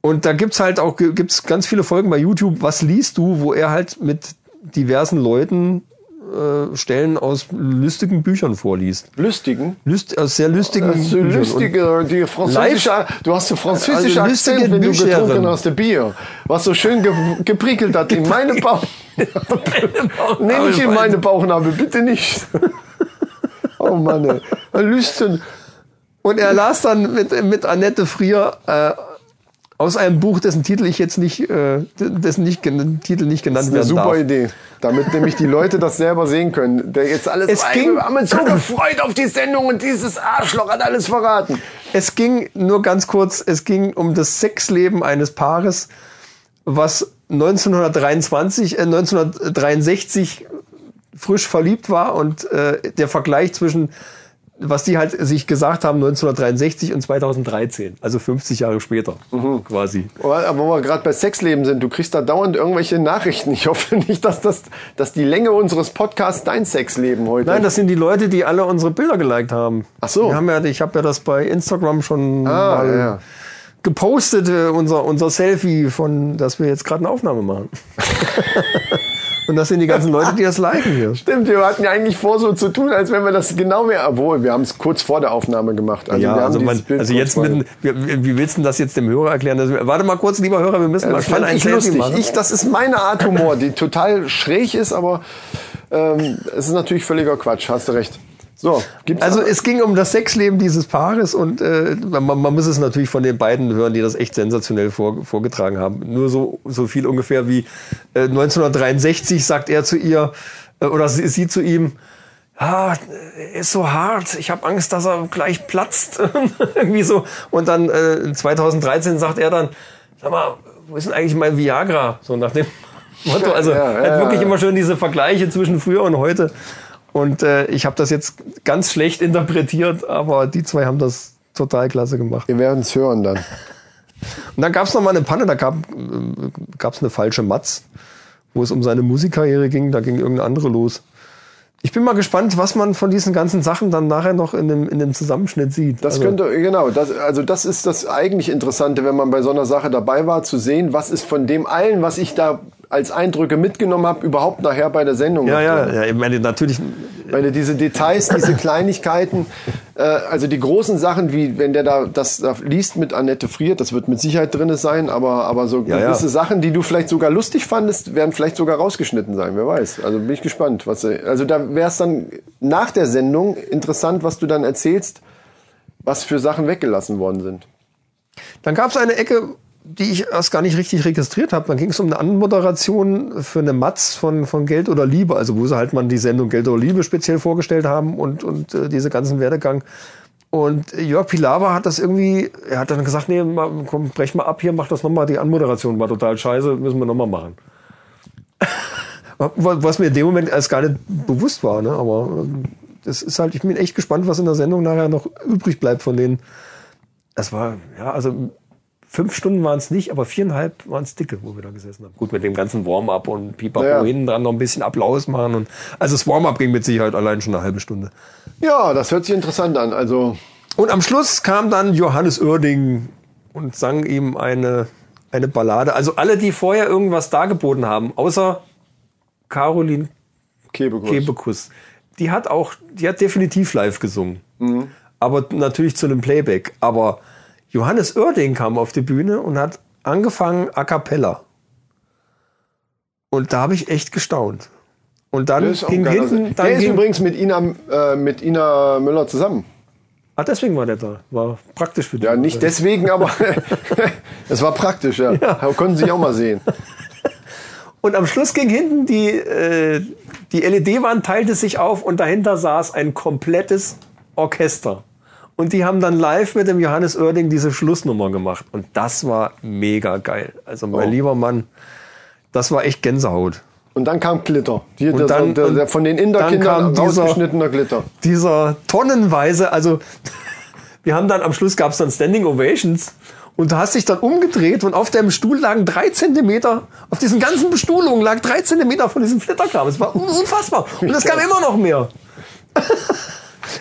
S1: Und da gibt's halt auch ge- gibt's ganz viele Folgen bei YouTube, was liest du, wo er halt mit diversen Leuten äh, Stellen aus lustigen Büchern vorliest.
S3: Lustigen.
S1: Lüst, aus sehr lustigen
S3: Also
S1: Büchern. Mhm. Und
S3: lustige, die französische, du hast einen französischen
S1: Also lustige
S3: Akzent, wenn du
S1: Bücherin.
S3: getrunken hast, ein Bier. Was so schön ge geprickelt hat in meine
S1: [LAUGHS]
S3: Bauch.
S1: Oh,
S3: Nehme ich in meine Bauchnabel, bitte nicht.
S1: [LAUGHS]
S3: Oh Mann, ey. Lüsten.
S1: Und er las dann mit, mit Annette Frier äh, aus einem Buch, dessen Titel ich jetzt nicht, äh, dessen nicht, gen- Titel nicht genannt
S3: Das ist eine
S1: werden
S3: super
S1: darf.
S3: Idee. Damit nämlich die Leute das selber sehen können. Der jetzt alles
S1: Es ging-
S3: wir haben uns so gefreut auf die Sendung und dieses Arschloch hat alles verraten.
S1: Es ging nur ganz kurz, es ging um das Sexleben eines Paares, was 1923, äh, 1963 frisch verliebt war und äh, der Vergleich zwischen, was die halt sich gesagt haben, 1963 und 2013, also 50 Jahre später
S3: Mhm.
S1: quasi.
S3: Oh, Aber wo wir gerade bei Sexleben sind, du kriegst da dauernd irgendwelche Nachrichten. Ich hoffe nicht, dass, das, dass die Länge unseres Podcasts dein Sexleben heute.
S1: Nein, das sind die Leute, die alle unsere Bilder geliked haben.
S3: Ach so.
S1: Wir haben ja, ich habe ja das bei Instagram schon
S3: ah,
S1: mal
S3: ja.
S1: gepostet, äh, unser, unser Selfie von, dass wir jetzt gerade eine Aufnahme
S3: [LAUGHS]
S1: machen. Und das sind die ganzen Leute, die das liken hier.
S3: Stimmt, wir hatten ja eigentlich vor, so zu tun, als wenn wir das genau mehr. Obwohl, wir haben es kurz vor der Aufnahme gemacht. Also, wir haben dieses Bild kurz vor-
S1: wie, wie- wie willst du das jetzt dem Hörer erklären? Dass wir, warte mal kurz, lieber Hörer, wir müssen
S3: Ja,
S1: mal
S3: das
S1: schnell
S3: fand
S1: ein
S3: ich
S1: Selfie
S3: lustig.
S1: machen.
S3: Ich, das ist meine Art Humor, die total schräg ist, aber ähm, es ist natürlich völliger Quatsch. Hast du recht. So, gibt's
S1: also
S3: aber-
S1: es ging um das Sexleben dieses Paares und äh, man, man muss es natürlich von den beiden hören, die das echt sensationell vor, vorgetragen haben. Nur so, so viel ungefähr wie äh, 1963 sagt er zu ihr äh, oder sie, sie zu ihm, ah, er ist so hart, ich habe Angst, dass er gleich platzt. [LAUGHS] Irgendwie so. Und dann äh, 2013 sagt er dann, sag mal, wo ist denn eigentlich mein Viagra? So nach dem [LAUGHS] Motto. Also
S3: Ja, ja,
S1: halt wirklich
S3: ja.
S1: immer immer schön diese Vergleiche zwischen früher und heute. Und äh, ich habe das jetzt ganz schlecht interpretiert, aber die zwei haben das total klasse gemacht.
S3: wir werden es hören dann.
S1: Und dann gab es mal eine Panne, da gab es eine falsche Matz, wo es um seine Musikkarriere ging, da ging irgendeine andere los. Ich bin mal gespannt, was man von diesen ganzen Sachen dann nachher noch in dem, in dem Zusammenschnitt sieht. Also,
S3: Das könnte, genau, das, also das ist das eigentlich Interessante, wenn man bei so einer Sache dabei war, zu sehen, was ist von dem allen, was ich da als Eindrücke mitgenommen habe, überhaupt nachher bei der Sendung.
S1: ja,
S3: noch drin.
S1: ja, ja, ich meine, natürlich,
S3: Weil du diese Details, diese Kleinigkeiten, äh, also die großen Sachen, wie wenn der da das da liest mit Annette Friert, das wird mit Sicherheit drin sein, aber, aber so
S1: Ja, ja.
S3: gewisse Sachen, die du vielleicht sogar lustig fandest, werden vielleicht sogar rausgeschnitten sein, wer weiß. Also bin ich gespannt. Was, äh, also da wäre es dann nach der Sendung interessant, was du dann erzählst, was für Sachen weggelassen worden sind.
S1: Dann gab es eine Ecke, die ich erst gar nicht richtig registriert habe. Dann ging es um eine Anmoderation für eine Matz von, von Geld oder Liebe, also wo sie halt mal die Sendung Geld oder Liebe speziell vorgestellt haben und, und äh, diese ganzen Werdegang. Und Jörg Pilawa hat das irgendwie, er hat dann gesagt, nee, mal, komm, brech mal ab hier, mach das nochmal, die Anmoderation war total scheiße, müssen wir nochmal machen. [LAUGHS] Was mir in dem Moment erst gar nicht bewusst war, ne? aber ähm, das ist halt, ich bin echt gespannt, was in der Sendung nachher noch übrig bleibt von denen. Das war, ja, also fünf Stunden waren es nicht, aber viereinhalb waren es dicke, wo wir da gesessen haben. Gut, mit dem ganzen Warm-up und Pipapo
S3: Ja.
S1: hinten dran noch ein bisschen Applaus machen. Und, also das Warm-up ging mit Sicherheit allein schon eine halbe Stunde.
S3: Ja, das hört sich interessant an. Also
S1: Und am Schluss kam dann Johannes Oerding und sang ihm eine, eine Ballade. Also alle, die vorher irgendwas dargeboten haben, außer Caroline
S3: Kebekus.
S1: Kebekus. Die hat auch, die hat definitiv live gesungen.
S3: Mhm.
S1: Aber natürlich zu einem Playback. Aber Johannes Oerding kam auf die Bühne und hat angefangen a cappella. Und da habe ich echt gestaunt. Und dann
S3: Der ist auch
S1: ging
S3: geil.
S1: hinten,
S3: Also,
S1: dann
S3: der ist
S1: ging,
S3: übrigens mit Ina, äh, mit Ina Müller zusammen.
S1: ah, deswegen war der da. War praktisch für die.
S3: Ja, nicht
S1: [LAUGHS]
S3: deswegen, aber [LAUGHS] es war praktisch, ja. ja. Konnten sich auch mal sehen.
S1: Und am Schluss ging hinten die, äh, die LED-Wand teilte sich auf und dahinter saß ein komplettes Orchester. Und die haben dann live mit dem Johannes Oerding diese Schlussnummer gemacht. Und das war mega geil. Also mein
S3: Oh.
S1: lieber Mann, das war echt Gänsehaut.
S3: Und dann kam Glitter. Die, der,
S1: dann-
S3: der, der,
S1: und
S3: von den
S1: dann kam
S3: Inderkindern
S1: dieser-
S3: rausgeschnittener Glitter.
S1: dieser tonnenweise, also [LAUGHS] wir haben dann am Schluss gab es dann Standing Ovations und du hast dich dann umgedreht und auf deinem Stuhl lagen drei Zentimeter, auf diesen ganzen Bestuhlungen lag drei Zentimeter von diesem Flitterkram. Es war un- unfassbar. Und es kam immer noch mehr.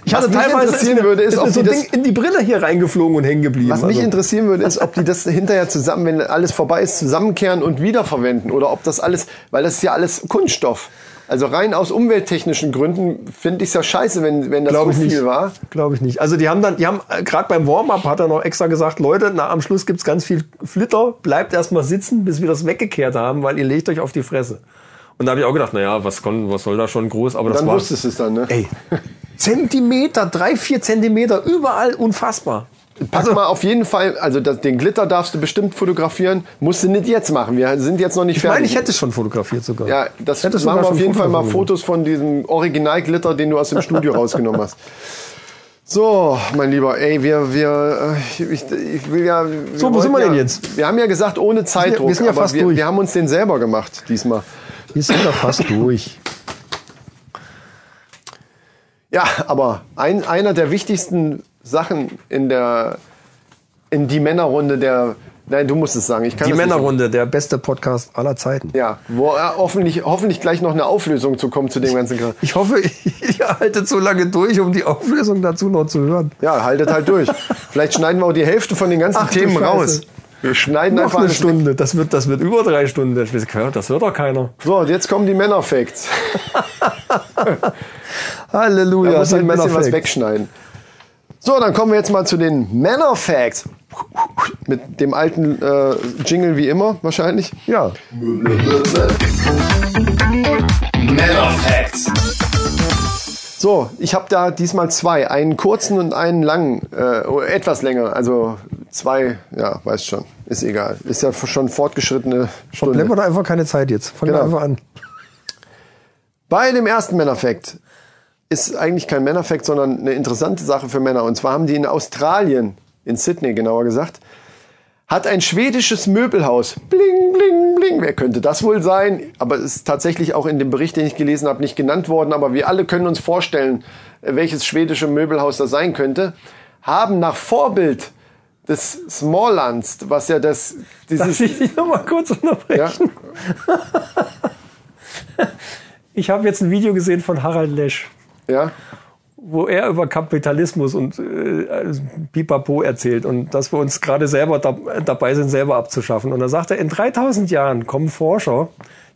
S1: Ich
S3: Was
S1: hatte
S3: mich
S1: teilweise
S3: interessieren
S1: mir- [LAUGHS]
S3: würde, ist, ob
S1: so
S3: die
S1: Ding
S3: das-
S1: in die Brille hier reingeflogen und hängen geblieben.
S3: Was mich
S1: Also-
S3: interessieren würde, ist, ob die das hinterher zusammen, wenn alles vorbei ist, zusammenkehren und wiederverwenden oder ob das alles, weil das ist ja alles Kunststoff. Also rein aus umwelttechnischen Gründen finde ich es ja scheiße, wenn, wenn das
S1: Glaube ich
S3: so viel
S1: nicht.
S3: war.
S1: Glaube ich nicht. Also die haben dann, die haben äh, gerade beim Warm-up hat er noch extra gesagt, Leute, na, am Schluss gibt's ganz viel Flitter, bleibt erstmal sitzen, bis wir das weggekehrt haben, weil ihr legt euch auf die Fresse. Und da habe ich auch gedacht, naja, was, kon, was soll da schon groß, aber das
S3: Dann
S1: war...
S3: wusstest du es dann, ne?
S1: [LAUGHS] Ey, Zentimeter, drei, vier Zentimeter, überall unfassbar.
S3: Pack mal auf jeden Fall, also das, den Glitter darfst du bestimmt fotografieren. Musst du nicht jetzt machen. Wir sind jetzt noch nicht
S1: Ich
S3: fertig.
S1: meine, ich hätte es schon fotografiert sogar.
S3: ja, das
S1: Hätte sogar
S3: machen wir
S1: schon
S3: auf jeden
S1: Foto
S3: Fall mal
S1: davon
S3: Fotos von diesem Originalglitter, den du aus
S1: [LAUGHS]
S3: dem Studio rausgenommen hast. So, mein Lieber, ey, wir, wir, äh, ich, ich will ja. wir
S1: So, wo
S3: wollten
S1: sind wir
S3: ja,
S1: denn jetzt?
S3: Wir haben ja gesagt, ohne Zeitdruck.
S1: wir sind ja
S3: aber
S1: fast
S3: wir,
S1: durch.
S3: wir haben uns den selber gemacht diesmal.
S1: gemacht. Wir sind da fast [LAUGHS] durch.
S3: Ja, aber ein, einer der wichtigsten Sachen in der, in die Männerrunde der, nein, du musst es sagen. Ich kann
S1: Die
S3: das nicht-
S1: Männerrunde, der beste Podcast aller Zeiten.
S3: Ja, wo äh, hoffentlich, hoffentlich gleich noch eine Auflösung zu kommen zu dem ganzen Kram.
S1: Ich hoffe, [LAUGHS] ihr haltet so lange durch, um die Auflösung dazu noch zu hören.
S3: Ja, haltet halt
S1: [LAUGHS]
S3: durch. Vielleicht schneiden wir auch die Hälfte von den ganzen
S1: Ach, du
S3: Themen
S1: Scheiße.
S3: raus. Wir schneiden
S1: Noch
S3: einfach
S1: eine
S3: alles weg.
S1: Stunde. Das wird, das wird über drei Stunden. Das hört, das hört doch keiner.
S3: So, und jetzt kommen die Männerfacts. Da
S1: [LAUGHS] Halleluja.
S3: muss
S1: die
S3: halt ein bisschen was
S1: Männerfacts.
S3: wegschneiden. So, dann kommen wir jetzt mal zu den Männerfacts. Mit dem alten äh, Jingle wie immer wahrscheinlich.
S1: Ja.
S4: Männer Facts.
S3: So, ich habe da diesmal zwei. Einen kurzen und einen langen. Äh, oder etwas länger. Also zwei, ja, weiß schon. Ist egal. Ist ja schon fortgeschrittene Stunde.
S1: Bleibt mir da einfach keine Zeit jetzt. Fangen wir
S3: Genau.
S1: einfach an.
S3: Bei dem ersten Männerfact ist eigentlich kein Männerfact, sondern eine interessante Sache für Männer. Und zwar haben die in Australien, in Sydney genauer gesagt, hat ein schwedisches Möbelhaus. Bling, bling, bling. Wer könnte das wohl sein? Aber es ist tatsächlich auch in dem Bericht, den ich gelesen habe, nicht genannt worden. Aber wir alle können uns vorstellen, welches schwedische Möbelhaus das sein könnte. Haben nach Vorbild des Smålands, was ja das, dieses,
S1: [LAUGHS] Darf ich dich noch mal kurz
S3: ja,
S1: unterbrechen? Ich habe jetzt ein Video gesehen von Harald Lesch,
S3: ja,
S1: wo er über Kapitalismus und äh, alles Pipapo erzählt und dass wir uns gerade selber da, dabei sind, selber abzuschaffen. Und da sagt er, in 3000 Jahren kommen Forscher,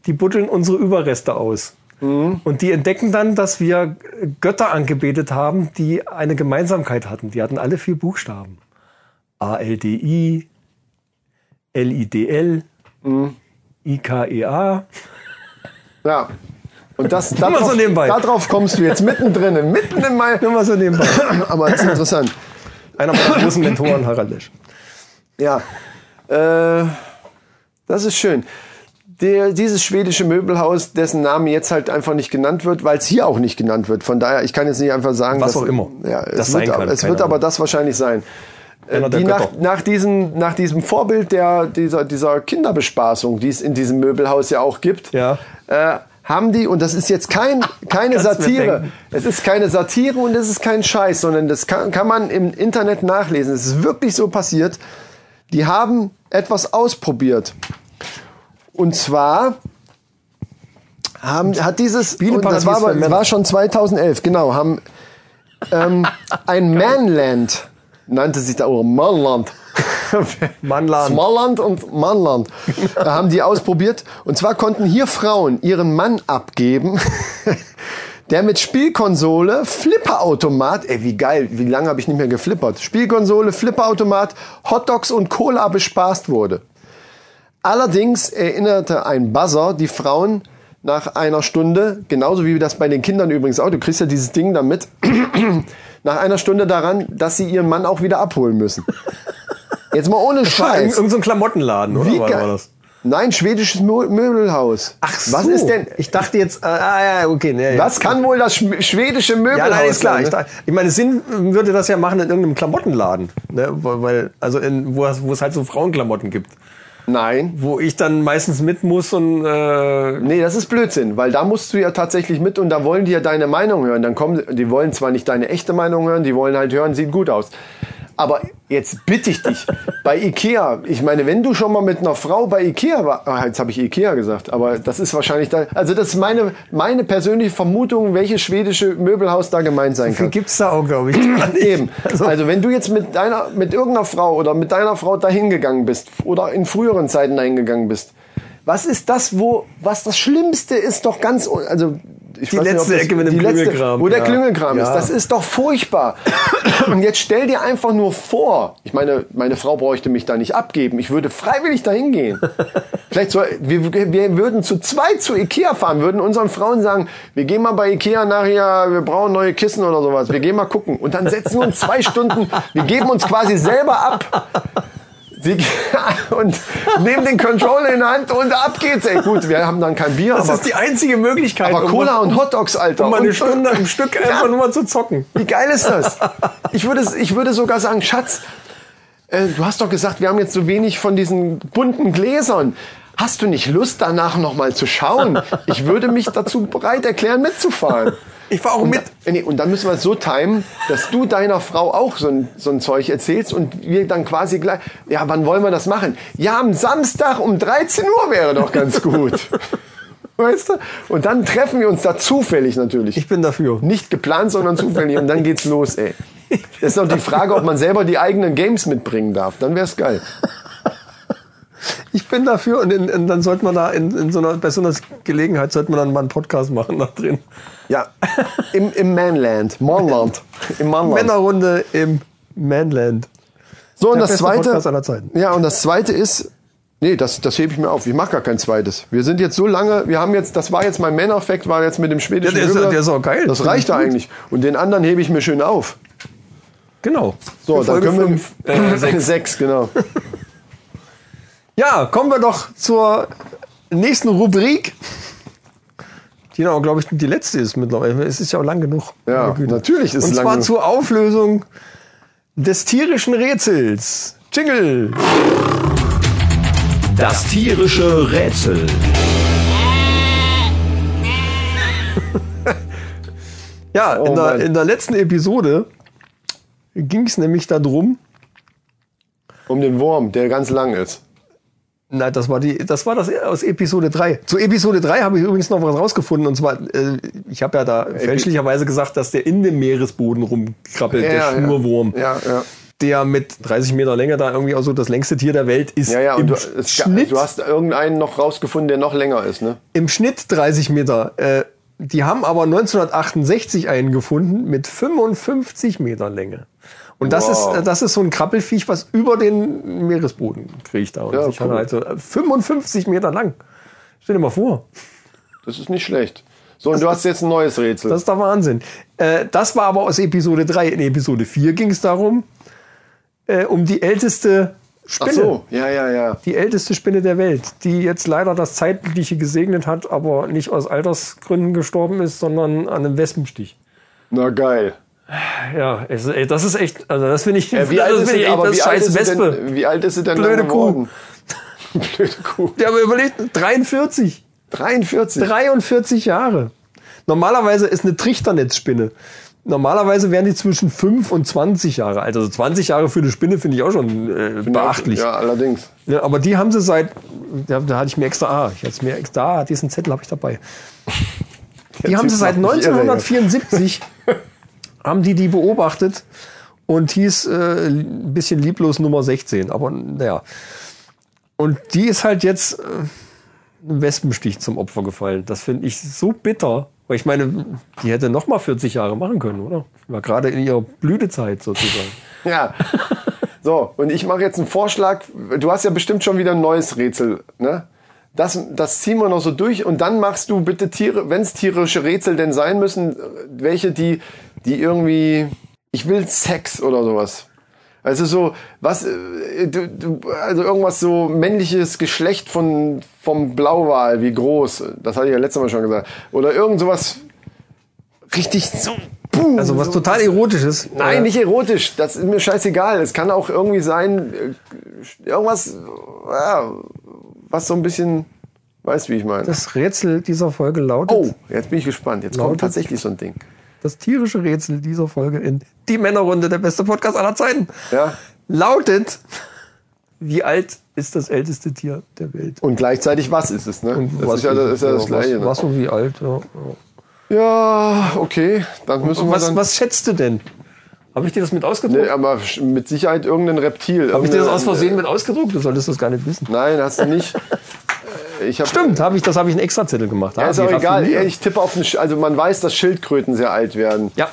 S1: die buddeln unsere Überreste aus.
S3: Mhm.
S1: Und die entdecken dann, dass wir Götter angebetet haben, die eine Gemeinsamkeit hatten. Die hatten alle vier Buchstaben. ALDI, LIDL,
S3: Mhm.
S1: IKEA.
S3: ja.
S1: [LAUGHS]
S3: Und das,
S1: mal
S3: darauf,
S1: so nebenbei.
S3: darauf kommst du jetzt mittendrin, mitten
S1: [LAUGHS]
S3: in meinem,
S1: [LAUGHS] Nur mal so nebenbei.
S3: Aber das ist interessant.
S1: Einer meiner großen Mentoren, Harald Lesch.
S3: Ja. Äh, das ist schön. Der, dieses schwedische Möbelhaus, dessen Name jetzt halt einfach nicht genannt wird, weil es hier auch nicht genannt wird. Von daher, ich kann jetzt nicht einfach sagen,
S1: Was auch immer
S3: Ja, es
S1: das
S3: wird,
S1: sein kann,
S3: es
S1: keine
S3: wird aber
S1: Ahnung.
S3: das wahrscheinlich sein. Äh,
S1: Einer der
S3: Die nach,
S1: Götter.
S3: nach, diesem, nach diesem Vorbild der, dieser, dieser Kinderbespaßung, die es in diesem Möbelhaus ja auch gibt,
S1: Ja.
S3: äh, haben die, und das ist
S1: [LAUGHS]
S3: jetzt kein,
S1: Kannst
S3: keine
S1: mir
S3: Satire,
S1: denken.
S3: es ist keine Satire und es ist kein Scheiß, sondern das kann, kann man im Internet nachlesen. Es ist wirklich so passiert. Die haben etwas ausprobiert. Und zwar haben, hat dieses, und das
S1: Spieleparadies
S3: war, aber,
S1: für Männer.
S3: war schon 2011, genau, haben ähm, ein Manland, nannte sich da, oder Manland.
S1: Mannland.
S3: Smallland und Mannland. Da haben die ausprobiert. Und zwar konnten hier Frauen ihren Mann abgeben [LAUGHS] Der mit Spielkonsole, Flipperautomat, ey, wie geil, wie lange habe ich nicht mehr geflippert? Spielkonsole, Flipperautomat, Hotdogs und Cola bespaßt wurde. Allerdings erinnerte ein Buzzer die Frauen nach einer Stunde, genauso wie das bei den Kindern übrigens auch, du kriegst ja dieses Ding damit, nach einer Stunde daran, dass sie ihren Mann auch wieder abholen müssen. Jetzt
S1: [LAUGHS]
S3: mal ohne
S1: Irgend,
S3: Scheiß.
S1: irgend so ein Klamottenladen, oder?
S3: Wie
S1: War-
S3: geil.
S1: war das?
S3: Nein, schwedisches Mö Möbelhaus.
S1: Ach so.
S3: Was ist denn?
S1: Ich dachte jetzt, äh, ah ja, okay. Nee,
S3: Was kann wohl das schm- schwedische Möbelhaus
S1: Ja, nein, ist klar.
S3: sein,
S1: Ich,
S3: ne?
S1: dachte- ich meine, Sinn würde das ja machen in irgendeinem Klamottenladen. Ne? Weil, weil- also in, wo, es- wo es halt so Frauenklamotten gibt.
S3: Nein.
S1: Wo ich dann meistens mit muss und äh,
S3: Nee, das ist Blödsinn, weil da musst du ja tatsächlich mit und da wollen die ja deine Meinung hören. Dann kommen, die wollen zwar nicht deine echte Meinung hören, die wollen halt hören, sieht gut aus. Aber jetzt bitte ich dich, bei Ikea, ich meine, wenn du schon mal mit einer Frau bei Ikea war, ah, jetzt habe ich Ikea gesagt, aber das ist wahrscheinlich da, also das ist meine, meine persönliche Vermutung, welches schwedische Möbelhaus da
S1: [LAUGHS]
S3: gemeint sein kann.
S1: gibt's da auch, [LAUGHS] glaube ich. gar nicht.
S3: Eben.
S1: Also,
S3: Also, wenn du jetzt mit deiner, mit irgendeiner Frau oder mit deiner Frau dahin gegangen bist oder in früheren Zeiten dahin gegangen bist, was ist das, wo, was das Schlimmste ist doch ganz, un- also, ich
S1: Die letzte Ecke mit dem
S3: die letzte,
S1: Klüngelkram,
S3: Wo der
S1: ja.
S3: Klüngelkram ist.
S1: Ja.
S3: Das ist
S1: [COUGHS]
S3: doch furchtbar. Und jetzt stell dir einfach nur vor, ich meine, meine Frau bräuchte mich da nicht abgeben. Ich würde freiwillig
S1: [LAUGHS]
S3: dahin gehen. Vielleicht so, wir, wir würden zu zweit zu Ikea fahren, würden unseren Frauen sagen, wir gehen mal bei Ikea nachher, wir brauchen neue Kissen oder sowas. Wir gehen mal gucken. Und dann setzen wir uns zwei Stunden, wir geben uns quasi selber ab. Sie, [LAUGHS] und nehmen den Controller in die Hand und ab geht's. Ey, gut, wir haben dann kein Bier,
S1: das
S3: aber,
S1: ist die einzige Möglichkeit,
S3: aber
S1: um-
S3: Cola und Hotdogs, Alter.
S1: um mal eine
S3: Und- [LAUGHS]
S1: Stunde am [LAUGHS] Stück einfach nur mal zu zocken.
S3: wie geil ist das? Ich würde, ich würde sogar sagen, Schatz, äh, du hast doch gesagt, wir haben jetzt so wenig von diesen bunten Gläsern. Hast du nicht Lust, danach nochmal zu schauen? Ich würde mich dazu bereit erklären, mitzufahren.
S1: Ich war auch
S3: Und,
S1: mit.
S3: da, äh, nee, und dann müssen wir es so timen, dass du deiner Frau auch so ein, so ein Zeug erzählst und wir dann quasi gleich, ja, wann wollen wir das machen? Ja, am Samstag um 13 Uhr wäre doch ganz
S1: [LAUGHS]
S3: gut. Weißt du? Und dann treffen wir uns da zufällig natürlich.
S1: Ich bin dafür.
S3: Nicht geplant, sondern zufällig. Und dann geht's los, ey. Das ist noch die Frage, ob man selber die eigenen Games mitbringen darf. Dann wär's geil.
S1: Ich bin dafür und, in, in, dann sollte man da in, in so einer, bei so einer Gelegenheit sollte man dann mal einen Podcast machen nach drin.
S3: Ja. Im, im Manland. Manland. Im Manland.
S1: Männerrunde im Manland.
S3: so, und
S1: Der
S3: das
S1: beste
S3: zweite.
S1: Podcast aller Zeiten.
S3: Ja, und das zweite ist. Nee, das, das hebe ich mir auf. Ich mache gar kein zweites. Wir sind jetzt so lange, wir haben jetzt, das war jetzt mein Man-Effekt, war jetzt mit dem schwedischen
S1: Ja, der ist-
S3: Rübler.
S1: der ist auch geil.
S3: Das reicht da eigentlich. Und den anderen hebe ich mir schön auf.
S1: Genau.
S3: So,
S1: Für
S3: dann
S1: Folge
S3: können
S1: fünf,
S3: wir... [LAUGHS]
S1: äh, sechs.
S3: sechs, genau.
S1: Ja, kommen wir doch zur nächsten Rubrik. Die dann auch, glaube ich, die letzte ist mittlerweile. Es ist ja auch lang genug.
S3: Ja,
S1: Meine Güte.
S3: natürlich ist
S1: Und
S3: es lang
S1: zwar
S3: genug.
S1: zur Auflösung des tierischen Rätsels. Jingle!
S2: Das tierische Rätsel.
S1: Ja, in, der,
S3: Oh Mann.
S1: in der letzten Episode ging es nämlich darum,
S3: Um den Wurm, der ganz lang ist.
S1: Na, das war die, das war das äh, aus Episode 3. Zu Episode 3 habe ich übrigens noch was rausgefunden. Und zwar, äh, ich habe ja da fälschlicherweise gesagt, dass der in dem Meeresboden rumkrabbelt, der Schnurwurm,
S3: Ja, ja.
S1: der mit 30 Meter Länge da irgendwie auch so das längste Tier der Welt ist.
S3: Ja, ja,
S1: Im
S3: und du, es,
S1: Schnitt,
S3: du hast irgendeinen noch rausgefunden, der noch länger ist, ne?
S1: Im Schnitt 30 Meter. Äh, die haben aber 1968 einen gefunden mit 55 Meter Länge. Und das
S3: Wow.
S1: ist äh, das ist so ein Krabbelfiech, was über den Meeresboden kriecht da und
S3: Ja,
S1: sich
S3: cool.
S1: halt so äh, 55 Meter lang. Stell dir mal vor.
S3: Das ist nicht schlecht. So, und du hast jetzt ein neues Rätsel.
S1: Das ist der Wahnsinn. Äh, das war aber aus Episode 3. In Episode 4 ging es darum, äh, um die älteste
S3: Ach
S1: Spinne.
S3: so, ja, ja, ja.
S1: Die älteste Spinne der Welt, die jetzt leider das Zeitliche gesegnet hat, aber nicht aus Altersgründen gestorben ist, sondern an einem Wespenstich.
S3: Na geil.
S1: Ja, es, ey, das ist echt, also das finde ich,
S3: Ja, wie
S1: [LAUGHS]
S3: alt
S1: das
S3: ist
S1: finde
S3: sie,
S1: ich echt
S3: aber
S1: das
S3: wie alt
S1: scheiß
S3: ist sie
S1: Wespe.
S3: denn, wie alt ist sie denn
S1: Blöde
S3: dann
S1: Kuh.
S3: geworden? [LAUGHS] Blöde Kuh.
S1: Ja, aber überlegt, 43.
S3: 43.
S1: 43 Jahre. Normalerweise ist eine Trichternetzspinne. Normalerweise wären die zwischen 5 und 20 Jahre alt. Also 20 Jahre für eine Spinne finde ich auch schon äh, beachtlich.
S3: Ja, allerdings.
S1: Ne, aber die haben sie seit, da, da hatte ich mir extra, ah, ich hatte mir extra, ah, diesen Zettel habe ich
S3: [LAUGHS]
S1: dabei. Die haben sie
S3: sieht's
S1: seit
S3: noch nicht irre, ja. [LAUGHS]
S1: 1974, haben die die beobachtet und hieß äh, ein bisschen lieblos Nummer 16, aber naja. Und die ist halt jetzt äh, einem Wespenstich zum Opfer gefallen. Das finde ich so bitter. Weil ich meine, die hätte noch mal 40 Jahre machen können, oder? War gerade in ihrer Blütezeit sozusagen.
S3: Ja. So, und ich mache jetzt einen Vorschlag. Du hast ja bestimmt schon wieder ein neues Rätsel, ne? Das, das ziehen wir noch so durch und dann machst du bitte Tiere, wenn es tierische Rätsel denn sein müssen, welche, die, die irgendwie, ich will Sex oder sowas. Also so, was, äh, du, du, also irgendwas so männliches Geschlecht von, vom Blauwal, wie groß, das hatte ich ja letztes Mal schon gesagt. Oder irgend sowas richtig so, boom,
S1: Also was total erotisches.
S3: Nein, nicht erotisch. Das ist mir scheißegal. Es kann auch irgendwie sein, äh, irgendwas, ja, was so ein bisschen, weißt wie ich meine.
S1: Das Rätsel dieser Folge lautet,
S3: Oh, jetzt bin ich gespannt. Jetzt kommt
S1: Lautet-
S3: tatsächlich so ein Ding.
S1: das tierische Rätsel dieser Folge in Die Männerrunde, der beste Podcast aller Zeiten,
S3: Ja.
S1: lautet, wie alt ist das älteste Tier der Welt?
S3: Und gleichzeitig, was ist es, ne?
S1: Und
S3: das
S1: was
S3: ist ja, das, ist ja das
S1: was-
S3: Gleiche. Ne?
S1: Was und wie alt? Ja. ja.
S3: Ja, okay. Dann müssen wir
S1: Was,
S3: dann.
S1: was schätzt du denn? Habe ich dir das mit ausgedruckt?
S3: Nee, aber sch- mit Sicherheit irgendein Reptil.
S1: Habe ich dir das aus Versehen
S3: mit?
S1: mit ausgedruckt? Du solltest das gar nicht wissen.
S3: Nein, hast
S1: [LAUGHS]
S3: du nicht. Äh, Ich hab,
S1: Stimmt, habe ich, das habe ich einen Extrazettel gemacht.
S3: Ja,
S1: Ah,
S3: ist
S1: wie
S3: auch egal.
S1: raffiniert.
S3: Ich tippe auf eine. Sch- Also man weiß, dass Schildkröten sehr alt werden.
S1: Ja,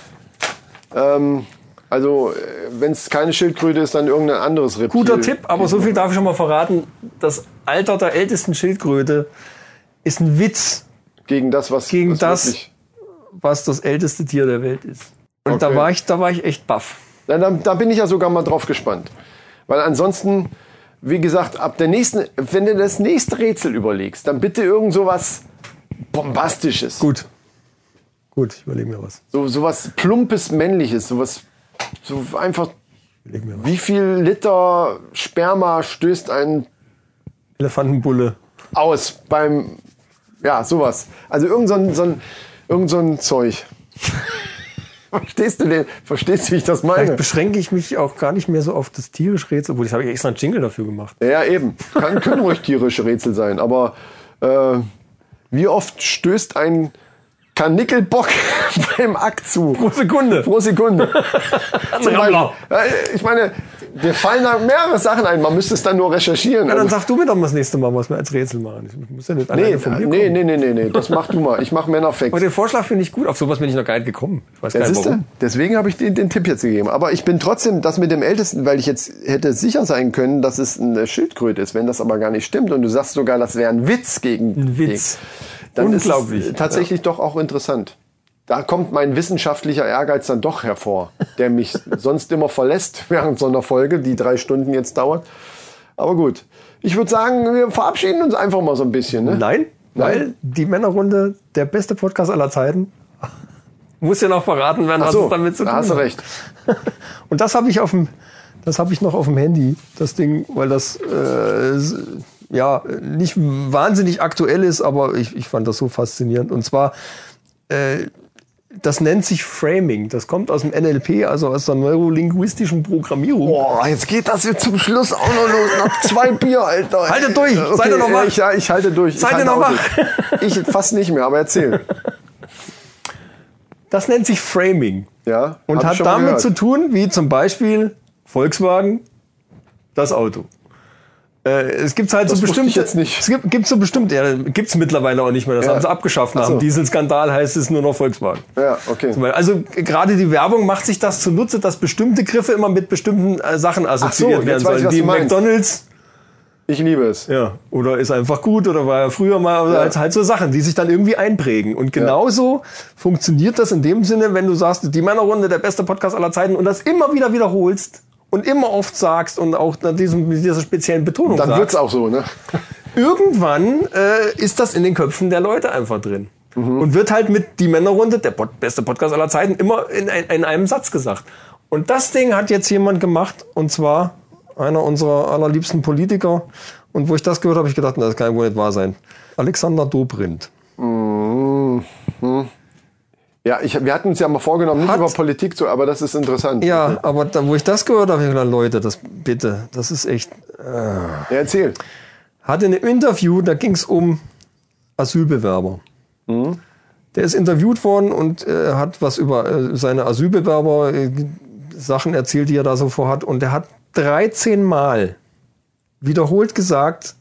S3: Ähm, also, wenn es keine Schildkröte ist, dann irgendein anderes Reptil.
S1: guter Tipp, aber so viel darf ich schon mal verraten. Das Alter der ältesten Schildkröte ist ein Witz,
S3: Gegen das, was.
S1: Gegen
S3: was
S1: das-
S3: wirklich-
S1: was das älteste Tier der Welt ist. Und da,
S3: Okay.
S1: war ich, da war ich echt baff.
S3: Na, da, da bin ich ja sogar mal drauf gespannt. Weil ansonsten, wie gesagt, ab der nächsten. Wenn du das nächste Rätsel überlegst, dann bitte irgend sowas Bombastisches.
S1: Gut. Gut, ich überlege mir was.
S3: So, sowas plumpes Männliches. Sowas. So einfach.
S1: Überleg mir was.
S3: Wie viel Liter Sperma stößt ein
S1: Elefantenbulle.
S3: aus beim. Ja, sowas. Also irgend so ein, so ein, irgend so
S1: [LAUGHS]
S3: ein Zeug. Verstehst du den? Verstehst du, wie ich das meine?
S1: Vielleicht beschränke ich mich auch gar nicht mehr so auf das tierische Rätsel, obwohl ich habe ich extra einen Jingle dafür gemacht.
S3: Ja, eben. Kann, können ruhig tierische Rätsel sein, aber äh, wie oft stößt ein Karnickelbock [LAUGHS] beim Akt zu?
S1: Pro Sekunde. [LAUGHS]
S3: Pro Sekunde. Zum
S1: Rammler.
S3: Beispiel. Äh, ich meine, wir fallen da mehrere Sachen ein. Man müsste es dann nur recherchieren.
S1: Ja, dann
S3: Also-
S1: sag du mir doch mal das nächste Mal, was wir als Rätsel machen. Ich muss ja nicht
S3: Nee,
S1: alleine von mir
S3: nee,
S1: kommen.
S3: nee, nee, nee, nee, das mach du mal. Ich mach
S1: Aber
S3: Männerfacts.
S1: den Vorschlag finde ich gut. Auf sowas bin ich noch gar nicht gekommen. Ich weiß
S3: Das
S1: gar nicht
S3: ist
S1: warum.
S3: der. Deswegen habe ich den, den Tipp jetzt gegeben. Aber ich bin trotzdem das mit dem Ältesten, weil ich jetzt hätte sicher sein können, dass es eine Schildkröte ist, wenn das aber gar nicht stimmt. Und du sagst sogar, das wäre ein Witz gegen.
S1: Ein Witz.
S3: Gegen, dann Ist
S1: Unglaublich.
S3: es tatsächlich doch auch interessant. Da kommt mein wissenschaftlicher Ehrgeiz dann doch hervor, der mich
S1: [LAUGHS]
S3: sonst immer verlässt während so einer Folge, die drei Stunden jetzt dauert. Aber gut. Ich würde sagen, wir verabschieden uns einfach mal so ein bisschen. Ne?
S1: Nein, weil die Männerrunde, der beste Podcast aller Zeiten, [LAUGHS] muss ja noch verraten werden,
S3: Ach
S1: was
S3: so,
S1: es damit zu tun
S3: da hast du
S1: hat.
S3: recht.
S1: Und das habe ich auf dem, das habe ich noch auf dem Handy, das Ding, weil das äh, s- ja nicht wahnsinnig aktuell ist, aber ich, ich fand das so faszinierend. Und zwar, äh, das nennt sich Framing. Das kommt aus dem NLP, also aus der neurolinguistischen Programmierung.
S3: Boah, jetzt geht das jetzt zum Schluss auch noch los. Nach zwei Bier, Alter.
S1: Haltet durch, seid ihr noch wach?
S3: Ich, ja, ich halte durch.
S1: Seid ihr
S3: ich halte
S1: noch
S3: auch
S1: wach?
S3: Durch. Ich fast nicht mehr, aber erzähl.
S1: Das nennt sich Framing.
S3: Ja, hab
S1: Und
S3: ich
S1: hat
S3: schon mal
S1: damit
S3: gehört.
S1: zu tun, wie zum Beispiel Volkswagen, das Auto. Äh, es gibt halt so
S3: wusste
S1: bestimmt
S3: ich jetzt nicht.
S1: Es gibt gibt's so bestimmt, ja, gibt's mittlerweile auch nicht mehr. Das
S3: Ja.
S1: haben sie abgeschafft.
S3: Ach
S1: Nach
S3: so.
S1: dem Dieselskandal heißt es nur noch Volkswagen.
S3: Ja, okay.
S1: Zum Beispiel. Also äh, gerade die Werbung macht sich das zunutze, dass bestimmte Griffe immer mit bestimmten äh, Sachen assoziiert
S3: jetzt
S1: werden
S3: weiß ich,
S1: sollen.
S3: was
S1: wie
S3: du meinst.
S1: McDonalds,
S3: Ich liebe es.
S1: ja, oder ist einfach gut oder war ja früher mal oder
S3: Ja.
S1: halt, halt so Sachen, die sich dann irgendwie einprägen. Und genauso funktioniert das in dem Sinne, wenn du sagst, die Männerrunde, der beste Podcast aller Zeiten und das immer wieder wiederholst und immer oft sagst und auch nach diesem, mit dieser speziellen Betonung
S3: Dann wird's
S1: sagst,
S3: auch so, ne?
S1: irgendwann äh, ist das in den Köpfen der Leute einfach drin. Und wird halt mit die Männerrunde, der Pod beste Podcast aller Zeiten, immer in, ein, in einem Satz gesagt. Und das Ding hat jetzt jemand gemacht, und zwar einer unserer allerliebsten Politiker. Und wo ich das gehört habe, habe ich gedacht, na, das kann ja wohl nicht wahr sein. Alexander Dobrindt.
S3: Mhm, Ja, ich, wir hatten uns ja mal vorgenommen, nicht
S1: Hat-
S3: über Politik zu, aber das ist interessant.
S1: Ja, aber da, wo ich das gehört habe, habe ich gedacht, Leute, das bitte, das ist echt.
S3: Ja, erzähl.
S1: Hatte in einem Interview, da ging es um Asylbewerber. Der ist interviewt worden und äh, hat was über äh, seine Asylbewerber äh, Sachen erzählt, die er da so vorhat. Und er hat 13 Mal wiederholt gesagt,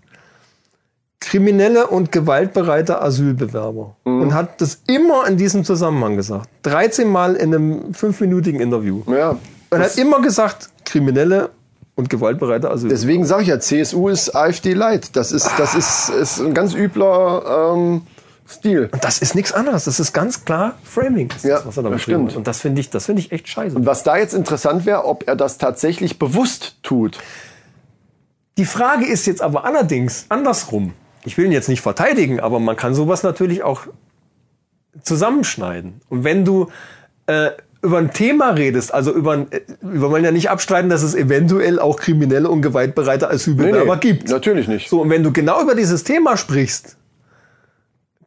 S1: kriminelle und gewaltbereite Asylbewerber. Und hat das immer in diesem Zusammenhang gesagt. 13 Mal in einem fünfminütigen Interview.
S3: Ja.
S1: Und hat immer gesagt, kriminelle und gewaltbereite Asylbewerber.
S3: Deswegen sage ich ja, CSU ist AfD-Light. Das ist, das ist, ist ein ganz übler ähm, Stil.
S1: Und das ist nichts anderes. Das ist ganz klar Framing. Das
S3: Ja,
S1: ist, was er da
S3: das
S1: beschrieben
S3: stimmt.
S1: hat. Und das finde ich, das finde ich echt scheiße.
S3: Was da jetzt interessant wäre, ob er das tatsächlich bewusst tut.
S1: Die Frage ist jetzt aber allerdings andersrum. Ich will ihn jetzt nicht verteidigen, aber man kann sowas natürlich auch zusammenschneiden. Und wenn du äh, über ein Thema redest, also über ein, äh, wir wollen ja nicht abstreiten, dass es eventuell auch kriminelle und gewaltbereite Asylbewerber gibt.
S3: Natürlich nicht.
S1: So, und wenn du genau über dieses Thema sprichst,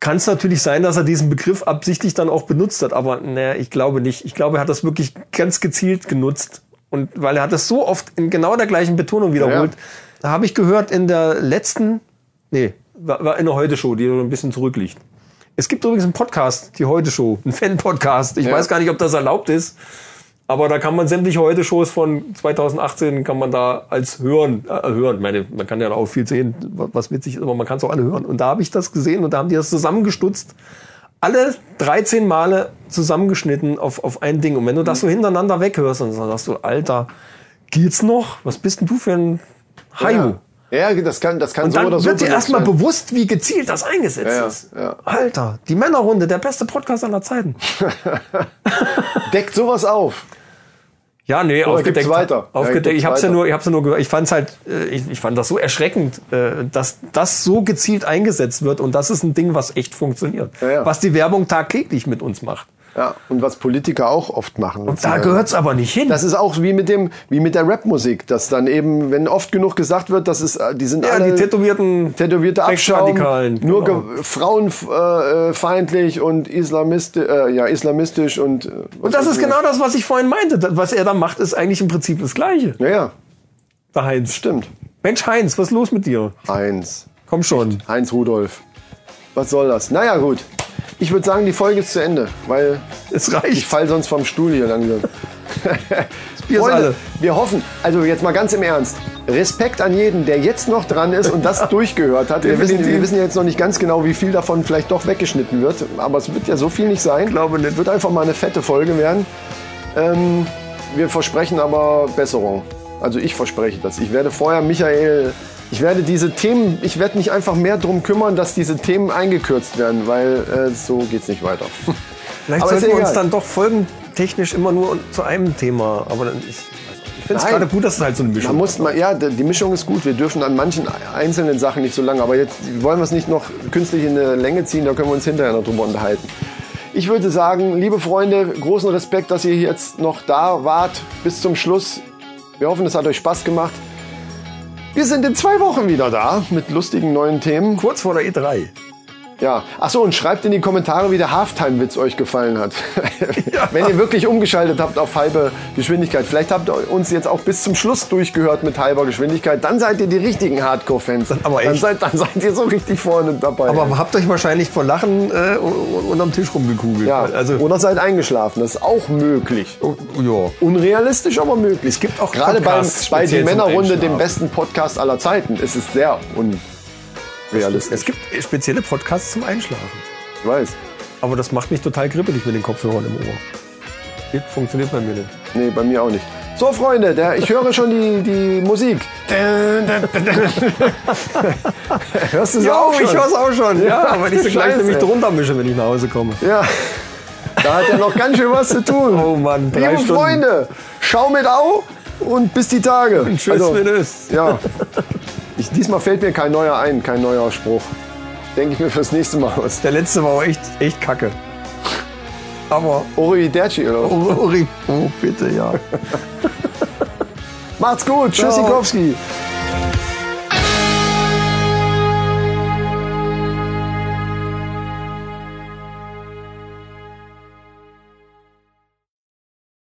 S1: kann es natürlich sein, dass er diesen Begriff absichtlich dann auch benutzt hat. Aber naja, ich glaube nicht. Ich glaube, er hat das wirklich ganz gezielt genutzt. Und weil er hat das so oft in genau der gleichen Betonung wiederholt. Da habe ich gehört in der letzten, nee, war, war in der Heute-Show, die so ein bisschen zurückliegt. Es gibt übrigens einen Podcast, die Heute-Show, einen Fan-Podcast. Ich
S3: Ja.
S1: weiß gar nicht, ob das erlaubt ist. Aber da kann man sämtliche Heute-Shows von 2018 kann man da als hören, äh, hören. Ich Meine, man kann ja auch viel sehen, wa- was witzig ist, aber man kann es auch alle hören. Und da habe ich das gesehen und da haben die das zusammengestutzt. Alle 13 Male zusammengeschnitten auf, auf ein Ding. Und wenn du das so hintereinander weghörst, dann sagst du, Alter, geht's noch? Was bist denn du für ein Haio?
S3: Ja, ja das kann, das kann
S1: Und
S3: so
S1: dann
S3: oder so
S1: wird dir
S3: benutzt
S1: erstmal
S3: sein.
S1: bewusst, wie gezielt das eingesetzt
S3: Ja, ja,
S1: ist.
S3: ja.
S1: Alter, die Männerrunde, der beste Podcast aller Zeiten.
S3: Deckt sowas auf.
S1: Ja, nee,
S3: Oder
S1: aufgedeckt.
S3: gibt's weiter? Ja,
S1: Aufgedeckt.
S3: gibt's
S1: ich hab's ja
S3: weiter.
S1: nur, ich hab's ja nur gehört. Ich fand's halt, äh, ich, ich fand das so erschreckend, äh, dass das so gezielt eingesetzt wird und das ist ein Ding, was echt funktioniert,
S3: Ja, ja.
S1: was die Werbung tagtäglich mit uns macht.
S3: Ja, und was Politiker auch oft machen.
S1: Und da gehört's aber nicht hin.
S3: äh, Das ist auch wie mit dem, wie mit der Rapmusik, dass dann eben, wenn oft genug gesagt wird, das ist, äh, die sind
S1: ja,
S3: alle
S1: die tätowierten
S3: tätowierte Abschaum,
S1: Rechtsradikalen,
S3: nur
S1: genau.
S3: ge- frauenfeindlich und Islamist, äh, ja, islamistisch und. äh, was
S1: Und das
S3: weiß
S1: ist
S3: ich.
S1: genau das, was ich vorhin meinte. Das, Was er da macht, ist eigentlich im Prinzip das Gleiche.
S3: Ja, ja,
S1: Der Heinz.
S3: stimmt.
S1: Mensch, Heinz, was ist los mit dir?
S3: Eins.
S1: Komm schon.
S3: Heinz Rudolf. Was soll das? Naja, gut. Ich würde sagen, die Folge ist zu Ende, weil
S1: Es
S3: ich
S1: reicht.
S3: fall sonst vom Stuhl
S1: [LAUGHS]
S3: hier langsam.
S1: Bier ist alle.
S3: wir hoffen, also jetzt mal ganz im Ernst, Respekt an jeden, der jetzt noch dran ist
S1: [LAUGHS]
S3: und das durchgehört hat. Wir wissen, wir
S1: Definitiv.
S3: wissen ja jetzt noch nicht ganz genau, wie viel davon vielleicht doch weggeschnitten wird, aber es wird ja so viel nicht sein.
S1: Glaube nicht.
S3: Es wird einfach mal eine fette Folge werden. Ähm, wir versprechen aber Besserung. Also ich verspreche das. Ich werde vorher Michael, ich werde diese Themen, ich werde mich einfach mehr drum kümmern, dass diese Themen eingekürzt werden, weil äh, so geht's nicht weiter.
S1: Vielleicht
S3: Aber ist
S1: sollten wir uns
S3: egal.
S1: dann doch folgentechnisch immer nur zu einem Thema. Aber dann, ich, ich finde es
S3: Nein.
S1: gerade gut, dass es halt so eine
S3: Man
S1: Mischung
S3: muss mal, ja, d- die Mischung ist gut. Wir dürfen an manchen einzelnen Sachen nicht so lange, aber jetzt wollen wir es nicht noch künstlich in eine Länge ziehen, da können wir uns hinterher noch drüber unterhalten. Ich würde sagen, liebe Freunde, großen Respekt, dass ihr jetzt noch da wart bis zum Schluss. Wir hoffen, es hat euch Spaß gemacht. Wir sind in zwei Wochen wieder da mit lustigen neuen Themen.
S1: Kurz vor der E E3.
S3: Ja, ach so, und schreibt in die Kommentare, wie der Halftime-Witz euch gefallen hat. [LAUGHS] Wenn ihr wirklich umgeschaltet habt auf halbe Geschwindigkeit. Vielleicht habt ihr uns jetzt auch bis zum Schluss durchgehört mit halber Geschwindigkeit. Dann seid ihr die richtigen Hardcore-Fans.
S1: aber
S3: dann,
S1: echt.
S3: seid, dann seid ihr so richtig vorne dabei.
S1: Aber habt euch wahrscheinlich vor Lachen äh, un- unterm Tisch rumgekugelt.
S3: ja,
S1: also,
S3: oder seid eingeschlafen. Das ist auch möglich.
S1: oh, ja.
S3: Unrealistisch, aber möglich. Es gibt
S1: auch
S3: gerade beim,
S1: Podcasts
S3: bei die
S1: speziell zum
S3: Männerrunde, dem
S1: Einschlafen.
S3: besten Podcast aller Zeiten, ist es sehr unrealistisch.
S1: Es gibt spezielle Podcasts zum Einschlafen.
S3: Ich weiß.
S1: Aber das macht mich total kribbelig mit den Kopfhörern im Ohr. Das funktioniert bei mir nicht.
S3: Nee, bei mir auch nicht. So, Freunde, der, ich höre schon die, die
S1: [LAUGHS]
S3: Musik. Hörst du sie auch schon?
S1: hör's auch schon. Ja, aber nicht so gleich
S3: Scheiße.
S1: nämlich drunter mische, wenn ich nach Hause komme.
S3: Ja. Da hat er noch ganz schön was zu tun.
S1: Oh Mann, drei
S3: Liebe
S1: Stunden.
S3: Freunde, schau mit au und bis die Tage.
S1: [LAUGHS] Tschüss,
S3: Also,
S1: wenn es.
S3: ja. Ich, diesmal fällt mir kein neuer ein, kein neuer Spruch. Denke ich mir fürs nächste Mal aus.
S1: Der letzte war auch echt, echt kacke. Aber,
S3: Oriderci oder was?
S1: oh, Uri, oh, bitte, ja.
S3: Macht's gut. Tschüss,
S1: Ciao.
S3: Sikowski.